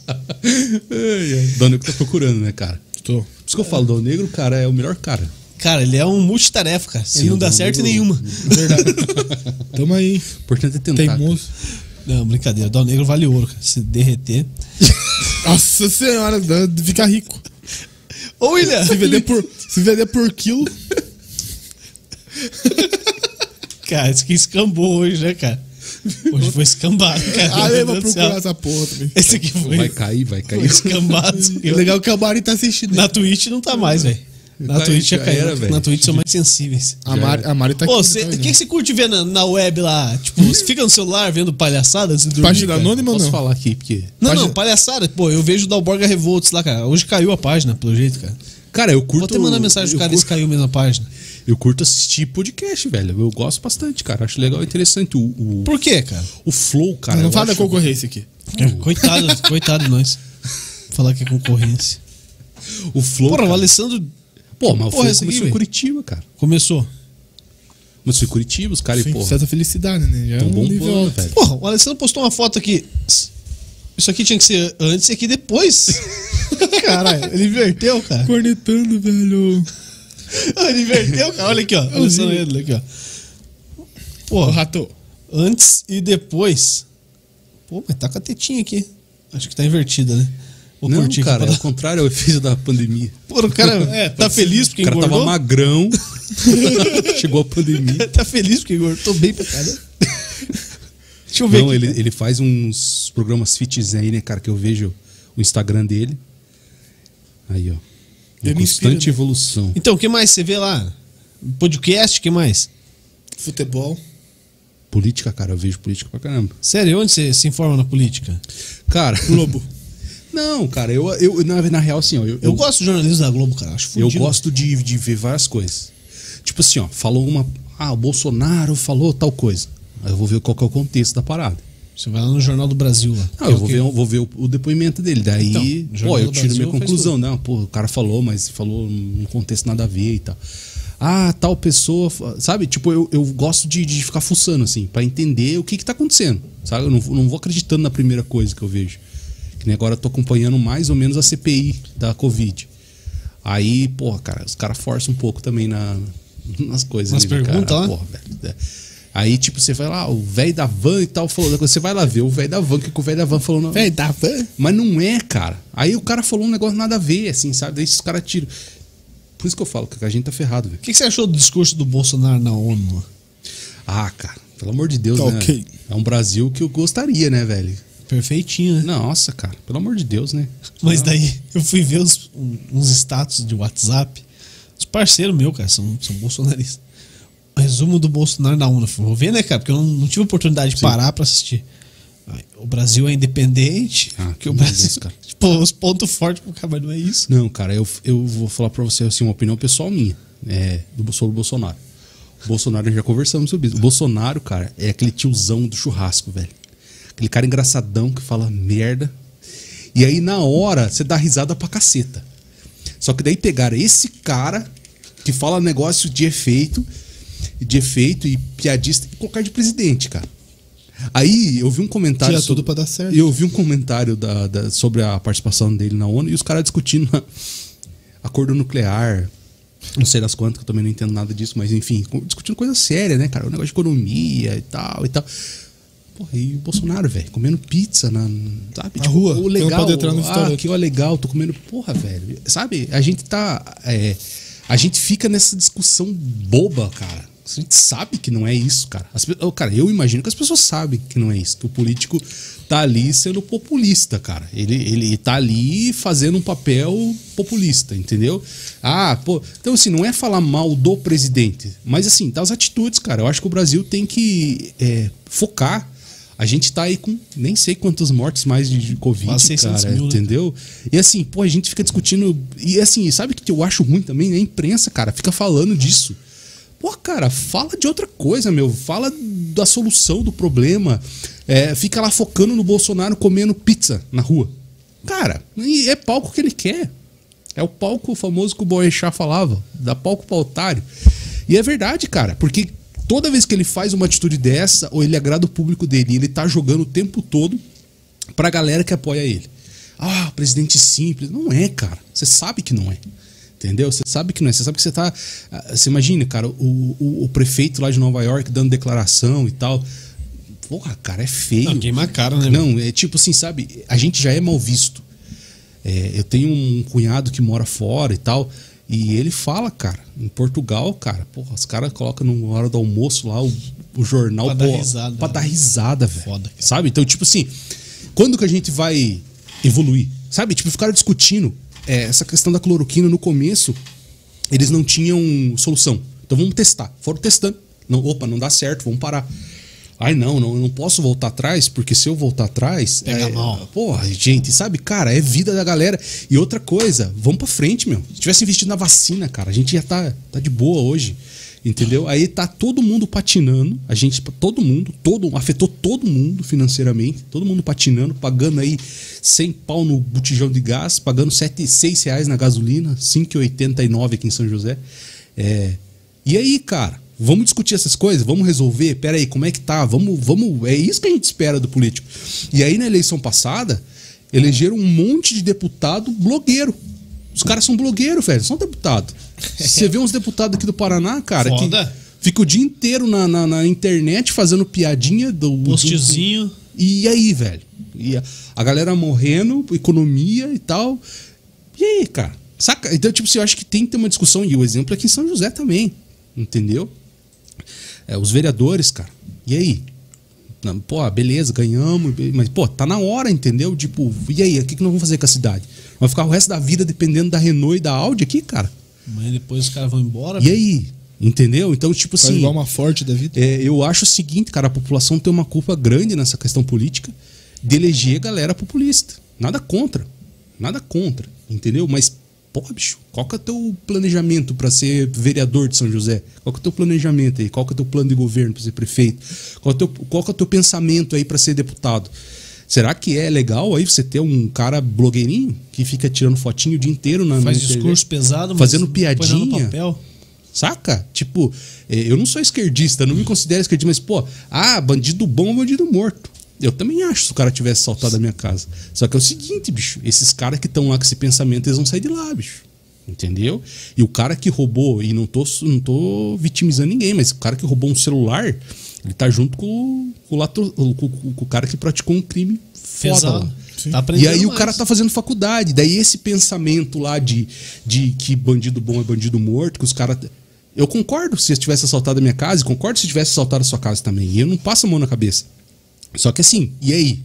Ai, ai. Dão Negro tá procurando, né, cara? Tô. Por isso que eu falo, Dão Negro, cara, é o melhor cara. Cara, ele é um multitarefa, cara. Se Ele não é dá um certo, amigo- nenhuma. Verdade. Tamo aí. O importante é tentar. cara. Teimoso. Não, brincadeira. Dal negro vale ouro, cara. Se derreter. Nossa senhora, dá- fica rico. Ô, William! Se vender por, se vender por (laughs) quilo, Cara, isso que escambou hoje, né, cara? Hoje foi escambado, cara. aí Meu Ah, eu vou Deus do procurar céu. essa porra também. Esse aqui foi, Vai cair, vai foi cair. escambado. É legal que a Mari tá assistindo. Na Twitch não tá mais, velho. Na Tá, Twitch já já caiu. era, velho. Na Twitch são mais sensíveis. A Mari, a Mari tá Ô, aqui. cê- tá o vendo? que você curte ver na, na web lá? Tipo, você fica no celular vendo palhaçada antes de dormir, Página cara? anônima ou Posso não? falar aqui, porque. Não, Página- não, palhaçada. Pô, eu vejo o Dalborga Revolts lá, cara. Hoje caiu a página, pelo jeito, cara. Cara, eu curto. Vou até mandar mensagem pro eu cara se curto, caiu mesmo a página. eu curto assistir podcast, velho. Eu gosto bastante, cara. Acho legal e interessante. O, o, Por quê, cara? o flow, cara. Não eu fala da acho- concorrência aqui. É, (laughs) Coitado, coitado de nós. Falar que é concorrência. O flow. Porra, o cara. Alessandro Pô, mas o flow Porra, esse aqui, começou em velho. Curitiba, cara. começou. Começou em Curitiba, os caras, Sim, porra. tá certa felicidade, né? Já é tão um nível bombando, alto. velho. Porra, o Alessandro postou uma foto aqui. Isso aqui tinha que ser antes e aqui (laughs) depois. Caralho, ele inverteu, cara. Cornetando, velho. Ele inverteu, cara. Olha aqui, ó. Alessandro Edler aqui, ó. Ô, Porra, rato. antes e depois. Pô, mas tá com a tetinha aqui. Acho que tá invertida, né? Vou Não, curtir aqui cara, pra é o dar- contrário, é o efeito da pandemia. Porra, o (laughs) cara tá feliz porque o cara engordou? tava magrão. (laughs) Chegou a (laughs) pandemia. tá feliz porque engordou. Tô bem pra (laughs) caramba. Deixa eu ver Não, aqui. ele, ele faz uns programas fitness aí, né, cara? Que eu vejo o Instagram dele. Aí, ó. Uma Ele me inspira, constante né? evolução. Então, o que mais você vê lá? Podcast, o que mais? Futebol. Política, cara, eu vejo política pra caramba. Sério, onde você se informa na política? Cara. Globo. (laughs) Não, cara, eu, eu na, na real, assim, ó. Eu, Eu eu, gosto de jornalismo da Globo, cara. Acho eu fudido. gosto de, de ver várias coisas. Tipo assim, ó, falou uma. Ah, o Bolsonaro falou tal coisa. Aí eu vou ver qual que é o contexto da parada. Você vai lá no Jornal do Brasil lá. Ah, eu vou ver, vou ver o, o depoimento dele. Daí, Então, pô, Jornal eu do tiro Brasil minha fez conclusão. Não, pô, o cara falou, mas falou num contexto nada a ver e tal. Ah, tal pessoa. fa- Sabe? Tipo, eu, eu gosto de, de ficar fuçando, assim, pra entender o que que tá acontecendo. Sabe? Eu não, vou- não vou acreditando na primeira coisa que eu vejo. Que nem agora eu tô acompanhando mais ou menos a CPI da Covid. Aí, porra, cara, os caras forçam um pouco também na, nas coisas. Nas ali, né, cara? perguntas lá? Porra, Porra, velho. Aí, tipo, você vai lá, o velho da van e tal falou. da coisa. Você vai lá ver o velho da van, o que, que o velho da van falou. Não. Véi, dá van? Mas não é, cara. Aí o cara falou um negócio nada a ver, assim, sabe? Daí os caras tiram. Por isso que eu falo, que a gente tá ferrado, velho. O que que você achou do discurso do Bolsonaro na ONU? lá? Ah, cara, pelo amor de Deus, Tá né? ok. É um Brasil que eu gostaria, né, velho? Perfeitinho, né? Nossa, cara, pelo amor de Deus, né? Mas daí eu fui ver uns, um- uns status de WhatsApp. Os parceiros meus, cara, são, são bolsonaristas. Resumo do Bolsonaro na ONU. Eu falei, Vou ver, né, cara? Porque eu não, não tive oportunidade de parar pra assistir. Ai, O Brasil é independente. Ah, que o meu Brasil. (laughs) Deus, cara. Tipo, os pontos fortes pro cara, mas não é isso. Não, cara, eu, eu vou falar pra você assim, uma opinião pessoal minha é, do, sobre o Bolsonaro. O Bolsonaro, já conversamos sobre isso. O Bolsonaro, cara, é aquele tiozão do churrasco, velho. Aquele cara engraçadão que fala merda. E aí, na hora, você dá risada pra caceta. Só que daí pegaram esse cara que fala negócio de efeito, de efeito e piadista e colocar de presidente, cara. Aí eu vi um comentário. Tira tudo pra dar certo. Eu vi um comentário da- da- sobre a participação dele na ONU e os caras discutindo a- acordo nuclear. Não sei das quantas, que eu também não entendo nada disso, mas enfim, co- discutindo coisa séria, né, cara? O negócio de economia e tal e tal. Porra, e o Bolsonaro, velho, comendo pizza na. Sabe? Na rua, que o não legal. pode entrar no ah, restaurante. que ó, legal, tô comendo. Porra, velho. Sabe? A gente tá. é, a gente fica nessa discussão boba, cara. A gente sabe que não é isso, cara. As pe- ô, cara, eu imagino que as pessoas sabem que não é isso. Que o político tá ali sendo populista, cara. Ele, ele tá ali fazendo um papel populista, entendeu? Ah, pô. Então, assim, não é falar mal do presidente, mas, assim, das atitudes, cara. Eu acho que o Brasil tem que é, focar. A gente tá aí com nem sei quantas mortes mais de de Covid. Quase 600 cara, mil, né? entendeu? E assim, pô, a gente fica discutindo. E assim, sabe o que eu acho ruim também? É A imprensa, cara, fica falando disso. Pô, cara, fala de outra coisa, meu. Fala da solução do problema. É, fica lá focando no Bolsonaro comendo pizza na rua. Cara, e é palco que ele quer. É o palco famoso que o Boechat falava, da palco para otário. E é verdade, cara, porque toda vez que ele faz uma atitude dessa, ou ele agrada o público dele, e ele tá jogando o tempo todo pra galera que apoia ele. Ah, presidente simples. Não é, cara. Você sabe que não é. Entendeu? Você sabe que não é. Você sabe que você tá. ah, Você imagina, cara, o, o, o prefeito lá de Nova York dando declaração e tal. Porra, cara, é feio. Não, queima a cara, né, Não, é tipo assim, sabe? A gente já é mal visto. É, eu tenho um cunhado que mora fora e tal. E ele fala, cara, em Portugal, cara, porra, os caras colocam na hora do almoço lá o, o jornal Pra dar pô, risada. né? pra dar risada, velho. Foda, cara. Sabe? Então, tipo assim, quando que a gente vai evoluir? Sabe? Tipo, ficaram discutindo é, essa questão da cloroquina no começo, eles não tinham solução. Então vamos testar. Foram testando. Não, opa, não dá certo, vamos parar. Ai, não, não, eu não posso voltar atrás, porque se eu voltar atrás. Pega é, mal. Porra, gente, sabe, cara, é vida da galera. E outra coisa, vamos pra frente, meu. Se tivesse investido na vacina, cara, a gente já tá, tá de boa hoje. Entendeu? Aí tá todo mundo patinando, a gente, todo mundo, todo, afetou todo mundo financeiramente, todo mundo patinando, pagando aí 100 pau no botijão de gás, pagando 7, 6 reais na gasolina, 5,89 aqui em São José. É, e aí, cara, vamos discutir essas coisas, vamos resolver. Pera aí, como é que tá? Vamos, vamos. É isso que a gente espera do político. E aí na eleição passada elegeram um monte de deputado blogueiro. Os caras são blogueiros, velho, são deputado. Você vê uns deputados aqui do Paraná, cara, Foda. que fica o dia inteiro na, na- na internet fazendo piadinha do do- Postezinho. e aí, velho? E a, a galera morrendo, economia e tal. E aí, cara? Saca? Então, tipo, assim, eu acho que tem que ter uma discussão. E o exemplo é aqui em São José também. Entendeu? É, os vereadores, cara. E aí? Não, Pô, beleza, ganhamos. be- Mas, pô, tá na hora, entendeu? Tipo, e aí? O que, que nós vamos fazer com a cidade? Vai ficar o resto da vida dependendo da Renault e da Audi aqui, cara? Amanhã depois os caras vão embora. E aí? Entendeu? Então, tipo Faz assim. igual uma forte da vida. É, eu acho o seguinte, cara, a população tem uma culpa grande nessa questão política de eleger galera populista. Nada contra. Nada contra, entendeu? Mas, pô, bicho, qual que é o teu planejamento para ser vereador de São José? Qual que é o teu planejamento aí? Qual que é o teu plano de governo para ser prefeito? Qual, é o teu, qual que é o teu pensamento aí para ser deputado? Será que é legal aí você ter um cara blogueirinho que fica tirando fotinho o dia inteiro na Faz na internet? discurso pesado, mas fazendo põe nada no piadinha? papel. Saca? Tipo, eh, eu não sou esquerdista, não me considero esquerdista, mas, pô, ah, bandido bom é bandido morto. Eu também acho se o cara tivesse saltado a minha casa. Só que é o seguinte, bicho, esses caras que estão lá com esse pensamento, eles vão sair de lá, bicho. Entendeu? E o cara que roubou, e não tô, não tô vitimizando ninguém, mas o cara que roubou um celular, ele tá junto com, o- com o latro- com- com- com o cara que praticou um crime foda Pesado. lá. Tá E aprendendo aí o mais. cara tá fazendo faculdade. Daí esse pensamento lá de, de que bandido bom é bandido morto, que os caras. Eu concordo se eu tivesse assaltado a minha casa, e concordo se eu tivesse assaltado a sua casa também. E eu não passo a mão na cabeça. Só que assim, e aí?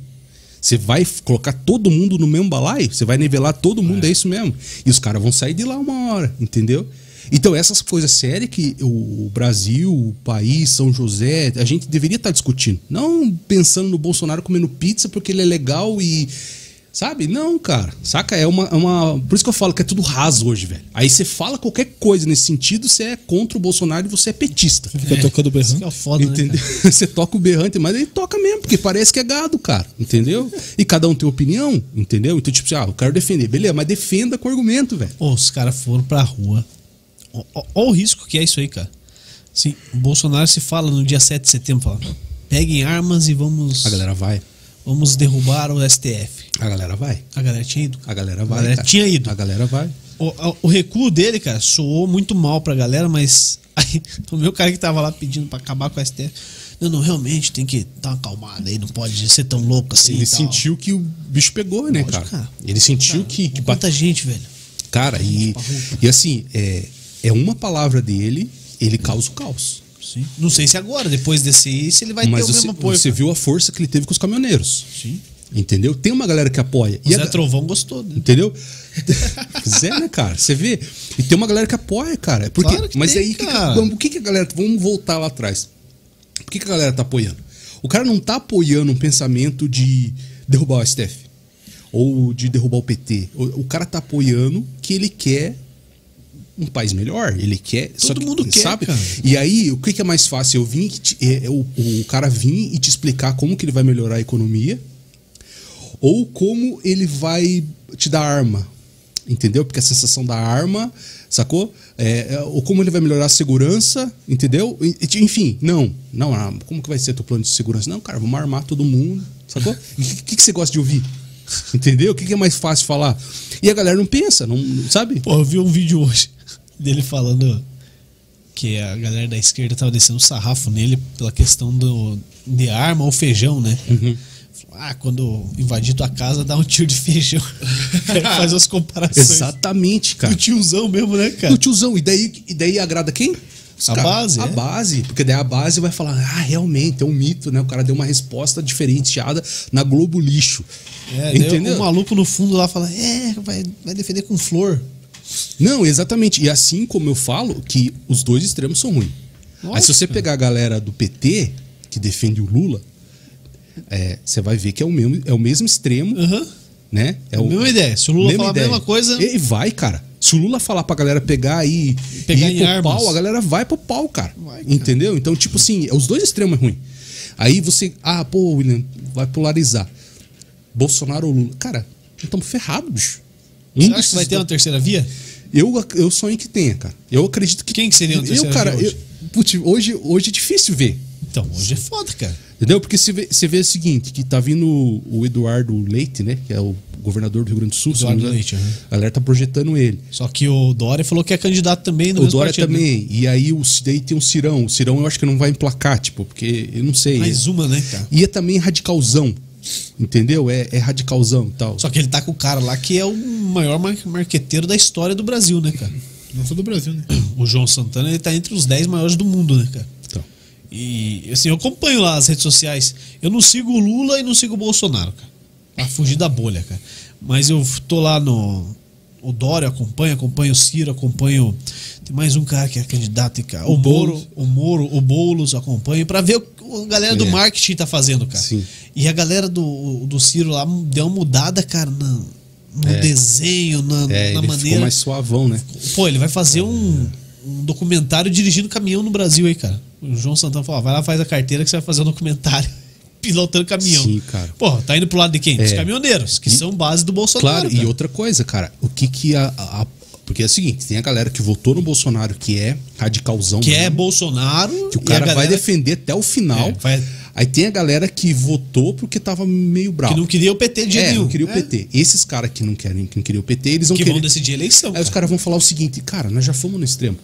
Você vai f- colocar todo mundo no mesmo balaio? Você vai nivelar todo mundo, é, isso mesmo. E os caras vão sair de lá uma hora, entendeu? Então, essas coisas sérias que o o Brasil, o país, São José, a gente deveria estar discutindo. Não pensando no Bolsonaro comendo pizza porque ele é legal e. Sabe? Não, cara. Saca? É uma, é uma. Por isso que eu falo que é tudo raso hoje, velho. Aí você fala qualquer coisa nesse sentido, você é contra o Bolsonaro e você é petista. Fica tocando Isso que é berrando. o foda, né? Entendeu? cara? (laughs) Você toca o berrante, mas ele toca mesmo, porque parece que é gado, cara. Entendeu? E cada um tem opinião, entendeu? Então, tipo, assim, ah, eu quero defender. Beleza, mas defenda com argumento, velho. Pô, os caras foram pra rua. Olha o risco que é isso aí, cara. Assim, o Bolsonaro se fala no dia 7 de setembro, fala, peguem armas e vamos, A galera vai. vamos derrubar o STF. A galera vai. A galera tinha ido. A galera vai. galera cara. tinha ido. A galera vai. O, a- o recuo dele, cara, soou muito mal pra galera, mas (laughs) aí, o meu cara que tava lá pedindo pra acabar com o STF, não, não, realmente tem que dar uma acalmada aí, não pode ser tão louco assim Ele e tal. sentiu que o bicho pegou, né, Lógico, cara? cara. é Ele sentiu que, que Quanta gente, velho. Cara, e, e assim, é, é uma palavra dele, ele causa o caos. Sim. Não sei se agora, depois desse aí, se ele vai Mas ter o você, mesmo apoio. você viu a força que ele teve com os caminhoneiros. Sim. Entendeu? Tem uma galera que apoia. O E a Zé ga- Trovão gostou, né? Entendeu? (laughs) Pois é, né, cara? Você vê. E tem uma galera que apoia, cara. Porque, Claro que mas tem, aí, que que- cara. vamos- o que, que a galera. Vamos voltar lá atrás. Por que, que a galera tá apoiando? O cara não tá apoiando um pensamento de derrubar o STF. Ou de derrubar o PT. O, o cara tá apoiando que ele quer um país melhor. Ele quer. só Todo que- mundo quer, sabe? cara. E aí, o que, que é mais fácil? Eu vim que te- é, é o, o cara vir e te explicar como que ele vai melhorar a economia ou como ele vai te dar arma. entendeu? Porque a sensação da arma, sacou? É, é, ou como ele vai melhorar a segurança, entendeu? E- e- Enfim, não, não, ah, como que vai ser teu plano de segurança? Não, cara, vamos armar todo mundo, sacou? O que, que, que você gosta de ouvir? Entendeu? O que, que é mais fácil falar? E a galera não pensa, não sabe? Pô, eu vi um vídeo hoje (laughs) dele falando que a galera da esquerda tava descendo um sarrafo nele pela questão do, de arma ou feijão, né? Uhum. Falou, Ah, quando invadir tua casa, dá um tiro de feijão. (laughs) Faz as comparações. Exatamente, cara. Do tiozão mesmo, né, cara? do tiozão. E daí, e daí agrada quem? Os A base, A é. base. Porque daí a base vai falar, ah, realmente, é um mito, né? O cara deu uma resposta diferenciada na Globo Lixo. É, daí Entendeu? O maluco no fundo lá fala, é, vai, vai defender com flor. Não, exatamente. E assim como eu falo, que os dois extremos são ruins. Aí se você pegar a galera do PT, que defende o Lula, é, você vai ver que é o mesmo, é o mesmo extremo, Aham. né? É o, Mesma ideia. Se o Lula falar a mesma coisa, E vai, cara. Se o Lula falar pra galera pegar aí Pegar e em ir pro armas. pau, a galera vai pro pau, cara. Entendeu? Então, tipo assim, os dois extremos é ruim. Aí você. Ah, pô, William, vai polarizar. Bolsonaro ou Lula. Cara, estamos ferrados, bicho. Um você acha desses que vai ter dois- uma terceira via? eu, ac- eu sonho que tenha, cara. Eu acredito que. Quem que seria um o terceiro Eu, cara, de hoje? hoje? Eu, putz, hoje, hoje é difícil ver. Então, hoje é foda, cara. Entendeu? Porque você vê, você vê o seguinte, que tá vindo o Eduardo Leite, né? Que é o governador do Rio Grande do Sul. se não me Eduardo engano. Leite, aham. A galera tá projetando ele. Só que o Dória falou que é candidato também no O mesmo Dória partido, né? também. E aí o, daí tem o Cirão. O Cirão eu acho que não vai emplacar, tipo, porque eu não sei. Mais uma, né, cara? E é também radicalzão. Entendeu? É, é radicalzão e tal. Só que ele tá com o cara lá que é o maior mar- marqueteiro da história do Brasil, né, cara? Não sou do Brasil, né? O João Santana, ele tá entre os 10 maiores do mundo, né, cara? Então. E, assim, eu acompanho lá as redes sociais. Eu não sigo o Lula e não sigo o Bolsonaro, cara. Pra fugir da bolha, cara. Mas eu tô lá no. O Dória acompanha, acompanho o Ciro, acompanho. Tem mais um cara que é candidato, cara. O, Moro, Boulos. o Moro, o Boulos, acompanho, pra ver o que a galera do É. marketing tá fazendo, cara. Sim. E a galera do, do Ciro lá deu uma mudada, cara, na- no É. desenho, na, É, na ele maneira. ficou mais suavão, né? Pô, ele vai fazer um, um documentário dirigindo caminhão no Brasil aí, cara. O João Santana falou: ó, vai lá, faz a carteira que você vai fazer um documentário (laughs) pilotando caminhão. Sim, cara. Pô, tá indo pro lado de quem? Dos É. caminhoneiros, que E- são base do Bolsonaro. Claro, e cara. outra coisa, cara, o que que a, a- a- Porque é o seguinte, tem a galera que votou no Bolsonaro, que é radicalzão. Que é mesmo, Bolsonaro. que o e a cara vai galera defender até o final. É, vai- Aí tem a galera que votou porque tava meio bravo. Que não queria o PT de jeito é, nenhum. não queria o É. PT. Esses caras que não querem, que não queriam o PT, eles vão Que vão querer. decidir a eleição. Aí os cara. caras vão falar o seguinte, cara, nós já fomos no extremo.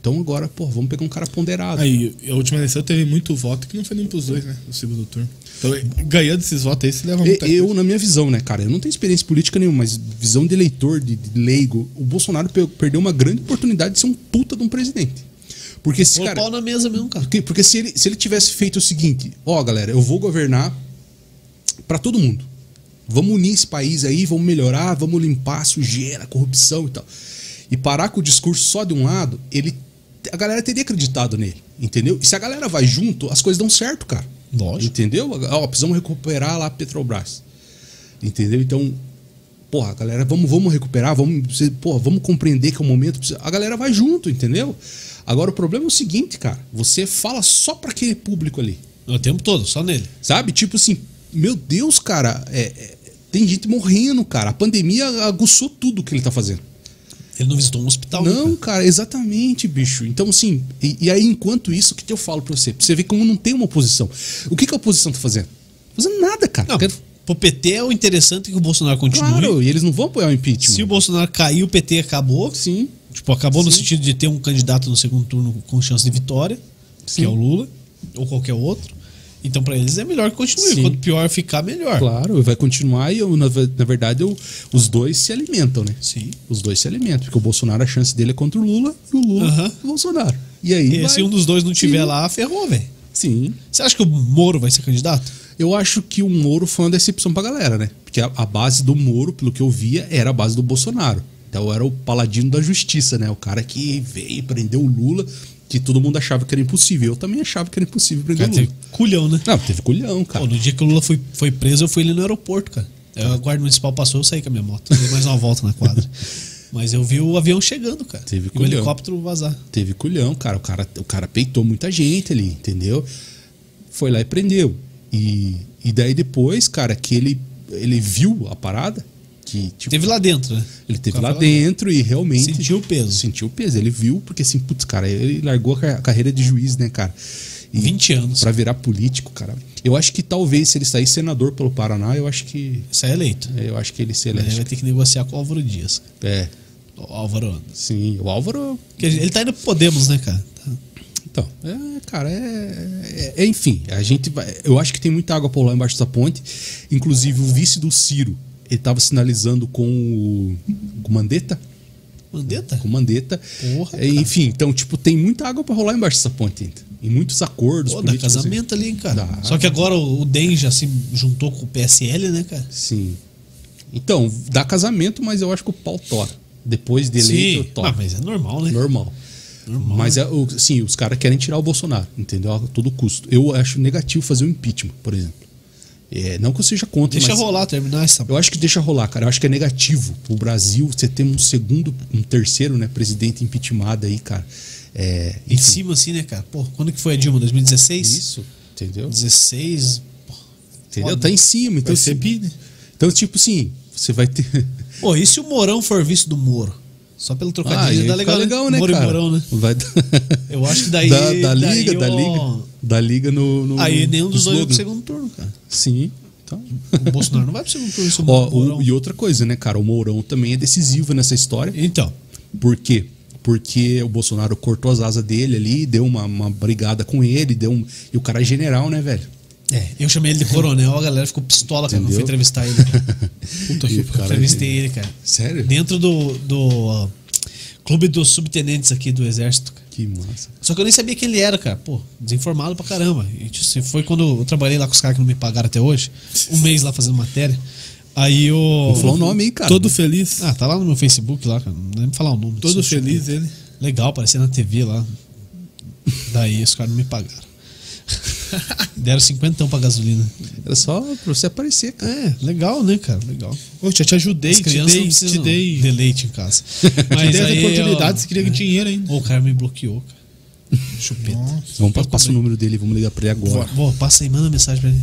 Então agora, pô, vamos pegar um cara ponderado. Aí, a última eleição teve muito voto que não foi nem pros dois, né? No segundo turno. Então, ganhando esses votos aí, se leva E- muita eu, na minha visão, né, cara, eu não tenho experiência política nenhuma, mas visão de eleitor, de, de leigo, o Bolsonaro pe- perdeu uma grande oportunidade de ser um puta de um presidente. Porque esse Pô, cara. pau na mesa mesmo, cara. Porque, porque se, ele, se ele tivesse feito o seguinte, ó, galera, eu vou governar pra todo mundo. Vamos unir esse país aí, vamos melhorar, vamos limpar a sujeira, a corrupção e tal. E parar com o discurso só de um lado, ele a galera teria acreditado nele, entendeu? E se a galera vai junto, as coisas dão certo, cara. Lógico. Entendeu? Ó, precisamos recuperar lá a Petrobras. Entendeu? Então, porra, galera, vamos, vamos recuperar, vamos, você- porra, vamos compreender que é o momento. precisa- A galera vai junto, entendeu? Agora o problema é o seguinte, cara. Você fala só pra aquele público ali. O tempo todo, só nele. Sabe? Tipo assim, meu Deus, cara, é- é- tem gente morrendo, cara. A pandemia aguçou tudo que ele tá fazendo. Ele não visitou um hospital. né, Não, cara, exatamente, bicho. Então, assim, e, e aí, enquanto isso, o que que eu falo pra você? Pra você ver como não tem uma oposição. O que, que a oposição tá fazendo? Fazendo nada, cara. Não, Quero- pro PT é o interessante que o Bolsonaro continue. Claro, e eles não vão apoiar o impeachment. Se o Bolsonaro cair, o PT acabou. Sim. Tipo, acabou no sentido de ter um candidato no segundo turno com chance de vitória, que Sim. é o Lula, ou qualquer outro. Então, pra eles é melhor que continue. Sim. Quanto pior ficar, melhor. Claro, vai continuar e eu, na, ve- na verdade eu- os dois se alimentam, né? Sim. Os dois se alimentam, porque o Bolsonaro a chance dele é contra o Lula e o Lula Aham. o Bolsonaro. E aí E se vai- um dos dois não tiver Sim. lá, ferrou, velho. Sim. Você acha que o Moro vai ser candidato? Eu acho que o Moro foi uma decepção pra galera, né? Porque a, a base do Moro, pelo que eu via, era a base do Bolsonaro. Então era o paladino da justiça, né? O cara que veio e prendeu o Lula, que todo mundo achava que era impossível. Eu também achava que era impossível prender Cara, o Lula. teve culhão, né? Não, teve culhão, cara. Pô, no dia que o Lula foi, foi preso, eu fui ali no aeroporto, cara. Aí A guarda municipal passou, eu saí com a minha moto. Dei mais uma volta na (laughs) quadra. Mas eu vi o avião chegando, cara. Teve e o culhão. helicóptero vazar. Teve culhão, cara. O cara, o cara peitou muita gente ali, entendeu? Foi lá e prendeu. E, e daí depois, cara, que ele, ele viu a parada, que tipo, Teve lá dentro, né? ele teve Tá lá falando. dentro e realmente. Sentiu o peso. Sentiu o peso. Ele viu, porque assim, putz, cara, ele largou a ca- carreira de juiz, né, cara? E 20 anos. Pra virar político, cara. Eu acho que talvez se ele sair senador pelo Paraná, eu acho que. Isso é eleito. Eu acho que ele se Ele elege. vai ter que negociar com o Álvaro Dias. É, O Álvaro. sim. O Álvaro Porque ele tá indo pro Podemos, né, cara? Tá. Então, é, cara, é, é- é- Enfim, a gente vai. Eu acho que tem muita água por lá embaixo dessa ponte. Inclusive, o vice do Ciro, ele tava sinalizando com o. Com o Mandetta? Mandetta? Com o Mandetta. Porra, É, enfim, então, tipo, tem muita água pra rolar embaixo dessa ponte ainda. E muitos acordos. Pô, dá políticos, assim. casamento ali, hein, cara. Dá. Só que agora o o DEM já se juntou com o PSL, né, cara? Sim. Então, dá casamento, mas eu acho que o pau tora. Depois de eleito, tora. Ah, mas né? é normal, né? Normal. Mas é, o- sim, os caras querem tirar o Bolsonaro, entendeu? A todo custo. Eu acho negativo fazer um impeachment, por exemplo. É, não que eu seja contra, Deixa mas rolar, terminar essa. eu acho que deixa rolar, cara. Eu acho que é negativo pro Brasil você ter um segundo, um terceiro, né, presidente impeachmentado aí, cara. É, Em enfim, cima, assim, né, cara? Pô, quando que foi a Dilma? 2016? isso, entendeu? 16. Pô, Entendeu? Tá em cima, então Vai ser assim, bi, né? Então tipo assim, você (laughs) vai ter Pô, e se o Mourão for visto do Moro? Só pelo trocadilho Ah, dá aí fica legal, legal, né, Moro cara? e Mourão, né? (laughs) Vai dar- Eu acho que daí- da, da daí liga, da o- liga, da liga no, no Aí nenhum no dos dois vai pro slogan. segundo turno, cara. Sim. Então. O Bolsonaro não vai pro (laughs) segundo turno. se o Ó, o- Mourão- e outra coisa, né, cara? O Mourão também é decisivo nessa história. Então, Por quê? Porque o Bolsonaro cortou as asas dele ali, deu uma, uma brigada com ele, deu um. E o cara é general, né, velho? é, eu chamei ele de coronel, a galera ficou pistola quando eu fui Entendeu? entrevistar ele. Puta (laughs) E que o cara é pariu. Entrevistei ele, cara. Sério? Dentro do, do ah, clube dos subtenentes aqui do exército. cara. Que massa. Só que eu nem sabia quem ele era, cara. Pô, desinformado pra caramba. E, tipo, assim, foi quando eu trabalhei lá com os caras que não me pagaram até hoje. Um mês lá fazendo matéria. Aí eu... Vou falar o nome aí, cara. Todo feliz. Ah, tá lá no meu Facebook lá, cara. Não lembro falar o nome. Todo Isso, feliz tipo, ele. Legal, parecia na TV lá. Daí os caras não me pagaram. (laughs) Deram 50 pra gasolina. Era só pra você aparecer, cara. É, legal, né, cara? Legal. Ô, já te ajudei, As te dei, crianças não te precisam dei. de leite em casa. Te Mas dei aí, as oportunidades, ó, você queria é. dinheiro ainda. Ô, o cara me bloqueou, cara. Chupeta. Vamos pa- passar o número dele, vamos ligar pra ele (laughs) agora. Pô, passa aí, manda mensagem pra ele.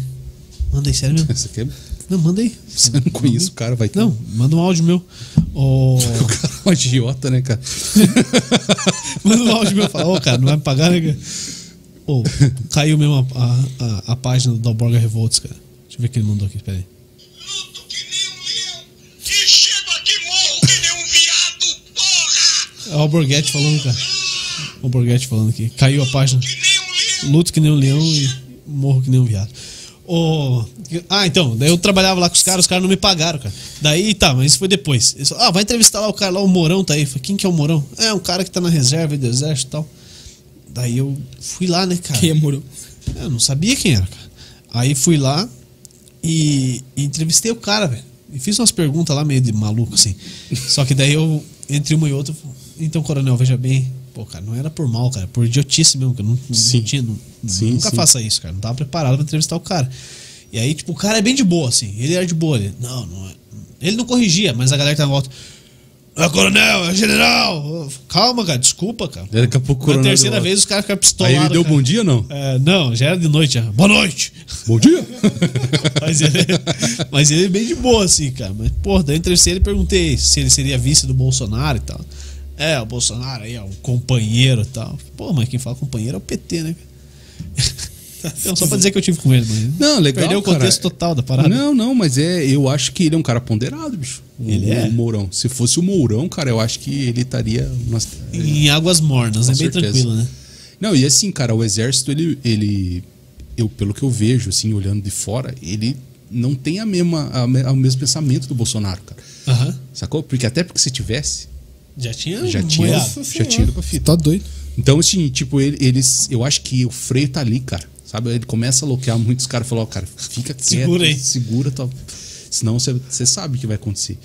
Manda aí, sério mesmo? Essa aqui é... Não, manda aí. Você não conhece o cara, vai ter. Não, manda um áudio meu. Ô, (laughs) O cara é um agiota, né, cara? manda um áudio meu e fala, ô, cara, não vai me pagar, né, cara? Ô, caiu mesmo a, a, a, a página do Dalborga Revolts, cara. Deixa eu ver o que ele mandou aqui, pera aí. Luto que nem um leão. E chego aqui morro que nem um viado, porra! É o Alborguete falando, cara. O Alborguete falando aqui. Caiu a página. Que nem um leão. Luto que nem um leão e morro que nem um viado. Ô, Ah, então, daí eu trabalhava lá com os caras, os caras não me pagaram, cara. Daí, tá, mas isso foi depois. Eles falaram, ah, vai entrevistar lá o cara lá, o Mourão tá aí. Eu Falei, quem que é o Mourão? É, um cara que tá na reserva aí do exército e tal. Daí eu fui lá, né, cara? Quem é Mourão? Eu não sabia quem era, cara. Aí fui lá e, e entrevistei o cara, velho. E fiz umas perguntas lá meio de maluco, assim. Só que daí eu, entre uma e outra, eu falei, então, coronel, veja bem. Pô, cara, não era por mal, cara. Por idiotice mesmo, que eu não, não Sim. tinha. não- Sim, nunca sim. faça isso, cara. Não tava preparado pra entrevistar o cara. E aí, tipo, o cara é bem de boa, assim. Ele era de boa. Ele, não, não é. Ele não corrigia, mas a galera que tava na volta. É coronel, é general. Ô, Calma, cara, desculpa, cara. Daqui a pouco o Na coronel terceira deu- vez os caras ficaram pistolados. Aí ele deu cara. bom dia, não? É, não, já era de noite. Já. Boa noite! (laughs) Bom dia! Mas ele, mas ele é bem de boa, assim, cara. Mas, porra, daí eu entrevistei ele e perguntei se ele seria vice do Bolsonaro e tal. É, o Bolsonaro aí, ó, o companheiro e tal. Pô, mas quem fala companheiro é o PT, né? cara? (laughs) Não, só pra dizer que eu tive com ele, mas. Não, legal. Perdeu o cara. contexto total da parada. Não, não, mas é. Eu acho que ele é um cara ponderado, bicho. O, Ele é? o Mourão. Se fosse o Mourão, cara, eu acho que ele estaria. Nossa, Em águas mornas, com né? Bem certeza. tranquilo, né? Não, e assim, cara, o exército, ele. ele eu, pelo que eu vejo, assim, olhando de fora, ele não tem a mesma, a, me- o mesmo pensamento do Bolsonaro, cara. Aham. Sacou? Porque até porque se tivesse, Já tinha. um já tinha, moiado. já tinha ido pra fita. Tá doido. Então, assim, tipo, ele- eles. Eu acho que o freio tá ali, cara. Sabe? Ele começa a loquear muitos caras falam, ó, cara, fica quieto, Segura aí." segura tua. Senão você- você sabe o que vai acontecer.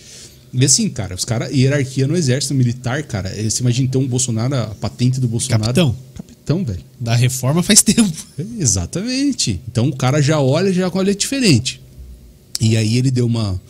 E assim, cara, os caras, hierarquia no exército militar, cara, eh, você imagina então o Bolsonaro, a patente do Bolsonaro. Capitão. Capitão, velho. Da reforma faz tempo. Exatamente. Então o cara já olha, já olha diferente. E aí ele deu uma,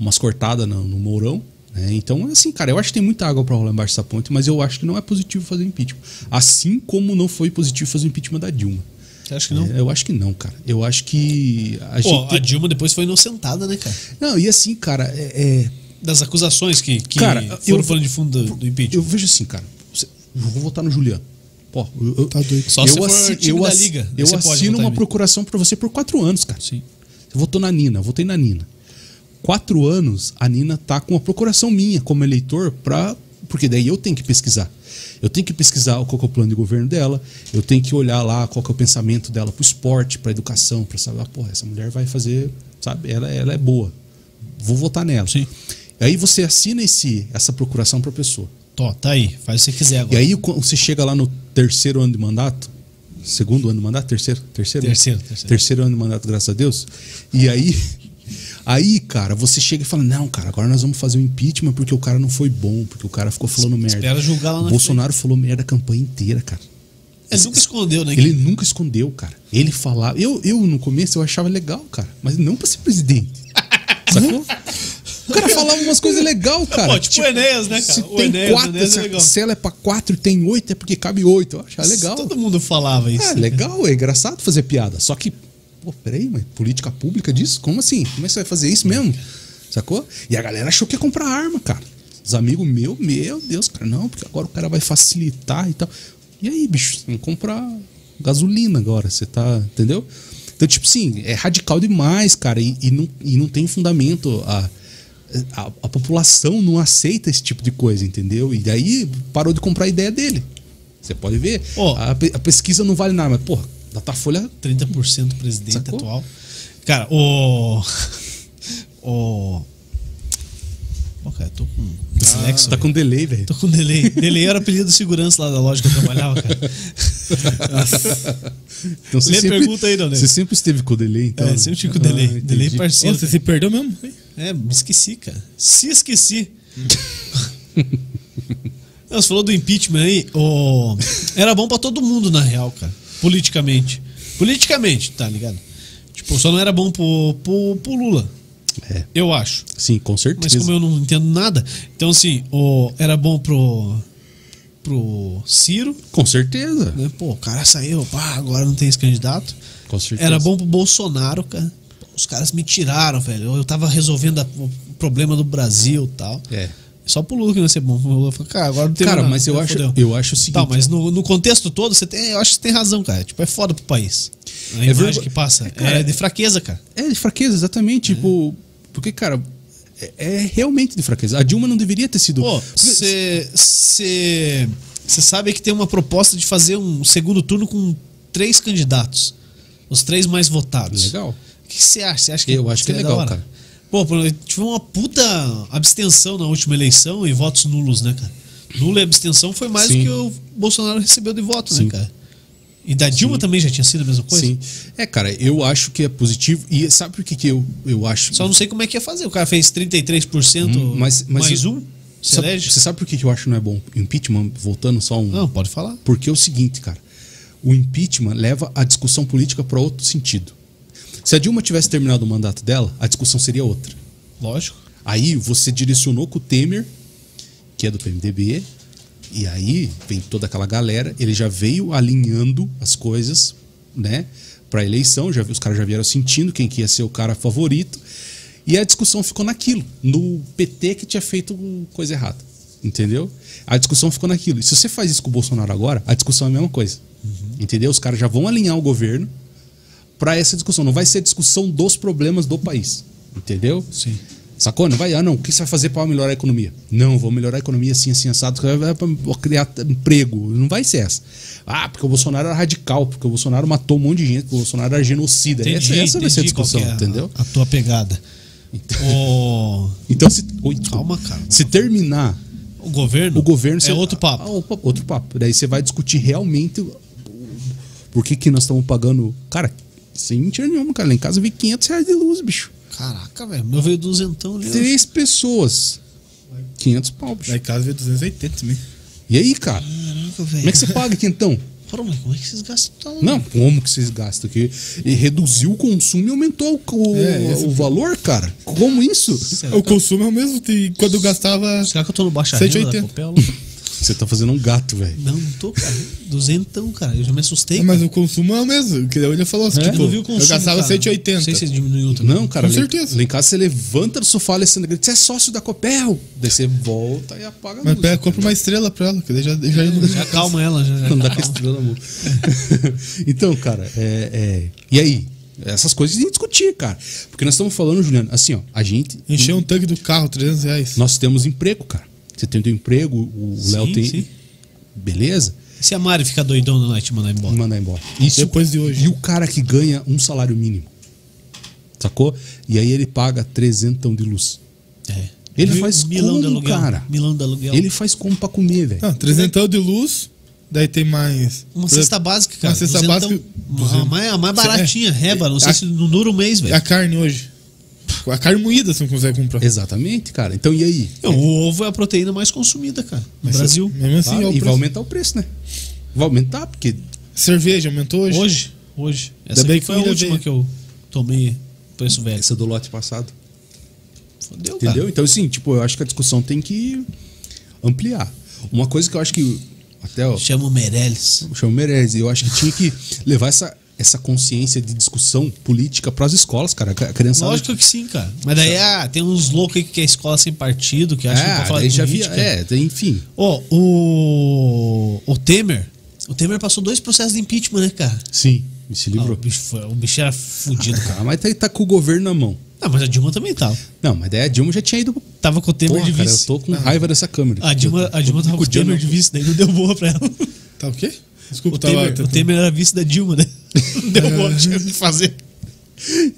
umas cortadas no, no Mourão. Né? Então, assim, cara, eu acho que tem muita água pra rolar embaixo dessa ponte, mas eu acho que não é positivo fazer impeachment. Assim como não foi positivo fazer impeachment da Dilma. Você acha que não? É, eu acho que não, cara. Eu acho que Pô, a gente. a Dilma depois foi inocentada, né, cara? Não, e assim, cara, é, é, das acusações que, que Cara, foram eu- falando de fundo do, do impeachment. Eu vejo assim, cara. você- eu vou votar no Juliano. Pô, eu, eu, Tá doido. Só se for assi- time eu da assi- Liga, Eu você pode assino votar em uma mim. procuração pra você por quatro anos, cara. Sim. Você votou na Nina, eu votei na Nina. Quatro anos, a Nina tá com uma procuração minha como eleitor pra. Porque daí eu tenho que pesquisar. Eu tenho que pesquisar qual que é o plano de governo dela, eu tenho que olhar lá qual que é o pensamento dela pro esporte, pra educação, pra saber, ah, porra, essa mulher vai fazer, sabe? Ela, ela é boa. Vou votar nela. Sim. Aí você assina esse, essa procuração pra pessoa. Tó, tá aí, faz o que você quiser E agora. aí quando você chega lá no terceiro ano de mandato, segundo ano de mandato, terceiro, terceiro, Terceiro, né? terceiro. Terceiro ano de mandato, graças a Deus. E aí, (laughs) aí, cara, você chega e fala, não, cara, agora nós vamos fazer o impeachment porque o cara não foi bom, porque o cara ficou falando merda. espera julgar lá na O Bolsonaro falou merda a campanha inteira, cara. Ele nunca escondeu, né? Ele nunca escondeu, cara. Ele falava. Eu, eu no começo, eu achava legal, cara. Mas não pra ser (laughs) presidente. Sacou? O cara falava umas coisas legais, cara. Pô, tipo o Enéas, né, cara? Se O tem Enéas, o quatro, Enéas é se, legal. se ela é pra quatro e tem oito, é porque cabe oito. Eu achava tá legal. Todo mundo falava isso. né, É, legal, é engraçado fazer piada. Só que, pô, peraí, mas política pública disso? Como assim? Como é que você vai fazer isso mesmo? Sacou? E a galera achou que ia comprar arma, cara. Os amigos meu, meu Deus, cara, não, porque agora o cara vai facilitar e tal. E aí, bicho, você tem que comprar gasolina agora, você tá. Entendeu? Então, tipo assim, é radical demais, cara, e, e não, e não tem fundamento. A, a, a população não aceita esse tipo de coisa, entendeu? E daí parou de comprar a ideia dele. Você pode ver. Ó. a, pe- a pesquisa não vale nada, mas, porra, tá Datafolha. 30% presidente Sacou? atual. Cara, o. (laughs) O. Pô, cara, eu tô com. dislexo, tá velho. com delay, velho. Ah, Tô com delay. Delay era o apelido de segurança lá da loja que eu trabalhava, cara. Então, você Lê a pergunta aí, Daniel. Você sempre esteve com delay, então. É, sempre tive com delay. Ah, entendi. delay parceiro. Você se perdeu mesmo? É, me esqueci, cara. Se esqueci. (laughs) Não, você falou do impeachment aí. ô, Era bom pra todo mundo, na real, cara. Politicamente. Politicamente, tá ligado? Tipo, só não era bom pro, pro, pro Lula. É. Eu acho. Sim, com Mas certeza. como eu não entendo nada, então assim, o, era bom pro. pro Ciro, Com certeza. né? Pô, o cara saiu, pá, agora não tem esse candidato. Com certeza. Era bom pro Bolsonaro, cara. Os caras me tiraram, velho. Eu tava resolvendo a- o problema do Brasil e tal. É. Só pro Lula que não ia ser bom. O Lula falou, cara, agora não tem Cara, nada, mas eu então acho, fodeu. eu acho o seguinte. Tá, mas no, no contexto todo, você tem, eu acho que você tem razão, cara. Tipo, é foda pro país. A imagem vergo- que passa. É, cara, é de fraqueza, cara. É, de fraqueza, É. exatamente. Tipo, porque, cara, é, é realmente de fraqueza. A Dilma não deveria ter sido. Pô, Porque- você sabe que tem uma proposta de fazer um segundo turno com três candidatos. Os três mais votados. Legal. O que você acha? Você acha que Eu acho que é seria legal, da hora? cara. Pô, por- tive uma puta abstenção na última eleição e votos nulos, né, cara? Nulo e abstenção foi mais Sim. do que o Bolsonaro recebeu de voto, Sim. né, cara? E da Dilma também já tinha sido a mesma coisa? Sim. É, cara, eu acho que é positivo. E sabe por que, que eu, eu acho. Só não sei como é que ia fazer. O cara fez 33% Hum, mas- mas mais eu- um. Se sabe, elege? você sabe por que, que eu acho que não é bom impeachment? Voltando só um. Não, pode falar. Porque é o seguinte, cara. O impeachment leva a discussão política para outro sentido. Se a Dilma tivesse terminado o mandato dela, a discussão seria outra. Lógico. Aí você direcionou com o Temer, que é do PMDB, e aí vem toda aquela galera, ele já veio alinhando as coisas, né, para eleição, já vi- os caras já vieram sentindo quem que ia ser o cara favorito, e a discussão ficou naquilo, no PT que tinha feito coisa errada, entendeu? A discussão ficou naquilo. E se você faz isso com o Bolsonaro agora, a discussão é a mesma coisa. Entendeu? Os caras já vão alinhar o governo para essa discussão, não vai ser discussão dos problemas do país, entendeu? Sim. Sacou? Não vai, ah, não, o que você vai fazer para melhorar a economia? Não, vou melhorar a economia assim, assim, assado, que vai pra criar t- emprego. Não vai ser essa. Ah, porque o Bolsonaro era radical, porque o Bolsonaro matou um monte de gente, porque o Bolsonaro era genocida. essa essa vai ser a entendi qual discussão, que é a- entendeu? A, tua pegada. O, Então, se, oi, Calma, cara. se terminar o governo. o governo... É outro papo. Ah, opa, outro papo. Daí você vai discutir realmente o- por que, que nós estamos pagando... Cara, sem mentira nenhuma, cara. Lá em casa eu vi 500 reais de luz, bicho. Caraca, velho. Meu veio duzentão ali. hoje. Três pessoas. 500 pau, bicho. Lá em casa veio 280 também. E aí, cara? Caraca, Como é velho. que você (laughs) paga quentão? Porra, mas como é que vocês gastam? Não, como que vocês gastam aqui? E reduziu o consumo e aumentou o, co- É, esse o valor, cara. Como isso? O consumo é o mesmo que quando eu gastava. Será que eu tô no baixa 180. renda da Copel? Você tá fazendo um gato, velho. Não, não tô, cara. Duzentão, cara. Eu já me assustei. Ah, cara. Mas o consumo é o mesmo. Que ele falou assim, É? tipo, Eu não vi o consumo, eu gastava cara. Não 180. sei se diminuiu também. Não, cara. Com lá- certeza. Lá em casa você levanta do sofá, Alessandro, grita, você é sócio da Copel. Daí você volta e apaga a Mas luz. pega, compra uma estrela pra ela, que daí É, já, já Já calma ela, já. já Não dá calma. com estrela, amor. (laughs) então, cara, é, é, e aí? Essas coisas tem que discutir, cara. Porque nós estamos falando, Juliano, assim, ó, a gente. encher um tanque do carro, 300 reais. Nós temos emprego, cara. Você tem o teu emprego, o Sim, Léo tem. sim. Beleza? E se a Mari ficar doidona lá e te mandar embora? Mandar embora. Isso, Depois de hoje. E o cara que ganha um salário mínimo. Sacou? E aí ele paga 300 de luz. É. Ele Mil- faz milão de como, aluguel. cara? Milão de aluguel. Ele faz como pra comer, velho. Ah. Não, 300 de luz, daí tem mais... Uma por cesta exemplo, básica, cara. Uma cesta Duzentão. básica... Uma- A mais, a mais Cê- é. baratinha, reba. Não sei A- se não dura um mês, velho. é A carne hoje. A carne moída você não consegue comprar. Exatamente, cara. Então e aí? É Não, O ovo é a proteína mais consumida, cara. No Mas Brasil. Mesmo assim, Claro, é o e vai preço. aumentar o preço, né? Vai aumentar, porque Cerveja aumentou hoje? Hoje. Hoje. Essa bem aqui que foi a ainda última veio. que eu tomei preço velho. essa é do lote passado. Tá. Fodeu, cara. Entendeu? Então, assim, tipo, eu acho que a discussão tem que ampliar. Uma coisa que eu acho que. Até ó, Chama o Meirelles. o Chão Merez, eu acho que tinha que levar essa, essa consciência de discussão política pras escolas, cara. A criança. Lógico que sim, cara. Mas daí ah, tem uns loucos aí que quer escola sem partido, que acham que pra é, falar daí de já via, política. é, tem- enfim. Ó, o. O Temer. O Temer passou dois processos de impeachment, né, cara? Sim, me se Ah, o, livrou. bicho, foi- o bicho era fudido, (laughs) cara. Ah, mas tá, tá com o governo na mão. Ah, mas a Dilma também tava. Não, mas daí a Dilma já tinha ido. pro- Tava com o Temer Porra, de cara, vice. eu tô com raiva dessa câmera. A Dilma, a Dilma tava com o Temer de vice, daí não deu boa (laughs) pra ela. Tá o quê? Desculpa, O tava... Temer, o tentando- Temer era vice da Dilma, né? (laughs) Não deu (laughs) boa, tinha o que fazer.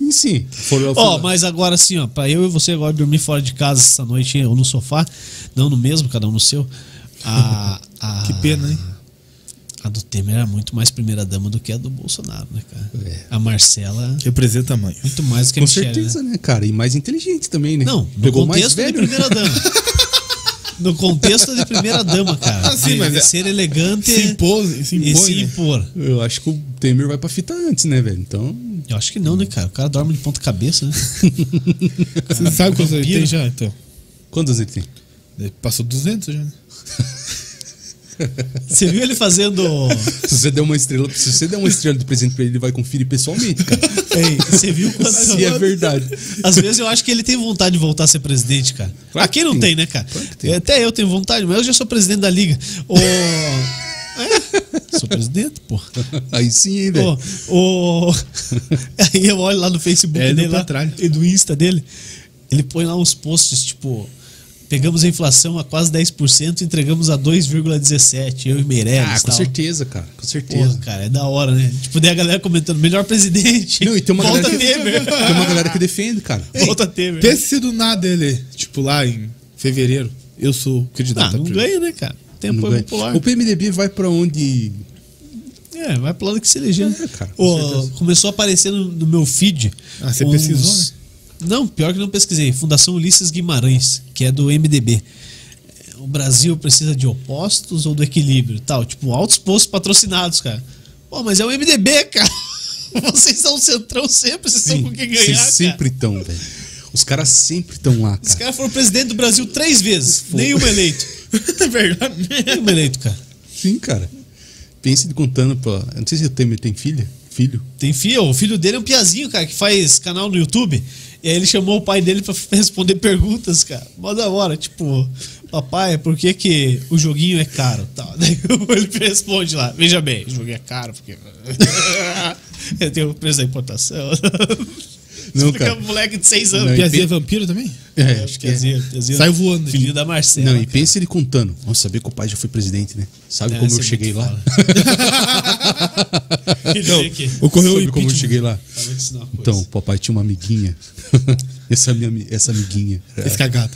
E sim. foram- Ó, foram- mas agora sim, ó, pra eu e você agora dormir fora de casa essa noite, ou no sofá, não no mesmo, cada um no seu. (laughs) A, a- Que pena, hein? A do Temer era muito mais primeira dama do que a do Bolsonaro, né, cara? É. A Marcela, Representa mais. muito mais do que a Com Michelle, né? certeza, né, cara? E mais inteligente também, né? Não, no Pegou mais contexto de velho. né? primeira (laughs) dama. No contexto de primeira dama, cara. Ah, sim, de, mas de é- ser elegante Se impôs, se e se impõe, né? impor. (laughs) Eu acho que o Temer vai pra fita antes, né, velho? Então. Eu acho que não, né, cara? O cara dorme de ponta cabeça, né? Você sabe quantos ele tem já, então? Quantos ele tem? (laughs) Ele Passou 200 já, né? Você viu ele (laughs) fazendo. Se você der uma estrela, se você der uma estrela de presente pra ele, ele vai conferir pessoalmente, cara. (laughs) Ei, você viu quanto. se é verdade. Às vezes eu acho que ele tem vontade de voltar a ser presidente, cara. Claro Aqui que não tem. tem, né, cara? Claro que tem. É, Até eu tenho vontade, mas eu já sou presidente da liga. Ô. (laughs) É, sou presidente, porra. (laughs) Aí sim, hein, velho. Ô, ô, Aí eu olho lá no Facebook É, ele dele pra lá, trás. e do Insta dele. Ele põe lá uns posts, tipo. Pegamos a inflação a quase 10% e entregamos a 2,17%. Eu e Meirelles. ah, com tal. certeza, cara. Com certeza. Porra, cara, é da hora, né? Tipo, daí a galera comentando, melhor presidente. Não, e tem uma Volta galera que- Temer. Tem uma galera que defende, cara. Volta Temer. Ter sido nada ele, tipo, lá em fevereiro, eu sou Ah, candidato a não prefeito. ganha, né, cara? Tem Não apoio ganha. popular. O PMDB vai pra onde. É, vai pro lado que se elegeu. É, cara, com Ô, certeza. começou a aparecer no, no meu feed. Ah, você pesquisou, né? Não, pior que não pesquisei. Fundação Ulisses Guimarães, que é do MDB. É, O Brasil precisa de opostos ou do equilíbrio? Tal, tipo, altos postos patrocinados, cara. Pô, mas é o MDB, cara. (laughs) Vocês são o centrão sempre, vocês são com quem ganhar, Vocês cara. sempre estão, velho. Os caras sempre estão lá, Os cara. caras foram presidente do Brasil três vezes. Nenhum (laughs) eleito. É Verdade. Nenhum eleito, cara. Sim, cara. Pense de contando pra. Eu não sei se o Temer tem filha. Filho. Tem filho, o filho dele é um piazinho, cara, que faz canal no YouTube. E aí ele chamou o pai dele pra (laughs) responder perguntas, cara. Mó da hora, tipo, papai, por que, que o joguinho é caro? Tal. (laughs) Daí ele responde lá, veja bem, o jogo é caro, porque. (laughs) Eu tenho o preço da importação. Não, Explica cara. pro moleque de seis anos. Piazinho, Não, Piazia é vampiro também? É, acho que é. piazinho, piazinho. Sai voando. Filho da Marcela. Não, e pense ele contando. Vamos saber que o pai já foi presidente, né? Sabe É, como essa eu é cheguei muito (laughs) lá? Ele vê que- Ocorreu Sabe o como eu impeachment. cheguei lá? Vai me ensinar é uma coisa. Então, o papai tinha uma amiguinha. (laughs) essa, minha, ami- essa amiguinha (laughs) era, Escagada.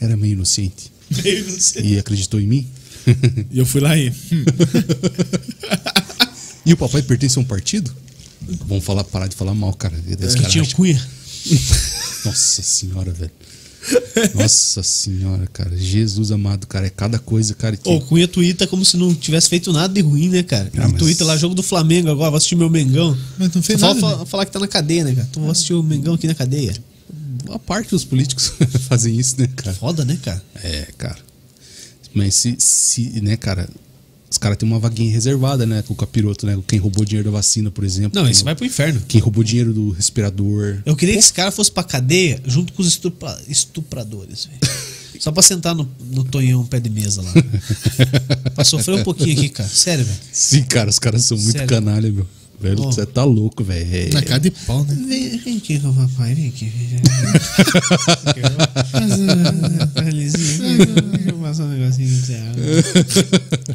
era meio inocente Meio não sei. e acreditou em mim. (laughs) E eu fui lá e. E o papai pertence a um partido? Vamos falar, parar de falar mal, cara. Esse que cara tinha o acha- cunha. Nossa senhora, velho. Nossa senhora, cara. Jesus amado, cara. É cada coisa, cara. Que... Ô, o Cunha tuita como se não tivesse feito nada de ruim, né, cara? Ah, Ele mas- Tuita lá, jogo do Flamengo agora, vou assistir meu Mengão. Mas não fez Só nada, fala- falar que tá na cadeia, né, cara? Então vou assistir o Mengão aqui na cadeia. (laughs) A parte dos políticos fazem isso, né, cara? Foda, né, cara? É, cara. Mas se, se né, cara, os caras têm uma vaguinha reservada, né, com o capiroto, né? Quem roubou dinheiro da vacina, por exemplo. Não, quem, isso vai pro inferno. Quem roubou dinheiro do respirador. Eu queria que esse cara fosse pra cadeia junto com os estupra- estupradores, velho. Só pra sentar no, no Tonhão pé de mesa lá. pra sofrer um pouquinho aqui, cara. Sério, velho. Sim, cara, os caras são muito Sério? canalha, meu. Velho, Bom. você tá louco, velho. É. Na cara de pau, né? Vem, vem aqui, papai, vem aqui. Deixa eu passar um negocinho pra você.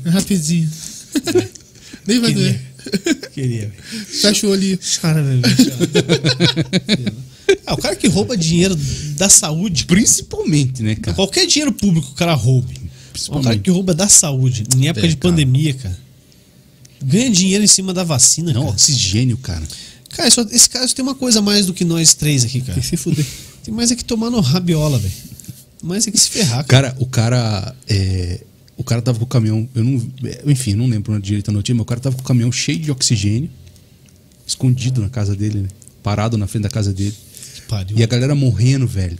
Ah, Rapidinho. Nem vai doer. Queria, velho. Fecha o olho. Chora, velho. chora. né, Ah, o cara que rouba dinheiro da saúde. Principalmente, é né, cara? Qualquer dinheiro público que o cara roube. O cara que rouba da saúde. Em época É, de cara. pandemia, cara. Ganha dinheiro em cima da vacina, Não, cara. oxigênio, cara. Cara, só- esse cara só tem uma coisa a mais do que nós três aqui, cara. se fuder. Tem mais é que tomar no rabiola, velho. Mais é que se ferrar, cara. Cara, o cara. é, o cara tava com o caminhão. Eu não. é, Enfim, não lembro direito a notícia, mas o cara tava com o caminhão cheio de oxigênio, escondido na casa dele, né? Parado na frente da casa dele. Pariu. E a galera morrendo, velho.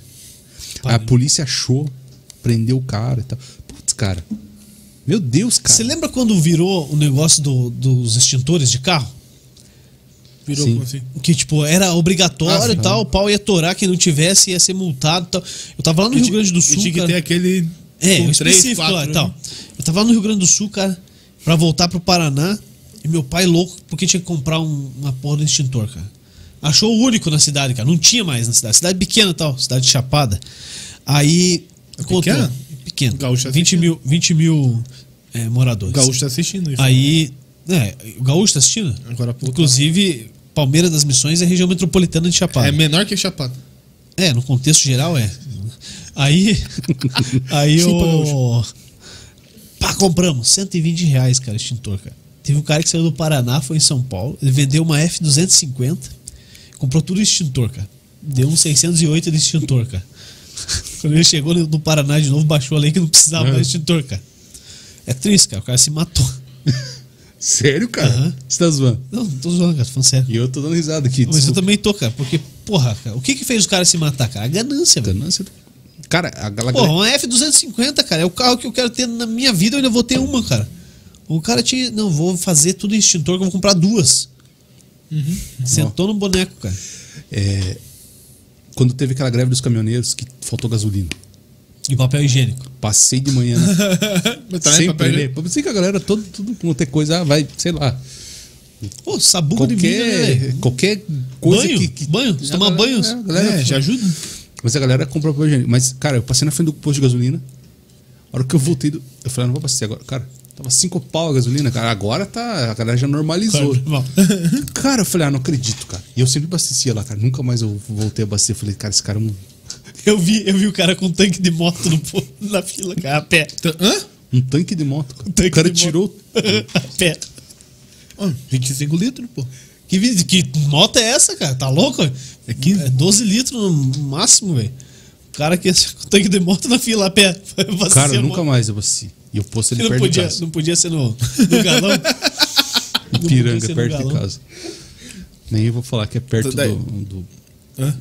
A Pariu. polícia achou, prendeu o cara e tal. Putz, cara. Meu Deus, cara. Você lembra quando virou o negócio do- dos extintores de carro? Virou Sim. como assim? Que, tipo, era obrigatório e Aham. tal, o pau ia torar, quem não tivesse ia ser multado e tal. Eu tava lá no Rio Grande do E Sul, tinha que cara. ter aquele. É, com o específico então. lá e tal. Eu tava lá no Rio Grande do Sul, cara, pra voltar pro Paraná. E meu pai louco, porque tinha que comprar um- uma porra do extintor, cara. Achou o único na cidade, cara. Não tinha mais na cidade. Cidade pequena e tal, cidade chapada. Aí. contou. É pequena? Pequeno. Gaúcho é 20 mil, 20 mil é, O moradores. Gaúcho tá assistindo isso. Aí. É, o Gaúcho tá assistindo? Agora há pouco. Inclusive, Palmeiras das Missões é região metropolitana de Chapada. É menor que Chapada. É, no contexto geral é. (laughs) Aí. aí Chupa, eu. Pá, compramos. 120 reais, cara, extintor, cara. Teve um cara que saiu do Paraná, foi em São Paulo. Ele vendeu uma F250. Comprou tudo extintor, cara. Deu um 608 de extintor, cara. (laughs) Quando ele chegou no Paraná de novo, baixou a lei que não precisava mais de extintor, cara. É triste, cara. O cara se matou. Sério, cara? Aham. Você tá zoando. Não, não tô zoando, cara. Tô falando sério. E eu tô dando risada aqui. Mas eu desculpa. também tô, cara. Porque, porra, cara. O que que fez o cara se matar, cara? A ganância, velho. um Ganância do- tá- Cara, a galera. Pô, uma F250, cara, é o carro que eu quero ter na minha vida, eu ainda vou ter uma, cara. O cara tinha. Não, vou fazer tudo em extintor, que eu vou comprar duas. Uhum. Sentou no boneco, cara. é, quando teve aquela greve dos caminhoneiros que faltou gasolina. E papel higiênico. Passei de (laughs) manhã na é Mas tá Sempre, né? Papai, né? Pensei que a galera, todo, tudo quanto é coisa, ah, vai, sei lá. Pô, sabugo de milho, né? Qualquer, velho? qualquer coisa Banho, que. que banho, se a tomar galera- banhos. é, a galera- É, já ajuda? Mas a galera compra papel higiênico. Mas, cara, eu passei na frente do posto de gasolina. A hora que eu voltei, do- eu falei, ah, não vou passar agora. Cara, tava cinco pau a gasolina, cara. Agora tá. A galera já normalizou. Claro, normal. (laughs) cara, eu falei, ah, não acredito, cara. E eu sempre abastecia lá, cara. Nunca mais eu voltei a abastecer. Eu falei, cara, esse cara é um, Eu vi, eu vi o cara com um tanque de moto no, (laughs) po- na fila, cara, a pé. Tá- Hã? um tanque de moto. Cara. tanque o cara de tirou. (laughs) a pé. Ó, 25 litros, pô. Que, vi- que moto é essa, cara? Tá louco? É, 15. 12 litros no máximo, velho. O cara que (laughs) com tanque de moto na fila a pé. Vai Cara, ser eu a nunca moto. mais abasteci. E eu posto ele Que é não perto de podia, casa. não podia ser no, no (laughs) galão. podia ser Piranga, no perto de galão. casa. Nem eu vou falar que é perto Tudo aí. do, do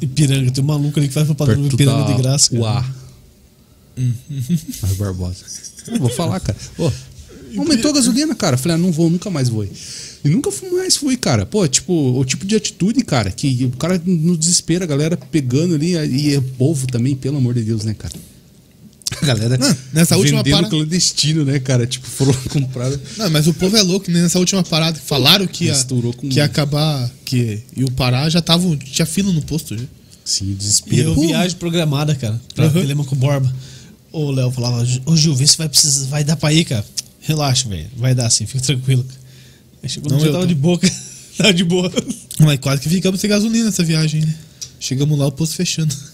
Ipiranga, tem um maluco ali que vai pra padrão perto Ipiranga da um de graça. cara. UA. Mas Barbosa. Não vou falar, cara. Ô, aumentou a gasolina, cara. Falei, ah, não vou, nunca mais vou. aí. E nunca fui mais fui, cara. Pô, tipo, o tipo de atitude, cara, que o cara no desespero, a galera pegando ali, e é povo também, pelo amor de Deus, né, cara? A galera nessa última vendendo para- clandestino, né, cara? Tipo, foram comprar... Não, mas o povo é louco, né? Nessa última parada que falaram que ia, Misturou com- um. que ia acabar que e o Pará já tava, um- tinha fila no posto. Já. Sim, o E desespero. eu viagem programada, cara, pra Telemaco Borba. O Léo falava, ô Gil, vê se vai precisar, vai dar pra ir, cara. Relaxa, velho. Vai dar sim, fica tranquilo. Aí chegou no Não, dia, eu tava tô- (laughs) de boca. (laughs) tava de boa. Mas quase que ficamos sem gasolina nessa viagem, né? Chegamos lá, o posto fechando. (laughs)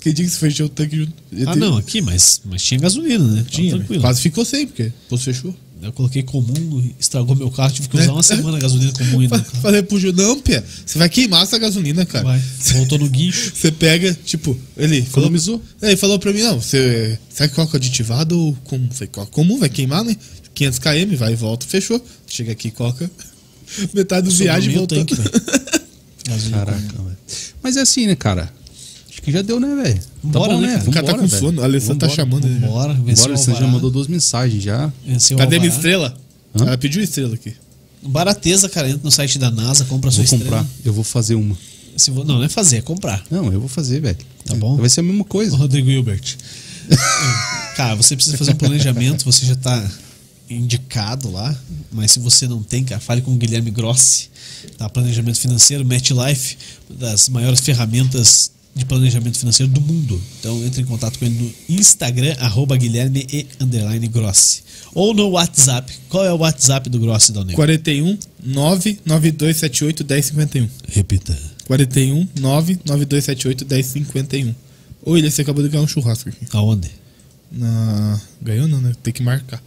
que dia que você fechou o tanque junto? Ah, não, aqui, mas, mas tinha gasolina, né? Tava Tinha, tranquilo. Quase ficou sem, porque o posto fechou. Eu coloquei comum, estragou meu carro, tive que usar uma semana a gasolina comum ainda. cara. Falei pro Gil, não, Pia, você vai queimar essa gasolina, cara. Vai, voltou no guincho. Você pega, tipo, ele falou, Economizou. ele falou pra mim, não, você será que coloca aditivado ou comum? Falei, coloca comum, vai queimar, né? 500 km, vai e volta, fechou. Chega aqui, coloca (laughs) metade do Sobrou viagem meio voltando. tanque, velho. Gasolina Caraca, velho. Mas é assim, né, cara? Acho que já deu, né, velho? Tá Bora, bom, né, né? cara? (laughs) O cara tá com Vambora, velho. sono. A Alessandra tá chamando ele. Bora, Bora, você já mandou duas mensagens já. Cadê minha estrela? estrela? Hã? Ela pediu estrela aqui. Barateza, cara. Entra no site da NASA, compra a sua Vou comprar. estrela. Eu vou fazer uma. Se vo- Não, não é fazer, é comprar. Não, eu vou fazer, velho. Tá bom. Vai ser a mesma coisa. Ô, Rodrigo Hilbert. cara, você precisa fazer um planejamento, você já tá indicado lá, mas se você não tem, cara, fale com o Guilherme Grossi, tá? Planejamento financeiro, MetLife, uma das maiores ferramentas de planejamento financeiro do mundo. Então entre em contato com ele no Instagram, arroba Guilherme e underline Grossi. Ou no WhatsApp. Qual é o WhatsApp do Grossi, Dal Negro? 41 99278 1051. Repita. 41 99278 1051. Ô, William, você acabou de ganhar um churrasco aqui. Aonde? Na... Ganhou não, né? Tem que marcar.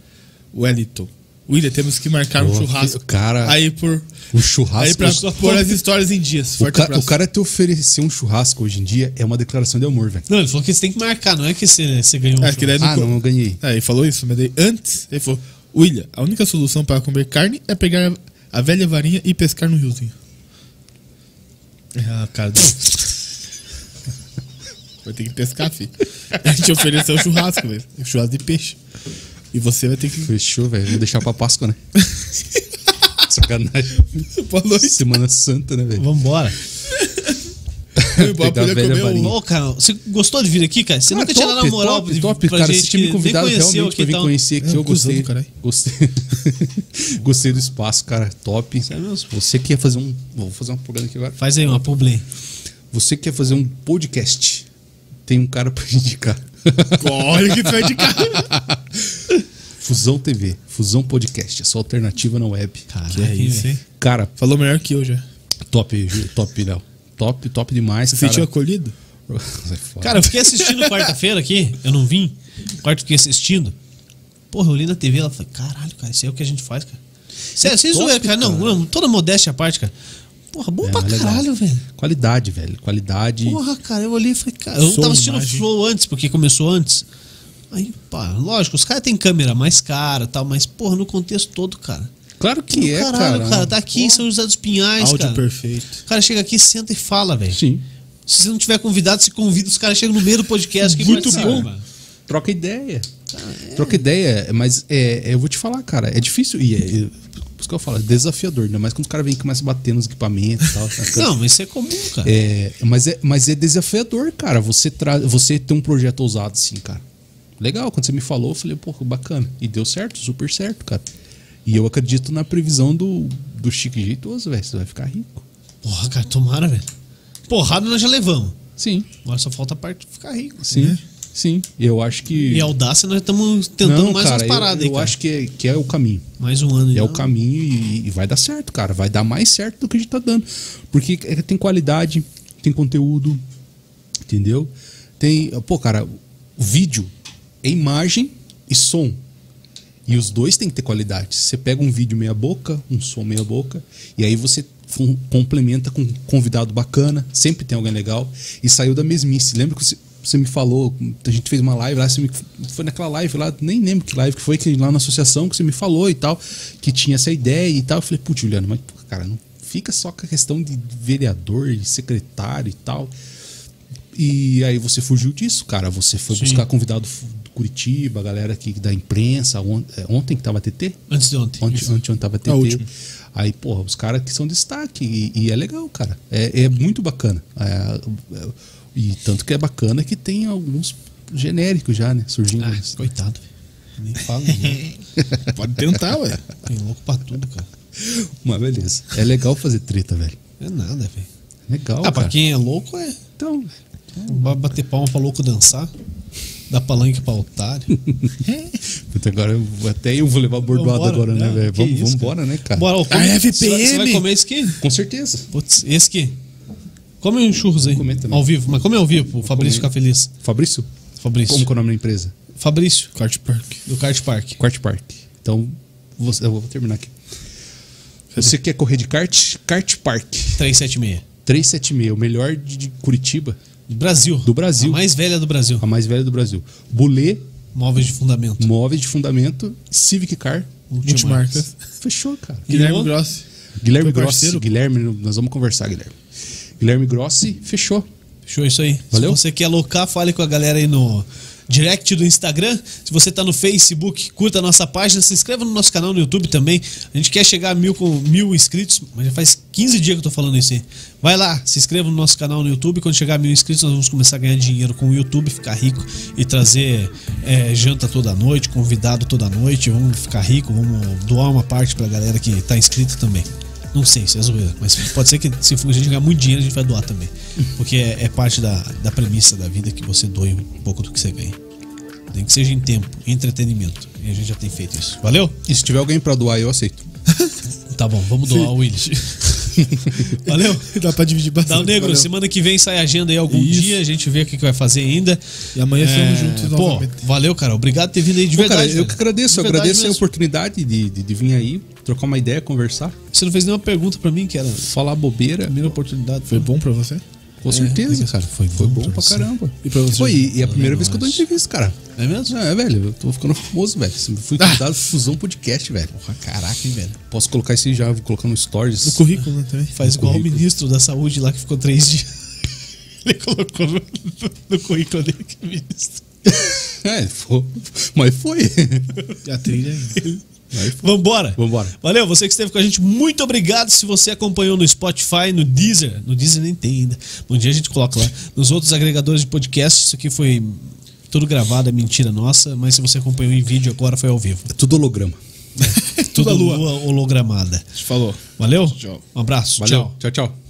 Wellington. William, temos que marcar um Boa, churrasco. que- cara, Aí por. O Um churrasco. Aí pra pôr as histórias em dias. o, Forte ca... o abraço. cara te oferecer um churrasco hoje em dia é uma declaração de amor, velho. Não, ele falou que você tem que marcar, não é que você, você ganhou um É, que daí Ah, não co- não, eu ganhei. É, ele falou isso, mas daí antes ele falou: William, a única solução para comer carne é pegar a velha varinha e pescar no riozinho. Ah, cara. do- vai ter que pescar, filho. A gente ofereceu um churrasco, velho. Churrasco de peixe. E você vai ter que. Fechou, velho. Vou deixar pra (laughs) Páscoa, né? Sacanagem. Boa noite. Semana Santa, né, velho? Vambora. Boa, Pegar a podia velha comer varinha. um- Sim. Ô, cara, você gostou de vir aqui, cara? Você Ah, nunca tinha top, dado a moral top, de- top, pra cara. gente Vocês tinham me que convidado nem conheceu realmente aqui, pra vir então. conhecer aqui. É um eu gostei. cuzão do caralho. Gostei. gostei (laughs) do espaço, cara. Top. é mesmo. Você que quer fazer um. Vou fazer uma propaganda aqui agora. Faz aí uma publi. Você que quer fazer um podcast? Tem um cara pra (laughs) indicar. Olha que tu vai de cara. (laughs) Fusão TV, Fusão Podcast, a sua alternativa na web. Caraca, Que é hein, isso, velho? hein? Cara, Falou melhor que eu já. top, Ju- top, Léo. Top, top demais, Você cara. é sentiu acolhido? (laughs) Sai fora. Cara, eu fiquei assistindo quarta-feira aqui, eu não vim. Quarto fiquei assistindo. Porra, eu li na TV, ela falou, caralho, cara, isso aí é o que a gente faz, cara. É Sério, sem zoeira, cara. Não, não, toda modéstia à parte, cara. Porra, bom É, pra legal. caralho, velho. Qualidade, velho. Qualidade. Porra, cara, eu olhei e falei, cara, eu Som, tava assistindo o imagem. Flow antes, porque começou antes. Aí, pá, lógico, os caras têm câmera mais cara e tal, mas, porra, no contexto todo, cara. Claro que é, Caralho, cara. cara, tá aqui em São José dos Pinhais, Áudio cara. perfeito. O cara chega aqui, senta e fala, velho. Sim. Se você não tiver convidado, se convida, os caras chegam no meio do podcast. Quem Muito participa, bom. mano? Troca ideia. É. Troca ideia, mas é, eu vou te falar, cara, é difícil. E é, é, por isso que eu falo, é desafiador, ainda mais quando os caras vêm e começam a bater nos equipamentos e tal. tá, cara? Não, mas isso é comum, cara. É, mas, é, mas é desafiador, cara. Você, tra... você ter um projeto ousado assim, cara. Legal, quando você me falou, eu falei, pô, que bacana. E deu certo, super certo, cara. E eu acredito na previsão do, do Chique Jeitoso, velho. Você vai ficar rico. Porra, cara, tomara, velho. Porrada nós já levamos. Sim, Agora só falta a parte de ficar rico. sim, sim. Eu acho que. Né? E audácia, nós estamos tentando Não, mais cara, umas paradas eu, aí, eu cara. acho que é, que é o caminho. Mais um ano aí, É o não. caminho e, e vai dar certo, cara. Vai dar mais certo do que a gente tá dando. Porque é, tem qualidade, tem conteúdo, entendeu? Tem. Pô, cara, o vídeo é imagem e som. E os dois têm que ter qualidade. Você pega um vídeo meia boca, um som meia boca, e aí você com- complementa com um convidado bacana, sempre tem alguém legal, e saiu da mesmice. Lembra que você, você me falou, a gente fez uma live lá, você me, foi naquela live lá, nem lembro que live que foi, que lá na associação que você me falou e tal, que tinha essa ideia e tal. Eu falei, putz, Juliano, mas pô, cara, não fica só com a questão de vereador e secretário e tal. E aí você fugiu disso, cara. Você foi buscar convidado fu- do Curitiba, a galera aqui da imprensa, on- é, ontem que tava TT? Antes de ontem. Ontem, ontem, ontem tava TT. última. Aí, porra, os caras que são destaque. E, e é legal, cara. É, é muito bacana. É, é, e tanto que é bacana que tem alguns genéricos já, né? Surgindo. Ah, coitado, velho. Nem falo, né? (laughs) Pode tentar, ué. Tem louco pra tudo, cara. Mas beleza. É legal fazer treta, velho. É nada, velho. Legal, Ah, pra cara. quem é louco, é. (laughs) Então, velho. Vai bater palma pra louco dançar. Dá palanque pra otário. Puta, agora eu vou- até eu vou levar bordoada É. Vambora, agora, né, não, velho? que Vamos isso, embora, né, cara? Bora, ô, come- A Você vai- Você vai FPM. comer isso aqui? Com certeza. Putz, esse aqui. Come um churros aí. comer também. Ao vivo, mas come ao vivo, o Fabrício comer. ficar feliz. Fabrício? Fabrício. Como que é o nome da empresa? Fabrício, Kart Park. do Kart Park. Kart Park. Então, você- eu vou terminar aqui. Você quer correr de kart? Kart Park 376. 376, o melhor de de Curitiba, Do Brasil. Do Brasil. A mais velha do Brasil. a mais velha do Brasil. Bulê, Móveis de fundamento. móveis de fundamento, Civic Car. Multimarcas. Multimarcas. Fechou, cara. Guilherme o- Grossi. Guilherme Foi Grossi. parceiro? Guilherme, nós vamos conversar, Guilherme. Guilherme Grossi, fechou. Show, é isso aí. Valeu. Se você quer alocar, fale com a galera aí no direct do Instagram. Se você tá no Facebook, curta a nossa página, se inscreva no nosso canal no YouTube também. A gente quer chegar a mil, com, mil inscritos, mas já faz 15 dias que eu tô falando isso aí. Vai lá, se inscreva no nosso canal no YouTube. Quando chegar a mil inscritos, nós vamos começar a ganhar dinheiro com o YouTube, ficar rico e trazer é, janta toda noite, convidado toda noite. Vamos ficar rico, vamos doar uma parte pra galera que tá inscrita também. Não sei, se é zoeira, mas pode ser que se for a gente ganhar muito dinheiro, a gente vai doar também. Porque é, é parte da, da premissa da vida que você doe um pouco do que você ganha. Nem que seja em tempo, em entretenimento. E a gente já tem feito isso. Valeu? E se tiver alguém pra doar, eu aceito. Tá bom, vamos doar o Willis. (laughs) Valeu? (laughs) Dá pra dividir bastante. Tá, o Negro, valeu. semana que vem sai a agenda aí algum Isso. dia, a gente vê o que, que vai fazer ainda. É, E amanhã estamos juntos Pô, novamente. valeu, cara. Obrigado por ter vindo aí de Pô, verdade. cara, eu velho. que agradeço. De Eu verdade agradeço a mesmo. oportunidade de, de, de vir aí, trocar uma ideia, conversar, Você não fez nenhuma pergunta pra mim, que era a falar bobeira. primeira oportunidade. Foi bom pra você? Com certeza, obrigado. cara. Foi Foi, bom bom pra pra você. caramba. E pra você? Foi, e é a primeira vez que eu dou entrevista, cara. É mesmo? É, velho, eu tô ficando famoso, velho. Eu Fui convidado pro Fusão Podcast, velho. Caraca, hein, velho. Posso colocar isso aí já, vou colocar no Stories. No currículo, né, também. Faz No igual o currículo. ministro da saúde lá que ficou três dias. (laughs) Ele colocou no, no currículo dele que é ministro. (laughs) É, foi. Mas foi. E a trilha Vambora. Vambora. Valeu, você que esteve com a gente, muito obrigado. Se você acompanhou no Spotify, no Deezer, no Deezer nem tem ainda. Um dia a gente coloca lá. Nos outros agregadores de podcast, isso aqui foi tudo gravado, é mentira nossa. Mas se você acompanhou em vídeo agora, foi ao vivo. É tudo (laughs) holograma. É Tudo a lua hologramada. a gente falou. Valeu? Tchau. Um abraço. Valeu. Tchau. tchau. tchau.